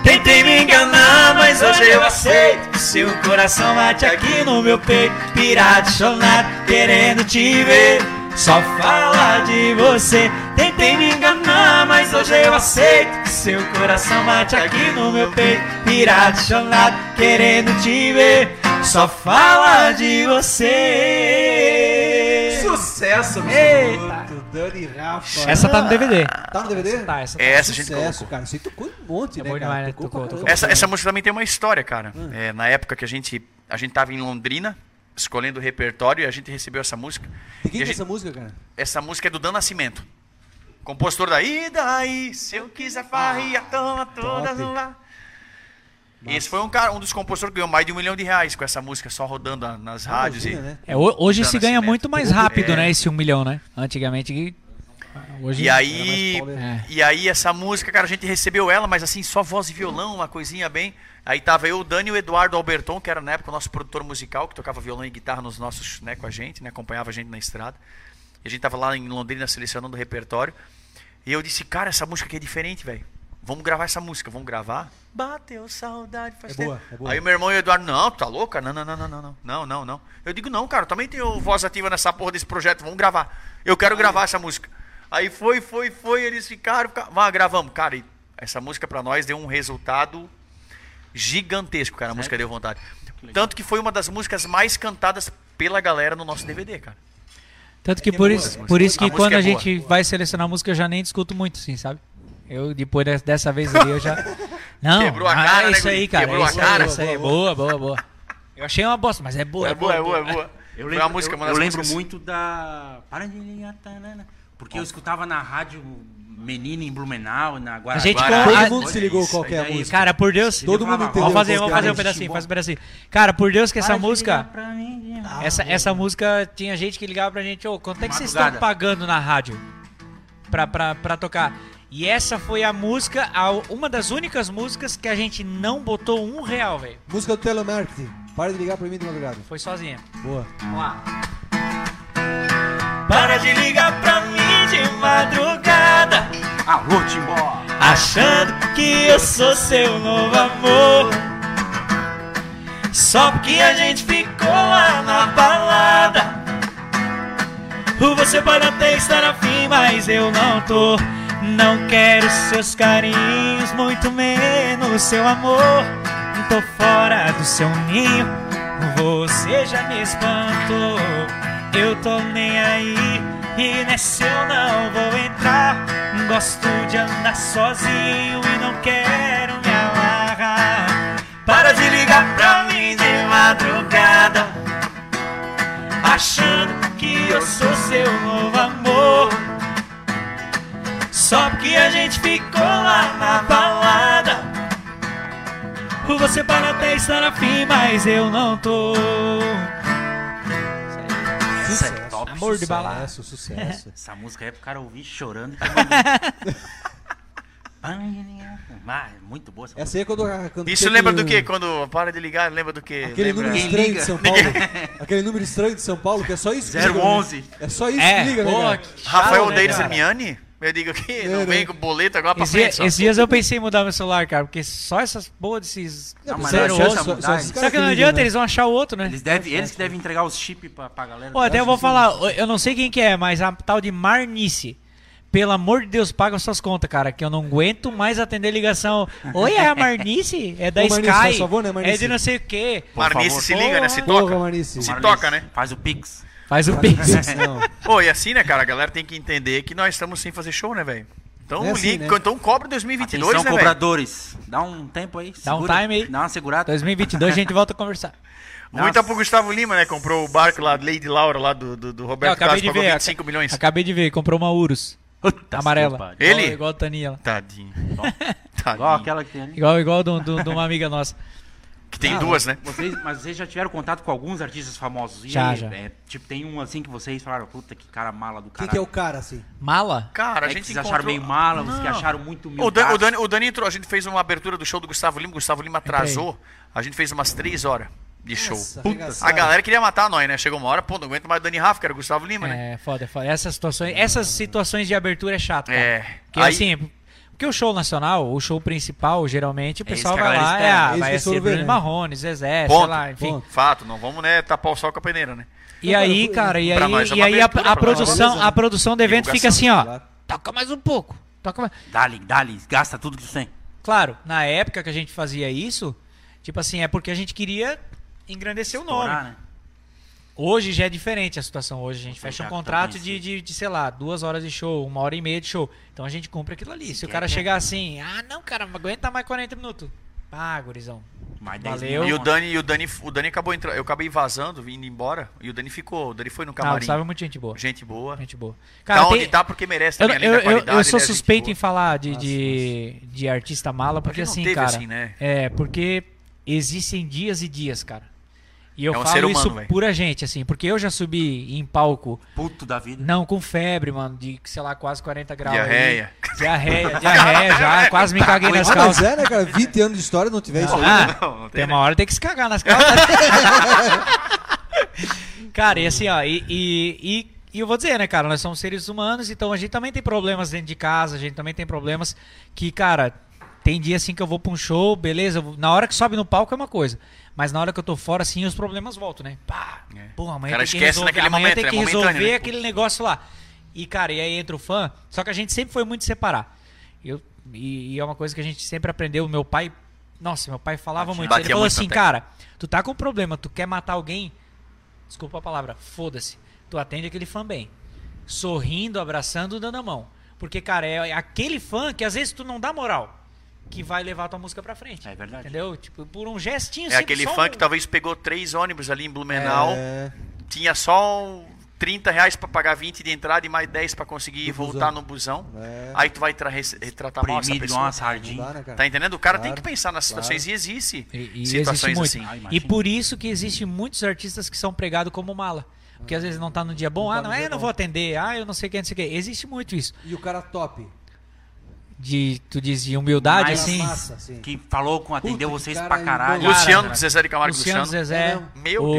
Speaker 6: Tentei me enganar, mas hoje eu aceito. que Seu coração bate aqui no meu peito. Pirado, chonado, querendo te ver. Só fala de você. Tentei me enganar, mas hoje eu aceito. que Seu coração bate aqui no meu peito. Pirado, chonado, querendo te ver. Só fala de você.
Speaker 2: Sucesso, meu
Speaker 6: Eita.
Speaker 2: garoto. Dani e Rafa.
Speaker 4: Essa tá no DVD.
Speaker 2: Tá no DVD?
Speaker 4: Tá, essa tá.
Speaker 5: É, essa a gente
Speaker 2: Sucesso,
Speaker 5: colocou.
Speaker 2: cara. Você tocou um monte,
Speaker 4: É
Speaker 2: né,
Speaker 4: bom
Speaker 2: cara?
Speaker 4: demais, né?
Speaker 2: pra
Speaker 4: Tocou,
Speaker 2: caramba.
Speaker 4: tocou.
Speaker 5: Essa, é- essa música também tem uma história, cara.
Speaker 1: Hum.
Speaker 5: É, na época que a gente, a gente tava em Londrina, escolhendo o repertório, e a gente recebeu essa música.
Speaker 2: De quem
Speaker 5: E
Speaker 2: que
Speaker 5: a
Speaker 2: é
Speaker 5: gente-
Speaker 2: essa música, cara?
Speaker 5: Essa música é do Dan Nascimento. Compositor da E daí, se eu quiser farria, toma todas
Speaker 2: Ah, top.
Speaker 5: lá. Esse foi um cara, um dos compositores que ganhou mais de um milhão de reais com essa música só rodando a- nas rádios.
Speaker 2: Imagina,
Speaker 5: e...
Speaker 2: né?
Speaker 4: É, ho- hoje
Speaker 5: Dá
Speaker 4: se ganha
Speaker 5: nascimento.
Speaker 4: muito mais
Speaker 5: Tudo.
Speaker 4: rápido,
Speaker 5: É.
Speaker 4: né? Esse um milhão, né? Antigamente. Hoje
Speaker 5: E aí,
Speaker 2: né?
Speaker 4: É.
Speaker 5: e aí essa música, cara, a gente recebeu ela, mas assim, só voz e violão, uma coisinha bem. Aí tava eu, o Dani e o Eduardo Alberton, que era na época o nosso produtor musical, que tocava violão e guitarra nos nossos, né, com a gente, né, acompanhava a gente na estrada. E a gente tava lá em Londrina selecionando o repertório. E eu disse, cara, essa música aqui é diferente, velho. Vamos gravar essa música, vamos gravar. Bateu saudade, faz
Speaker 2: É
Speaker 5: tempo.
Speaker 2: boa, é boa.
Speaker 5: Aí o meu irmão e o Eduardo, não, tá louca? Não, não, não, não, não, não, não, não, não. Eu digo, não, cara, eu também tenho voz ativa nessa porra desse projeto, vamos gravar. Eu quero gravar essa música. Aí foi, foi, foi, eles ficaram, ficaram vá, gravamos. Cara, e essa música pra nós deu um resultado gigantesco, cara, a música deu vontade. Tanto que foi uma das músicas mais cantadas pela galera no nosso DVD, cara.
Speaker 4: Tanto que por isso, por isso
Speaker 5: A
Speaker 4: que
Speaker 5: música
Speaker 4: quando
Speaker 5: é
Speaker 4: a
Speaker 5: boa.
Speaker 4: gente vai selecionar música, eu já nem discuto muito, assim, sabe? Eu, depois des- dessa vez ali,
Speaker 5: [laughs]
Speaker 4: eu já. Não,
Speaker 5: Quebrou a
Speaker 4: ah,
Speaker 5: cara,
Speaker 4: é
Speaker 5: né,
Speaker 4: isso aí,
Speaker 5: guri?
Speaker 4: cara.
Speaker 5: Quebrou
Speaker 4: é
Speaker 5: a
Speaker 4: isso
Speaker 5: cara.
Speaker 4: Aí, é isso aí. Boa, boa, boa. Eu achei uma bosta, mas é boa.
Speaker 5: É boa, é boa, é boa.
Speaker 1: Eu
Speaker 5: Foi
Speaker 1: lembro,
Speaker 5: uma música,
Speaker 1: eu-
Speaker 5: uma
Speaker 1: eu
Speaker 5: das
Speaker 1: lembro
Speaker 5: músicas-
Speaker 1: muito da. Paradilinha, tanana, tá, né, Porque eu escutava na rádio Menina em Blumenau, na Guará.
Speaker 4: gente
Speaker 1: Guará-
Speaker 4: com-
Speaker 1: Olha
Speaker 5: Ah,
Speaker 4: Todo
Speaker 2: mundo se ligou
Speaker 1: isso,
Speaker 2: qualquer
Speaker 1: daí,
Speaker 2: música.
Speaker 4: Cara, por Deus.
Speaker 1: Todo
Speaker 2: Todo
Speaker 1: mundo
Speaker 2: mundo
Speaker 1: entendeu
Speaker 2: entendeu.
Speaker 4: Vamos fazer, vamos fazer um pedacinho, faz um pedacinho. Cara, por Deus que essa
Speaker 1: Para de
Speaker 4: música. Ah.
Speaker 1: ligar pra mim.
Speaker 6: Ah,
Speaker 4: Essa,
Speaker 6: é.
Speaker 4: essa música tinha gente que ligava pra gente, ô, quanto é que vocês estão
Speaker 1: Madrugada.
Speaker 4: pagando na rádio pra, pra, pra tocar? E essa foi a música, a- uma das únicas músicas que a gente não botou um real, velho.
Speaker 2: Música do telemarketing. Para de ligar pra mim de madrugada.
Speaker 4: Foi sozinha.
Speaker 2: Boa.
Speaker 4: Vamos lá.
Speaker 6: Para de ligar pra mim de madrugada,
Speaker 5: Ah,
Speaker 1: Alô, Timbó!
Speaker 6: achando que eu sou seu novo amor. Só porque a gente ficou lá na balada. Você pode até estar afim, mas eu não tô. Não quero seus carinhos, muito menos seu amor. Tô fora do seu ninho, você já me espantou. Eu tô nem aí, e nessa eu não vou entrar. Gosto de andar sozinho e não quero me amarrar. Para de ligar pra mim de madrugada achando que eu sou seu novo amor. Só porque a gente ficou lá na balada. Você para até estar afim, mas eu não tô.
Speaker 1: Essa é top.
Speaker 4: Amor de balada.
Speaker 2: Sucesso, sucesso.
Speaker 1: Essa música aí é pro cara ouvir
Speaker 4: [laughs]
Speaker 1: chorando. Ah, muito boa essa música.
Speaker 2: Essa aí é quando, a- quando
Speaker 5: Isso
Speaker 2: teve
Speaker 5: lembra do
Speaker 2: um-
Speaker 5: quê? Quando para de ligar, lembra do quê?
Speaker 2: Aquele
Speaker 5: lembra...
Speaker 2: número
Speaker 1: Ninguém
Speaker 2: estranho
Speaker 1: liga.
Speaker 2: de São Paulo. aquele número estranho de São Paulo, que é só isso. que liga, né?
Speaker 1: 011.
Speaker 2: É só isso
Speaker 4: É,
Speaker 2: que liga, né? cara?
Speaker 4: porra, que chato,
Speaker 5: Rafael
Speaker 4: né,
Speaker 5: Odeiro
Speaker 4: cara?
Speaker 5: Sermiani? Eu digo que
Speaker 2: É,
Speaker 5: não
Speaker 2: né?
Speaker 5: vem com boleto agora pra
Speaker 4: Esse dia-
Speaker 5: frente.
Speaker 4: Esses
Speaker 5: só.
Speaker 4: dias, eu pensei em mudar meu celular, cara, porque só essas boas desses.
Speaker 2: Não, mas
Speaker 1: Zero
Speaker 2: só-
Speaker 1: onze,
Speaker 2: só-
Speaker 1: mudar,
Speaker 2: só
Speaker 1: gente.
Speaker 2: esses caras
Speaker 4: Só que não
Speaker 2: ligam,
Speaker 4: adianta,
Speaker 2: né?
Speaker 4: eles vão achar outro, né?
Speaker 1: Eles, devem, eles que devem entregar os chip pra, pra galera.
Speaker 4: Pô, até eu vou
Speaker 2: acho que sim.
Speaker 4: falar, eu- eu não sei quem que é, mas a tal de Marnice. Pelo amor de Deus, pagam suas contas, cara, que eu não aguento mais atender ligação. Oi, é a Marnice? É da
Speaker 2: Ô, Marnice,
Speaker 4: Sky?
Speaker 2: faz favor, né, Marnice?
Speaker 4: é de não sei o quê.
Speaker 1: Por
Speaker 5: Marnice
Speaker 1: favor.
Speaker 5: se liga, né? Se
Speaker 2: Porra,
Speaker 5: toca.
Speaker 2: Marnice.
Speaker 5: Se
Speaker 1: Marlis,
Speaker 5: toca, né?
Speaker 1: Faz o pix.
Speaker 4: Faz o
Speaker 2: Marlis,
Speaker 4: pix. [laughs]
Speaker 2: não.
Speaker 5: Pô, e assim, né, cara? A galera tem que entender que nós estamos sem fazer show, né, velho? Então,
Speaker 2: É assim,
Speaker 5: liga,
Speaker 2: né?
Speaker 5: então cobra
Speaker 1: Atenção,
Speaker 5: 2022, né, velho?
Speaker 1: cobradores. Dá um tempo aí.
Speaker 4: Dá um time aí.
Speaker 1: Dá uma segurada.
Speaker 4: 2022 a gente volta a conversar.
Speaker 5: Muita pro Gustavo Lima, né? Comprou o barco lá, Lady Laura, lá do, do, do
Speaker 4: Eu
Speaker 5: Roberto
Speaker 4: acabei
Speaker 5: Carlos,
Speaker 4: de
Speaker 5: pagou
Speaker 4: ver.
Speaker 5: 25 milhões.
Speaker 4: Acabei de ver, comprou uma Urus
Speaker 2: Tá
Speaker 1: Puta que
Speaker 4: amarela.
Speaker 1: pariu.
Speaker 5: Ele?
Speaker 4: Igual, igual a Tania lá.
Speaker 5: Tadinho.
Speaker 1: Igual
Speaker 5: Tadinho.
Speaker 1: aquela que tem ali.
Speaker 4: Igual, igual de um- de um- de uma amiga nossa.
Speaker 5: Que tem duas, né?
Speaker 1: Vocês, mas vocês já tiveram contato com alguns artistas famosos? E
Speaker 4: Já,
Speaker 1: aí,
Speaker 4: já.
Speaker 1: é, tipo, tem um assim que vocês falaram, puta, que cara mala do
Speaker 2: Quem
Speaker 1: cara.
Speaker 2: que é o cara, assim?
Speaker 4: Mala?
Speaker 1: É
Speaker 5: Cara, a
Speaker 1: que
Speaker 5: gente
Speaker 1: vocês acharam
Speaker 5: encontrou-
Speaker 1: meio mala, os que
Speaker 5: Não.
Speaker 1: acharam muito mil.
Speaker 5: O Dani, o, Dani, o Dani entrou, a gente fez uma abertura do show do Gustavo Lima, o Gustavo Lima atrasou, a gente fez umas três horas de show.
Speaker 2: Nossa,
Speaker 1: Puta,
Speaker 5: A
Speaker 4: É.
Speaker 2: arregaçaram.
Speaker 5: galera queria matar nós, né? Chegou uma hora, pô, não aguento mais o Dani Rafa, que era o Gustavo Lima, né?
Speaker 4: É, foda, foda. Essas situações, essas situações de abertura é chato. cara.
Speaker 5: É.
Speaker 4: Porque
Speaker 5: Aí-
Speaker 4: assim, porque o show nacional, o show principal, geralmente o
Speaker 1: É isso
Speaker 4: pessoal
Speaker 1: que a
Speaker 4: vai
Speaker 1: galera
Speaker 4: lá, é,
Speaker 1: espera, né?
Speaker 2: É
Speaker 4: ah,
Speaker 2: isso que
Speaker 4: vai
Speaker 2: eu sou
Speaker 4: ser Bruno
Speaker 2: vendo.
Speaker 4: Marrone, Zezé, sei
Speaker 5: Ponto,
Speaker 4: lá, enfim. Tá
Speaker 2: ponto.
Speaker 5: Fato, não vamos, né, tapar o sol com a peneira, né?
Speaker 4: E aí, cara, e
Speaker 5: Pra
Speaker 4: aí,
Speaker 5: nós é
Speaker 4: e
Speaker 5: uma
Speaker 4: aí a, a
Speaker 5: abertura, pra nós é uma
Speaker 4: produção,
Speaker 2: beleza,
Speaker 4: a
Speaker 2: né?
Speaker 4: produção do evento fica assim, ó.
Speaker 2: Claro. Ah,
Speaker 4: Toca mais um pouco. Toca mais.
Speaker 1: Dali, dali, gasta tudo que tu tem.
Speaker 4: Claro, na época que a gente fazia isso, tipo assim, é porque a gente queria engrandecer o nome.
Speaker 1: Estourar, né?
Speaker 4: Hoje já é diferente a situação. Hoje a gente
Speaker 1: Você
Speaker 4: fecha
Speaker 1: já
Speaker 4: um
Speaker 1: tá
Speaker 4: contrato de,
Speaker 1: conhecido.
Speaker 4: de, de, sei lá, duas horas de show, uma hora e meia de show. Então a gente cumpre aquilo ali. Se o
Speaker 1: quer,
Speaker 4: cara
Speaker 1: quer.
Speaker 4: chegar assim, ah, não, cara, não aguenta mais 40 minutos. Ah, gurizão.
Speaker 1: Mais 10
Speaker 4: Valeu. Eu-
Speaker 5: e o Dani, e o Dani, o Dani acabou entrando, eu acabei vazando, indo embora, e o Dani ficou, o Dani foi no
Speaker 4: Ah, o
Speaker 5: camarim.
Speaker 4: Gustavo é muito gente boa.
Speaker 5: gente boa.
Speaker 4: Gente boa.
Speaker 5: tá onde
Speaker 4: tem-
Speaker 5: tá porque merece
Speaker 4: eu,
Speaker 5: também, além
Speaker 4: eu-
Speaker 5: da
Speaker 4: eu-
Speaker 5: qualidade.
Speaker 4: eu sou
Speaker 5: ele é gente
Speaker 4: suspeito
Speaker 5: boa.
Speaker 4: em falar de, de, de artista mala, porque
Speaker 5: Mas não
Speaker 4: assim,
Speaker 5: teve
Speaker 4: cara.
Speaker 5: assim, né?
Speaker 4: É, porque existem dias e dias, cara. E eu
Speaker 5: É um ser
Speaker 4: falo
Speaker 5: humano,
Speaker 4: isso
Speaker 5: velho.
Speaker 4: pura gente, assim, porque eu já subi em palco,
Speaker 1: Puto da vida.
Speaker 4: não, com febre, mano, de, sei lá, quase 40 graus. aí.
Speaker 5: Diarreia. Tá
Speaker 4: Diarreia, diarreia já, quase me caguei nas
Speaker 2: Ah, mas
Speaker 4: calças.
Speaker 2: é, né, cara? 20 anos de história não tiver isso aí.
Speaker 4: Ah,
Speaker 5: Não,
Speaker 4: tem
Speaker 5: não tem,
Speaker 4: uma hora tem que se cagar nas calças. [laughs] cara, e assim, ó, e, e, e- e eu vou dizer, né, cara, nós somos seres humanos, então a gente também tem problemas dentro de casa, a gente também tem problemas que, cara, tem dia assim que eu vou pra um show, beleza, eu vou- na hora que sobe no palco é uma coisa, mas na hora que eu tô fora, assim, os problemas voltam, né? Pá,
Speaker 5: É.
Speaker 4: porra, amanhã
Speaker 5: Cara,
Speaker 4: tem que
Speaker 5: esquece
Speaker 4: resolver,
Speaker 5: naquele
Speaker 4: amanhã
Speaker 5: momento,
Speaker 4: tem
Speaker 5: é
Speaker 4: que
Speaker 5: momentâneo,
Speaker 4: resolver
Speaker 5: né?
Speaker 4: aquele negócio lá. E, cara, e aí entra o fã, só que a gente sempre foi muito separar. Eu, e, e é uma coisa que a gente sempre aprendeu, meu pai, nossa, meu pai falava muito,
Speaker 5: batia
Speaker 4: ele falou
Speaker 5: muito na
Speaker 4: assim,
Speaker 5: tecla.
Speaker 4: cara, tu tá com um problema, tu quer matar alguém, desculpa a palavra, foda-se, tu atende aquele fã bem, sorrindo, abraçando, dando a mão. Porque, cara, é aquele fã que às vezes tu não dá moral, que vai levar tua música pra frente.
Speaker 1: É verdade.
Speaker 4: Entendeu? Tipo, por um gestinho
Speaker 5: É
Speaker 4: simples,
Speaker 5: aquele
Speaker 4: só
Speaker 5: fã
Speaker 4: um-
Speaker 5: que talvez pegou três ônibus ali em Blumenau,
Speaker 2: É,
Speaker 5: tinha só um 30 reais pra pagar 20 de entrada e mais 10 pra conseguir
Speaker 2: Do
Speaker 5: voltar
Speaker 2: busão.
Speaker 5: no busão.
Speaker 2: É.
Speaker 5: Aí tu vai tra- rece- tratar mal essa
Speaker 1: Primido igual uma
Speaker 5: pessoa.
Speaker 2: não
Speaker 1: sardinha.
Speaker 2: dá, né, cara?
Speaker 5: Tá entendendo? O cara
Speaker 2: Claro,
Speaker 5: tem que pensar nas situações e existe
Speaker 4: E, e existe
Speaker 5: situações
Speaker 4: muito.
Speaker 5: assim.
Speaker 1: Ah, imagina.
Speaker 4: e por isso que existem muitos artistas que são pregados como mala. Porque às vezes não tá no dia bom,
Speaker 2: Não
Speaker 4: ah,
Speaker 2: tá
Speaker 4: não
Speaker 2: no
Speaker 4: é,
Speaker 2: dia
Speaker 4: eu não
Speaker 2: bom.
Speaker 4: vou atender, ah, eu não sei o que, não sei o que. Existe muito isso.
Speaker 2: E o cara top.
Speaker 4: De, tu diz, de humildade,
Speaker 1: Mas-
Speaker 4: assim.
Speaker 2: Massa, assim.
Speaker 1: Que falou com, atendeu
Speaker 2: Puta, que
Speaker 1: vocês
Speaker 2: cara
Speaker 1: pra caralho.
Speaker 2: embolado.
Speaker 5: Luciano
Speaker 1: Cara,
Speaker 5: do Zezé de Camargo
Speaker 4: Luciano
Speaker 5: Luciano.
Speaker 4: Zezé,
Speaker 2: É mesmo?
Speaker 5: Meu
Speaker 4: o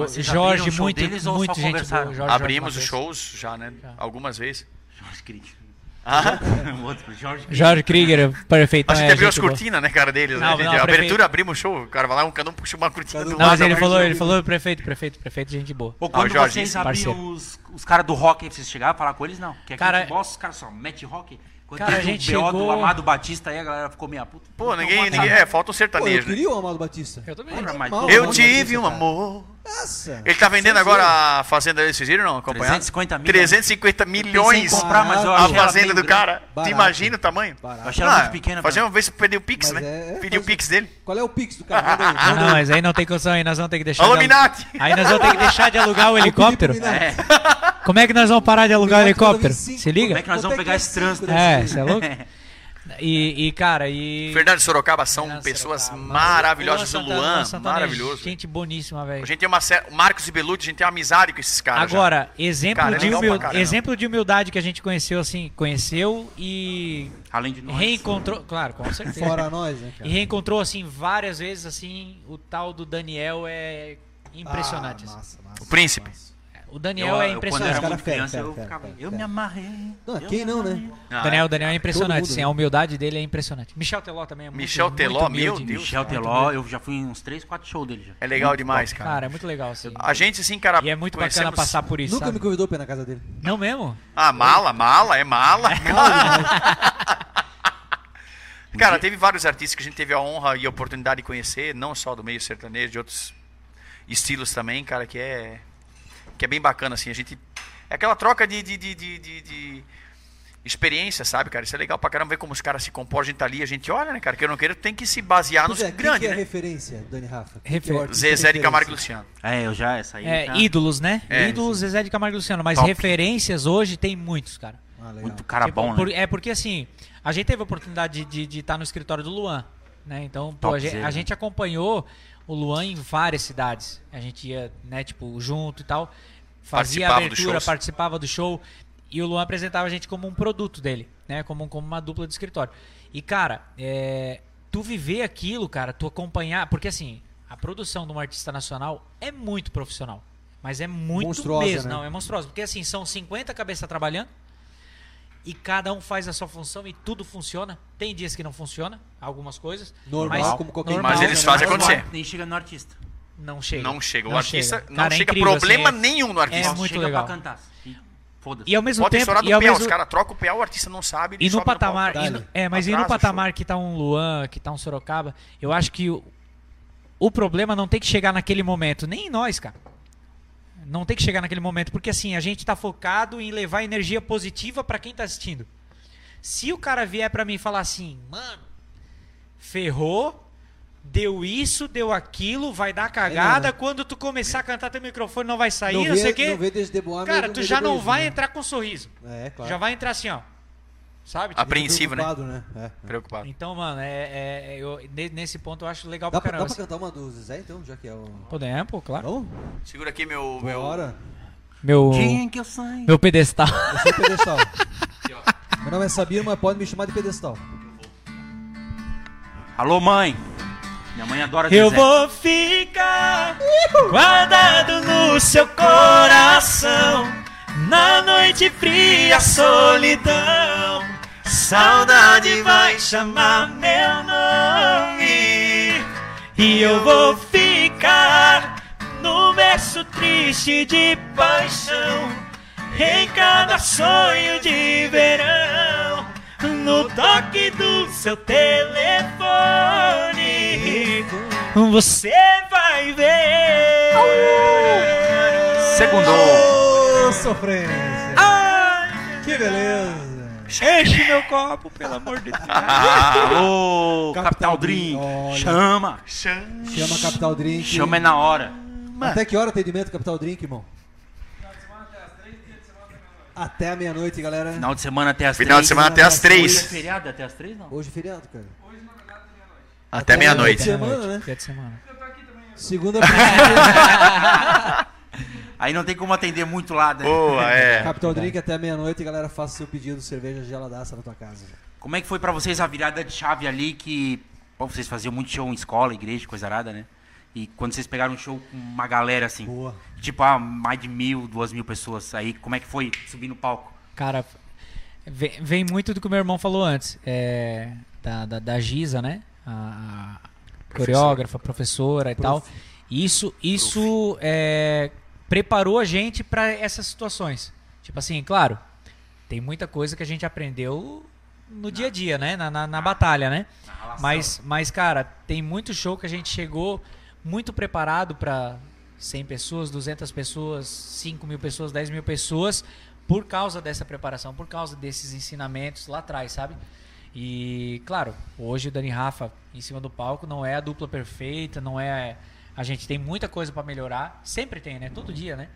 Speaker 1: Deus. Vocês abriram
Speaker 4: Jorge,
Speaker 1: o show
Speaker 4: muito,
Speaker 1: deles ou
Speaker 4: muito
Speaker 1: só
Speaker 4: gente
Speaker 1: conversaram?
Speaker 4: boa. Jorge
Speaker 5: Abrimos os
Speaker 4: Jorge Matheus.
Speaker 5: shows já, né? Algumas vezes.
Speaker 1: Jorge Krieg.
Speaker 5: Ah,
Speaker 1: O [laughs] outro, Jorge Krieg.
Speaker 4: Jorge Krieger, perfeito.
Speaker 5: a gente
Speaker 4: é,
Speaker 5: abriu as
Speaker 4: gente boa.
Speaker 5: cortinas, né, cara, deles.
Speaker 4: Não,
Speaker 5: né, gente?
Speaker 4: não,
Speaker 5: a
Speaker 4: prefeito.
Speaker 5: abertura abrimos o show. O cara vai lá, um cada um puxa uma cortina
Speaker 2: Cada
Speaker 5: do
Speaker 2: um.
Speaker 4: Não, mas
Speaker 5: lado.
Speaker 4: ele
Speaker 5: abre-
Speaker 4: falou, ele falou, prefeito, prefeito, prefeito, gente boa.
Speaker 1: Ou quando
Speaker 5: Ah, o Jorge,
Speaker 1: vocês
Speaker 5: esse
Speaker 4: parceiro.
Speaker 1: abriam os, os caras do rock, aí vocês chegavam a falar com eles, não. Que aqui
Speaker 4: Cara-
Speaker 1: cara, boss, os caras só mete rock. Quando
Speaker 4: Cara,
Speaker 1: teve
Speaker 4: a gente
Speaker 1: o do
Speaker 4: chegou-
Speaker 1: Amado Batista, aí a galera ficou meia puta.
Speaker 5: Pô, ninguém, é-
Speaker 1: Então,
Speaker 5: ninguém. É, falta
Speaker 2: Pô,
Speaker 5: um
Speaker 2: eu
Speaker 5: sertanejo. né?
Speaker 2: queria o Amado Batista.
Speaker 4: Eu também.
Speaker 1: Porra, mas-
Speaker 2: Mal,
Speaker 1: Eu
Speaker 5: Eu
Speaker 2: Amado
Speaker 5: tive
Speaker 2: Batista,
Speaker 5: um
Speaker 2: cara.
Speaker 5: amor.
Speaker 2: Nossa.
Speaker 5: Ele tá vendendo
Speaker 2: Vocês viram?
Speaker 5: agora a fazenda dele, vocês viram não? Acompanhado?
Speaker 1: 350 mil,
Speaker 5: 350
Speaker 1: pensei em
Speaker 5: milhões
Speaker 1: comprar, mas eu
Speaker 5: a
Speaker 1: achei ela
Speaker 5: fazenda
Speaker 1: bem
Speaker 5: do
Speaker 1: grande.
Speaker 5: cara.
Speaker 2: Barato.
Speaker 5: Te imagina o tamanho?
Speaker 1: Eu
Speaker 2: Barato.
Speaker 1: achei ela muito pequena.
Speaker 5: Fazer um-
Speaker 1: pra-
Speaker 5: uma vez pra perder o Pix,
Speaker 2: Mas
Speaker 5: né?
Speaker 2: é-
Speaker 5: Pedir o
Speaker 2: faz-
Speaker 5: Pix dele.
Speaker 2: Qual é o pix do cara? Manda aí,
Speaker 4: Ah,
Speaker 2: manda
Speaker 4: não,
Speaker 2: aí.
Speaker 4: mas aí não tem condição, aí nós vamos ter que deixar. de alu-
Speaker 5: Illuminati!
Speaker 4: Aí nós vamos ter que deixar de alugar o
Speaker 2: Eu pedi pro
Speaker 4: helicóptero.
Speaker 2: Minardi.
Speaker 4: Como é que nós vamos parar de alugar o
Speaker 2: Minardi manda
Speaker 4: helicóptero?
Speaker 2: 25.
Speaker 4: Se liga?
Speaker 1: Como é que nós
Speaker 2: Quanto
Speaker 1: vamos
Speaker 2: é que
Speaker 1: pegar
Speaker 2: é
Speaker 1: esse trânsito?
Speaker 2: cinco
Speaker 4: É,
Speaker 2: desse?
Speaker 4: você é louco? E, e, cara, e.
Speaker 5: Fernando Sorocaba são
Speaker 4: Fernando
Speaker 5: pessoas
Speaker 4: Sorocaba.
Speaker 5: maravilhosas. O
Speaker 4: Santana-
Speaker 5: Luan,
Speaker 4: Santana é
Speaker 5: maravilhoso.
Speaker 4: Gente boníssima,
Speaker 5: A
Speaker 4: velho.
Speaker 5: gente tem uma série. O Marcos e Belucci, a gente tem uma amizade com esses caras. já.
Speaker 4: Agora, exemplo,
Speaker 5: Cara, é
Speaker 4: de
Speaker 5: legal pra
Speaker 4: humil-
Speaker 5: caramba.
Speaker 4: exemplo de humildade que a gente conheceu, assim, conheceu e
Speaker 1: [laughs] Além de nós.
Speaker 4: reencontrou. Claro, com certeza.
Speaker 2: Fora nós, né,
Speaker 4: é E
Speaker 2: cara?
Speaker 4: reencontrou, assim, várias vezes, assim, o tal do Daniel é impressionante.
Speaker 2: Ah,
Speaker 4: assim.
Speaker 2: massa, massa,
Speaker 5: O príncipe.
Speaker 2: massa.
Speaker 4: O Daniel
Speaker 1: eu, quando
Speaker 4: é
Speaker 1: era
Speaker 4: impressionante.
Speaker 2: Cara,
Speaker 1: muito
Speaker 2: fera,
Speaker 1: criança,
Speaker 2: fera,
Speaker 1: eu
Speaker 2: fera,
Speaker 1: ficava.
Speaker 2: fera,
Speaker 1: Eu
Speaker 2: fera.
Speaker 1: me amarrei.
Speaker 2: Não,
Speaker 1: eu
Speaker 2: quem
Speaker 1: me
Speaker 2: não, né?
Speaker 1: amarrei.
Speaker 5: Ah,
Speaker 4: Daniel, Daniel é impressionante,
Speaker 2: mundo,
Speaker 4: sim.
Speaker 2: né?
Speaker 4: A humildade dele é impressionante. Michel Teló também é muito
Speaker 5: Michel
Speaker 4: muito
Speaker 5: Teló, meu
Speaker 4: humilde.
Speaker 5: Deus.
Speaker 1: Michel Teló, eu já fui em uns 3, 4 shows dele já.
Speaker 5: É legal demais, cara.
Speaker 4: Cara, é muito legal, assim.
Speaker 5: A gente, assim, cara.
Speaker 4: E é muito bacana
Speaker 5: conhecemos-
Speaker 4: passar por isso.
Speaker 2: Nunca
Speaker 4: sabe?
Speaker 2: me convidou pra ir na casa dele.
Speaker 4: Não mesmo?
Speaker 5: Ah, mala, mala, é mala. [laughs] Cara, teve vários artistas que a gente teve a honra e a oportunidade de conhecer, não só do meio sertanejo, de outros estilos também, cara, que é que é bem bacana assim. A gente é aquela troca de, de, de, de, de- de experiência, sabe, cara? Isso é legal pra caramba ver como os caras se comportam, a gente tá ali, a gente olha, né, cara? Que eu não quero, tem que se basear nos
Speaker 2: Pois é, quem que
Speaker 5: grandes,
Speaker 2: é a
Speaker 5: né?
Speaker 2: referência, Dani Rafa? Quem
Speaker 4: Refer-
Speaker 2: que é o artista
Speaker 5: Zezé de
Speaker 2: referência?
Speaker 5: Camargo e Luciano.
Speaker 1: É, eu já, essa aí.
Speaker 4: É,
Speaker 2: Tá.
Speaker 1: já-
Speaker 4: ídolos, né?
Speaker 5: É.
Speaker 4: ídolos Zezé de Camargo e Luciano. Mas
Speaker 5: Top.
Speaker 4: referências hoje tem muitos, cara.
Speaker 2: Ah, legal.
Speaker 1: Muito cara
Speaker 4: Tipo,
Speaker 1: bom,
Speaker 4: por-
Speaker 1: né?
Speaker 4: É porque assim, a gente teve a oportunidade de estar de, estar no escritório do Luan, né? Então, pô, a, gen- a gente,
Speaker 1: Topzera.
Speaker 4: acompanhou o Luan em várias cidades. A gente ia, né, tipo, junto e tal. Fazia
Speaker 5: Participava dos
Speaker 4: abertura,
Speaker 5: shows.
Speaker 4: participava do show. E o Luan apresentava a gente como um produto dele, né? Como, como uma dupla de escritório. E, cara, é, tu viver aquilo, cara, tu acompanhar. Porque assim, a produção de um artista nacional é muito profissional. Mas é muito
Speaker 2: Monstruosa,
Speaker 4: mesmo.
Speaker 2: né?
Speaker 4: Não, é monstruosa. Porque assim, são 50 cabeças trabalhando e cada um faz a sua função e tudo funciona. Tem dias que não funciona, algumas coisas.
Speaker 2: Normal,
Speaker 4: mas
Speaker 2: como qualquer né?
Speaker 4: normal,
Speaker 5: Mas eles fazem
Speaker 4: né?
Speaker 5: acontecer.
Speaker 1: Nem chega no artista.
Speaker 4: Não chega.
Speaker 5: Não chega, o
Speaker 4: Não
Speaker 5: artista
Speaker 4: chega.
Speaker 5: não
Speaker 4: Cara, é
Speaker 5: chega
Speaker 4: incrível,
Speaker 5: problema
Speaker 4: assim, é-
Speaker 5: nenhum no
Speaker 4: É
Speaker 5: artista.
Speaker 1: Só
Speaker 4: muito
Speaker 1: chega
Speaker 4: legal.
Speaker 1: pra cantar. E Foda-se.
Speaker 4: E ao mesmo
Speaker 5: Pode
Speaker 4: tempo,
Speaker 5: estourar do
Speaker 4: e, ao
Speaker 5: pé, os
Speaker 4: mesmo,
Speaker 5: caras trocam o pé, o artista não sabe. ele
Speaker 4: e no
Speaker 5: sobe palco.
Speaker 4: patamar, e no-
Speaker 2: Dale.
Speaker 4: é, mas e no
Speaker 5: Atrasa o
Speaker 4: patamar que tá um Luan, que tá um Sorocaba, eu acho que o, o problema não tem que chegar naquele momento, nem em nós, cara. Não tem que chegar naquele momento, porque assim, a gente tá focado em levar energia positiva pra quem tá assistindo. Se o cara vier pra mim e falar assim, mano, ferrou, deu isso, deu aquilo, vai dar cagada,
Speaker 2: né?
Speaker 4: quando tu começar a cantar teu microfone não vai sair,
Speaker 2: Não
Speaker 4: não,
Speaker 2: vê-
Speaker 4: sei o quê.
Speaker 2: não vê desde Deboar,
Speaker 4: cara,
Speaker 2: mesmo
Speaker 4: tu
Speaker 2: de
Speaker 4: já não
Speaker 2: Deboísmo,
Speaker 4: vai
Speaker 2: né?
Speaker 4: entrar com sorriso.
Speaker 2: É, claro.
Speaker 4: Já vai entrar assim, ó. Sabe?
Speaker 5: A Apreensivo, né?
Speaker 2: Preocupado, né? É.
Speaker 5: Preocupado.
Speaker 4: Então, mano, é, é- eu- ne- nesse ponto eu acho legal
Speaker 2: Dá
Speaker 4: pra
Speaker 2: pra, dá
Speaker 4: caramba.
Speaker 2: pra cantar uma do Zezé, então, já que é o...
Speaker 4: Podemos, pô, claro.
Speaker 2: Vamos?
Speaker 5: Segura aqui meu. meu...
Speaker 2: Bora.
Speaker 4: Meu,
Speaker 1: Dia em é que eu
Speaker 2: é
Speaker 1: saio.
Speaker 4: meu pedestal.
Speaker 2: Eu sou pedestal. Meu nome é Sabino, mas pode me chamar de pedestal.
Speaker 1: Alô, mãe. Minha mãe adora
Speaker 6: Eu
Speaker 1: Zezé.
Speaker 6: vou ficar guardado no seu coração. Na noite fria, solidão. Saudade vai chamar meu nome. E eu vou ficar no verso triste de paixão. Em cada sonho de verão. No toque do seu telefone. Você vai ver.
Speaker 5: Segundou.
Speaker 2: Ô, sofrência.
Speaker 6: Ai,
Speaker 2: Que beleza.
Speaker 6: enche meu copo, pelo amor de Deus.
Speaker 1: Alô,
Speaker 2: Capital
Speaker 4: um
Speaker 1: Capital
Speaker 2: Drink,
Speaker 1: Drink.
Speaker 2: olha.
Speaker 1: Chama.
Speaker 2: Chama Capital Drink.
Speaker 1: Chama é na hora.
Speaker 2: Até que hora atendimento Capital Drink, irmão? Até a meia-noite, galera.
Speaker 1: Final de semana até as três.
Speaker 5: Final de semana até as
Speaker 1: Hoje é
Speaker 5: três.
Speaker 1: feriado até as três, não?
Speaker 2: Hoje é feriado, cara.
Speaker 5: Até meia-noite.
Speaker 2: Até Semana, né?
Speaker 4: Dia de semana.
Speaker 2: Segunda
Speaker 4: [laughs]
Speaker 2: feira
Speaker 1: Aí não tem como atender muito lá, né?
Speaker 5: Boa, é.
Speaker 2: Capital Drink até meia-noite, galera. Faça seu pedido, cerveja geladaça na tua casa.
Speaker 1: Como é que foi pra vocês a virada de chave ali que... Pô, vocês faziam muito show em escola, igreja, coisa arada, né? E quando vocês pegaram um show com uma galera assim...
Speaker 2: Boa.
Speaker 1: Tipo, ah, mais de mil, duas mil pessoas. Aí como é que foi subir no palco?
Speaker 4: Cara, vem, vem muito do que o meu irmão falou antes. é, da, da, da Giza, né? A, a coreógrafa, professora e tal. Isso, isso é, preparou a gente pra essas situações. Tipo assim, claro, tem muita coisa que a gente aprendeu no dia a dia, né? Na, na, na batalha, né? Mas, mas, cara, tem muito show que a gente chegou muito preparado pra 100 pessoas, 200 pessoas, 5 mil pessoas, 10 mil pessoas, por causa dessa preparação, por causa desses ensinamentos lá atrás, sabe? E, claro, hoje o Dani e Rafa em cima do palco não é a dupla perfeita, não é. A gente tem muita coisa pra melhorar, sempre tem, né? Todo dia, né?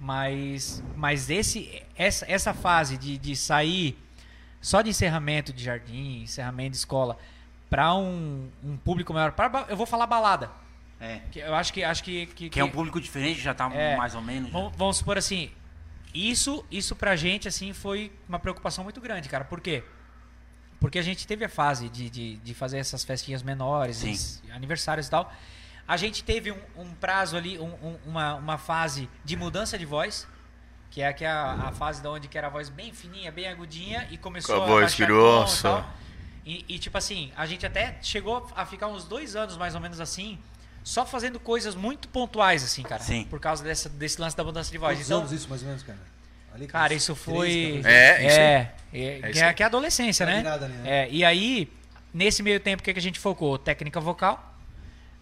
Speaker 4: Mas, mas esse, essa, essa fase de, de sair só de encerramento de jardim, encerramento de escola, pra um, um público maior. Pra, ba- eu vou falar balada.
Speaker 1: É.
Speaker 4: que eu acho que. Acho que, que,
Speaker 1: Que é um público diferente, já tá
Speaker 4: É.
Speaker 1: mais ou menos. né?
Speaker 4: Vamos, vamos supor assim, isso, isso pra gente assim foi uma preocupação muito grande, cara. Por quê? Porque a gente teve a fase de, de, de fazer essas festinhas menores,
Speaker 1: Sim.
Speaker 4: esses aniversários e tal. A gente teve um, um prazo ali, um- um- uma, uma fase de mudança de voz, que é, que é a, a fase da onde que era a voz bem fininha, bem agudinha, e começou
Speaker 5: Com a
Speaker 4: a
Speaker 5: voz
Speaker 4: baixar
Speaker 5: grossa.
Speaker 4: o tom e tal. E, e, tipo assim, a gente até chegou a ficar uns dois anos mais ou menos assim, só fazendo coisas muito pontuais, assim, cara.
Speaker 1: Sim.
Speaker 4: Por causa dessa, desse lance da mudança de voz.
Speaker 2: Quantos
Speaker 4: Então,
Speaker 2: anos isso, mais ou menos, cara? Ali com
Speaker 4: cara,
Speaker 2: uns
Speaker 4: isso
Speaker 2: 13,
Speaker 4: foi.
Speaker 2: 14.
Speaker 5: É, isso
Speaker 4: é, é,
Speaker 5: É
Speaker 4: que
Speaker 5: isso
Speaker 4: é,
Speaker 5: aí.
Speaker 4: que é a adolescência,
Speaker 2: Tá
Speaker 4: né?
Speaker 2: virada ali, né?
Speaker 4: É, e aí, nesse meio tempo, o que, que a gente focou? Técnica vocal.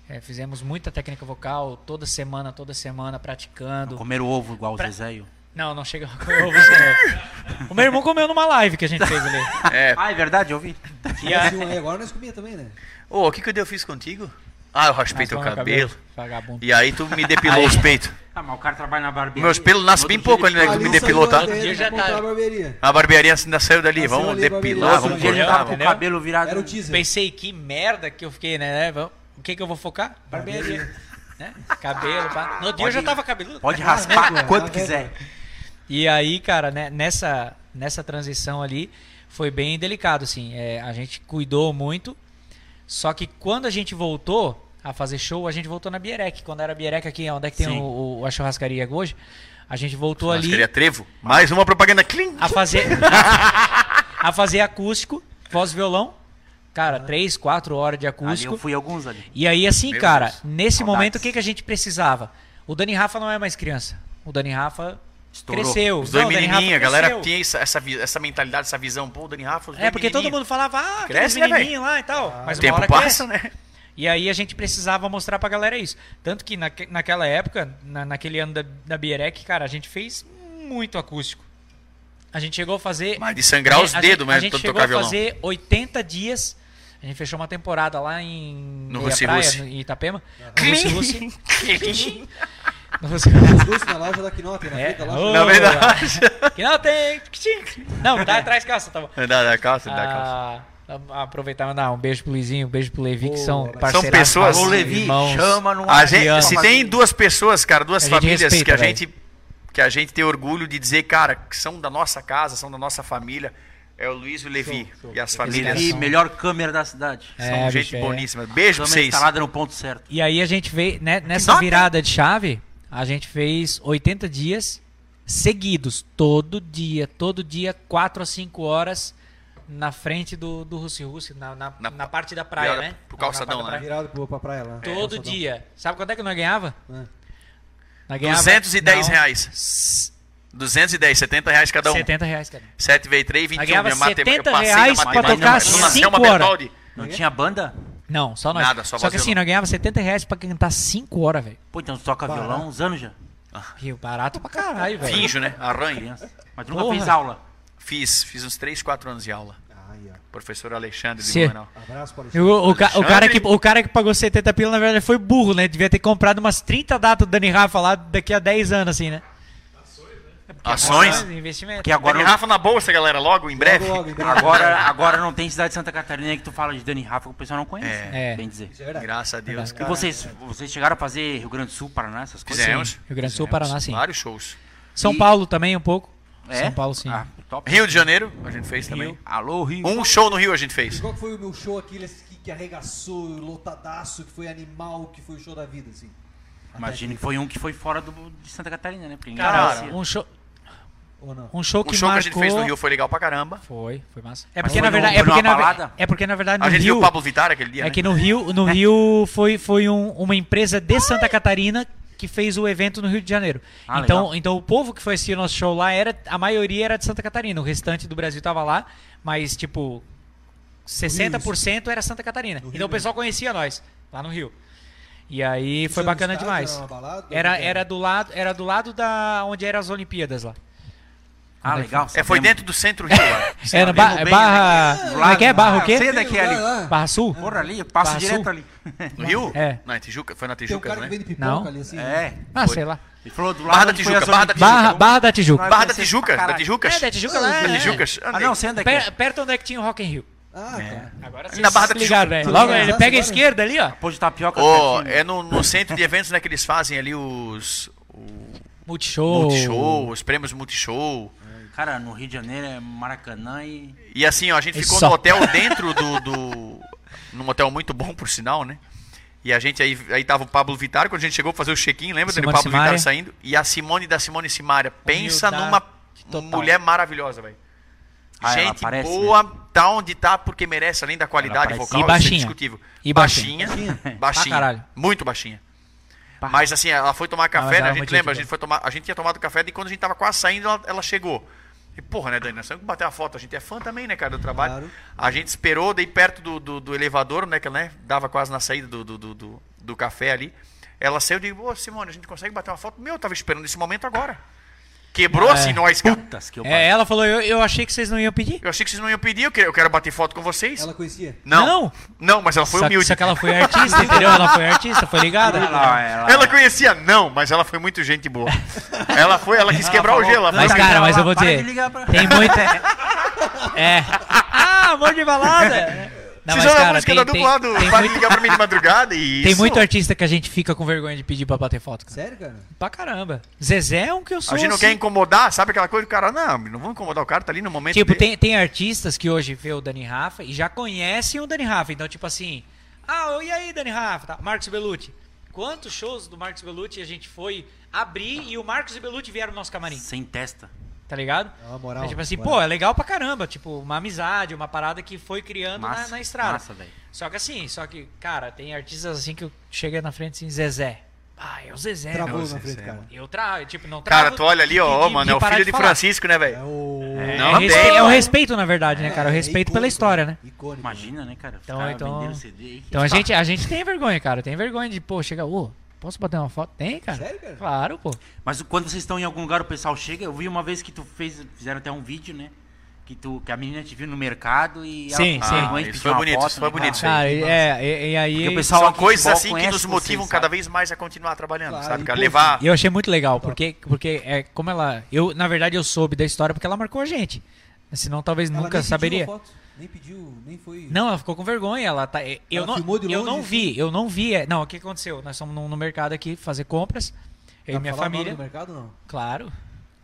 Speaker 4: É, fizemos muita técnica vocal, toda semana, toda semana, praticando.
Speaker 1: Comer o ovo igual o
Speaker 4: Pra-
Speaker 1: Zezé. e o-
Speaker 4: Não, não chega a comer ovo,
Speaker 5: [laughs]
Speaker 4: senhor. O meu irmão comeu numa live que a gente fez ali.
Speaker 5: É.
Speaker 1: Ah, é verdade, eu ouvi.
Speaker 4: E
Speaker 2: Mas
Speaker 4: aí,
Speaker 2: tinha um aí, agora nós comia também, né?
Speaker 5: Ô, o que que eu fiz contigo? Ah, eu raspei teu
Speaker 4: Raspou meu
Speaker 5: cabelo.
Speaker 4: Vagabundo.
Speaker 5: E aí tu me depilou os peitos.
Speaker 1: [laughs] Ah, mas o cara trabalha na barbearia.
Speaker 5: Meus pelos nascem
Speaker 1: Todo
Speaker 5: bem
Speaker 1: dia
Speaker 5: pouco
Speaker 1: ele
Speaker 4: É,
Speaker 5: ali, né? Que
Speaker 2: Ali um saiu
Speaker 5: me depilou, tá?
Speaker 2: da telha
Speaker 4: Hoje
Speaker 2: pra
Speaker 4: já
Speaker 2: montar
Speaker 4: tá-
Speaker 2: a né? barbearia.
Speaker 5: A barbearia ainda saiu dali.
Speaker 2: Nasceu
Speaker 5: Vamos
Speaker 2: ali,
Speaker 5: depilar,
Speaker 2: barbearia.
Speaker 5: vamos
Speaker 1: Um dia ele
Speaker 5: cortar.
Speaker 1: tava com o
Speaker 5: vamos-
Speaker 4: entendeu?
Speaker 1: cabelo virado.
Speaker 2: Era o teaser.
Speaker 4: Pensei, que merda que eu fiquei, né? né? O que que eu vou focar? Barbearia. né? Cabelo, pá. No outro dia eu já tava cabeludo.
Speaker 1: Pode
Speaker 2: Ah, né,
Speaker 1: raspar quanto
Speaker 2: tá
Speaker 1: quiser.
Speaker 4: E aí, cara, né, nessa, nessa transição ali foi bem delicado, assim. É, a gente cuidou muito. Só que quando a gente voltou a fazer show, a gente voltou na Bierec. Quando era Bierec aqui, onde é que tem
Speaker 1: Sim.
Speaker 4: o, o- a churrascaria hoje, a gente voltou ali
Speaker 5: Churrascaria Trevo. Mais uma propaganda clean.
Speaker 4: a fazer [laughs] a fazer acústico, voz e violão. Cara, três, quatro horas de
Speaker 1: Ali eu
Speaker 4: acústico.
Speaker 1: fui alguns ali.
Speaker 4: E aí, assim,
Speaker 5: Meu
Speaker 4: cara,
Speaker 5: Deus.
Speaker 4: nesse
Speaker 1: Saudades.
Speaker 4: momento, o que, que a gente precisava? O Dani Rafa não é mais criança. O Dani Rafa
Speaker 1: Estourou.
Speaker 4: cresceu.
Speaker 5: Os dois
Speaker 4: Não, o Dani Rafa
Speaker 5: menininhos, a galera
Speaker 4: cresceu.
Speaker 5: tinha essa, essa, vi- essa mentalidade, essa visão. Pô, o Dani Rafa, os dois
Speaker 4: É, porque todo
Speaker 5: menininhos.
Speaker 4: mundo falava, ah,
Speaker 5: Cresce,
Speaker 4: cresce,
Speaker 5: né,
Speaker 4: menininho lá e tal. Mas
Speaker 5: O
Speaker 4: uma
Speaker 5: tempo
Speaker 4: hora
Speaker 5: passa,
Speaker 4: cresce.
Speaker 5: né?
Speaker 4: E aí a gente precisava mostrar pra galera isso. Tanto que naque- naquela época, na- naquele ano da, da Bierec, cara, a gente fez muito acústico. A gente chegou a fazer
Speaker 5: Mas de sangrar os
Speaker 4: É, a gente-
Speaker 5: dedos
Speaker 4: A
Speaker 5: mesmo,
Speaker 4: gente
Speaker 5: tanto
Speaker 4: chegou
Speaker 5: tocar
Speaker 4: a
Speaker 5: violão.
Speaker 4: fazer 80 dias. A gente fechou uma temporada lá em
Speaker 5: No
Speaker 4: Meia
Speaker 5: Russi
Speaker 4: Praia,
Speaker 5: Russi.
Speaker 4: no- em Itapema. No
Speaker 5: Clim. [laughs]
Speaker 4: Russi Russi.
Speaker 2: Doce na loja da Quinota, na
Speaker 6: É.
Speaker 2: frente da
Speaker 6: Ô,
Speaker 2: loja.
Speaker 5: Na verdade.
Speaker 6: Que não tem. Não, tá atrás calça, tá bom.
Speaker 5: [laughs] Dá, dá calça, dá calça.
Speaker 4: Ah, aproveitar e mandar um beijo pro Luizinho, um beijo pro Levi, que
Speaker 2: Boa,
Speaker 4: são
Speaker 2: Levi.
Speaker 4: parceiros.
Speaker 5: São pessoas- Ô, Levi,
Speaker 3: chama no
Speaker 5: A gente,
Speaker 4: Adriano.
Speaker 5: se tem duas pessoas, cara, duas
Speaker 4: Ah, A gente
Speaker 5: famílias
Speaker 4: respeita,
Speaker 5: que a
Speaker 4: velho.
Speaker 5: gente que a gente tem orgulho de dizer, cara, que são da nossa casa, são da nossa família, é o Luiz e o Levi e as famílias.
Speaker 4: Eles
Speaker 1: E
Speaker 4: são-
Speaker 1: melhor câmera da cidade.
Speaker 4: É,
Speaker 5: São gente
Speaker 4: bicho, é.
Speaker 5: boníssima. Beijo
Speaker 1: câmera
Speaker 5: pra vocês.
Speaker 1: instalada no ponto certo.
Speaker 4: E aí a gente veio, né, nessa
Speaker 5: nota?
Speaker 4: virada de chave, a gente fez 80 dias seguidos, todo dia, todo dia, 4 a 5 horas na frente do, do Russi Russi, na, na,
Speaker 5: Na-
Speaker 4: na parte da praia,
Speaker 5: Virada
Speaker 4: né?
Speaker 5: pro calçadão,
Speaker 4: Na parte da
Speaker 5: né?
Speaker 4: praia.
Speaker 2: tá Virado pro- pra praia lá.
Speaker 4: É. Todo
Speaker 2: Calçadão.
Speaker 4: dia. Sabe quanto é que nós ganhava?
Speaker 2: É.
Speaker 4: Nós ganhava-
Speaker 5: 210
Speaker 4: não,
Speaker 5: reais.
Speaker 4: s-
Speaker 5: 210, 70 reais cada um.
Speaker 4: 70 reais, cara.
Speaker 5: 7 vezes 3, 21.
Speaker 4: Aí ganhava
Speaker 5: Minha matemática-
Speaker 4: 70
Speaker 5: eu passei na
Speaker 4: reais pra
Speaker 5: matemática.
Speaker 1: tocar
Speaker 5: Tu nasceu
Speaker 4: cinco
Speaker 5: uma
Speaker 4: horas.
Speaker 5: Bertoldi?
Speaker 2: é
Speaker 1: Não tinha banda?
Speaker 4: Não, só nós.
Speaker 5: Nada, só
Speaker 4: só que
Speaker 5: vazio
Speaker 4: assim,
Speaker 5: lá.
Speaker 4: nós ganhava 70 reais pra cantar 5 horas, velho.
Speaker 1: Pô, então tu toca
Speaker 2: Barato.
Speaker 1: violão uns anos já,
Speaker 4: Que Barato pra caralho, velho.
Speaker 5: Finjo, né? Arranho.
Speaker 1: criança. Mas tu nunca
Speaker 4: Porra.
Speaker 1: fez aula.
Speaker 5: Fiz, fiz uns 3, 4 anos de aula.
Speaker 2: Aí, ó.
Speaker 5: Professor Alexandre de
Speaker 4: Sim.
Speaker 5: Blumenau.
Speaker 2: Abraço para o
Speaker 4: E O, o ca- o
Speaker 5: Alexandre.
Speaker 4: cara que, o cara que pagou 70 pila, na verdade, foi burro, né? Devia ter comprado umas 30 datas do Dani Rafa lá daqui a 10 anos, assim, né?
Speaker 5: Ações.
Speaker 4: Investimento.
Speaker 1: Porque agora,
Speaker 5: Dani Rafa na bolsa, galera, logo, em breve.
Speaker 2: Logo, logo, em breve.
Speaker 4: é
Speaker 1: agora, agora não tem cidade de Santa Catarina que tu fala de Dani Rafa que o pessoal não conhece.
Speaker 5: É.
Speaker 1: Bem dizer.
Speaker 2: Isso é verdade.
Speaker 5: Graças a Deus,
Speaker 1: E
Speaker 5: cara.
Speaker 1: vocês,
Speaker 4: é.
Speaker 1: vocês chegaram a fazer Rio Grande do Sul, Paraná, essas coisas?
Speaker 5: Fizemos.
Speaker 4: Rio Grande do Sul, Paraná, Ah, sim.
Speaker 5: Vários shows.
Speaker 4: São
Speaker 1: E-
Speaker 4: Paulo também, um pouco.
Speaker 1: É?
Speaker 4: São Paulo, sim.
Speaker 1: Ah, top.
Speaker 5: Rio de Janeiro, a gente fez também.
Speaker 1: Alô, Rio.
Speaker 5: Um show no Rio a gente fez.
Speaker 2: Qual que foi o meu show aquele que, que arregaçou, lotadaço, que foi animal, que foi o show da vida, assim?
Speaker 1: Imagino que foi um que foi fora do, de Santa Catarina, né? Porque ninguém
Speaker 5: Cara,
Speaker 1: conhecia.
Speaker 4: Um show,
Speaker 2: Ou não?
Speaker 4: um show que
Speaker 5: O show que a
Speaker 4: marcou...
Speaker 5: gente fez no Rio foi legal pra caramba.
Speaker 4: Foi, foi massa. É porque,
Speaker 1: foi
Speaker 4: na
Speaker 1: num-
Speaker 4: verdade, é
Speaker 1: foi
Speaker 4: porque,
Speaker 1: numa
Speaker 4: na,
Speaker 1: balada?
Speaker 4: ve- é porque, na verdade, no
Speaker 5: A gente viu
Speaker 4: Rio...
Speaker 5: o Pablo Vittar aquele dia,
Speaker 4: É
Speaker 5: né?
Speaker 4: que no
Speaker 1: [laughs]
Speaker 4: Rio, no Rio foi, foi um- uma empresa de Santa Catarina que fez o evento no Rio de Janeiro.
Speaker 1: Ah,
Speaker 4: então,
Speaker 1: legal.
Speaker 4: então o povo que foi assistir o nosso show lá era a maioria era de Santa Catarina, o restante do Brasil tava lá, mas tipo 60% era Santa Catarina.
Speaker 2: No Rio
Speaker 4: Então o pessoal conhecia nós lá no Rio. E aí
Speaker 2: Isso
Speaker 4: foi
Speaker 2: era um
Speaker 4: bacana
Speaker 2: estádio,
Speaker 4: demais.
Speaker 2: Era, uma balada,
Speaker 4: Era era do lado, era do lado da onde eram as Olimpíadas lá.
Speaker 1: Ah, legal.
Speaker 5: É, foi
Speaker 1: sabemos.
Speaker 5: dentro do centro Rio lá.
Speaker 4: [laughs] Era
Speaker 1: lembro
Speaker 4: ba-
Speaker 1: bem, né?
Speaker 4: barra,
Speaker 1: Do
Speaker 4: como é que é?
Speaker 1: lado.
Speaker 4: Barra o
Speaker 1: Ah, eu
Speaker 4: quê?
Speaker 1: sei daqui ali.
Speaker 4: Barra Sul?
Speaker 1: Porra, ali, passa
Speaker 4: Barra
Speaker 1: direto
Speaker 4: Sul?
Speaker 1: ali. [laughs]
Speaker 5: No Rio?
Speaker 4: É.
Speaker 5: Na Tijuca, foi na
Speaker 2: Tem um
Speaker 5: Tijuca,
Speaker 2: cara que
Speaker 5: né?
Speaker 2: vende pipoca
Speaker 4: Não.
Speaker 2: ali, assim. né?
Speaker 1: É.
Speaker 4: Ah,
Speaker 5: Foi.
Speaker 4: sei lá.
Speaker 1: Ele falou do
Speaker 5: Barra
Speaker 1: lado
Speaker 5: da
Speaker 1: onde foi
Speaker 5: Tijuca,
Speaker 1: as
Speaker 5: Barra da
Speaker 1: Olimpíadas.
Speaker 4: Barra, barra da Tijuca.
Speaker 1: Nós
Speaker 5: Barra da
Speaker 1: conhecemos
Speaker 5: Tijuca,
Speaker 1: pra
Speaker 5: da
Speaker 1: caralho.
Speaker 5: Tijuca.
Speaker 4: É, da Tijuca lá, é.
Speaker 5: Tijucas.
Speaker 1: Ah, não, senta aqui.
Speaker 4: Per- perto onde é que tinha o Rock in Rio.
Speaker 2: Ah, cara.
Speaker 4: Agora
Speaker 5: vocês Barra da
Speaker 4: ligaram, né?
Speaker 2: Tijuca.
Speaker 4: Logo,
Speaker 2: Tudo
Speaker 4: ele
Speaker 2: bem.
Speaker 4: pega a esquerda ali, ó.
Speaker 1: Pô, de tapioca.
Speaker 5: Ó,
Speaker 1: pertinho.
Speaker 5: é no, no centro de eventos né, que eles fazem
Speaker 4: [laughs]
Speaker 5: ali os. O
Speaker 4: Multishow.
Speaker 5: Multishow, os prêmios Multishow.
Speaker 1: Cara, no Rio de Janeiro é Maracanã e.
Speaker 5: E assim, ó, a gente
Speaker 4: Isso
Speaker 5: ficou
Speaker 4: só.
Speaker 5: no hotel
Speaker 4: [laughs]
Speaker 5: dentro do, do. Num hotel muito bom, por sinal, né? E a gente aí, aí tava o Pablo Vittar, quando a gente chegou pra fazer o check-in, lembra dele,
Speaker 4: Simone
Speaker 5: Pablo
Speaker 4: Simaria.
Speaker 5: Vittar saindo? E a Simone da Simone Simaria. Pensa
Speaker 4: Humildade
Speaker 5: numa
Speaker 4: total.
Speaker 5: mulher maravilhosa, velho.
Speaker 1: Ah, ela
Speaker 5: gente
Speaker 1: aparece,
Speaker 5: boa, tá onde tá, porque merece, além da qualidade
Speaker 1: aparece.
Speaker 5: vocal,
Speaker 4: E
Speaker 5: isso é
Speaker 4: baixinha.
Speaker 5: indiscutível.
Speaker 4: E baixinha.
Speaker 5: Baixinha.
Speaker 4: Pra caralho.
Speaker 5: Muito baixinha. Mas assim, ela foi tomar
Speaker 4: mas
Speaker 5: café, né?
Speaker 4: ela
Speaker 5: a
Speaker 4: é muito
Speaker 5: gente lembra, a
Speaker 4: gente
Speaker 5: gente, foi tomar, a gente tinha tomado café e quando a gente tava quase saindo, ela, ela chegou. E porra, né, Dani? Nós temos que bater a foto, a gente é fã também, né, cara, do trabalho.
Speaker 2: Claro.
Speaker 5: A gente esperou, daí perto do, do, do elevador, né, que ela né, dava quase na saída do, do, do, do- do café ali. Ela saiu e disse, ô Simone, a gente consegue bater uma foto? Meu, eu tava esperando esse momento agora. Quebrou assim nós, cara.
Speaker 1: Putas que eu
Speaker 4: É, ela falou, eu, eu achei que vocês não iam pedir.
Speaker 5: Eu achei que vocês não iam pedir, eu quero, eu quero bater foto com vocês.
Speaker 2: Ela conhecia.
Speaker 5: Não.
Speaker 4: Não.
Speaker 5: não. mas ela foi
Speaker 4: só, que-
Speaker 5: humilde.
Speaker 4: só que ela foi artista, entendeu? Ela foi artista, foi ligada.
Speaker 1: Ela, ela,
Speaker 5: Ela conhecia, não, mas ela foi muito gente boa. ela foi, ela quis quebrar o gelo. Ela
Speaker 4: Mas,
Speaker 5: falou,
Speaker 4: cara, mas eu vou
Speaker 1: Para de
Speaker 4: dizer,
Speaker 1: ligar pra-
Speaker 4: tem
Speaker 5: [laughs]
Speaker 4: muita... É. Ah, amor de balada. Não,
Speaker 5: Vocês
Speaker 4: mas,
Speaker 5: olham a
Speaker 4: cara,
Speaker 5: música
Speaker 4: tem-
Speaker 5: da
Speaker 4: tem-
Speaker 5: dupla do
Speaker 4: tem
Speaker 5: Para
Speaker 4: muito-
Speaker 5: de ligar pra mim de madrugada
Speaker 4: [laughs]
Speaker 5: e
Speaker 4: Tem
Speaker 5: isso-
Speaker 4: muito artista que a gente fica com vergonha de pedir pra bater foto. Cara.
Speaker 2: Sério, cara?
Speaker 4: Pra caramba. Zezé é um que eu sou.
Speaker 5: A gente não
Speaker 4: assim,
Speaker 5: quer incomodar, sabe aquela coisa? O cara, não, não vamos incomodar o cara, tá ali no momento
Speaker 4: Tipo,
Speaker 5: dele.
Speaker 4: tem, tem artistas que hoje vê o Dani Rafa e já conhecem o Dani Rafa. Então, tipo assim, ah, e aí, Dani Rafa? Tá, Marcos Bellucci. Quantos shows do Marcos Bellucci a gente foi abrir e o Marcos e Bellucci vieram no nosso camarim,
Speaker 1: Sem testa.
Speaker 4: tá ligado?
Speaker 2: É uma moral.
Speaker 4: É tipo assim,
Speaker 2: moral.
Speaker 4: pô, é legal pra caramba. Tipo, uma amizade, uma parada que foi criando na-
Speaker 1: Massa,
Speaker 4: na, estrada.
Speaker 1: massa, velho.
Speaker 4: Só que assim, só que, cara, tem artistas assim que eu chego na frente assim, Zezé. Ah, é o Zezé.
Speaker 2: Travou
Speaker 4: meu.
Speaker 2: na frente, cara.
Speaker 4: Eu travo, tipo, não travo.
Speaker 5: Cara, tu olha ali, ó,
Speaker 4: de-
Speaker 5: ó,
Speaker 4: de-
Speaker 5: mano, é o
Speaker 4: parar
Speaker 5: filho de
Speaker 4: falar.
Speaker 5: Francisco, né, velho?
Speaker 2: É o...
Speaker 4: É,
Speaker 5: Não
Speaker 4: respe-
Speaker 5: tem.
Speaker 4: é o respeito, na verdade, né, cara? O
Speaker 2: É, é
Speaker 4: respeito
Speaker 2: icônico,
Speaker 4: pela história, né?
Speaker 2: Icônico.
Speaker 1: Imagina, né, cara? Os
Speaker 4: Então,
Speaker 1: caras
Speaker 4: então-
Speaker 1: venderam CD aí.
Speaker 4: Então
Speaker 5: Tá.
Speaker 4: a gente, a gente tem vergonha, cara. Tem vergonha de, pô, chega, ô, posso bater uma foto? Tem, cara.
Speaker 2: Sério, cara?
Speaker 4: Claro, pô.
Speaker 1: Mas quando vocês estão em algum lugar, o pessoal chega. Eu vi uma vez que tu fez, fizeram até um vídeo, né? que, tu, que a menina te viu no mercado e a-
Speaker 4: Sim,
Speaker 1: a,
Speaker 4: sim.
Speaker 1: mãe
Speaker 5: Ah, isso
Speaker 1: pediu
Speaker 5: foi
Speaker 1: uma
Speaker 5: bonito,
Speaker 1: foto,
Speaker 5: isso foi
Speaker 1: né,
Speaker 5: bonito,
Speaker 1: cara?
Speaker 4: Cara, e- é, e, e aí.
Speaker 1: Porque o pessoal
Speaker 5: São
Speaker 1: aqui de
Speaker 5: coisas
Speaker 1: futebol
Speaker 5: assim que
Speaker 1: conhece
Speaker 5: nos
Speaker 1: vocês,
Speaker 5: motivam
Speaker 1: sabe?
Speaker 5: cada vez mais a continuar trabalhando,
Speaker 2: Claro,
Speaker 5: sabe,
Speaker 2: e,
Speaker 5: cara?
Speaker 2: pô,
Speaker 5: Levar.
Speaker 4: E eu achei muito legal, porque, porque é, como ela. Eu, na verdade, eu soube da história porque ela marcou a gente. Senão talvez
Speaker 2: Ela nem
Speaker 4: nunca
Speaker 2: pediu
Speaker 4: saberia.
Speaker 2: a foto, nem pediu, nem foi.
Speaker 4: Não, ela ficou com vergonha. Ela tá. Eu
Speaker 2: Ela
Speaker 4: não.
Speaker 2: filmou de
Speaker 4: eu
Speaker 2: longe,
Speaker 4: não vi. Eu não vi. é, Não, o que aconteceu? Nós fomos no, no mercado aqui fazer compras.
Speaker 2: Dá
Speaker 4: Eu e
Speaker 2: pra
Speaker 4: minha
Speaker 2: falar o nome do
Speaker 4: família.
Speaker 2: mercado, não?
Speaker 4: Claro.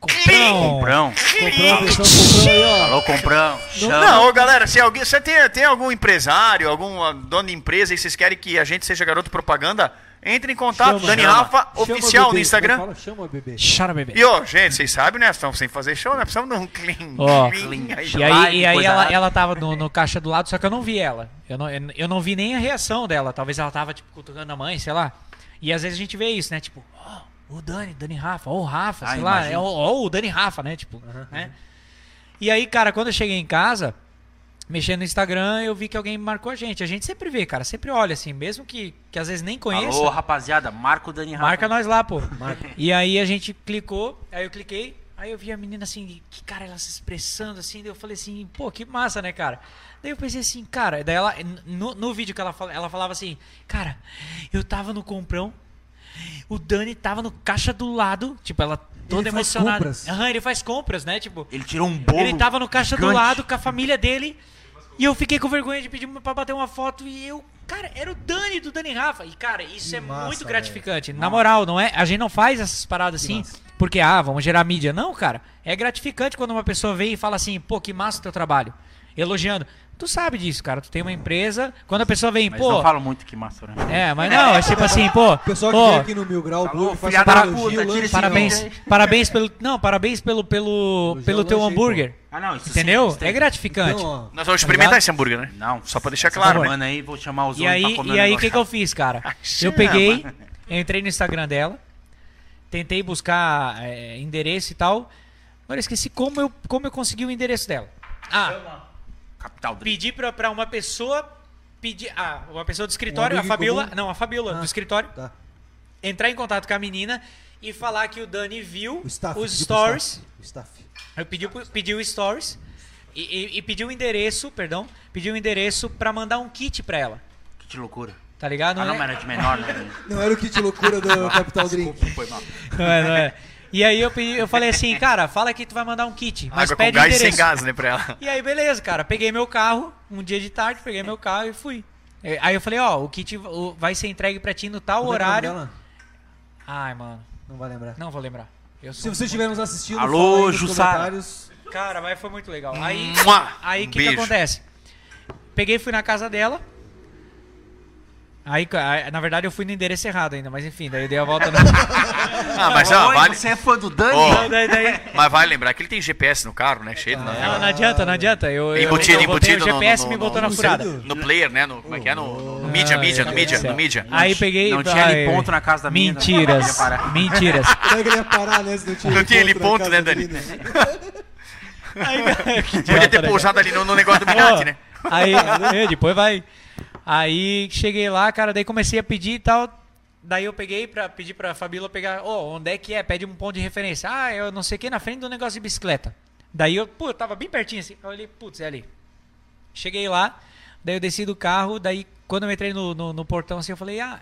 Speaker 4: Comprão.
Speaker 1: Comprão.
Speaker 2: Comprou a versão, comprou aí, ó.
Speaker 1: Alô, Comprão. Chama.
Speaker 5: Não, ô, galera, se alguém, você tem, tem algum empresário, algum dono de empresa e vocês querem que a gente seja garoto propaganda, entre em contato,
Speaker 2: Chama,
Speaker 5: Tá, Dani
Speaker 1: chama.
Speaker 5: Rafa,
Speaker 2: Chama
Speaker 5: oficial
Speaker 2: o bebê,
Speaker 5: no Instagram.
Speaker 2: como é que Fala, chama o bebê.
Speaker 4: Chora, bebê.
Speaker 5: E, ó, gente, vocês sabem, né? Estamos sem fazer show, né? Precisamos de um clean.
Speaker 4: Ó,
Speaker 5: clean [laughs] aí. então.
Speaker 4: E aí, e aí
Speaker 1: coisa
Speaker 4: ela,
Speaker 1: rara.
Speaker 4: ela tava no, no caixa do lado, só que eu não vi ela. Eu não, eu não vi nem a reação dela. Talvez ela tava, tipo, cutucando a mãe, sei lá. E às vezes a gente vê isso, né? Tipo, ó, o Dani, Dani Rafa, ó, o Rafa,
Speaker 1: Ah,
Speaker 4: sei lá,
Speaker 1: imagina.
Speaker 4: é, ó, ó, o Dani Rafa, né? Tipo, né? E aí, cara, quando eu cheguei em casa, mexendo no Instagram, eu vi que alguém marcou a gente. A gente sempre vê, cara, sempre olha, assim, mesmo que, que às vezes nem conheça.
Speaker 1: Alô, rapaziada, marca o Dani Rafa.
Speaker 4: Marca nós
Speaker 2: [laughs]
Speaker 4: lá, pô. E aí a gente clicou, aí eu cliquei, aí eu vi a menina assim, que cara, ela se expressando assim, daí eu falei assim, pô, que massa, né, cara? Daí eu pensei assim, cara, daí ela, no, no vídeo que ela fala, ela falava assim, cara, eu tava no comprão, o Dani tava no caixa do lado, tipo, ela toda
Speaker 2: Ele faz
Speaker 4: emocionada.
Speaker 2: compras.
Speaker 4: Aham, ele faz compras, né, tipo.
Speaker 1: Ele tirou um bolo.
Speaker 4: Ele tava no caixa do
Speaker 1: gigante.
Speaker 4: lado com a família dele. E eu fiquei com vergonha de pedir pra bater uma foto. E eu, cara, era o Dani do Dani Rafa. E, cara, isso
Speaker 2: Que
Speaker 4: é
Speaker 2: massa,
Speaker 4: muito
Speaker 2: velho.
Speaker 4: gratificante. Na moral, não é? A gente não faz essas paradas assim porque, ah, vamos gerar mídia. Não, cara. É gratificante quando uma pessoa vem e fala assim, pô, que massa o teu trabalho. Elogiando. Tu sabe disso, cara. Tu tem uma empresa. Quando a pessoa vem,
Speaker 1: Mas
Speaker 4: pô.
Speaker 1: não falam muito que massa, né?
Speaker 4: É, mas não, é tipo assim, pô.
Speaker 2: O [laughs] pessoal que
Speaker 4: pô,
Speaker 2: vem aqui no Mil Grau,
Speaker 1: Alô,
Speaker 2: Blue, faz
Speaker 1: filha da
Speaker 2: um elogio,
Speaker 1: puta,
Speaker 2: lanche,
Speaker 1: tira esse
Speaker 4: Parabéns,
Speaker 1: vídeo
Speaker 2: [laughs]
Speaker 4: parabéns pelo. Não, parabéns pelo, pelo,
Speaker 2: Elogiar
Speaker 4: pelo
Speaker 2: o
Speaker 4: teu
Speaker 2: lanche aí,
Speaker 4: hambúrguer.
Speaker 1: Ah, não, isso sim,
Speaker 4: Entendeu?
Speaker 1: isso tem.
Speaker 4: É gratificante.
Speaker 2: Então, ó,
Speaker 5: Nós vamos experimentar
Speaker 4: ligado?
Speaker 5: esse hambúrguer, né?
Speaker 1: Não,
Speaker 5: Só pra deixar claro, né?
Speaker 1: Mano, aí vou chamar os
Speaker 4: E
Speaker 1: homens
Speaker 4: aí,
Speaker 1: pra comer
Speaker 4: e
Speaker 1: um
Speaker 4: aí o
Speaker 1: negócio.
Speaker 4: que, que eu fiz, cara? Eu
Speaker 5: Chama.
Speaker 4: peguei, eu entrei no Instagram dela, tentei buscar é, endereço e tal. Agora eu esqueci como eu, como eu consegui o endereço dela. Ah,
Speaker 1: [laughs] Capital Drink.
Speaker 4: pedi pra, pra uma pessoa. Pedi, ah, uma pessoa do escritório, a
Speaker 2: Um amigo em
Speaker 4: Fabiola.
Speaker 2: comum?
Speaker 4: Não, a Fabiola do escritório.
Speaker 2: tá.
Speaker 4: Entrar em contato com a menina e falar que o Dani viu
Speaker 2: O staff.
Speaker 4: os
Speaker 2: pediu pro
Speaker 4: stories.
Speaker 2: staff, O staff.
Speaker 4: Eu pedi, pro- pedi o stories e, e, e pedi o endereço, perdão, pedi o endereço pra mandar um kit pra ela,
Speaker 1: Que loucura.
Speaker 4: tá ligado?
Speaker 1: Ah, não,
Speaker 4: é-
Speaker 1: mas era de menor, né?
Speaker 2: Não era o kit loucura
Speaker 5: [laughs]
Speaker 2: do Capital Drink.
Speaker 1: Foi mal.
Speaker 4: Não é, não é. E aí eu, pedi, eu falei assim, cara, fala que tu vai mandar um kit, mas
Speaker 5: Água com
Speaker 4: pede o
Speaker 5: gás e sem
Speaker 4: endereço.
Speaker 5: gás, né, pra
Speaker 4: [laughs]
Speaker 5: ela.
Speaker 4: E aí, beleza, cara, peguei meu carro, um dia de tarde, peguei meu carro e fui. É, Aí eu falei, ó, o kit o- vai ser entregue pra ti no tal
Speaker 2: Como é que é o nome
Speaker 4: horário.
Speaker 2: dela?
Speaker 4: Ai, mano,
Speaker 2: Não vai lembrar.
Speaker 4: não vou lembrar. Eu
Speaker 2: Se
Speaker 4: sou...
Speaker 2: você estiver nos assistindo,
Speaker 1: Alô,
Speaker 2: fala aí nos
Speaker 1: Jussara.
Speaker 2: comentários.
Speaker 4: Cara, mas foi muito legal. Aí,
Speaker 5: Mua!
Speaker 4: aí o
Speaker 5: Um
Speaker 4: que, que
Speaker 5: beijo.
Speaker 4: acontece? Peguei e fui na casa dela. Aí, ca- aí, na verdade, eu fui no endereço errado ainda, mas enfim, daí eu dei a volta. No...
Speaker 5: Ah, mas, ó,
Speaker 1: Oi,
Speaker 5: vale,
Speaker 1: Você é fã do Dani?
Speaker 5: [laughs] Ó.
Speaker 4: Não, daí, daí,
Speaker 5: mas vale lembrar que ele tem GPS no carro, né? Cheio de
Speaker 4: Não, não adianta, não adianta. Eu, eu-
Speaker 5: Embutido,
Speaker 4: eu botei
Speaker 5: embutido
Speaker 4: o
Speaker 5: no-
Speaker 4: GPS
Speaker 5: no-
Speaker 4: me
Speaker 5: no-
Speaker 4: botou
Speaker 5: no-
Speaker 4: na furada.
Speaker 2: Sério?
Speaker 5: No player, né? No, como é que é? No, no, no mídia,
Speaker 4: Ah,
Speaker 5: mídia,
Speaker 4: é,
Speaker 5: no
Speaker 4: é,
Speaker 5: mídia,
Speaker 4: é.
Speaker 5: no mídia.
Speaker 4: Aí peguei.
Speaker 1: Não tinha ali
Speaker 4: aí-
Speaker 1: ponto na casa da menina.
Speaker 4: Mentiras.
Speaker 1: Não ia parar.
Speaker 4: Mentiras.
Speaker 2: Como é que ele ia parar, né? Se não tinha
Speaker 5: Não tinha ele ponto,
Speaker 2: na casa
Speaker 5: né, Dani?
Speaker 2: dele, né?
Speaker 4: Aí, cara, que
Speaker 5: Podia
Speaker 4: idiota,
Speaker 5: ter
Speaker 4: né,
Speaker 5: pousado ali no, no negócio do
Speaker 4: cara?
Speaker 5: Minati, né?
Speaker 4: Ó, Aí, é, depois vai. Aí cheguei lá, cara, daí comecei a pedir e tal. Daí eu peguei pra pedir pra Fabíola pegar, ó, onde é que é? Pede um ponto de referência. Ah, eu não sei o que, na frente do negócio de bicicleta. Daí eu, pô, eu tava bem pertinho assim. Eu olhei, putz, é ali. Cheguei lá, daí eu desci do carro, daí quando eu entrei no, no, no portão assim, eu falei, ah,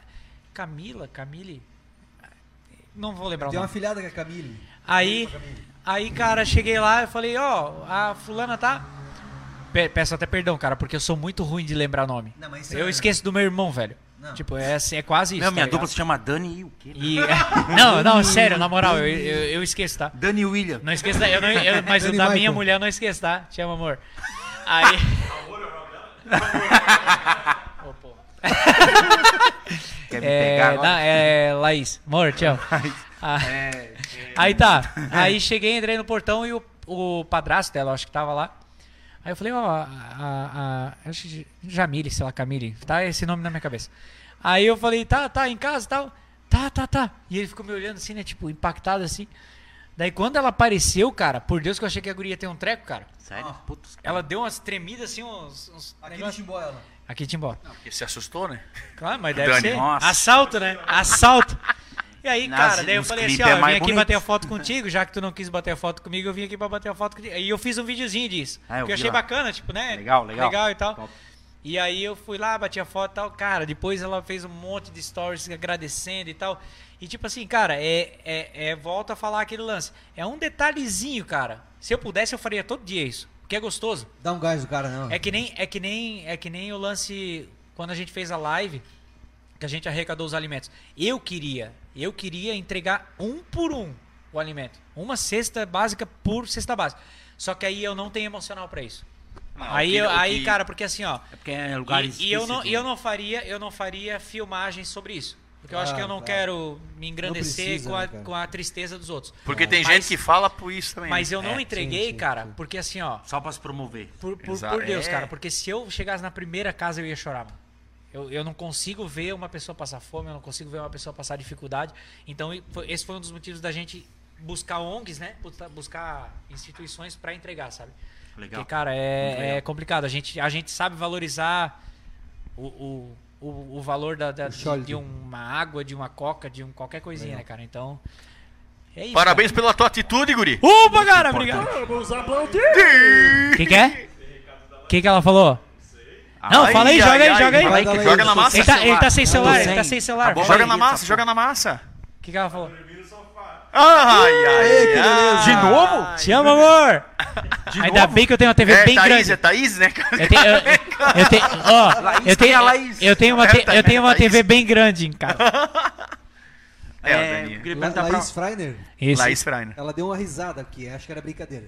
Speaker 4: Camila, Camille. Não vou lembrar o
Speaker 2: Tem uma
Speaker 4: nome.
Speaker 2: filhada com a Camille.
Speaker 4: Aí, aí, cara, cheguei lá e falei, ó, a fulana tá. Pe- Peço até perdão, cara, porque eu sou muito ruim de lembrar nome.
Speaker 2: Não, mas isso
Speaker 4: eu
Speaker 2: é-
Speaker 4: esqueço do meu irmão, velho.
Speaker 2: Não.
Speaker 4: Tipo, é, assim, é quase isso.
Speaker 1: Meu,
Speaker 4: tá
Speaker 1: minha
Speaker 4: ligado?
Speaker 1: dupla se chama Dani e o quê?
Speaker 4: [laughs] E- é, não, não, sério, na moral, eu, eu, eu esqueço, tá?
Speaker 1: Dani William.
Speaker 4: Não esqueça, eu não, eu- mas o
Speaker 2: Dani
Speaker 4: da minha
Speaker 2: Michael.
Speaker 4: mulher eu não esqueço, tá? Te amo, amor.
Speaker 2: [laughs]
Speaker 4: Aí. [laughs] Ô, pô.
Speaker 1: Quer me pegar
Speaker 4: É,
Speaker 1: agora?
Speaker 4: não, é Laís, amor, te amo.
Speaker 1: [laughs]
Speaker 4: Ah.
Speaker 1: É,
Speaker 4: Aí tá. Aí cheguei, entrei no portão e o, o padrasto dela, acho que tava lá. Aí eu falei, ó, a, a, a- acho que Jamile, sei lá, Camille, tá esse nome na minha cabeça. Aí eu falei, tá, tá, em casa e tal. Tá, tá, tá. E ele ficou me olhando assim, né, tipo, impactado assim. Daí quando ela apareceu, cara, por Deus que eu achei que a guria ia ter um treco, cara.
Speaker 1: Sério? Putz.
Speaker 4: Ela deu umas tremidas assim, uns... uns
Speaker 2: Aquele
Speaker 4: negócio-
Speaker 2: chimbó, ela.
Speaker 4: Aqui, Timbó.
Speaker 5: Porque se assustou, né?
Speaker 4: Claro, mas deve
Speaker 5: Dani,
Speaker 4: ser.
Speaker 1: nossa.
Speaker 4: Assalto, né? Assalto. E aí,
Speaker 1: Nas-
Speaker 4: cara, daí eu
Speaker 1: nos
Speaker 4: falei assim,
Speaker 1: clipe é
Speaker 4: ó, eu vim
Speaker 1: mais
Speaker 4: aqui
Speaker 1: bonito.
Speaker 4: bater a foto contigo, já que tu não quis bater a foto comigo, eu vim aqui pra bater a foto contigo. E eu fiz um videozinho disso,
Speaker 1: Ah, eu
Speaker 4: que eu
Speaker 1: vi
Speaker 4: achei
Speaker 1: lá.
Speaker 4: bacana, tipo, né?
Speaker 1: Legal, legal.
Speaker 4: Legal e tal.
Speaker 1: Top.
Speaker 4: E aí eu fui lá, bati a foto e tal, cara, depois ela fez um monte de stories agradecendo e tal. E tipo assim, cara, é, é, é volta a falar aquele lance. É um detalhezinho, cara. Se eu pudesse, eu faria todo dia isso, porque é gostoso.
Speaker 2: Dá um gás no cara, não.
Speaker 4: É que nem é que nem é que nem o lance quando a gente fez a live que a gente arrecadou os alimentos. Eu queria, eu queria entregar um por um o alimento, uma cesta básica por cesta básica. Só que aí eu não tenho emocional pra isso.
Speaker 5: Não,
Speaker 4: aí
Speaker 5: o que-
Speaker 4: eu-
Speaker 5: o
Speaker 4: aí
Speaker 5: que-
Speaker 4: cara, porque assim, ó,
Speaker 1: É porque é né? lugar
Speaker 4: e, e eu não e
Speaker 1: explícito.
Speaker 4: eu não faria, eu não faria filmagem sobre isso. Porque eu acho
Speaker 2: Claro,
Speaker 4: que eu não
Speaker 2: claro.
Speaker 4: quero me engrandecer
Speaker 2: Ah, tá. precisa,
Speaker 4: com, a,
Speaker 2: né, cara?
Speaker 4: com a tristeza dos outros.
Speaker 5: Porque tem
Speaker 4: Mas-
Speaker 5: gente que fala por isso também.
Speaker 4: Mas eu não
Speaker 5: É.
Speaker 4: entreguei,
Speaker 2: sim,
Speaker 4: cara,
Speaker 2: sim.
Speaker 4: porque assim, ó,
Speaker 1: Só pra se promover.
Speaker 4: por, por-
Speaker 5: Exato.
Speaker 4: por Deus,
Speaker 5: É.
Speaker 4: cara, porque se eu chegasse na primeira casa eu ia chorar, mano. Eu, eu não consigo ver uma pessoa passar fome, eu não consigo ver uma pessoa passar dificuldade. Então, e foi- esse foi um dos motivos da gente buscar ONGs, né? Busca- Buscar instituições pra entregar, sabe?
Speaker 1: Legal.
Speaker 4: Porque, cara,
Speaker 1: Muito legal.
Speaker 4: é, é complicado. A gente, a gente sabe valorizar o, o, o, o valor da, da-
Speaker 2: O
Speaker 4: de,
Speaker 2: sólido.
Speaker 4: de uma água, de uma coca, de um qualquer coisinha, né, cara? Então, é isso.
Speaker 5: Parabéns pela tua atitude, guri.
Speaker 4: cara. Opa, cara, obrigado. O que, que é? O que, que ela falou? Não,
Speaker 5: Ai,
Speaker 4: fala aí,
Speaker 5: ai,
Speaker 4: joga aí,
Speaker 5: ai,
Speaker 4: joga aí.
Speaker 2: fala aí que
Speaker 5: Joga na
Speaker 2: eu sou
Speaker 5: massa.
Speaker 4: Ele tá, ele tá sem celular, ele
Speaker 1: sem.
Speaker 4: tá sem celular.
Speaker 1: Tá bom.
Speaker 5: Joga na
Speaker 1: Aí,
Speaker 5: massa,
Speaker 1: tá
Speaker 5: joga na massa.
Speaker 4: O que, que ela falou?
Speaker 5: Ai,
Speaker 2: Aê, que
Speaker 4: é
Speaker 5: ai,
Speaker 2: beleza.
Speaker 5: ai.
Speaker 2: De
Speaker 5: novo?
Speaker 4: Te amo, amor! Ainda bem que eu tenho uma TV
Speaker 5: É
Speaker 4: bem
Speaker 5: Thaís,
Speaker 4: grande.
Speaker 5: é Thaís, né, cara?
Speaker 4: Eu tenho, eu, eu tenho, ó, eu
Speaker 1: tem a
Speaker 4: tenho,
Speaker 1: Laís.
Speaker 4: eu tenho uma, te-
Speaker 5: Ela
Speaker 4: eu tenho uma
Speaker 5: também,
Speaker 4: TV bem grande em casa.
Speaker 5: É,
Speaker 1: É,
Speaker 5: Daniel.
Speaker 1: eu queria
Speaker 2: La
Speaker 1: perguntar pra-
Speaker 2: Laís Freiner,
Speaker 4: Isso.
Speaker 5: Laís Freiner.
Speaker 2: ela deu uma risada aqui, acho que era brincadeira.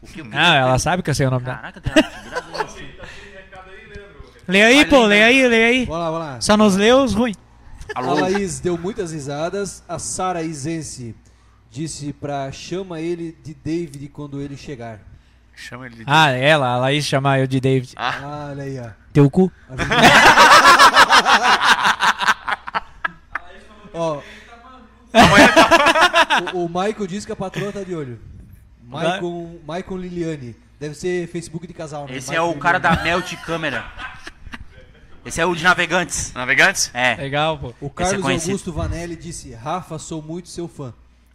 Speaker 1: o que eu queria-
Speaker 4: Ah, ela sabe que eu sei o nome dela.
Speaker 1: Caraca, Daniel, é graças a Deus.
Speaker 4: Leia aí, pô, leia aí, leia aí.
Speaker 2: Vamos lá, vamos lá.
Speaker 4: Só nos leu os ruins.
Speaker 5: é
Speaker 2: A Laís deu muitas risadas. A Sara Isense disse pra chama ele de David quando ele chegar.
Speaker 5: Chama ele de...
Speaker 4: Ah, ela, a Laís chama eu de David.
Speaker 2: Ah, olha aí, ó.
Speaker 4: Teu cu.
Speaker 2: Ó, o, o Michael disse que a patroa tá de olho. Michael, Michael Liliane. Deve ser Facebook de casal, né?
Speaker 1: Esse é
Speaker 2: Michael
Speaker 1: o cara da
Speaker 2: Liliane.
Speaker 1: Melt Câmera. Esse é o de navegantes.
Speaker 5: Navegantes?
Speaker 1: É.
Speaker 4: Legal, pô.
Speaker 2: O
Speaker 1: Esse é
Speaker 2: Carlos
Speaker 1: conhecido.
Speaker 2: Augusto Vanelli disse: Rafa, sou muito seu fã.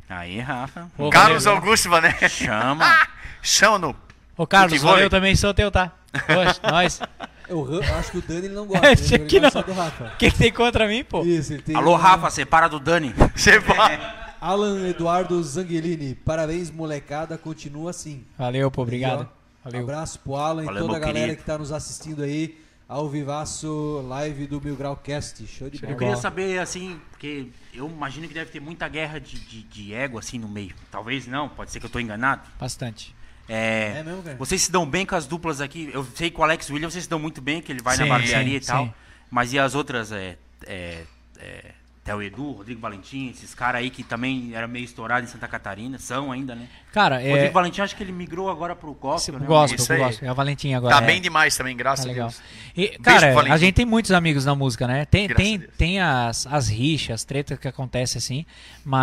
Speaker 1: Aí, Rafa.
Speaker 4: Ô,
Speaker 5: Carlos
Speaker 4: valeu.
Speaker 5: Augusto, né?
Speaker 1: [laughs] Chama.
Speaker 5: Chama no...
Speaker 4: Ô, Carlos,
Speaker 5: Futebol,
Speaker 4: eu
Speaker 5: hein?
Speaker 4: também sou teu, tá? Poxa,
Speaker 5: [laughs]
Speaker 4: nós.
Speaker 2: Eu ra- acho que o Dani
Speaker 1: [laughs]
Speaker 2: ele não gosta.
Speaker 4: [laughs]
Speaker 2: né?
Speaker 4: Esse
Speaker 2: ele
Speaker 4: aqui
Speaker 2: gosta
Speaker 4: não.
Speaker 2: só do Rafa.
Speaker 4: O que, que tem contra mim, pô?
Speaker 2: Isso, ele tem-
Speaker 1: Alô, Rafa, separa do Dani.
Speaker 4: [laughs]
Speaker 5: Você fala.
Speaker 2: Alan Eduardo Zanguilini, parabéns, molecada. Continua assim.
Speaker 4: Valeu, pô, obrigado.
Speaker 2: Aqui, ó.
Speaker 4: Valeu.
Speaker 2: Abraço pro Alan e
Speaker 1: Valeu,
Speaker 2: toda a
Speaker 1: meu
Speaker 2: galera
Speaker 1: querido.
Speaker 2: que tá nos assistindo aí ao Vivaço Live do Mil Grau Cast. Show de
Speaker 1: Eu
Speaker 2: bola.
Speaker 1: queria saber, assim, porque eu imagino que deve ter muita guerra de, de, de ego, assim, no meio. Talvez não, pode ser que eu tô enganado.
Speaker 4: Bastante.
Speaker 1: É,
Speaker 2: É mesmo, cara?
Speaker 1: Vocês se dão bem com as duplas aqui. Eu sei que o Alex Williams vocês se dão muito bem, que ele vai
Speaker 4: Sim,
Speaker 1: na barbearia
Speaker 4: sim,
Speaker 1: e tal.
Speaker 4: sim.
Speaker 1: Mas e as outras? É, é, é, Theo Edu, Rodrigo Valentim, esses caras aí que também era meio estourado em Santa Catarina, são ainda, né?
Speaker 4: Cara, é.
Speaker 1: Rodrigo Valentim, acho que ele migrou agora pro gospel, né?
Speaker 4: Gosto,
Speaker 5: Isso
Speaker 4: eu
Speaker 5: aí.
Speaker 4: gosto. É a Valentinha agora.
Speaker 5: Tá
Speaker 4: é.
Speaker 5: bem demais também,
Speaker 4: Tá
Speaker 5: graças a
Speaker 4: legal.
Speaker 5: Deus.
Speaker 4: E,
Speaker 5: pro
Speaker 4: cara,
Speaker 5: Valentim.
Speaker 4: a gente tem muitos amigos na música, né? Tem,
Speaker 5: Graças
Speaker 4: tem,
Speaker 5: a Deus.
Speaker 4: tem as, as rixas, as tretas que acontecem assim,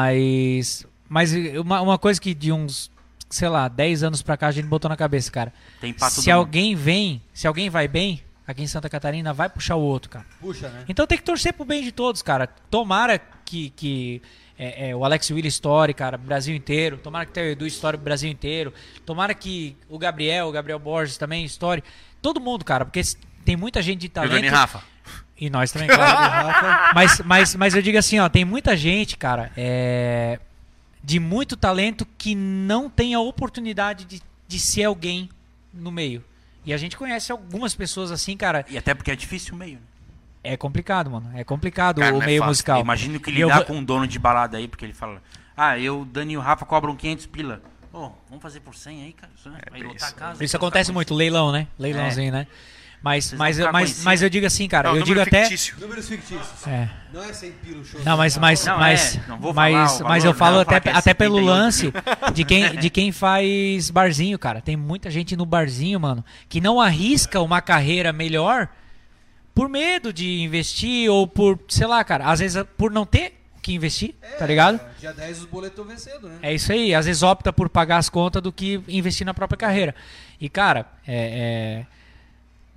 Speaker 4: mas. Mas uma, uma coisa que de uns, sei lá, 10 anos pra cá a gente botou na cabeça, cara.
Speaker 1: Tem pra todo
Speaker 4: se
Speaker 1: mundo.
Speaker 4: alguém vem, se alguém vai bem, aqui em Santa Catarina, vai puxar o outro, cara.
Speaker 2: Puxa, né?
Speaker 4: Então tem que torcer pro bem de todos, cara. Tomara que, que é, é, o Alex Willis estoure, cara, pro Brasil inteiro. Tomara que o Theo Edu estoure pro Brasil inteiro. Tomara que o Gabriel, o Gabriel Borges também estoure. Todo mundo, cara, porque s- tem muita gente de
Speaker 5: E o
Speaker 4: talento.
Speaker 5: Dani Rafa?
Speaker 4: E nós também, claro.
Speaker 2: Rafa,
Speaker 5: [laughs]
Speaker 4: mas, mas, mas eu digo assim, ó, tem muita gente, cara, é, de muito talento que não tem a oportunidade de, de ser alguém no meio. E a gente conhece algumas pessoas assim, cara,
Speaker 1: E até porque é difícil o meio, né?
Speaker 4: é complicado, mano. É complicado
Speaker 5: Cara,
Speaker 4: o
Speaker 5: não é
Speaker 4: meio
Speaker 5: fácil.
Speaker 4: musical.
Speaker 1: Imagino que
Speaker 4: E eu
Speaker 1: lidar
Speaker 4: vou-
Speaker 1: com um dono de balada aí, porque ele fala: Ah, eu, Dani e o Rafa cobram 500 pila. Ô, vamos fazer por 100 aí, cara? Vai
Speaker 5: bem
Speaker 1: lotar a
Speaker 5: isso.
Speaker 1: casa.
Speaker 4: É, Isso
Speaker 1: vai
Speaker 4: acontece
Speaker 1: lotar
Speaker 4: muito, leilão, né? Leilãozinho, né? Mas,
Speaker 1: É. Vocês
Speaker 4: mas,
Speaker 1: vão ficar
Speaker 4: mas,
Speaker 1: conhecidos.
Speaker 4: mas eu digo assim, cara,
Speaker 5: Não,
Speaker 4: eu digo
Speaker 5: É um número
Speaker 4: até.
Speaker 5: fictício.
Speaker 2: números fictícios.
Speaker 4: É.
Speaker 2: Não é sem pilo, show.
Speaker 4: Não, mas, mas,
Speaker 1: Não, é,
Speaker 4: mas,
Speaker 1: não vou falar
Speaker 4: mas,
Speaker 1: o
Speaker 4: mas
Speaker 1: valor,
Speaker 4: eu falo
Speaker 1: não,
Speaker 4: até,
Speaker 1: falar que é
Speaker 4: até pelo
Speaker 1: 78.
Speaker 4: lance de
Speaker 1: [laughs]
Speaker 4: quem, de quem faz barzinho, cara. Tem muita gente no barzinho, mano, que não arrisca uma carreira melhor por medo de investir ou por, sei lá, cara, às vezes por não ter o que investir, tá ligado?
Speaker 2: É, Dia 10 os boletos estão vencendo, né?
Speaker 4: É isso aí, às vezes opta por pagar as contas do que investir na própria carreira. E, cara, é,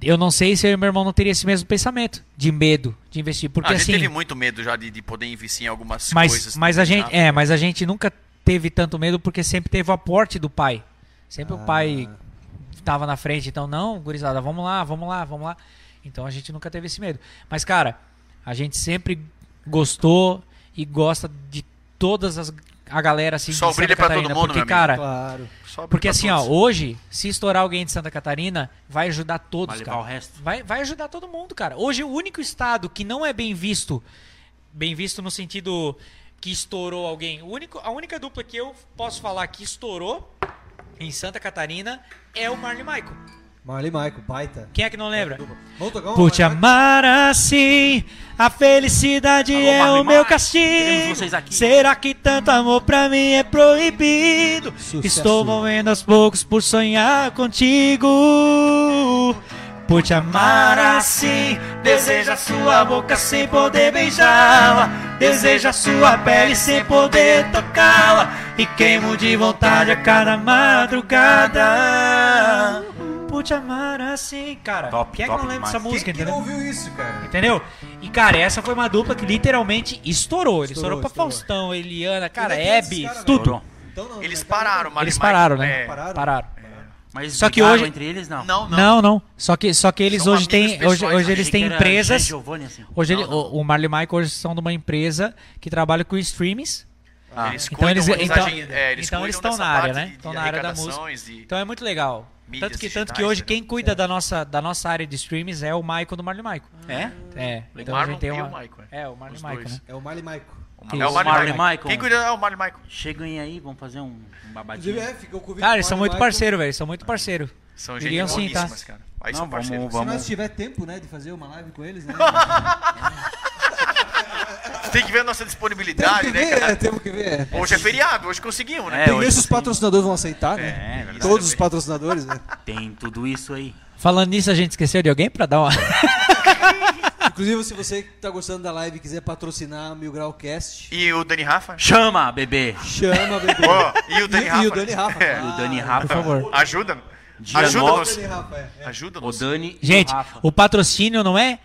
Speaker 4: é, Eu não sei se eu e meu irmão não teria esse mesmo pensamento de medo de investir, porque
Speaker 5: Ah, a gente
Speaker 4: assim,
Speaker 5: teve muito medo já de, de poder investir em algumas
Speaker 4: mas,
Speaker 5: coisas. né?
Speaker 4: mas a
Speaker 5: já.
Speaker 4: gente, é, mas a gente nunca teve tanto medo porque sempre teve o aporte do pai. Sempre o pai tava na frente, então não, gurizada, vamos lá, vamos lá, vamos lá. Então a gente nunca teve esse medo. Mas cara, a gente sempre gostou e gosta de todas as a galera assim
Speaker 5: Sol
Speaker 4: de Santa
Speaker 5: brilha é pra todo
Speaker 4: Catarina,
Speaker 5: mundo,
Speaker 4: porque
Speaker 5: meu amigo.
Speaker 4: cara,
Speaker 2: Claro.
Speaker 5: Só abrir
Speaker 4: porque
Speaker 5: pra
Speaker 4: assim, ó,
Speaker 5: todos.
Speaker 4: hoje, se estourar alguém de Santa Catarina, vai ajudar todos,
Speaker 1: Vai levar o
Speaker 4: cara.
Speaker 1: resto.
Speaker 4: Vai, vai ajudar todo mundo, cara. Hoje, o único estado que não é bem visto, bem visto no sentido que estourou alguém, o único, a única dupla que eu posso falar que estourou em Santa Catarina é o Marley Michael.
Speaker 2: Marley Michael, baita.
Speaker 4: Quem é que não lembra?
Speaker 2: Vamos tocar uma
Speaker 4: Por
Speaker 1: né?
Speaker 4: te
Speaker 2: Marley
Speaker 6: amar assim, a felicidade
Speaker 1: Alô,
Speaker 6: é
Speaker 1: Marley
Speaker 6: o meu
Speaker 1: Marley, queremos
Speaker 6: castigo.
Speaker 1: vocês aqui. Hum.
Speaker 6: Será que tanto amor pra mim é proibido?
Speaker 2: Sucesso.
Speaker 6: Estou morrendo aos poucos por sonhar contigo. Por te amar assim, deseja sua boca sem poder beijá-la. Deseja sua pele sem poder tocá-la. E queimo de vontade a cada madrugada. Por te amar assim, cara.
Speaker 1: Top,
Speaker 6: Quem é que
Speaker 1: top
Speaker 6: não lembra
Speaker 1: demais.
Speaker 6: dessa
Speaker 2: Michael.
Speaker 6: música,
Speaker 2: Quem que
Speaker 6: entendeu?
Speaker 2: não ouviu isso, cara?
Speaker 6: Entendeu? E, cara, essa foi uma dupla que literalmente estourou. Ele estourou,
Speaker 2: Estourou,
Speaker 6: pra
Speaker 2: estourou.
Speaker 6: Faustão, Eliana, cara,
Speaker 2: Onde é que é esses
Speaker 6: Hebe,
Speaker 2: caras, velho?
Speaker 6: tudo.
Speaker 1: Estourou.
Speaker 2: Então não,
Speaker 5: Eles
Speaker 2: né? Então não.
Speaker 5: pararam, Marley
Speaker 4: Eles
Speaker 5: Michael,
Speaker 4: pararam, né?
Speaker 5: é,
Speaker 2: Pararam.
Speaker 4: Pararam.
Speaker 1: Mas
Speaker 4: Só que
Speaker 1: brigaram
Speaker 4: hoje-
Speaker 1: entre eles, não.
Speaker 5: Não, não.
Speaker 4: Não, não. Só que, só que eles
Speaker 5: São
Speaker 4: hoje têm,
Speaker 5: amigos
Speaker 4: hoje,
Speaker 5: pessoais,
Speaker 4: hoje
Speaker 5: achei
Speaker 4: eles
Speaker 1: Achei
Speaker 4: têm
Speaker 1: que era Zé
Speaker 4: empresas.
Speaker 1: Giovanni, assim.
Speaker 4: Hoje ele-
Speaker 5: Não, não.
Speaker 4: O, o Marley Michael hoje são de uma empresa que trabalha com streams.
Speaker 1: Ah,
Speaker 5: Eles
Speaker 4: Então
Speaker 5: cuidam,
Speaker 4: eles-
Speaker 5: eles
Speaker 4: então-
Speaker 5: agem- é, eles
Speaker 4: então
Speaker 5: cuidam
Speaker 4: eles estão
Speaker 5: dessa
Speaker 4: na área,
Speaker 5: parte
Speaker 4: né?
Speaker 5: de- de
Speaker 4: Estão na área da música.
Speaker 5: arrecadações, de-
Speaker 4: Então é muito legal.
Speaker 5: Mídias
Speaker 4: tanto que tanto que
Speaker 5: digitais,
Speaker 4: hoje
Speaker 5: né?
Speaker 4: quem cuida da nossa da nossa área de streams é o Michael do Marley Michael.
Speaker 1: É?
Speaker 2: Ah,
Speaker 4: É, então a
Speaker 5: Marlon
Speaker 4: gente tem
Speaker 5: e
Speaker 4: uma...
Speaker 5: o Michael,
Speaker 4: É, o Marley
Speaker 5: Os
Speaker 4: Michael,
Speaker 5: dois.
Speaker 4: né?
Speaker 2: É o Marley Michael.
Speaker 5: É
Speaker 4: Isso.
Speaker 5: o Marley
Speaker 1: Marley
Speaker 5: Michael.
Speaker 1: Michael.
Speaker 4: né?
Speaker 5: Quem cuida é o Marley Michael.
Speaker 1: Cheguem aí, vamos fazer um, um babadinho.
Speaker 2: Inclusive, é, um fica o convite
Speaker 4: Cara,
Speaker 2: pro
Speaker 4: eles são
Speaker 2: Marley
Speaker 4: muito
Speaker 2: Michael.
Speaker 4: parceiros, velho. São muito parceiros.
Speaker 5: São
Speaker 4: Iriam
Speaker 5: gente
Speaker 4: sim, tá?
Speaker 5: boníssimas, cara. Aí
Speaker 1: Não,
Speaker 5: são
Speaker 1: vamos-
Speaker 5: parceiros.
Speaker 2: Se
Speaker 1: vamos-
Speaker 2: nós tiver tempo, né, de fazer uma live com eles, né?
Speaker 5: Tem que ver a nossa
Speaker 2: temos que
Speaker 5: disponibilidade, né,
Speaker 2: ver, é,
Speaker 4: [laughs]
Speaker 5: cara?
Speaker 2: temos que ver. é.
Speaker 5: Hoje é feriado, hoje conseguimos,
Speaker 1: É,
Speaker 5: né?
Speaker 2: Tem que
Speaker 1: hoje
Speaker 2: ver se os
Speaker 1: sim.
Speaker 2: patrocinadores vão aceitar, né?
Speaker 1: verdade.
Speaker 2: Todos os patrocinadores, né? [laughs]
Speaker 1: Tem tudo isso aí.
Speaker 4: Falando nisso, a gente esqueceu de alguém pra dar uma... [laughs]
Speaker 2: Inclusive, se você que tá gostando da live e quiser patrocinar o Mil Grau Cast,
Speaker 5: E o Dani Rafa?
Speaker 1: Chama, bebê!
Speaker 2: chama, bebê.
Speaker 5: Ó, e o Dani Rafa?
Speaker 2: E o Dani Rafa. Ah,
Speaker 5: É.
Speaker 1: O Dani
Speaker 4: Ah, Por
Speaker 1: Rafa.
Speaker 4: favor.
Speaker 5: Ajuda.
Speaker 1: Dia
Speaker 2: O
Speaker 5: Ajuda-nos.
Speaker 2: Dani Rafa, é. é.
Speaker 1: O
Speaker 5: Ajuda-nos.
Speaker 1: Dani e
Speaker 4: Gente,
Speaker 1: o Rafa.
Speaker 4: o patrocínio não é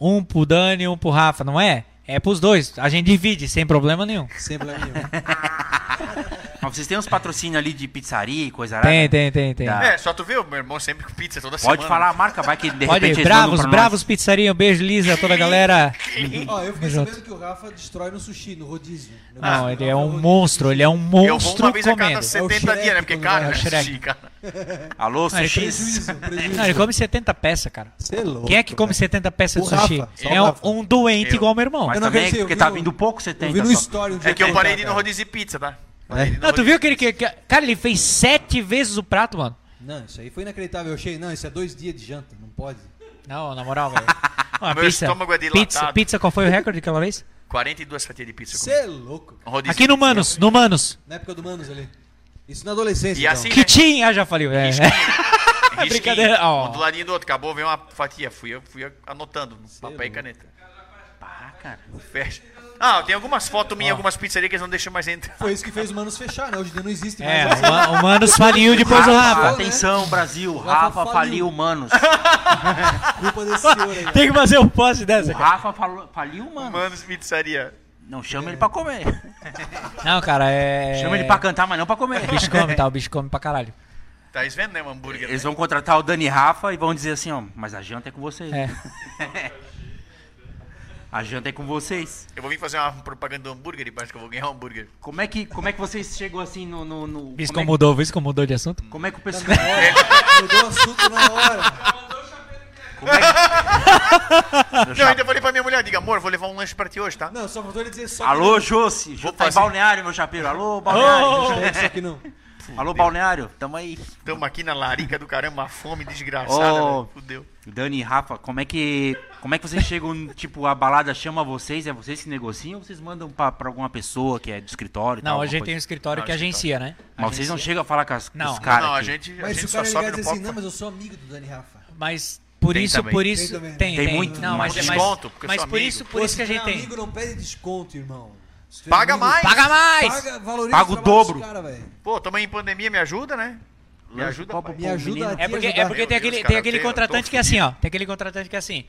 Speaker 4: um pro Dani e um pro Rafa, não é? É pros dois. A gente divide, sem problema nenhum.
Speaker 2: Sem problema nenhum.
Speaker 1: Mas vocês têm uns patrocínios ali de pizzaria e coisa arada?
Speaker 4: Tem, tem, tem, tem.
Speaker 1: Tá.
Speaker 5: É, só tu vê o meu irmão sempre com pizza toda semana.
Speaker 1: Pode falar a marca, vai que de
Speaker 4: Pode
Speaker 1: repente
Speaker 4: ir,
Speaker 1: eles mandam
Speaker 4: bravos,
Speaker 1: pra
Speaker 4: bravos, pizzaria, um beijo, Lisa, toda a galera.
Speaker 2: Ó, eu fiquei
Speaker 4: Junto.
Speaker 2: sabendo que o Rafa destrói no sushi, no rodízio. O
Speaker 4: Não,
Speaker 2: Rafa
Speaker 4: ele é um
Speaker 2: rodízio.
Speaker 4: monstro, ele é um
Speaker 5: Ah. Eu vou
Speaker 4: monstro
Speaker 5: uma vez a
Speaker 4: comendo. É
Speaker 5: cada 70
Speaker 2: Shrek
Speaker 5: dias, né? Porque,
Speaker 2: quando
Speaker 5: cara,
Speaker 2: vai,
Speaker 5: eu
Speaker 2: é o
Speaker 5: assisti, cara.
Speaker 1: nós. Alô,
Speaker 4: Ah, é
Speaker 1: sushi.
Speaker 2: Prejuízo, prejuízo.
Speaker 4: Não, ele come 70 peças, cara.
Speaker 2: Cê é louco,
Speaker 4: Quem é que come
Speaker 2: velho.
Speaker 4: 70 peças de
Speaker 2: O Rafa,
Speaker 4: sushi?
Speaker 2: só o
Speaker 4: É um,
Speaker 2: Rafa.
Speaker 4: um doente
Speaker 5: Eu.
Speaker 4: igual meu irmão.
Speaker 1: Mas
Speaker 2: não
Speaker 1: também,
Speaker 2: acredito, eu
Speaker 1: porque
Speaker 2: vi
Speaker 1: tá
Speaker 2: no-
Speaker 1: vindo pouco
Speaker 2: Eu vi
Speaker 1: 70
Speaker 2: no
Speaker 1: só.
Speaker 2: story um dia
Speaker 5: É que eu
Speaker 2: ele
Speaker 5: parei
Speaker 2: tá,
Speaker 5: de ir no
Speaker 2: cara.
Speaker 5: rodízio de pizza, tá?
Speaker 2: É.
Speaker 4: Não, tu viu que ele. que- que- Cara, ele fez sete vezes o prato, mano.
Speaker 2: Não, isso aí foi inacreditável. Eu achei, não, isso é dois dias de janta, não pode.
Speaker 4: Não, na moral, velho. [laughs] Uma
Speaker 5: Meu estômago é dilatado.
Speaker 4: pizza, pizza, qual foi o recorde aquela vez?
Speaker 5: 42 fatias de pizza. eu
Speaker 2: Você é louco. cara.
Speaker 5: comi. Um rodízio
Speaker 4: Aqui
Speaker 5: de
Speaker 4: no
Speaker 5: pizza.
Speaker 4: Manos, no Manos.
Speaker 2: Na época do Manos ali. Isso na adolescência.
Speaker 5: E
Speaker 2: então.
Speaker 5: assim, né?
Speaker 4: Que tinha, ah, já faliu. É.
Speaker 5: [laughs] Risquinho,
Speaker 4: Brincadeira, ó.
Speaker 5: Um do ladinho do outro. Acabou, vem uma fatia. Fui, eu- fui anotando no papel
Speaker 2: é
Speaker 5: e caneta.
Speaker 1: Pá, cara.
Speaker 5: Fecha. Ah, tem algumas fotos minhas, algumas pizzarias que eles não deixam mais entrar.
Speaker 2: Foi isso que fez o Manos fechar, né? Hoje em dia não existe mais.
Speaker 4: [laughs] É, o
Speaker 2: essa.
Speaker 4: Ma- o Manos faliu depois o Rafa.
Speaker 1: Atenção, Brasil.
Speaker 2: Rafa
Speaker 1: Rafa faliu
Speaker 2: faliu.
Speaker 1: humanos.
Speaker 2: culpa desse senhor aí.
Speaker 4: Tem que fazer um post
Speaker 1: O
Speaker 4: dessa, cara.
Speaker 1: Rafa falou- faliu humanos.
Speaker 5: Manos Pizzaria.
Speaker 1: Não chama ele pra comer.
Speaker 4: Não, cara, é.
Speaker 1: Chama ele pra cantar, mas não pra comer.
Speaker 4: O bicho come, tá? O bicho come pra caralho.
Speaker 5: Tá vendo, né? Um hambúrguer.
Speaker 1: Eles vão contratar o Dani e Rafa e vão dizer assim, ó, mas a janta é com vocês.
Speaker 4: É.
Speaker 1: A janta é com vocês.
Speaker 5: Eu vou vir fazer uma propaganda do hambúrguer e acho que eu vou ganhar um hambúrguer.
Speaker 4: Tá.
Speaker 1: Como é que, como é que vocês chegam assim no... no, no
Speaker 4: Visto
Speaker 1: como,
Speaker 4: como
Speaker 1: é,
Speaker 4: mudou, visto como mudou de assunto.
Speaker 1: que- como é que o pessoal...
Speaker 5: [laughs]
Speaker 2: Mudou o assunto na hora.
Speaker 1: Como é que-
Speaker 5: Não, eu ainda falei pra minha mulher, diga, amor, vou levar um lanche pra ti hoje, tá?
Speaker 2: Não, só faltou ele dizer
Speaker 1: [laughs]
Speaker 2: só
Speaker 1: Alô, Josi. Jô
Speaker 5: Vou
Speaker 1: tá em
Speaker 5: fazer-
Speaker 1: balneário, meu chapeiro. Alô, balneário.
Speaker 2: que não. Só que não.
Speaker 1: Alô, balneário. Tamo aí.
Speaker 5: Tamo aqui na larica do caramba, uma fome desgraçada,
Speaker 1: Ô.
Speaker 5: velho. Fudeu.
Speaker 1: Dani e Rafa, como é que. Como é que vocês chegam, tipo, a balada chama vocês, é vocês que negociam ou vocês mandam pra, pra alguma pessoa que é do escritório? e tal,
Speaker 4: Não, a
Speaker 1: alguma
Speaker 4: gente tem um
Speaker 1: coisa?
Speaker 4: escritório
Speaker 5: Não,
Speaker 4: que
Speaker 5: a gente
Speaker 4: agencia, né?
Speaker 1: Mas vocês não
Speaker 4: Agencia.
Speaker 1: chegam a falar com, as, com
Speaker 4: Não.
Speaker 1: os caras.
Speaker 5: não, a
Speaker 1: aqui.
Speaker 5: gente, a
Speaker 2: Mas se
Speaker 5: gente
Speaker 2: o
Speaker 5: só
Speaker 2: cara ligar
Speaker 5: sobe
Speaker 2: e
Speaker 5: no
Speaker 2: dizer
Speaker 5: palco. tá?
Speaker 2: assim, não, mas eu sou amigo do Dani Rafa.
Speaker 4: Mas por
Speaker 5: Tem
Speaker 4: isso,
Speaker 5: também.
Speaker 4: por isso.
Speaker 2: também, né?
Speaker 4: Tem,
Speaker 1: Tem muito,
Speaker 4: Não,
Speaker 1: mas
Speaker 4: mas, é
Speaker 5: desconto, porque eu
Speaker 4: mas
Speaker 5: sou
Speaker 4: por
Speaker 5: amigo.
Speaker 4: isso, por
Speaker 2: Pô,
Speaker 4: isso
Speaker 2: se
Speaker 4: que a
Speaker 2: tu é
Speaker 4: gente tem.
Speaker 2: amigo, não pede desconto, irmão. Se tu é
Speaker 5: Paga
Speaker 2: amigo,
Speaker 5: mais!
Speaker 4: Paga mais!
Speaker 2: Paga, valoriza
Speaker 1: Paga o
Speaker 2: trabalho dos
Speaker 1: dobro.
Speaker 2: Cara, velho.
Speaker 5: Pô, tamo aí em pandemia, me ajuda, né? Me ajuda,
Speaker 1: copo
Speaker 5: pai.
Speaker 1: pro
Speaker 2: Me ajuda
Speaker 1: menino.
Speaker 2: aqui.
Speaker 1: É,
Speaker 6: É porque,
Speaker 2: ajudar.
Speaker 6: é porque
Speaker 5: Meu
Speaker 6: tem
Speaker 5: Deus,
Speaker 6: aquele,
Speaker 5: cara,
Speaker 6: tem
Speaker 5: eu
Speaker 6: aquele
Speaker 5: tenho- eu tô
Speaker 6: contratante que é assim, ó. Tem aquele contratante que é assim.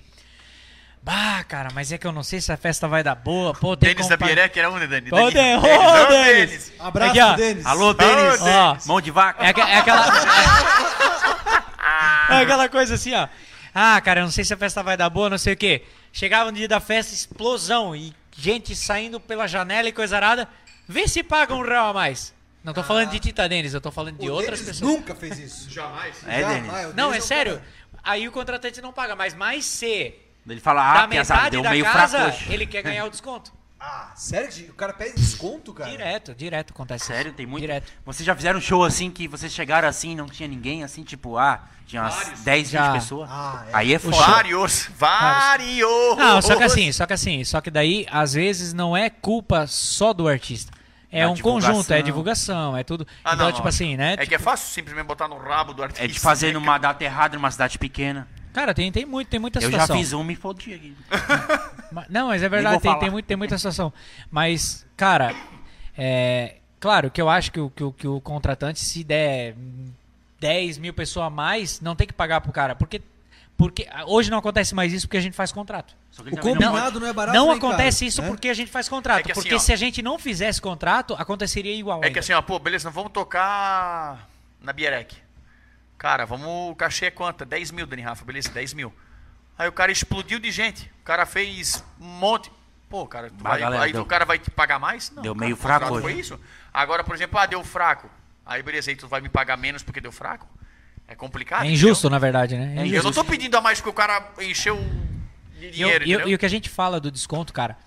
Speaker 6: Bah, cara, mas é que eu não sei se a festa vai dar boa. Pô, tem
Speaker 5: Denis
Speaker 6: que
Speaker 5: da
Speaker 6: comprar-
Speaker 5: Bierec era um, né, Dani?
Speaker 6: Ô,
Speaker 5: Dani-
Speaker 6: Denis,
Speaker 1: é,
Speaker 5: Denis,
Speaker 6: ô,
Speaker 5: ô,
Speaker 6: Denis.
Speaker 2: Um Abraço,
Speaker 6: Aqui, ó.
Speaker 2: Denis.
Speaker 1: Alô, Denis!
Speaker 6: Denis.
Speaker 1: Mão de vaca!
Speaker 4: É, aque- é aquela,
Speaker 6: [laughs] É aquela coisa assim, ó. Ah, cara, eu não sei se a festa vai dar boa, não sei o quê. Chegava no dia da festa, explosão. E gente saindo pela janela e coisa arada. Vê se paga um real a mais. Não tô falando de Tita Denis, eu tô falando de
Speaker 2: O
Speaker 6: outras
Speaker 2: Denis
Speaker 6: pessoas.
Speaker 2: nunca fez isso.
Speaker 5: Jamais.
Speaker 1: É,
Speaker 2: Já,
Speaker 1: Denis.
Speaker 2: vai, o
Speaker 6: Não, é
Speaker 2: Denis um
Speaker 6: sério.
Speaker 2: cara-
Speaker 6: Aí o contratante não paga, mas mais se
Speaker 1: Ele fala,
Speaker 6: da
Speaker 1: ah, que azar,
Speaker 6: metade
Speaker 1: deu
Speaker 6: da
Speaker 1: meio
Speaker 6: casa,
Speaker 1: fraco hoje.
Speaker 6: ele quer ganhar
Speaker 1: [laughs]
Speaker 6: o desconto.
Speaker 2: Ah, sério? de- O cara pede desconto, cara?
Speaker 6: Direto, direto acontece isso.
Speaker 1: Sério, tem muito.
Speaker 6: Direto.
Speaker 1: Vocês já fizeram show assim que vocês chegaram assim não tinha ninguém, assim, tipo, ah, tinha umas 10, 20
Speaker 6: Já.
Speaker 1: pessoas?
Speaker 2: Ah, é.
Speaker 1: Aí é foda.
Speaker 5: Vários, vários.
Speaker 4: Não, só que assim, só que assim, só que daí às vezes não é culpa só do artista. É
Speaker 1: Da
Speaker 4: um conjunto, é
Speaker 1: divulgação.
Speaker 4: divulgação, é tudo.
Speaker 5: Ah,
Speaker 4: então,
Speaker 5: não,
Speaker 4: tipo
Speaker 5: não.
Speaker 4: assim, né?
Speaker 5: É que é fácil simplesmente botar no rabo do artista.
Speaker 1: É de fazer
Speaker 5: né,
Speaker 1: numa data errada, numa cidade pequena.
Speaker 4: tipo, Cara, tem, tem muito, tem muita
Speaker 1: Eu já
Speaker 4: situação.
Speaker 1: fiz um e fodi aqui.
Speaker 4: Ma- Não, mas é
Speaker 1: vou
Speaker 4: verdade, tem,
Speaker 1: falar.
Speaker 4: tem, muito, tem muita situação. Mas, cara, é, claro que eu acho que o, que, o, que o contratante, se der 10 mil pessoas a mais, não tem que pagar pro cara. Porque, porque ah, hoje não acontece mais isso porque a gente faz contrato.
Speaker 1: Só que ele
Speaker 2: O
Speaker 1: também não
Speaker 2: combinado não, é barato,
Speaker 4: não
Speaker 2: né,
Speaker 4: acontece
Speaker 2: cara?
Speaker 4: isso
Speaker 2: Né?
Speaker 4: porque a gente faz contrato.
Speaker 5: É que assim,
Speaker 4: porque
Speaker 5: ó.
Speaker 4: se a gente não fizesse contrato, aconteceria igual.
Speaker 5: É que
Speaker 4: ainda.
Speaker 5: assim, ó, pô, beleza, não vamos tocar na Bierec. Cara, vamos. O cachê é quanto? 10 mil, Dani Rafa, beleza, 10 mil. Aí o cara explodiu de gente. O cara fez um monte. Pô, cara, tu
Speaker 1: Bah,
Speaker 5: vai-
Speaker 1: galera,
Speaker 5: aí
Speaker 1: deu-
Speaker 5: o cara vai te pagar mais? Não,
Speaker 1: deu
Speaker 5: cara,
Speaker 1: meio
Speaker 5: o contrato
Speaker 1: fraco hoje.
Speaker 5: Foi isso? Agora, por exemplo, ah, deu fraco. Aí, beleza, aí tu vai me pagar menos porque deu fraco? É complicado.
Speaker 4: é injusto, na verdade, né?
Speaker 1: É
Speaker 5: entendeu? Eu não tô pedindo a mais porque o cara encheu
Speaker 4: E
Speaker 5: de
Speaker 4: eu-
Speaker 5: dinheiro.
Speaker 4: e eu-
Speaker 5: entendeu?
Speaker 4: e o que a gente fala do desconto, cara,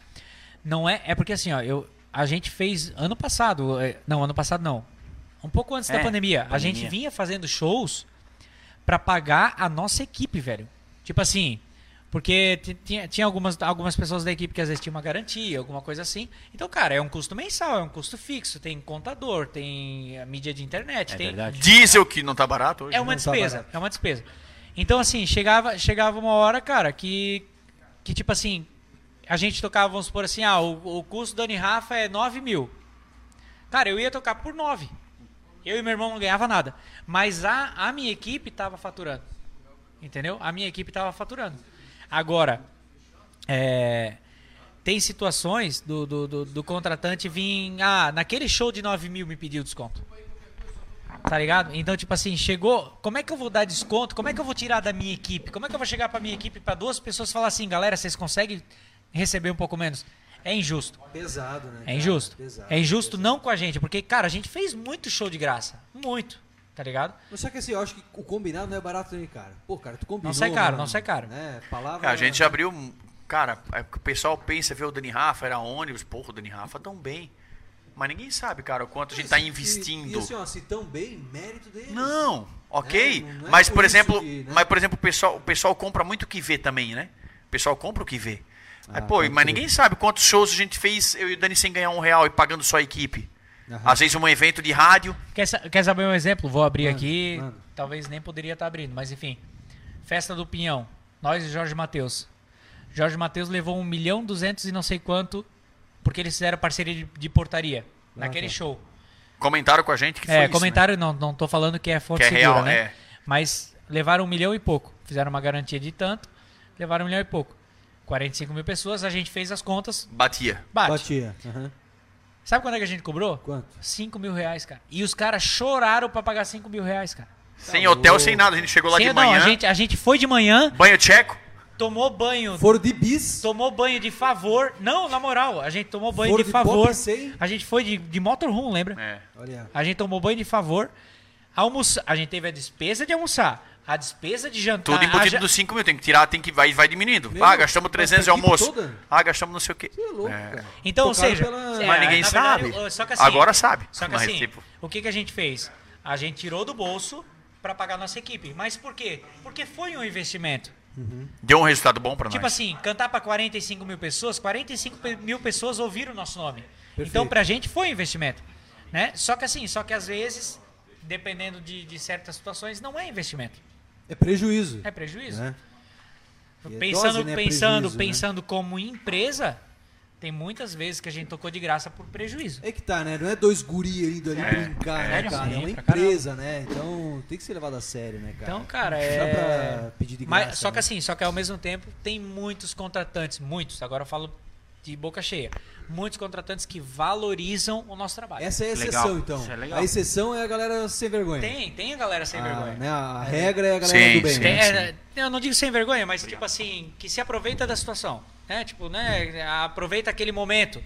Speaker 4: não é. É porque assim, ó, eu, a gente fez ano passado. é, Não, ano passado não. Um pouco antes
Speaker 1: É,
Speaker 4: da pandemia, A
Speaker 1: pandemia.
Speaker 4: gente vinha fazendo shows pra pagar a nossa equipe, velho. Tipo assim. Porque ti- tinha, tinha algumas, algumas pessoas da equipe que às vezes tinha uma garantia, alguma coisa assim. Então, cara, é um custo mensal, é um custo fixo. Tem contador, tem a mídia de internet,
Speaker 1: É
Speaker 4: tem
Speaker 1: verdade.
Speaker 5: Diesel que não tá barato hoje.
Speaker 4: é
Speaker 2: não
Speaker 4: uma
Speaker 2: tá
Speaker 4: despesa,
Speaker 2: barato.
Speaker 4: é uma despesa. Então, assim, chegava, chegava uma hora, cara, que, que tipo assim, a gente tocava, vamos supor assim, ah, o, o custo do Dani Rafa é 9 mil. Cara, eu ia tocar por 9. Eu e meu irmão não ganhava nada. Mas a, a minha equipe tava faturando. Entendeu? A minha equipe tava faturando. Agora, é, tem situações do, do, do, do contratante vir. Ah, naquele show de 9 mil me pediu desconto. Tá ligado? Então, tipo assim, chegou. Como é que eu vou dar desconto? Como é que eu vou tirar da minha equipe? Como é que eu vou chegar pra minha equipe, pra duas pessoas e falar assim, galera, vocês conseguem receber um pouco menos? É injusto.
Speaker 2: Pesado, né?
Speaker 4: É
Speaker 2: cara?
Speaker 4: injusto.
Speaker 2: Pesado.
Speaker 4: É injusto não com a gente, porque, cara, a gente fez muito show de graça. Muito. Tá ligado?
Speaker 2: Mas Só que assim, eu acho que o combinado não é barato nem caro. Pô, cara, tu combinou.
Speaker 4: Não sai caro,
Speaker 2: mano,
Speaker 4: não sai caro.
Speaker 2: Né? Palavra.
Speaker 5: Cara, a gente abriu. um- Cara, é que o pessoal pensa, vê o Dani Rafa, era ônibus, porra, o Dani Rafa tão bem. Mas ninguém sabe, cara, o quanto a gente tá
Speaker 2: E- E,
Speaker 5: investindo.
Speaker 2: assim, ó, se tão bem, mérito deles.
Speaker 5: Não, ok.
Speaker 2: Né? Não é
Speaker 5: mas,
Speaker 2: por
Speaker 5: por
Speaker 2: isso
Speaker 5: exemplo,
Speaker 2: que, né?
Speaker 5: mas, por exemplo, o pessoal, o pessoal compra muito o que vê também, né? O pessoal compra o que vê. Aí,
Speaker 2: Ah,
Speaker 5: pô,
Speaker 2: pode
Speaker 5: mas
Speaker 2: crer.
Speaker 5: ninguém sabe quantos shows a gente fez, eu e o Dani sem ganhar um real e pagando só a equipe.
Speaker 2: Aham.
Speaker 5: Às vezes um evento de rádio.
Speaker 4: Quer, sa- quer saber um exemplo? Vou abrir
Speaker 2: Manda,
Speaker 4: aqui.
Speaker 2: manda.
Speaker 4: Talvez nem poderia estar abrindo, mas enfim. Festa do Pinhão. Nós e Jorge Matheus. Jorge Matheus levou 1 milhão 200 e não sei quanto, porque eles fizeram parceria de, de portaria naquele
Speaker 2: tá.
Speaker 4: show.
Speaker 5: Comentaram com a gente que foi
Speaker 4: é,
Speaker 5: isso, né?
Speaker 4: comentário, não, não tô falando que é fonte
Speaker 5: Que é
Speaker 4: segura,
Speaker 5: real,
Speaker 4: né?
Speaker 5: é.
Speaker 4: Mas levaram um milhão e pouco. Fizeram uma garantia de tanto, levaram um milhão e pouco. 45 mil pessoas, a gente fez as contas,
Speaker 5: Né? Batia.
Speaker 4: bate.
Speaker 2: Batia. Aham.
Speaker 4: Sabe quanto é que a gente cobrou?
Speaker 2: Quanto?
Speaker 4: 5 mil reais, cara. E os caras choraram pra pagar 5 mil reais, cara.
Speaker 5: sem hotel, sem nada. A gente chegou lá
Speaker 4: Sim,
Speaker 5: de
Speaker 4: não,
Speaker 5: manhã.
Speaker 4: a gente, a gente foi de manhã,
Speaker 5: Banho tcheco.
Speaker 4: tomou banho,
Speaker 2: Foro de bis.
Speaker 4: tomou banho de favor. Não, na moral, a gente tomou banho
Speaker 2: Foro
Speaker 4: de,
Speaker 2: de
Speaker 4: favor.
Speaker 2: Pop 100.
Speaker 4: A gente foi de, de motorhome, lembra?
Speaker 5: É.
Speaker 2: Olha.
Speaker 4: A gente tomou banho de favor. Almoça... A gente teve a despesa de almoçar, a despesa de jantar.
Speaker 5: Tudo
Speaker 4: Tá, a
Speaker 5: embutido
Speaker 4: ja-
Speaker 5: dos 5 mil, tem que tirar, tem que vai, vai diminuindo.
Speaker 2: Meu,
Speaker 5: ah, gastamos 300 de
Speaker 2: mas tá
Speaker 5: almoço.
Speaker 2: aqui toda?
Speaker 5: Ah, gastamos não sei o quê.
Speaker 2: Você é louco, cara.
Speaker 4: Então, ou
Speaker 2: Tocaram
Speaker 4: seja,
Speaker 2: pela-
Speaker 4: é,
Speaker 5: Mas ninguém
Speaker 4: na verdade,
Speaker 5: sabe.
Speaker 4: eu- só que assim-
Speaker 5: Agora sabe.
Speaker 4: Só que
Speaker 5: Mas,
Speaker 4: assim,
Speaker 5: tipo-
Speaker 4: o que, que a gente fez? A gente tirou do bolso pra pagar a nossa equipe. Mas por quê? Porque foi um investimento.
Speaker 5: Deu um resultado bom pra
Speaker 4: Tipo
Speaker 5: nós.
Speaker 4: assim, cantar pra 45 mil pessoas, 45 pe- mil pessoas ouviram o nosso nome. Então,
Speaker 2: Perfeito.
Speaker 4: pra gente foi um investimento. Né? Só que assim, só que às vezes, dependendo de, de certas situações, não é investimento.
Speaker 2: É prejuízo.
Speaker 4: É prejuízo.
Speaker 2: né? E é
Speaker 4: Pensando,
Speaker 2: dose, né?
Speaker 4: pensando,
Speaker 2: Prejuízo, né?
Speaker 4: pensando como empresa, Tem muitas vezes que a gente tocou de graça por prejuízo.
Speaker 2: É que tá, né? Não é dois guri indo ali brincar, né,
Speaker 4: Sério?
Speaker 2: cara? É
Speaker 4: Sim,
Speaker 2: uma
Speaker 4: pra
Speaker 2: empresa, né? Então tem que ser levado a sério, né, cara?
Speaker 4: Então, cara,
Speaker 2: Não
Speaker 4: é.
Speaker 2: dá pra pedir de
Speaker 4: Mas-
Speaker 2: graça,
Speaker 4: só que
Speaker 2: né?
Speaker 4: assim, só que ao mesmo tempo tem muitos contratantes, muitos, agora eu falo de boca cheia. Muitos contratantes que valorizam o nosso trabalho.
Speaker 2: Essa é a
Speaker 1: Legal.
Speaker 2: exceção, então.
Speaker 1: Isso é legal.
Speaker 2: A exceção é a galera sem vergonha.
Speaker 4: Tem, tem a galera sem
Speaker 2: a,
Speaker 4: vergonha.
Speaker 2: Né, a regra é a galera
Speaker 5: Sim,
Speaker 2: do bem.
Speaker 5: sim.
Speaker 2: né?
Speaker 4: Tem- é, eu não digo sem vergonha, mas tipo assim, que se aproveita da situação. Né? Tipo, né? Aproveita aquele momento.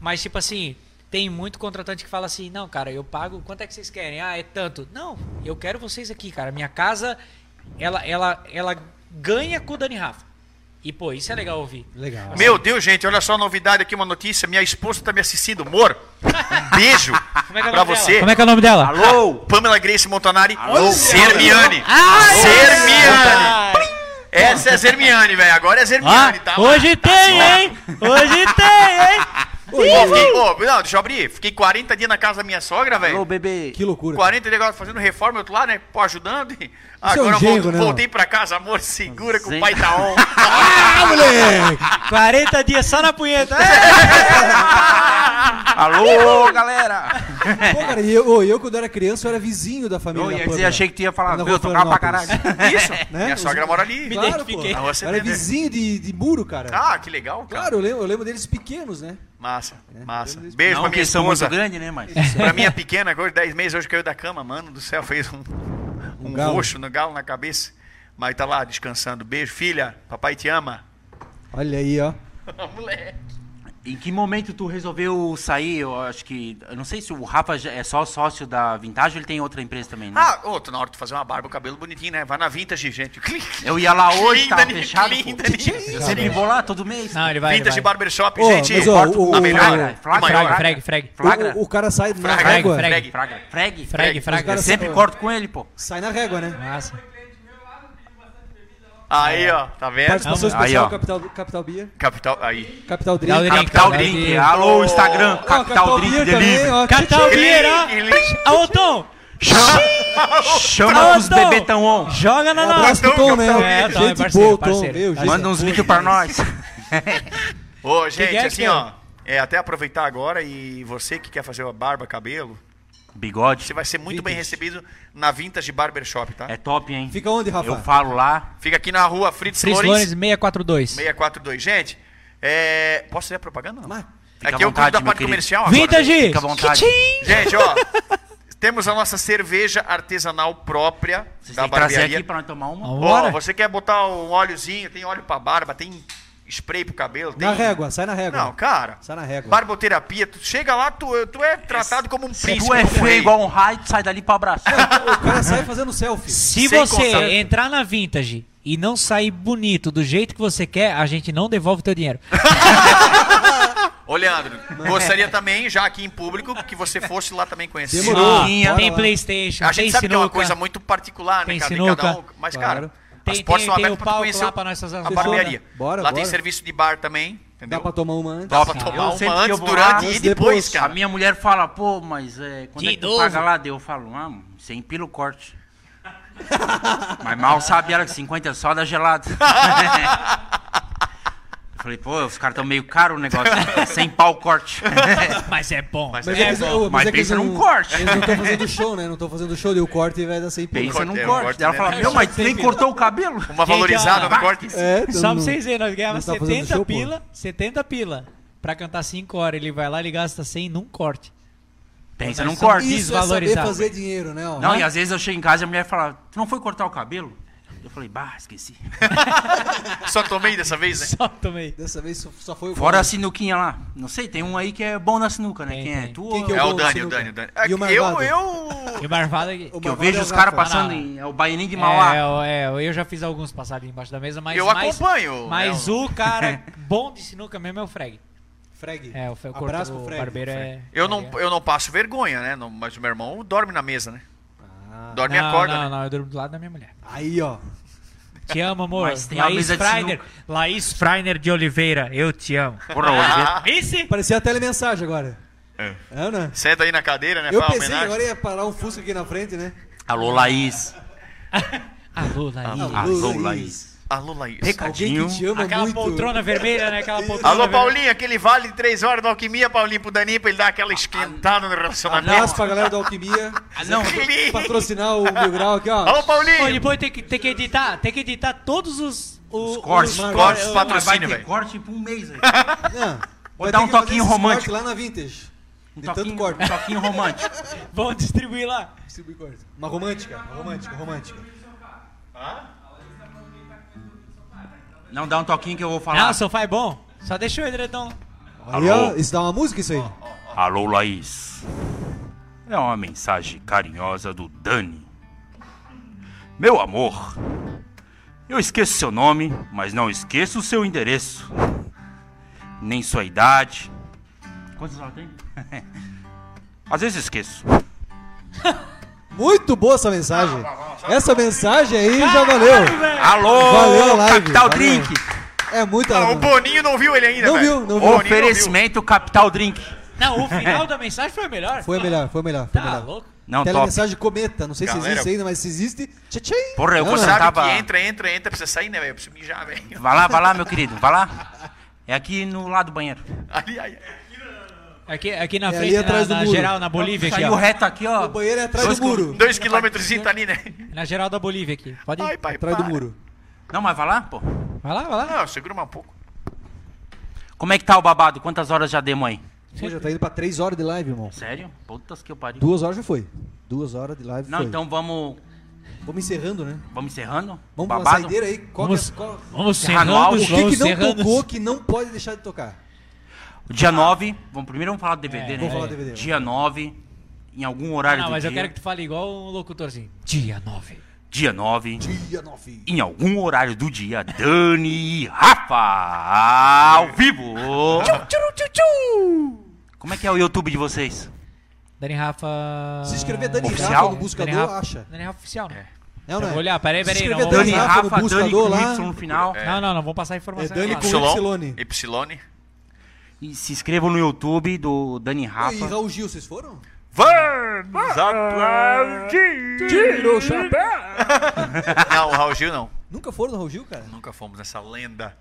Speaker 4: Mas, tipo assim, tem muito contratante que fala assim, não, cara, eu pago, quanto é que vocês querem? Ah, é tanto. Não, eu quero vocês aqui, cara. Minha casa, ela, ela, ela ganha com o Dani Rafa. E, pô, isso é legal ouvir.
Speaker 2: Legal.
Speaker 4: assim,
Speaker 5: Meu Deus, gente, olha só a novidade aqui, uma notícia. Minha esposa tá me assistindo, amor. Um beijo
Speaker 4: é que é o
Speaker 5: pra
Speaker 4: nome
Speaker 5: você.
Speaker 4: [laughs] Como é Ah! que é o nome dela?
Speaker 1: Alô?
Speaker 5: Pamela Grace Montanari.
Speaker 1: Alô?
Speaker 5: Zermiane.
Speaker 4: Ai,
Speaker 5: Zermiane.
Speaker 4: ai.
Speaker 5: Essa é Zermiane, velho. Agora é
Speaker 4: Ah,
Speaker 5: Zermiane, tá?
Speaker 4: hoje
Speaker 5: Tá
Speaker 4: tem,
Speaker 5: zoado.
Speaker 4: hein? Hoje tem, hein?
Speaker 5: Ô, fiquei, ô, não, deixa eu abrir. Fiquei 40 dias na casa da minha sogra,
Speaker 1: Alô,
Speaker 5: velho.
Speaker 1: bebê.
Speaker 2: Que loucura.
Speaker 5: 40 dias agora fazendo reforma, eu tô lá, né? Pô, ajudando. E
Speaker 2: é um
Speaker 5: agora eu
Speaker 2: genro,
Speaker 5: volto-
Speaker 2: né,
Speaker 5: voltei pra casa, amor, segura que
Speaker 1: Zen.
Speaker 5: o pai
Speaker 2: [laughs]
Speaker 5: tá on.
Speaker 2: Ah,
Speaker 4: [laughs]
Speaker 6: 40 dias só na punheta.
Speaker 2: [laughs]
Speaker 1: Alô, galera.
Speaker 2: Pô, cara, e eu, ô, eu quando era criança, eu era vizinho da família.
Speaker 1: Eu
Speaker 2: da
Speaker 1: ia dizer,
Speaker 2: Pâmela.
Speaker 1: achei que tu ia falar,
Speaker 2: Na
Speaker 1: meu, eu
Speaker 2: rua
Speaker 1: tocava pra caralho. Ah,
Speaker 2: Florianópolis.
Speaker 1: [laughs]
Speaker 2: [laughs]
Speaker 5: Isso,
Speaker 2: Né?
Speaker 5: minha
Speaker 2: Os-
Speaker 5: sogra mora ali.
Speaker 2: Claro, pô.
Speaker 4: identifiquei.
Speaker 5: Na rua
Speaker 2: Eu era
Speaker 5: CTV.
Speaker 2: vizinho de, de muro, cara.
Speaker 5: Ah, que legal, cara.
Speaker 2: Claro, eu lembro, eu lembro deles pequenos, né?
Speaker 5: Massa, massa.
Speaker 2: Não
Speaker 5: Beijo pra
Speaker 1: Não
Speaker 5: minha
Speaker 1: que são muito
Speaker 5: esposa.
Speaker 1: grande, né, mas...
Speaker 5: Pra minha pequena, agora 10 meses, hoje caiu da cama, mano do céu, fez um, um,
Speaker 2: galo.
Speaker 5: roxo no galo na cabeça. Mas tá lá descansando. Beijo, filha. Papai te ama.
Speaker 2: Olha aí, ó.
Speaker 5: Moleque.
Speaker 1: Em que momento tu resolveu sair? Eu acho que. Eu não sei se o Rafa já é só sócio da Vintage ou ele tem outra empresa também, né?
Speaker 5: Ah, ô, tu na hora de fazer uma barba, o cabelo bonitinho, né? Vai na vintage, gente. [laughs]
Speaker 1: eu ia lá hoje,
Speaker 5: Linda,
Speaker 1: tava
Speaker 5: linda,
Speaker 1: fechado. pô.
Speaker 5: linda,
Speaker 1: Eu
Speaker 5: linda.
Speaker 1: sempre vou lá todo mês.
Speaker 4: Não, ele vai. ele
Speaker 5: Vintage
Speaker 4: vai.
Speaker 5: Barbershop,
Speaker 2: Ô,
Speaker 5: gente.
Speaker 2: mas, ó,
Speaker 5: Corto
Speaker 2: o-
Speaker 5: na Ah, melhor. né?
Speaker 1: Fraga,
Speaker 5: e
Speaker 1: Fraga,
Speaker 5: maior.
Speaker 4: Frag, frag, frag.
Speaker 1: Flagra.
Speaker 2: O, o cara sai na
Speaker 5: Fraga,
Speaker 2: régua.
Speaker 4: fraga.
Speaker 1: Freg, Fraga. Freg.
Speaker 4: Frag, frag.
Speaker 1: Eu sempre corto com ele, pô.
Speaker 2: Sai na régua, né?
Speaker 4: Massa.
Speaker 5: Aí, ó, tá vendo?
Speaker 2: Participação
Speaker 1: Aí,
Speaker 2: especial
Speaker 1: ó.
Speaker 2: Capital, Capital Beer,
Speaker 5: Capital. Aí.
Speaker 2: Capital
Speaker 4: Capital
Speaker 2: Drink. Ah,
Speaker 4: Drink.
Speaker 1: Capital
Speaker 4: Freg.
Speaker 1: Drink. Alô, Instagram.
Speaker 2: Ó,
Speaker 1: Capital, Drink
Speaker 2: Beer
Speaker 1: Delivery.
Speaker 2: também, ó.
Speaker 6: Capital
Speaker 5: Clean,
Speaker 6: Vieira.
Speaker 5: clean.
Speaker 6: Ô, Tom,
Speaker 1: Chama, chama os bebê tão on.
Speaker 6: joga na
Speaker 2: Um
Speaker 6: nossa.
Speaker 2: abraço pro Tom, né?
Speaker 5: Capital
Speaker 4: Beer. É, Tom, é
Speaker 2: gente
Speaker 4: parceiro,
Speaker 2: boa, Tom.
Speaker 4: parceiro.
Speaker 2: Meu, gente
Speaker 1: Manda um uns
Speaker 2: boa.
Speaker 1: vídeos pra nós.
Speaker 5: [laughs] Ô, gente,
Speaker 6: é que
Speaker 5: assim,
Speaker 6: é?
Speaker 5: ó. É, até aproveitar agora e você que quer fazer a barba, cabelo, você
Speaker 1: Bigode.
Speaker 5: vai ser muito bem recebido na Vintage Barbershop, tá?
Speaker 1: É top, hein?
Speaker 2: Fica onde, Rafa?
Speaker 1: Eu falo lá.
Speaker 5: Fica aqui na rua Fritz
Speaker 4: Fritz
Speaker 5: Flores,
Speaker 4: Lones 642.
Speaker 5: 642. Gente, é... posso fazer a propaganda? Não?
Speaker 2: Mas-
Speaker 1: Fica
Speaker 5: Aqui
Speaker 1: à
Speaker 5: eu cuido
Speaker 1: vontade,
Speaker 5: da
Speaker 1: meu
Speaker 5: parte
Speaker 1: querido.
Speaker 5: comercial agora.
Speaker 4: Vintage!
Speaker 1: Fica à vontade.
Speaker 4: Kitchen!
Speaker 5: Gente, ó, temos a nossa cerveja artesanal própria
Speaker 1: Vocês
Speaker 5: da
Speaker 1: têm que trazer
Speaker 5: barbearia.
Speaker 1: aqui pra nós tomar uma.
Speaker 4: Ó,
Speaker 5: Ó,
Speaker 4: Bora.
Speaker 5: você quer botar um óleozinho, tem óleo pra barba, tem spray pro cabelo, tem...
Speaker 2: Na régua, sai na régua.
Speaker 5: Não, cara.
Speaker 2: Sai na régua.
Speaker 5: Barboterapia, tu chega lá, tu, tu é tratado como um príncipe.
Speaker 1: Tu é
Speaker 5: como um
Speaker 1: feio
Speaker 5: rei.
Speaker 1: igual um raio, tu sai dali pra abraçar.
Speaker 2: O cara sai fazendo selfie.
Speaker 4: Se
Speaker 5: Sem
Speaker 4: você
Speaker 5: contar-
Speaker 4: entrar na Vintage e não sair bonito do jeito que você quer, a gente não devolve o teu dinheiro. um-
Speaker 2: [laughs]
Speaker 5: Ô, Leandro, gostaria também, já aqui em público, que você fosse lá também conhecer.
Speaker 2: Demorou.
Speaker 4: Ó,
Speaker 1: Sinuquinha.
Speaker 4: Ah, tem
Speaker 2: Bora lá.
Speaker 4: Playstation,
Speaker 5: A
Speaker 4: tem
Speaker 5: gente sabe que é uma
Speaker 4: sinuca,
Speaker 5: coisa muito particular, né,
Speaker 4: Tem
Speaker 5: cara, de
Speaker 4: sinuca.
Speaker 5: cada um. Mas,
Speaker 2: Claro.
Speaker 5: cara, as
Speaker 4: Tem-
Speaker 5: portas são
Speaker 4: tem- tem
Speaker 5: abertas
Speaker 4: o
Speaker 5: pra tu
Speaker 4: palco
Speaker 5: conhecer
Speaker 4: lá
Speaker 5: o-
Speaker 4: pra nós fazer as
Speaker 5: a
Speaker 4: ações,
Speaker 5: barbearia.
Speaker 2: né? Bora,
Speaker 5: lá tem
Speaker 2: bora.
Speaker 5: serviço de bar também, entendeu?
Speaker 2: Dá pra tomar uma antes.
Speaker 5: Dá pra tomar
Speaker 1: sempre
Speaker 5: uma
Speaker 1: que eu
Speaker 5: antes,
Speaker 1: vou lá,
Speaker 5: durante e
Speaker 2: antes,
Speaker 5: depois,
Speaker 2: depois.
Speaker 1: A
Speaker 5: cara.
Speaker 1: minha mulher fala, pô, mas é, quando
Speaker 4: De
Speaker 1: é que tu
Speaker 4: novo?
Speaker 1: paga lá? Daí Eu falo, ah, sem pila o corte. [laughs] mas mal sabe ela que 50 é só da gelada. [laughs] eu falei, pô, os caras tão meio caro o negócio. né? sem pau o corte.
Speaker 5: [laughs]
Speaker 4: Mas é bom.
Speaker 5: Mas
Speaker 2: Mas
Speaker 5: é
Speaker 2: é, que,
Speaker 5: bom.
Speaker 2: ô,
Speaker 1: Mas
Speaker 2: é que
Speaker 1: pensa
Speaker 2: eles
Speaker 1: num
Speaker 2: não-
Speaker 1: corte.
Speaker 2: Eles não estão fazendo show, né? Não estão fazendo show e o corte vai dar sem pulo.
Speaker 1: Pensa
Speaker 5: corte,
Speaker 1: num
Speaker 5: é, um
Speaker 1: corte.
Speaker 5: corte,
Speaker 1: Daí ela
Speaker 5: né?
Speaker 1: fala, meu, mas tu nem cortou o cabelo?
Speaker 5: Uma
Speaker 6: Gente,
Speaker 5: valorizada
Speaker 6: ó,
Speaker 5: no corte.
Speaker 2: É, então
Speaker 6: Só pra
Speaker 2: não-
Speaker 6: vocês verem, nós ganhávamos
Speaker 2: Não tá fazendo
Speaker 6: 70
Speaker 2: show, pô.
Speaker 6: pila, 70 pila pra cantar 5 horas. Ele vai lá, ele gasta 100 num
Speaker 4: [laughs]
Speaker 6: corte.
Speaker 1: Pensa num
Speaker 4: Isso é
Speaker 1: corte.
Speaker 2: Isso é saber
Speaker 4: desvalorizado.
Speaker 2: fazer dinheiro, né? ó.
Speaker 1: Não, e às vezes eu chego em casa e a mulher fala, tu não foi cortar o cabelo? Eu falei, bah, esqueci. [laughs]
Speaker 5: Só tomei dessa vez, né?
Speaker 6: Só tomei.
Speaker 2: Dessa vez só, só foi o
Speaker 1: Fora a
Speaker 2: corte.
Speaker 1: sinuquinha lá. Não sei, tem um aí que é bom na sinuca, né?
Speaker 4: Tem,
Speaker 1: Quem é?
Speaker 4: tem.
Speaker 1: Tu
Speaker 2: Quem
Speaker 1: ou-
Speaker 2: que
Speaker 5: É o
Speaker 2: bom,
Speaker 5: Dani,
Speaker 2: sinuca.
Speaker 5: o Dani, o Dani.
Speaker 2: E
Speaker 5: É
Speaker 2: o
Speaker 5: Eu,
Speaker 2: marvado?
Speaker 5: eu...
Speaker 4: E o Marvada aqui.
Speaker 2: O
Speaker 1: Que eu
Speaker 2: Mavado
Speaker 1: vejo
Speaker 2: é
Speaker 1: os caras
Speaker 2: Rafa.
Speaker 1: passando
Speaker 4: Ah, não.
Speaker 1: em. É o Baianinho de Mauá.
Speaker 4: É, ó, é, eu já fiz alguns passados embaixo da mesa, mas
Speaker 5: Eu
Speaker 4: mais-
Speaker 5: acompanho,
Speaker 4: Mas
Speaker 5: Léo.
Speaker 4: o cara bom de sinuca mesmo é o Freg.
Speaker 2: Freg.
Speaker 4: É, o, Fe- o corpo
Speaker 2: Abraço pro
Speaker 4: do
Speaker 2: Freg.
Speaker 4: barbeiro é.
Speaker 5: Eu não, eu não passo vergonha, né? Não- mas o meu irmão dorme na mesa, né?
Speaker 2: Ah,
Speaker 5: Dorme e
Speaker 4: não,
Speaker 5: acorda,
Speaker 4: Não,
Speaker 5: né?
Speaker 4: não, eu durmo do lado da minha mulher.
Speaker 2: Aí, ó.
Speaker 4: Te amo, amor.
Speaker 1: Mas tem a
Speaker 4: Laís
Speaker 1: mesa de
Speaker 4: Freiner.
Speaker 1: sinuca.
Speaker 4: Laís Freiner de Oliveira, eu te amo.
Speaker 1: Porra, hoje.
Speaker 4: Esse?
Speaker 2: Parecia a telemensagem agora.
Speaker 5: É.
Speaker 2: Ana?
Speaker 5: Senta aí na cadeira,
Speaker 1: É
Speaker 5: né?
Speaker 2: Eu
Speaker 5: Fala
Speaker 2: pensei que agora
Speaker 5: homenagem.
Speaker 2: ia parar um Fusca aqui na frente, né?
Speaker 1: Alô, Laís. Ah,
Speaker 4: Alô, Laís.
Speaker 1: Alô, Laís.
Speaker 5: Alô, Laís.
Speaker 1: Recadinho.
Speaker 2: Alguém que te ama
Speaker 4: Aquela
Speaker 2: é muito.
Speaker 4: poltrona vermelha, né?
Speaker 2: [laughs]
Speaker 4: Aquela poltrona
Speaker 5: Alô,
Speaker 4: vermelha.
Speaker 5: Paulinho, aquele vale de três horas da alquimia, Paulinho, pro Daninho, pra ele dar aquela esquentada no
Speaker 2: Um Abraço
Speaker 5: relacionamento.
Speaker 2: pra galera da Alquimia.
Speaker 1: Ah, não,
Speaker 2: Patrocinar o Mil Grau aqui, ó.
Speaker 5: Alô, Paulinho!
Speaker 4: Pô, depois tem que, tem que editar, tem que editar todos os... o-
Speaker 1: Os cortes,
Speaker 4: os-
Speaker 5: cortes,
Speaker 4: o-
Speaker 5: patrocínio,
Speaker 1: mas vai ter
Speaker 5: velho.
Speaker 1: corte por um mês [laughs] aí. Vou
Speaker 2: Não, vai
Speaker 1: dar
Speaker 2: ter
Speaker 1: um
Speaker 2: que fazer
Speaker 1: toquinho
Speaker 2: esses
Speaker 1: romântico.
Speaker 2: cortes Lá na Vintage.
Speaker 1: Um
Speaker 2: De
Speaker 1: toquinho,
Speaker 2: tanto
Speaker 1: um
Speaker 2: corte.
Speaker 1: toquinho romântico.
Speaker 4: Vão distribuir lá.
Speaker 2: Distribui corte. Uma romântica, uma romântica, uma romântica.
Speaker 1: Não, dá um toquinho que eu vou falar.
Speaker 4: Ah, o sofá é bom. Só deixa o um- edredom.
Speaker 2: Aí, ó, isso dá uma música isso aí.
Speaker 1: Alô, Laís. É uma mensagem carinhosa do Dani. Meu amor, eu esqueço seu nome, mas não esqueço o seu endereço. Nem sua idade. Quantos anos tem? [laughs] Às vezes esqueço.
Speaker 2: Muito boa essa mensagem. Essa mensagem aí já valeu.
Speaker 1: Alô,
Speaker 2: Valeu a live,
Speaker 1: Capital
Speaker 2: valeu.
Speaker 1: Drink.
Speaker 2: É muita.
Speaker 5: Ah, o Boninho não viu ele ainda,
Speaker 2: Não
Speaker 5: velho.
Speaker 2: viu, não viu.
Speaker 5: O Boninho não
Speaker 1: Oferecimento Capital Drink.
Speaker 4: Não, o final da mensagem foi a melhor.
Speaker 2: Foi a melhor, foi a melhor, foi a
Speaker 4: Tá
Speaker 2: melhor.
Speaker 4: louco?
Speaker 1: Não, top.
Speaker 2: Telemensagem Cometa, não sei se
Speaker 5: Galera,
Speaker 2: existe ainda, mas se existe. Tchê-tchê.
Speaker 1: Porra, eu
Speaker 2: Não, Tá
Speaker 5: Você
Speaker 1: gostei.
Speaker 5: sabe
Speaker 1: Tava-
Speaker 5: que entra, entra, entra, precisa sair, né, velho? Eu Preciso mijar, velho. [laughs]
Speaker 1: Vai lá, vai lá, meu querido, vai lá. É aqui no lado do banheiro.
Speaker 5: Ali, ali.
Speaker 4: Aqui, aqui na
Speaker 2: É, ali
Speaker 4: frente, na,
Speaker 2: atrás do
Speaker 4: na
Speaker 2: muro.
Speaker 4: geral, na Bolívia aqui,
Speaker 1: Saiu
Speaker 4: ó.
Speaker 1: reto aqui, ó.
Speaker 2: O banheiro é atrás
Speaker 1: Dois
Speaker 2: do muro.
Speaker 5: Dois quilômetros tá ali, né?
Speaker 4: Na geral da Bolívia aqui. Pode
Speaker 5: Ai,
Speaker 4: ir.
Speaker 5: pai,
Speaker 2: Atrás do
Speaker 5: para.
Speaker 2: muro.
Speaker 1: Não, mas vai lá, pô.
Speaker 4: Vai lá, vai lá.
Speaker 5: Não, segura mais um pouco.
Speaker 1: Como é que tá o babado? Quantas horas já demos aí?
Speaker 2: Pô, já tá indo pra 3 horas de live, irmão.
Speaker 1: Sério? Putas que eu pariu.
Speaker 2: Duas horas já foi. Duas horas de live
Speaker 1: Não,
Speaker 2: foi.
Speaker 1: então vamos,
Speaker 2: Vamos encerrando, né?
Speaker 1: vamos encerrando?
Speaker 2: Vamos pra uma
Speaker 1: babado?
Speaker 2: saideira aí. Qual que
Speaker 4: Vamos,
Speaker 2: é- qual-
Speaker 4: vamos
Speaker 1: Serrano
Speaker 4: serrando,
Speaker 1: Alves.
Speaker 2: O que, que não
Speaker 4: serrando.
Speaker 2: tocou que não pode deixar de tocar?
Speaker 1: Dia 9, vamos, primeiro vamos falar do DVD,
Speaker 4: É,
Speaker 1: né?
Speaker 4: vamos
Speaker 2: falar do DVD.
Speaker 1: Dia 9, em algum horário
Speaker 4: Não,
Speaker 1: do
Speaker 4: mas
Speaker 1: dia.
Speaker 4: eu quero que tu fale igual um locutorzinho. Dia 9.
Speaker 1: Dia 9,
Speaker 2: Dia 9.
Speaker 1: em algum horário do dia, Dani e Rafa, ao vivo. Como é que é o YouTube de vocês?
Speaker 4: Dani Rafa...
Speaker 2: Se inscrever Dani
Speaker 1: Oficial?
Speaker 2: Rafa no
Speaker 4: Dani
Speaker 2: buscador,
Speaker 4: Rafa-
Speaker 2: acha.
Speaker 4: Dani Rafa oficial, né?
Speaker 2: Não, não é?
Speaker 4: Eu vou olhar, peraí,
Speaker 2: Se
Speaker 4: peraí,
Speaker 2: inscrever
Speaker 4: não,
Speaker 1: Dani
Speaker 2: Dani Rafa,
Speaker 1: Rafa,
Speaker 2: no
Speaker 1: Dani com
Speaker 2: buscador
Speaker 1: Y
Speaker 2: lá.
Speaker 1: no final.
Speaker 4: Não, não, não, vamos passar a informação.
Speaker 2: É Dani
Speaker 4: errada.
Speaker 2: com- Ypsilone.
Speaker 5: Ypsilone.
Speaker 1: E se inscrevam no YouTube do Dani
Speaker 2: E
Speaker 1: Rafa.
Speaker 2: Raul Gil, vocês foram?
Speaker 5: Vamos aplaudir!
Speaker 2: Tirou o chapéu.
Speaker 5: Não, o Raul Gil não.
Speaker 2: Nunca foram no Raul Gil, cara?
Speaker 5: Nunca fomos nessa lenda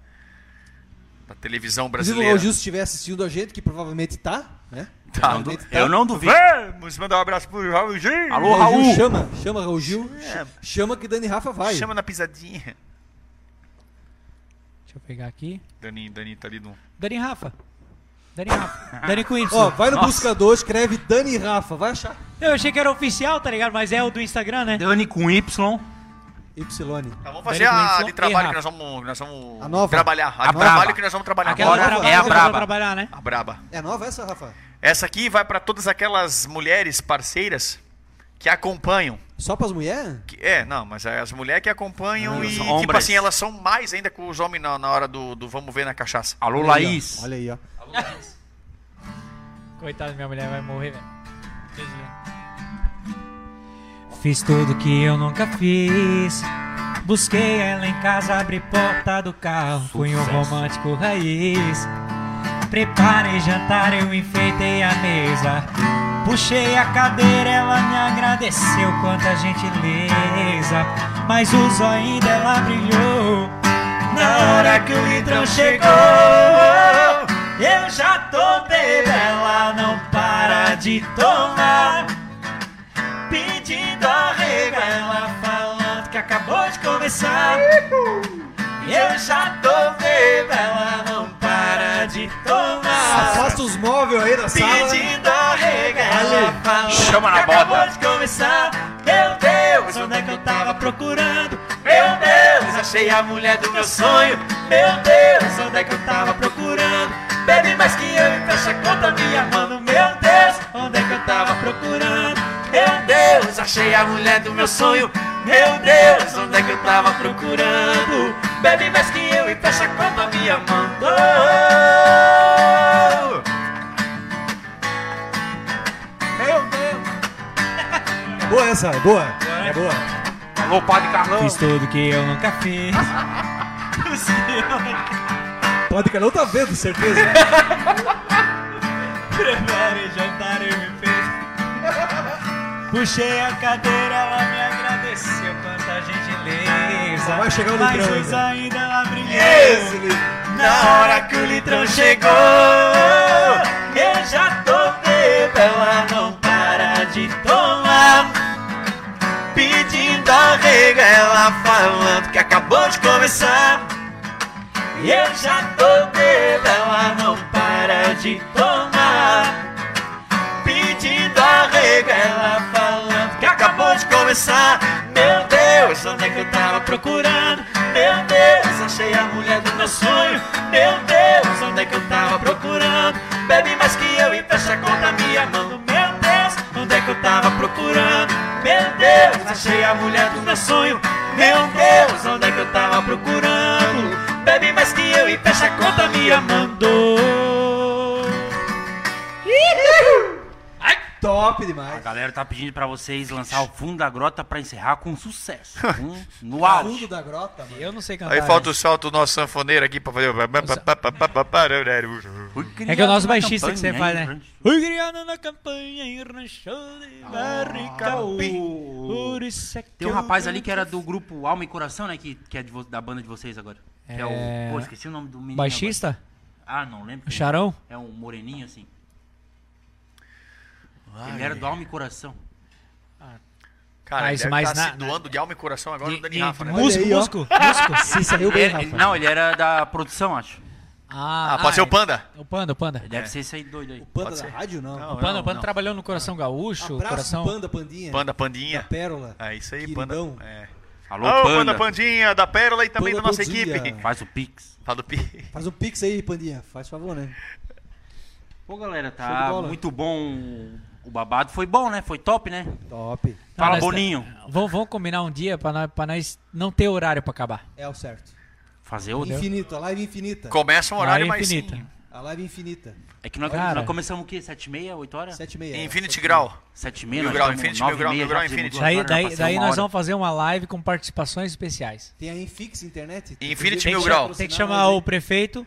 Speaker 5: da televisão
Speaker 2: Inclusive, o Raul
Speaker 5: brasileira.
Speaker 2: Gil, se estiver assistindo a gente, que provavelmente tá, né?
Speaker 5: Tá.
Speaker 1: Não du- Eu não duvido.
Speaker 5: Vamos mandar um abraço pro Raul Gil.
Speaker 1: Alô,
Speaker 2: Raul Gil
Speaker 1: Raul. É.
Speaker 2: chama, chama Raul Gil,
Speaker 5: Chama.
Speaker 2: ch- chama que Dani Rafa vai.
Speaker 5: Chama na pisadinha.
Speaker 4: Deixa eu pegar aqui.
Speaker 5: Daninho, Daninho tá ali no...
Speaker 4: Dani Rafa. Dani Rafa. Dani com Y.
Speaker 2: Ó, vai no buscador, escreve Dani Rafa, vai achar.
Speaker 4: Eu achei que era oficial, tá ligado? Mas é o do Instagram, né?
Speaker 1: Dani com Y.
Speaker 2: Ypsilone.
Speaker 5: Tá, vamos fazer
Speaker 4: Dani com
Speaker 5: a
Speaker 4: Y
Speaker 5: de
Speaker 4: e
Speaker 5: trabalho
Speaker 4: Rafa.
Speaker 5: que nós vamos, nós vamos
Speaker 2: A nova.
Speaker 5: trabalhar. A,
Speaker 1: A
Speaker 5: de
Speaker 1: braba.
Speaker 5: trabalho que nós vamos trabalhar.
Speaker 1: Aquela
Speaker 5: agora.
Speaker 1: Agora
Speaker 4: trabalha
Speaker 1: é a
Speaker 4: que nós vamos
Speaker 1: braba.
Speaker 4: trabalhar, né?
Speaker 5: A braba.
Speaker 2: É nova essa, Rafa?
Speaker 5: Essa aqui vai pra todas aquelas mulheres parceiras que acompanham.
Speaker 2: Só pras mulheres?
Speaker 5: Que- é, não, mas as mulheres que acompanham
Speaker 1: Ah,
Speaker 5: e,
Speaker 1: são
Speaker 5: tipo
Speaker 1: hombres.
Speaker 5: assim, elas são mais ainda que os homens na, na hora do, do vamos ver na cachaça.
Speaker 1: Alô,
Speaker 2: Olha aí, ó.
Speaker 1: Laís.
Speaker 2: Olha aí, ó.
Speaker 4: Coitada, minha mulher vai morrer, velho. Fiz tudo que eu nunca fiz. Busquei ela em casa, abri porta do carro. Fui um
Speaker 1: Sucesso.
Speaker 4: romântico raiz. Preparei jantar, eu enfeitei a mesa. Puxei a cadeira, ela me agradeceu. Quanta gentileza. Mas o zóio dela brilhou. Na hora que o litrão chegou. Eu já tomei, ela não para de tomar. Pedindo arrego, ela falando que acabou de começar. Eu já tomei, ela não para de tomar.
Speaker 2: Afasta os móveis aí da sala.
Speaker 3: né?
Speaker 4: Pedindo arrego, ela
Speaker 2: Ali.
Speaker 4: falando
Speaker 1: Chama
Speaker 4: que
Speaker 1: na
Speaker 4: acabou
Speaker 1: bota.
Speaker 4: de começar. Meu Deus, onde é que eu tava procurando? Meu Deus, achei a mulher do meu sonho. Meu Deus, onde é que eu tava procurando? Bebe mais que eu e fecha a conta, me amando. Meu Deus, onde é que eu tava procurando? Meu Deus, achei a mulher do meu sonho. Meu Deus, onde é que eu tava procurando? Bebe mais que eu e fecha a conta, me amando. Meu Deus.
Speaker 2: Boa essa, é boa. É boa.
Speaker 1: Alô, Padre Carlão.
Speaker 4: Fiz tudo que eu nunca
Speaker 6: [laughs]
Speaker 4: fiz.
Speaker 2: Pode que não tá vendo, certeza.
Speaker 5: [laughs]
Speaker 4: Prepare jantar eu me fez.
Speaker 6: Puxei a cadeira, ela me agradeceu. Quanta gentileza.
Speaker 3: Vai chegar o
Speaker 6: Mas
Speaker 3: litrão
Speaker 6: hoje
Speaker 3: ainda.
Speaker 6: ainda ela brilhou. Na hora que o litrão chegou, eu já tô bebo. Ela não para de tomar. Pedindo arrego, ela falando que acabou de começar. E eu já tô bebo, ela não para de tomar. Pedindo arrego, ela falando que acabou de começar. Meu Deus, onde é que eu tava procurando? Meu Deus, achei a mulher do meu sonho. Meu Deus, onde é que eu tava procurando? Bebe mais que eu e fecha a conta me amando. Meu Deus, onde é que eu tava procurando? Meu Deus, achei a mulher do meu sonho. Meu Deus, onde é que eu tava procurando? Bebe mais que eu e fecha a conta me amando.
Speaker 3: Top demais.
Speaker 1: A galera tá pedindo pra vocês lançar o fundo da grota pra encerrar com sucesso.
Speaker 4: Um
Speaker 1: Hum, no auge.
Speaker 3: Fundo da grota, mano.
Speaker 4: Eu não sei cantar.
Speaker 5: Aí falta
Speaker 4: né?
Speaker 5: o salto do nosso sanfoneiro aqui pra fazer. o-
Speaker 4: É que é o nosso baixista que você faz, né?
Speaker 1: um
Speaker 6: Fui criado na campanha e ranchou de barrica Por isso é que
Speaker 1: Tem um
Speaker 6: eu
Speaker 1: rapaz
Speaker 6: não
Speaker 1: ali que era do grupo Alma e Coração, né? Que, que é de vo- da banda de vocês agora. Que É...
Speaker 4: É.
Speaker 1: o... Pô, esqueci o nome do menino.
Speaker 4: Baixista?
Speaker 1: agora. Ah, não lembro.
Speaker 4: O Charão?
Speaker 1: É um moreninho assim. Ele era do Alma e Coração.
Speaker 5: Cara,
Speaker 4: Mas-
Speaker 5: ele
Speaker 4: mas
Speaker 5: tá
Speaker 4: na-
Speaker 5: se doando de alma e coração agora
Speaker 4: E-
Speaker 5: do Dani
Speaker 4: e-
Speaker 5: Rafa, né?
Speaker 3: Olha
Speaker 4: Músico,
Speaker 3: aí, ó.
Speaker 4: músico, músico.
Speaker 3: Se saiu bem,
Speaker 5: É,
Speaker 1: Ele-
Speaker 3: Rafa.
Speaker 1: não, ele era da produção, acho.
Speaker 4: Ah,
Speaker 5: Ah, pode ser
Speaker 4: é.
Speaker 5: o Panda.
Speaker 4: O Panda, o Panda.
Speaker 1: Deve ser esse aí doido aí.
Speaker 3: Panda
Speaker 5: Pode
Speaker 3: da
Speaker 5: ser.
Speaker 3: rádio, não.
Speaker 4: O Panda, tá o Panda trabalhou no Coração Gaúcho,
Speaker 3: Abraço,
Speaker 4: Coração...
Speaker 3: Panda, Pandinha.
Speaker 5: Panda
Speaker 3: Da
Speaker 5: Pandinha.
Speaker 3: Pérola.
Speaker 2: Tá
Speaker 5: É isso aí,
Speaker 3: Queridão.
Speaker 5: Panda. É.
Speaker 1: Alô,
Speaker 5: Ô,
Speaker 1: Panda.
Speaker 5: Panda Pandinha, da Pérola e também
Speaker 3: Panda
Speaker 5: da nossa
Speaker 3: Pandinha.
Speaker 5: equipe.
Speaker 1: Faz o Pix.
Speaker 5: Fala do Pi.
Speaker 3: Faz um pix aí, Pandinha. Faz favor, né?
Speaker 1: Pô, galera,
Speaker 3: Show de
Speaker 1: tá
Speaker 3: bola.
Speaker 1: muito bom. o- O babado foi bom, né? Foi top, né?
Speaker 3: Top.
Speaker 4: Não, tá-
Speaker 1: Fala,
Speaker 4: nós-
Speaker 1: Boninho.
Speaker 4: Vamos, vamos combinar um dia pra nós, pra nós não ter horário pra acabar.
Speaker 3: É o certo.
Speaker 1: Fazer
Speaker 4: né?
Speaker 1: outro.
Speaker 3: Infinito, a live infinita.
Speaker 5: Começa um
Speaker 4: Aí,
Speaker 5: horário
Speaker 4: é
Speaker 5: mais.
Speaker 4: infinita.
Speaker 5: sim.
Speaker 3: A live infinita.
Speaker 1: É que nós,
Speaker 4: Cara.
Speaker 1: nós começamos o quê? 7 e meia, 8 horas?
Speaker 3: Sete e meia.
Speaker 5: Infinity Grau.
Speaker 1: 7 e meia,
Speaker 5: Mil
Speaker 1: nós
Speaker 5: grau,
Speaker 1: estamos
Speaker 5: Infinity,
Speaker 1: nove
Speaker 5: mil
Speaker 1: e
Speaker 5: grau,
Speaker 1: meia,
Speaker 5: mil
Speaker 1: já
Speaker 5: grau,
Speaker 1: fizemos
Speaker 5: Infinity.
Speaker 1: duas
Speaker 4: Daí,
Speaker 1: horas, já
Speaker 4: daí,
Speaker 1: passamos
Speaker 4: daí
Speaker 1: uma
Speaker 4: nós
Speaker 1: hora.
Speaker 4: vamos fazer uma live com participações especiais.
Speaker 3: Tem a Infix Internet.
Speaker 5: Infinity
Speaker 4: Tem
Speaker 5: Mil
Speaker 4: que,
Speaker 5: grau.
Speaker 4: cha- tem que chamar o prefeito,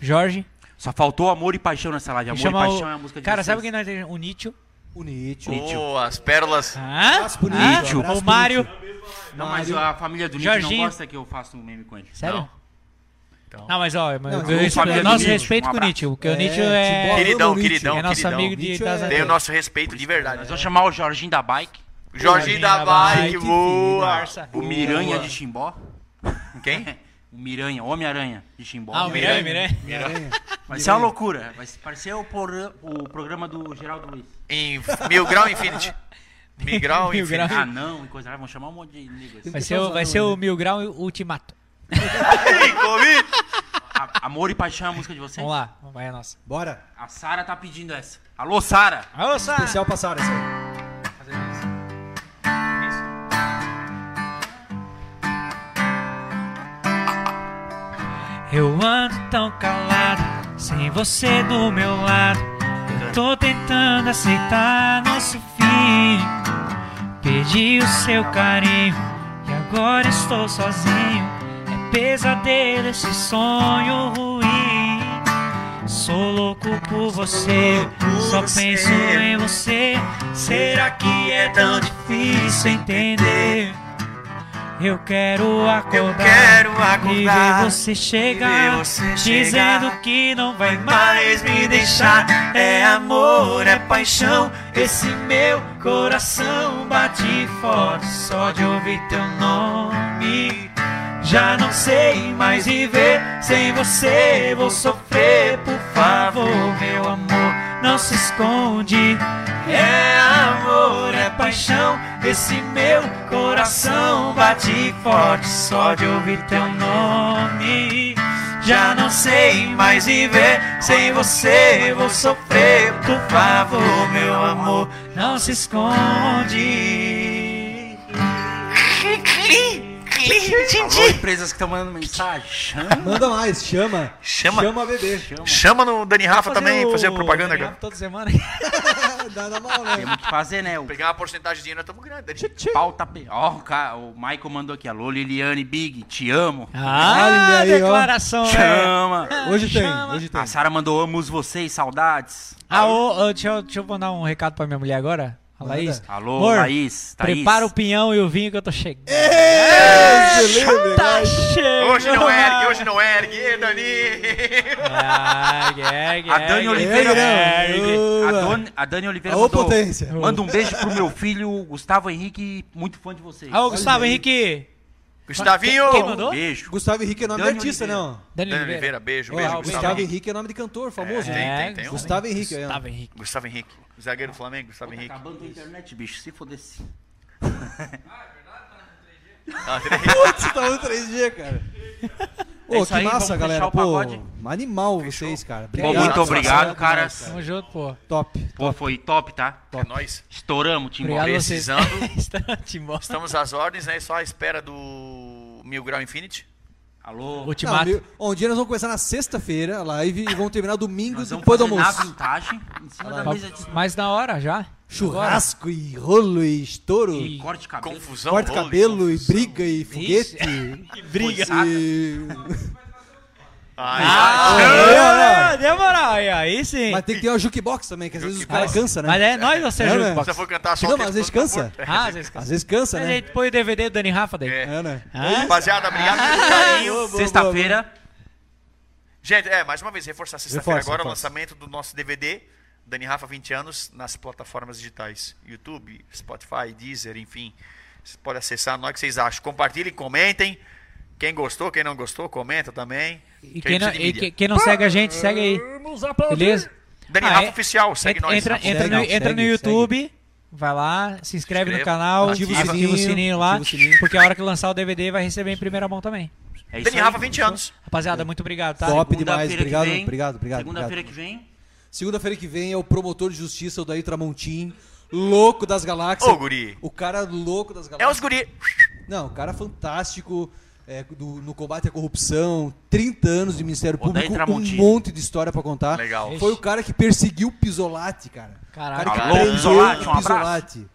Speaker 4: Jorge.
Speaker 1: Só faltou amor e paixão nessa live.
Speaker 4: Tem que
Speaker 1: Amor e
Speaker 4: chamar
Speaker 1: paixão
Speaker 4: o...
Speaker 1: é a música de
Speaker 4: Cara,
Speaker 1: vocês.
Speaker 4: sabe é quem nós temos? O Nietzsche.
Speaker 3: O Nietzsche.
Speaker 1: Nietzsche.
Speaker 5: Oh, as pérolas.
Speaker 4: Hã?
Speaker 3: Tá. Abraço pro
Speaker 4: Hã?
Speaker 3: Nietzsche, abraço
Speaker 4: O
Speaker 3: pro
Speaker 4: Mário.
Speaker 1: Não, mas a família do Nick não
Speaker 4: Jorginho.
Speaker 1: gosta que eu faça um meme com ele.
Speaker 4: Sério?
Speaker 5: Não.
Speaker 4: Não.
Speaker 5: Então.
Speaker 4: mas ó, mas
Speaker 3: Não,
Speaker 4: eu-
Speaker 3: eu
Speaker 4: eu-
Speaker 1: família do
Speaker 4: nosso
Speaker 1: Nietzsche, um
Speaker 4: respeito com o
Speaker 1: abraço.
Speaker 4: Nietzsche, porque o
Speaker 3: É,
Speaker 2: tipo,
Speaker 4: Nietzsche é,
Speaker 3: Timbó.
Speaker 5: Queridão,
Speaker 3: Alô, Nietzsche.
Speaker 5: queridão,
Speaker 4: é nosso
Speaker 5: queridão.
Speaker 4: amigo de
Speaker 3: Nietzsche
Speaker 4: das
Speaker 3: é-
Speaker 5: Tem o
Speaker 4: antigas.
Speaker 5: nosso respeito de verdade.
Speaker 1: Nós vamos chamar o Jorginho da Bike,
Speaker 5: Jorginho
Speaker 4: é
Speaker 5: da Bike, boa.
Speaker 4: Barça.
Speaker 1: o Miranha de Chimbó.
Speaker 5: Quem?
Speaker 1: [laughs] O Miranha, Homem-Aranha de Chimbó.
Speaker 4: Ah, o Miranha, Miranha.
Speaker 3: Miranha.
Speaker 1: Vai ser uma loucura. Vai ser- vai ser o, por- o programa do Geraldo Luiz.
Speaker 5: Em Mil Grau Infinity. Mil Grau
Speaker 4: Mil grau.
Speaker 5: Infinity.
Speaker 1: Ah, não, e coisa lá, vão chamar um monte de nego. assim.
Speaker 4: Vai ser, o, vai ser o Mil Grau Ultimato.
Speaker 1: A- Amor e paixão é a música de vocês?
Speaker 4: Vamos lá, vai a nossa.
Speaker 3: Bora.
Speaker 1: A Sara tá pedindo essa. Alô, Sara!
Speaker 4: Alô, Sara!
Speaker 3: Especial
Speaker 2: né,
Speaker 3: passar essa aí.
Speaker 4: Eu ando tão calado, sem você do meu lado. Eu tô tentando aceitar nosso fim. Perdi o seu carinho e agora estou sozinho. É pesadelo esse sonho ruim. Sou louco por você, só penso em você. Será que é tão difícil entender? Eu quero acordar,
Speaker 5: Eu quero acordar
Speaker 4: e ver você chegar,
Speaker 5: e ver você
Speaker 4: dizendo
Speaker 5: chegar.
Speaker 4: que não vai mais
Speaker 5: mais me
Speaker 4: me
Speaker 5: deixar.
Speaker 4: deixar.
Speaker 5: É
Speaker 4: É
Speaker 5: amor,
Speaker 4: amor,
Speaker 5: é
Speaker 4: é
Speaker 5: paixão.
Speaker 4: paixão. Esse meu coração bate forte só de ouvir teu nome. Já não sei mais viver sem você. Vou sofrer, por favor, meu amor, não se esconde. É amor, é paixão. Esse meu coração bate Tá forte só de ouvir teu nome. Já não sei mais viver sem você. Vou sofrer, por favor, meu amor, não se esconde.
Speaker 1: Alô, empresas que estão mandando mensagem. Chama.
Speaker 3: Manda mais. Chama.
Speaker 5: Chama.
Speaker 3: Chama a bebê.
Speaker 2: [laughs]
Speaker 5: Chama no Dani Rafa
Speaker 4: Tá
Speaker 5: também, fazer propaganda, cara.
Speaker 4: toda semana.
Speaker 3: Dá na mão, né?
Speaker 1: Temos que fazer, né? O
Speaker 5: Pegar uma porcentagem de dinheiro, nós estamos grande. Dani.
Speaker 1: pauta... pe- Ó, o cara- o Michael mandou aqui. Alô, Liliane Big, te amo.
Speaker 4: [laughs]
Speaker 3: Olha
Speaker 4: Ah,
Speaker 3: aí, ó.
Speaker 4: declaração,
Speaker 2: É.
Speaker 4: velho.
Speaker 1: Chama!
Speaker 3: Hoje tem.
Speaker 4: Chama.
Speaker 3: Hoje tem.
Speaker 1: A Sara mandou amos vocês, saudades.
Speaker 4: Ah, ô, ô, deixa, eu, deixa eu mandar um recado pra minha mulher agora. A Laís.
Speaker 1: Alô,
Speaker 4: Amor,
Speaker 1: Laís, Thaís.
Speaker 4: Prepara o pinhão e o vinho que eu tô chegando.
Speaker 2: Excelente!
Speaker 4: Tá chegando.
Speaker 5: Hoje não ergue, hoje não ergue, Ê, Dani!
Speaker 4: Ah, ergue,
Speaker 1: A Dani
Speaker 4: ergue,
Speaker 1: Oliveira.
Speaker 4: é.
Speaker 1: é,
Speaker 4: ergue.
Speaker 1: A, Don- a Dani Oliveira
Speaker 2: Ô,
Speaker 1: mandou,
Speaker 2: potência.
Speaker 1: manda um beijo pro meu filho Gustavo Henrique, muito fã de vocês.
Speaker 4: Alô, Gustavo Henrique.
Speaker 5: Gustavinho!
Speaker 4: Quem mandou?
Speaker 1: Beijo.
Speaker 2: Gustavo Henrique é nome
Speaker 1: Dani
Speaker 2: de artista,
Speaker 1: Oliveira.
Speaker 2: não.
Speaker 4: Dani
Speaker 5: Dani
Speaker 4: Oliveira.
Speaker 5: Oliveira, beijo,
Speaker 2: Ó,
Speaker 5: beijo,
Speaker 2: Gustavo
Speaker 5: Gustavo Henrique.
Speaker 2: Henrique é nome de cantor famoso.
Speaker 5: É,
Speaker 2: né?
Speaker 5: Tem, tem, tem um.
Speaker 2: Gustavo Henrique. aí, ó.
Speaker 4: Gustavo Henrique.
Speaker 5: Gustavo Henrique, zagueiro do Flamengo, Gustavo
Speaker 1: Tá
Speaker 5: Henrique.
Speaker 1: Acabando a internet, bicho, se fodesse.
Speaker 5: Ah, tem-
Speaker 2: Putz, tá no 3G, cara. Ô,
Speaker 1: É isso
Speaker 2: que
Speaker 1: aí, vamos
Speaker 2: massa, galera.
Speaker 1: fechar o
Speaker 2: Pô,
Speaker 1: pagode.
Speaker 2: animal vocês, cara.
Speaker 1: Bom, muito obrigado, cara.
Speaker 7: Tamo junto, pô.
Speaker 2: Top.
Speaker 1: Pô, foi top, tá?
Speaker 5: é nóis.
Speaker 1: Estouramos, Timbó.
Speaker 7: Obrigado a vocês.
Speaker 4: [laughs]
Speaker 5: Precisando,
Speaker 4: Restaurante Mó.
Speaker 5: estamos às ordens, né? Só à espera do Mil Grau Infinity.
Speaker 1: Alô.
Speaker 2: Não,
Speaker 7: Ultimato.
Speaker 2: meu, ó, um dia nós vamos começar na sexta-feira a live e vamos terminar domingo
Speaker 1: Nós vamos
Speaker 2: depois do
Speaker 1: fazer na
Speaker 2: almoço.
Speaker 1: vantagem, em cima da mesa de
Speaker 7: Mas na hora já.
Speaker 2: Churrasco e rolo e estouro.
Speaker 7: E-
Speaker 1: corte de cabelo.
Speaker 5: Confusão,
Speaker 2: Corte
Speaker 5: rolo então. e
Speaker 2: cabelo e
Speaker 5: confusão.
Speaker 2: briga e foguete.
Speaker 5: [laughs]
Speaker 2: E briga.
Speaker 1: Ah,
Speaker 5: Ai,
Speaker 4: Ah, deu moral aí, ó, aí sim.
Speaker 2: Mas tem que ter uma jukebox também, que às vezes os caras
Speaker 4: Mas-
Speaker 2: cansam, né?
Speaker 4: Mas é nós ou você
Speaker 2: É,
Speaker 4: junto,
Speaker 2: né?
Speaker 4: Box?
Speaker 5: Se eu for cantar só
Speaker 2: Não,
Speaker 5: o tempo
Speaker 2: mas às vezes
Speaker 5: todo,
Speaker 2: cansa.
Speaker 4: Ah, vocês
Speaker 2: Às vezes cansa,
Speaker 4: A
Speaker 2: né?
Speaker 4: gente põe o DVD do Dani Rafa daí.
Speaker 5: É.
Speaker 2: É, né?
Speaker 4: Ah,
Speaker 5: Rapaziada, obrigado
Speaker 7: Ah.
Speaker 5: pelo carinho.
Speaker 1: Sexta-feira.
Speaker 5: Gente, é, mais uma vez, reforçar sexta-feira
Speaker 2: Reforça,
Speaker 5: agora o
Speaker 2: reforça.
Speaker 5: lançamento do nosso DVD, Dani Rafa 20 anos, nas plataformas digitais. YouTube, Spotify, Deezer, enfim. Vocês podem acessar, não é o que vocês acham. Compartilhem, comentem. Quem gostou, quem não gostou, comenta também.
Speaker 7: E quem não,
Speaker 5: precisa de
Speaker 7: e
Speaker 5: mídia.
Speaker 7: que- quem não segue a gente, segue aí. Beleza?
Speaker 5: Dani
Speaker 7: Ah,
Speaker 5: Rafa
Speaker 7: é-
Speaker 5: Oficial, segue
Speaker 7: entra,
Speaker 5: nós.
Speaker 7: entra,
Speaker 5: Rafa.
Speaker 7: entra no,
Speaker 2: Segue,
Speaker 7: entra no
Speaker 2: segue,
Speaker 7: YouTube, vai lá, se inscreve
Speaker 5: Inscreva,
Speaker 7: no canal,
Speaker 2: ativa
Speaker 7: ativa,
Speaker 2: o
Speaker 7: o
Speaker 2: sininho,
Speaker 7: sininho lá,
Speaker 2: ativa o sininho.
Speaker 7: porque a hora que lançar o DVD vai receber em primeira mão também.
Speaker 1: É isso
Speaker 5: Dani
Speaker 1: aí.
Speaker 5: Rafa 20 anos.
Speaker 7: Rapaziada, muito obrigado, tá?
Speaker 2: Top
Speaker 1: Segunda-feira
Speaker 2: demais.
Speaker 1: que
Speaker 2: Obrigado,
Speaker 1: vem.
Speaker 2: obrigado, obrigado.
Speaker 1: Segunda-feira
Speaker 2: obrigado.
Speaker 1: que vem.
Speaker 2: Segunda-feira que vem é o promotor de justiça, o Daí Tramontim, louco das galáxias.
Speaker 5: Ô, guri.
Speaker 2: O cara louco das
Speaker 5: É
Speaker 2: galáxias.
Speaker 5: os guri.
Speaker 2: Não, o cara fantástico é, do- no combate à corrupção, 30 anos de Ministério
Speaker 1: Odair
Speaker 2: Público,
Speaker 1: Tramontim.
Speaker 2: um monte de história pra contar.
Speaker 5: Legal.
Speaker 2: Foi o cara que perseguiu o Pisolati, cara.
Speaker 7: Caraca.
Speaker 2: O cara que
Speaker 5: Alô,
Speaker 2: prendeu
Speaker 1: Pisolati, um
Speaker 2: o
Speaker 1: abraço.
Speaker 2: Pisolati.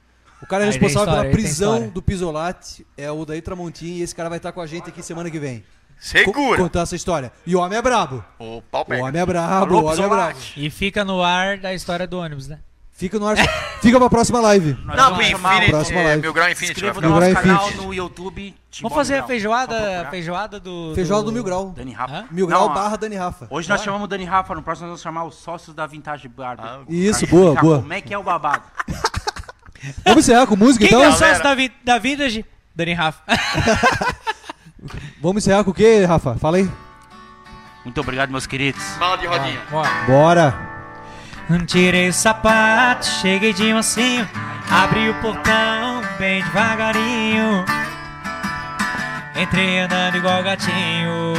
Speaker 2: O cara é
Speaker 7: Aí tem
Speaker 2: responsável
Speaker 7: história, aí
Speaker 2: pela
Speaker 7: tem
Speaker 2: prisão
Speaker 7: história.
Speaker 2: do Pisolati, é o Daí Tramontim, e esse cara vai estar com a gente aqui semana que vem. Co-
Speaker 5: Segura.
Speaker 2: Contar essa história. E o homem é brabo.
Speaker 5: O pau
Speaker 2: O
Speaker 5: pega.
Speaker 2: homem é brabo,
Speaker 1: Alô,
Speaker 2: o homem é
Speaker 1: Pisolati.
Speaker 2: brabo.
Speaker 7: E fica no ar da história do ônibus, né?
Speaker 2: Fica no ar. Fica pra próxima live.
Speaker 1: Nós
Speaker 5: Não, pro
Speaker 1: vamos chamar o-
Speaker 5: Infinity.
Speaker 2: próxima
Speaker 5: é,
Speaker 2: live.
Speaker 5: Mil Grau Infinity.
Speaker 1: Inscreva
Speaker 5: vai
Speaker 1: no
Speaker 2: Mil
Speaker 1: nosso
Speaker 2: Grau
Speaker 1: canal
Speaker 2: Infinity.
Speaker 1: no YouTube. Timbó
Speaker 7: Vamos fazer
Speaker 1: Mil
Speaker 7: a
Speaker 1: Grau.
Speaker 7: feijoada,
Speaker 1: Só procurar.
Speaker 7: feijoada do...
Speaker 2: Feijoada do Mil Grau.
Speaker 1: Dani Rafa.
Speaker 2: Mil Grau
Speaker 1: Não,
Speaker 2: barra Dani Rafa.
Speaker 1: Hoje nós chamamos o Dani Rafa, no próximo nós vamos chamar os sócios da Vintage Barber.
Speaker 5: Ah,
Speaker 2: Isso,
Speaker 1: Pra
Speaker 2: boa,
Speaker 1: explicar
Speaker 2: boa.
Speaker 1: Como é que é o babado?
Speaker 2: Vamos encerrar com música
Speaker 7: Quem
Speaker 2: então?
Speaker 7: é o
Speaker 4: né?
Speaker 5: Galera.
Speaker 7: sócio da, vi- da Vintage? Dani Rafa.
Speaker 2: Vamos encerrar com o quê, Rafa? Fala aí.
Speaker 1: Muito obrigado, meus queridos.
Speaker 5: Bala de rodinha.
Speaker 7: Bora.
Speaker 2: Bora.
Speaker 4: Tirei o sapato, cheguei de mansinho Abri o portão bem devagarinho Entrei andando igual gatinho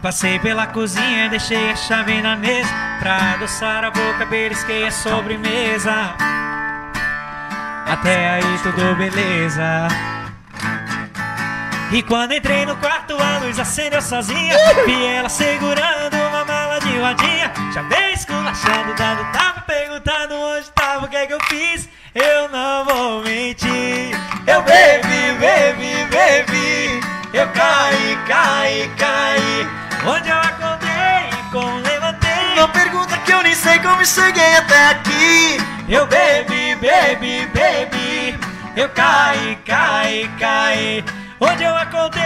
Speaker 4: Passei pela cozinha, deixei a chave na mesa Pra adoçar a boca, belisquei a sobremesa Até aí tudo beleza e quando entrei no quarto, a luz acendeu sozinha. Vi ela segurando uma mala de rodinha. Já veio esculachando, dando tava perguntando onde tava, o que é que eu fiz. Eu não vou mentir. Eu bebi, bebi, bebi. Eu caí, caí, caí. Onde eu acordei, como levantei.
Speaker 5: Não pergunta que eu nem sei como cheguei até aqui.
Speaker 4: Eu bebi, bebi, bebi. Eu caí, caí, caí. Onde eu acordei,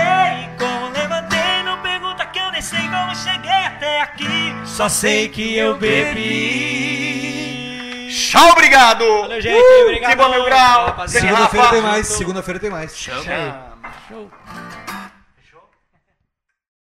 Speaker 4: como levantei. Não pergunta que eu nem sei como cheguei até aqui. Só sei que eu
Speaker 7: Ah.
Speaker 4: bebi.
Speaker 5: Tchau, obrigado.
Speaker 4: Valeu, gente. obrigado.
Speaker 5: que Uh, bom, meu grau.
Speaker 4: Rapaziada.
Speaker 5: Rafa.
Speaker 2: Segunda-feira tem mais. Segunda-feira tem mais.
Speaker 5: Chama.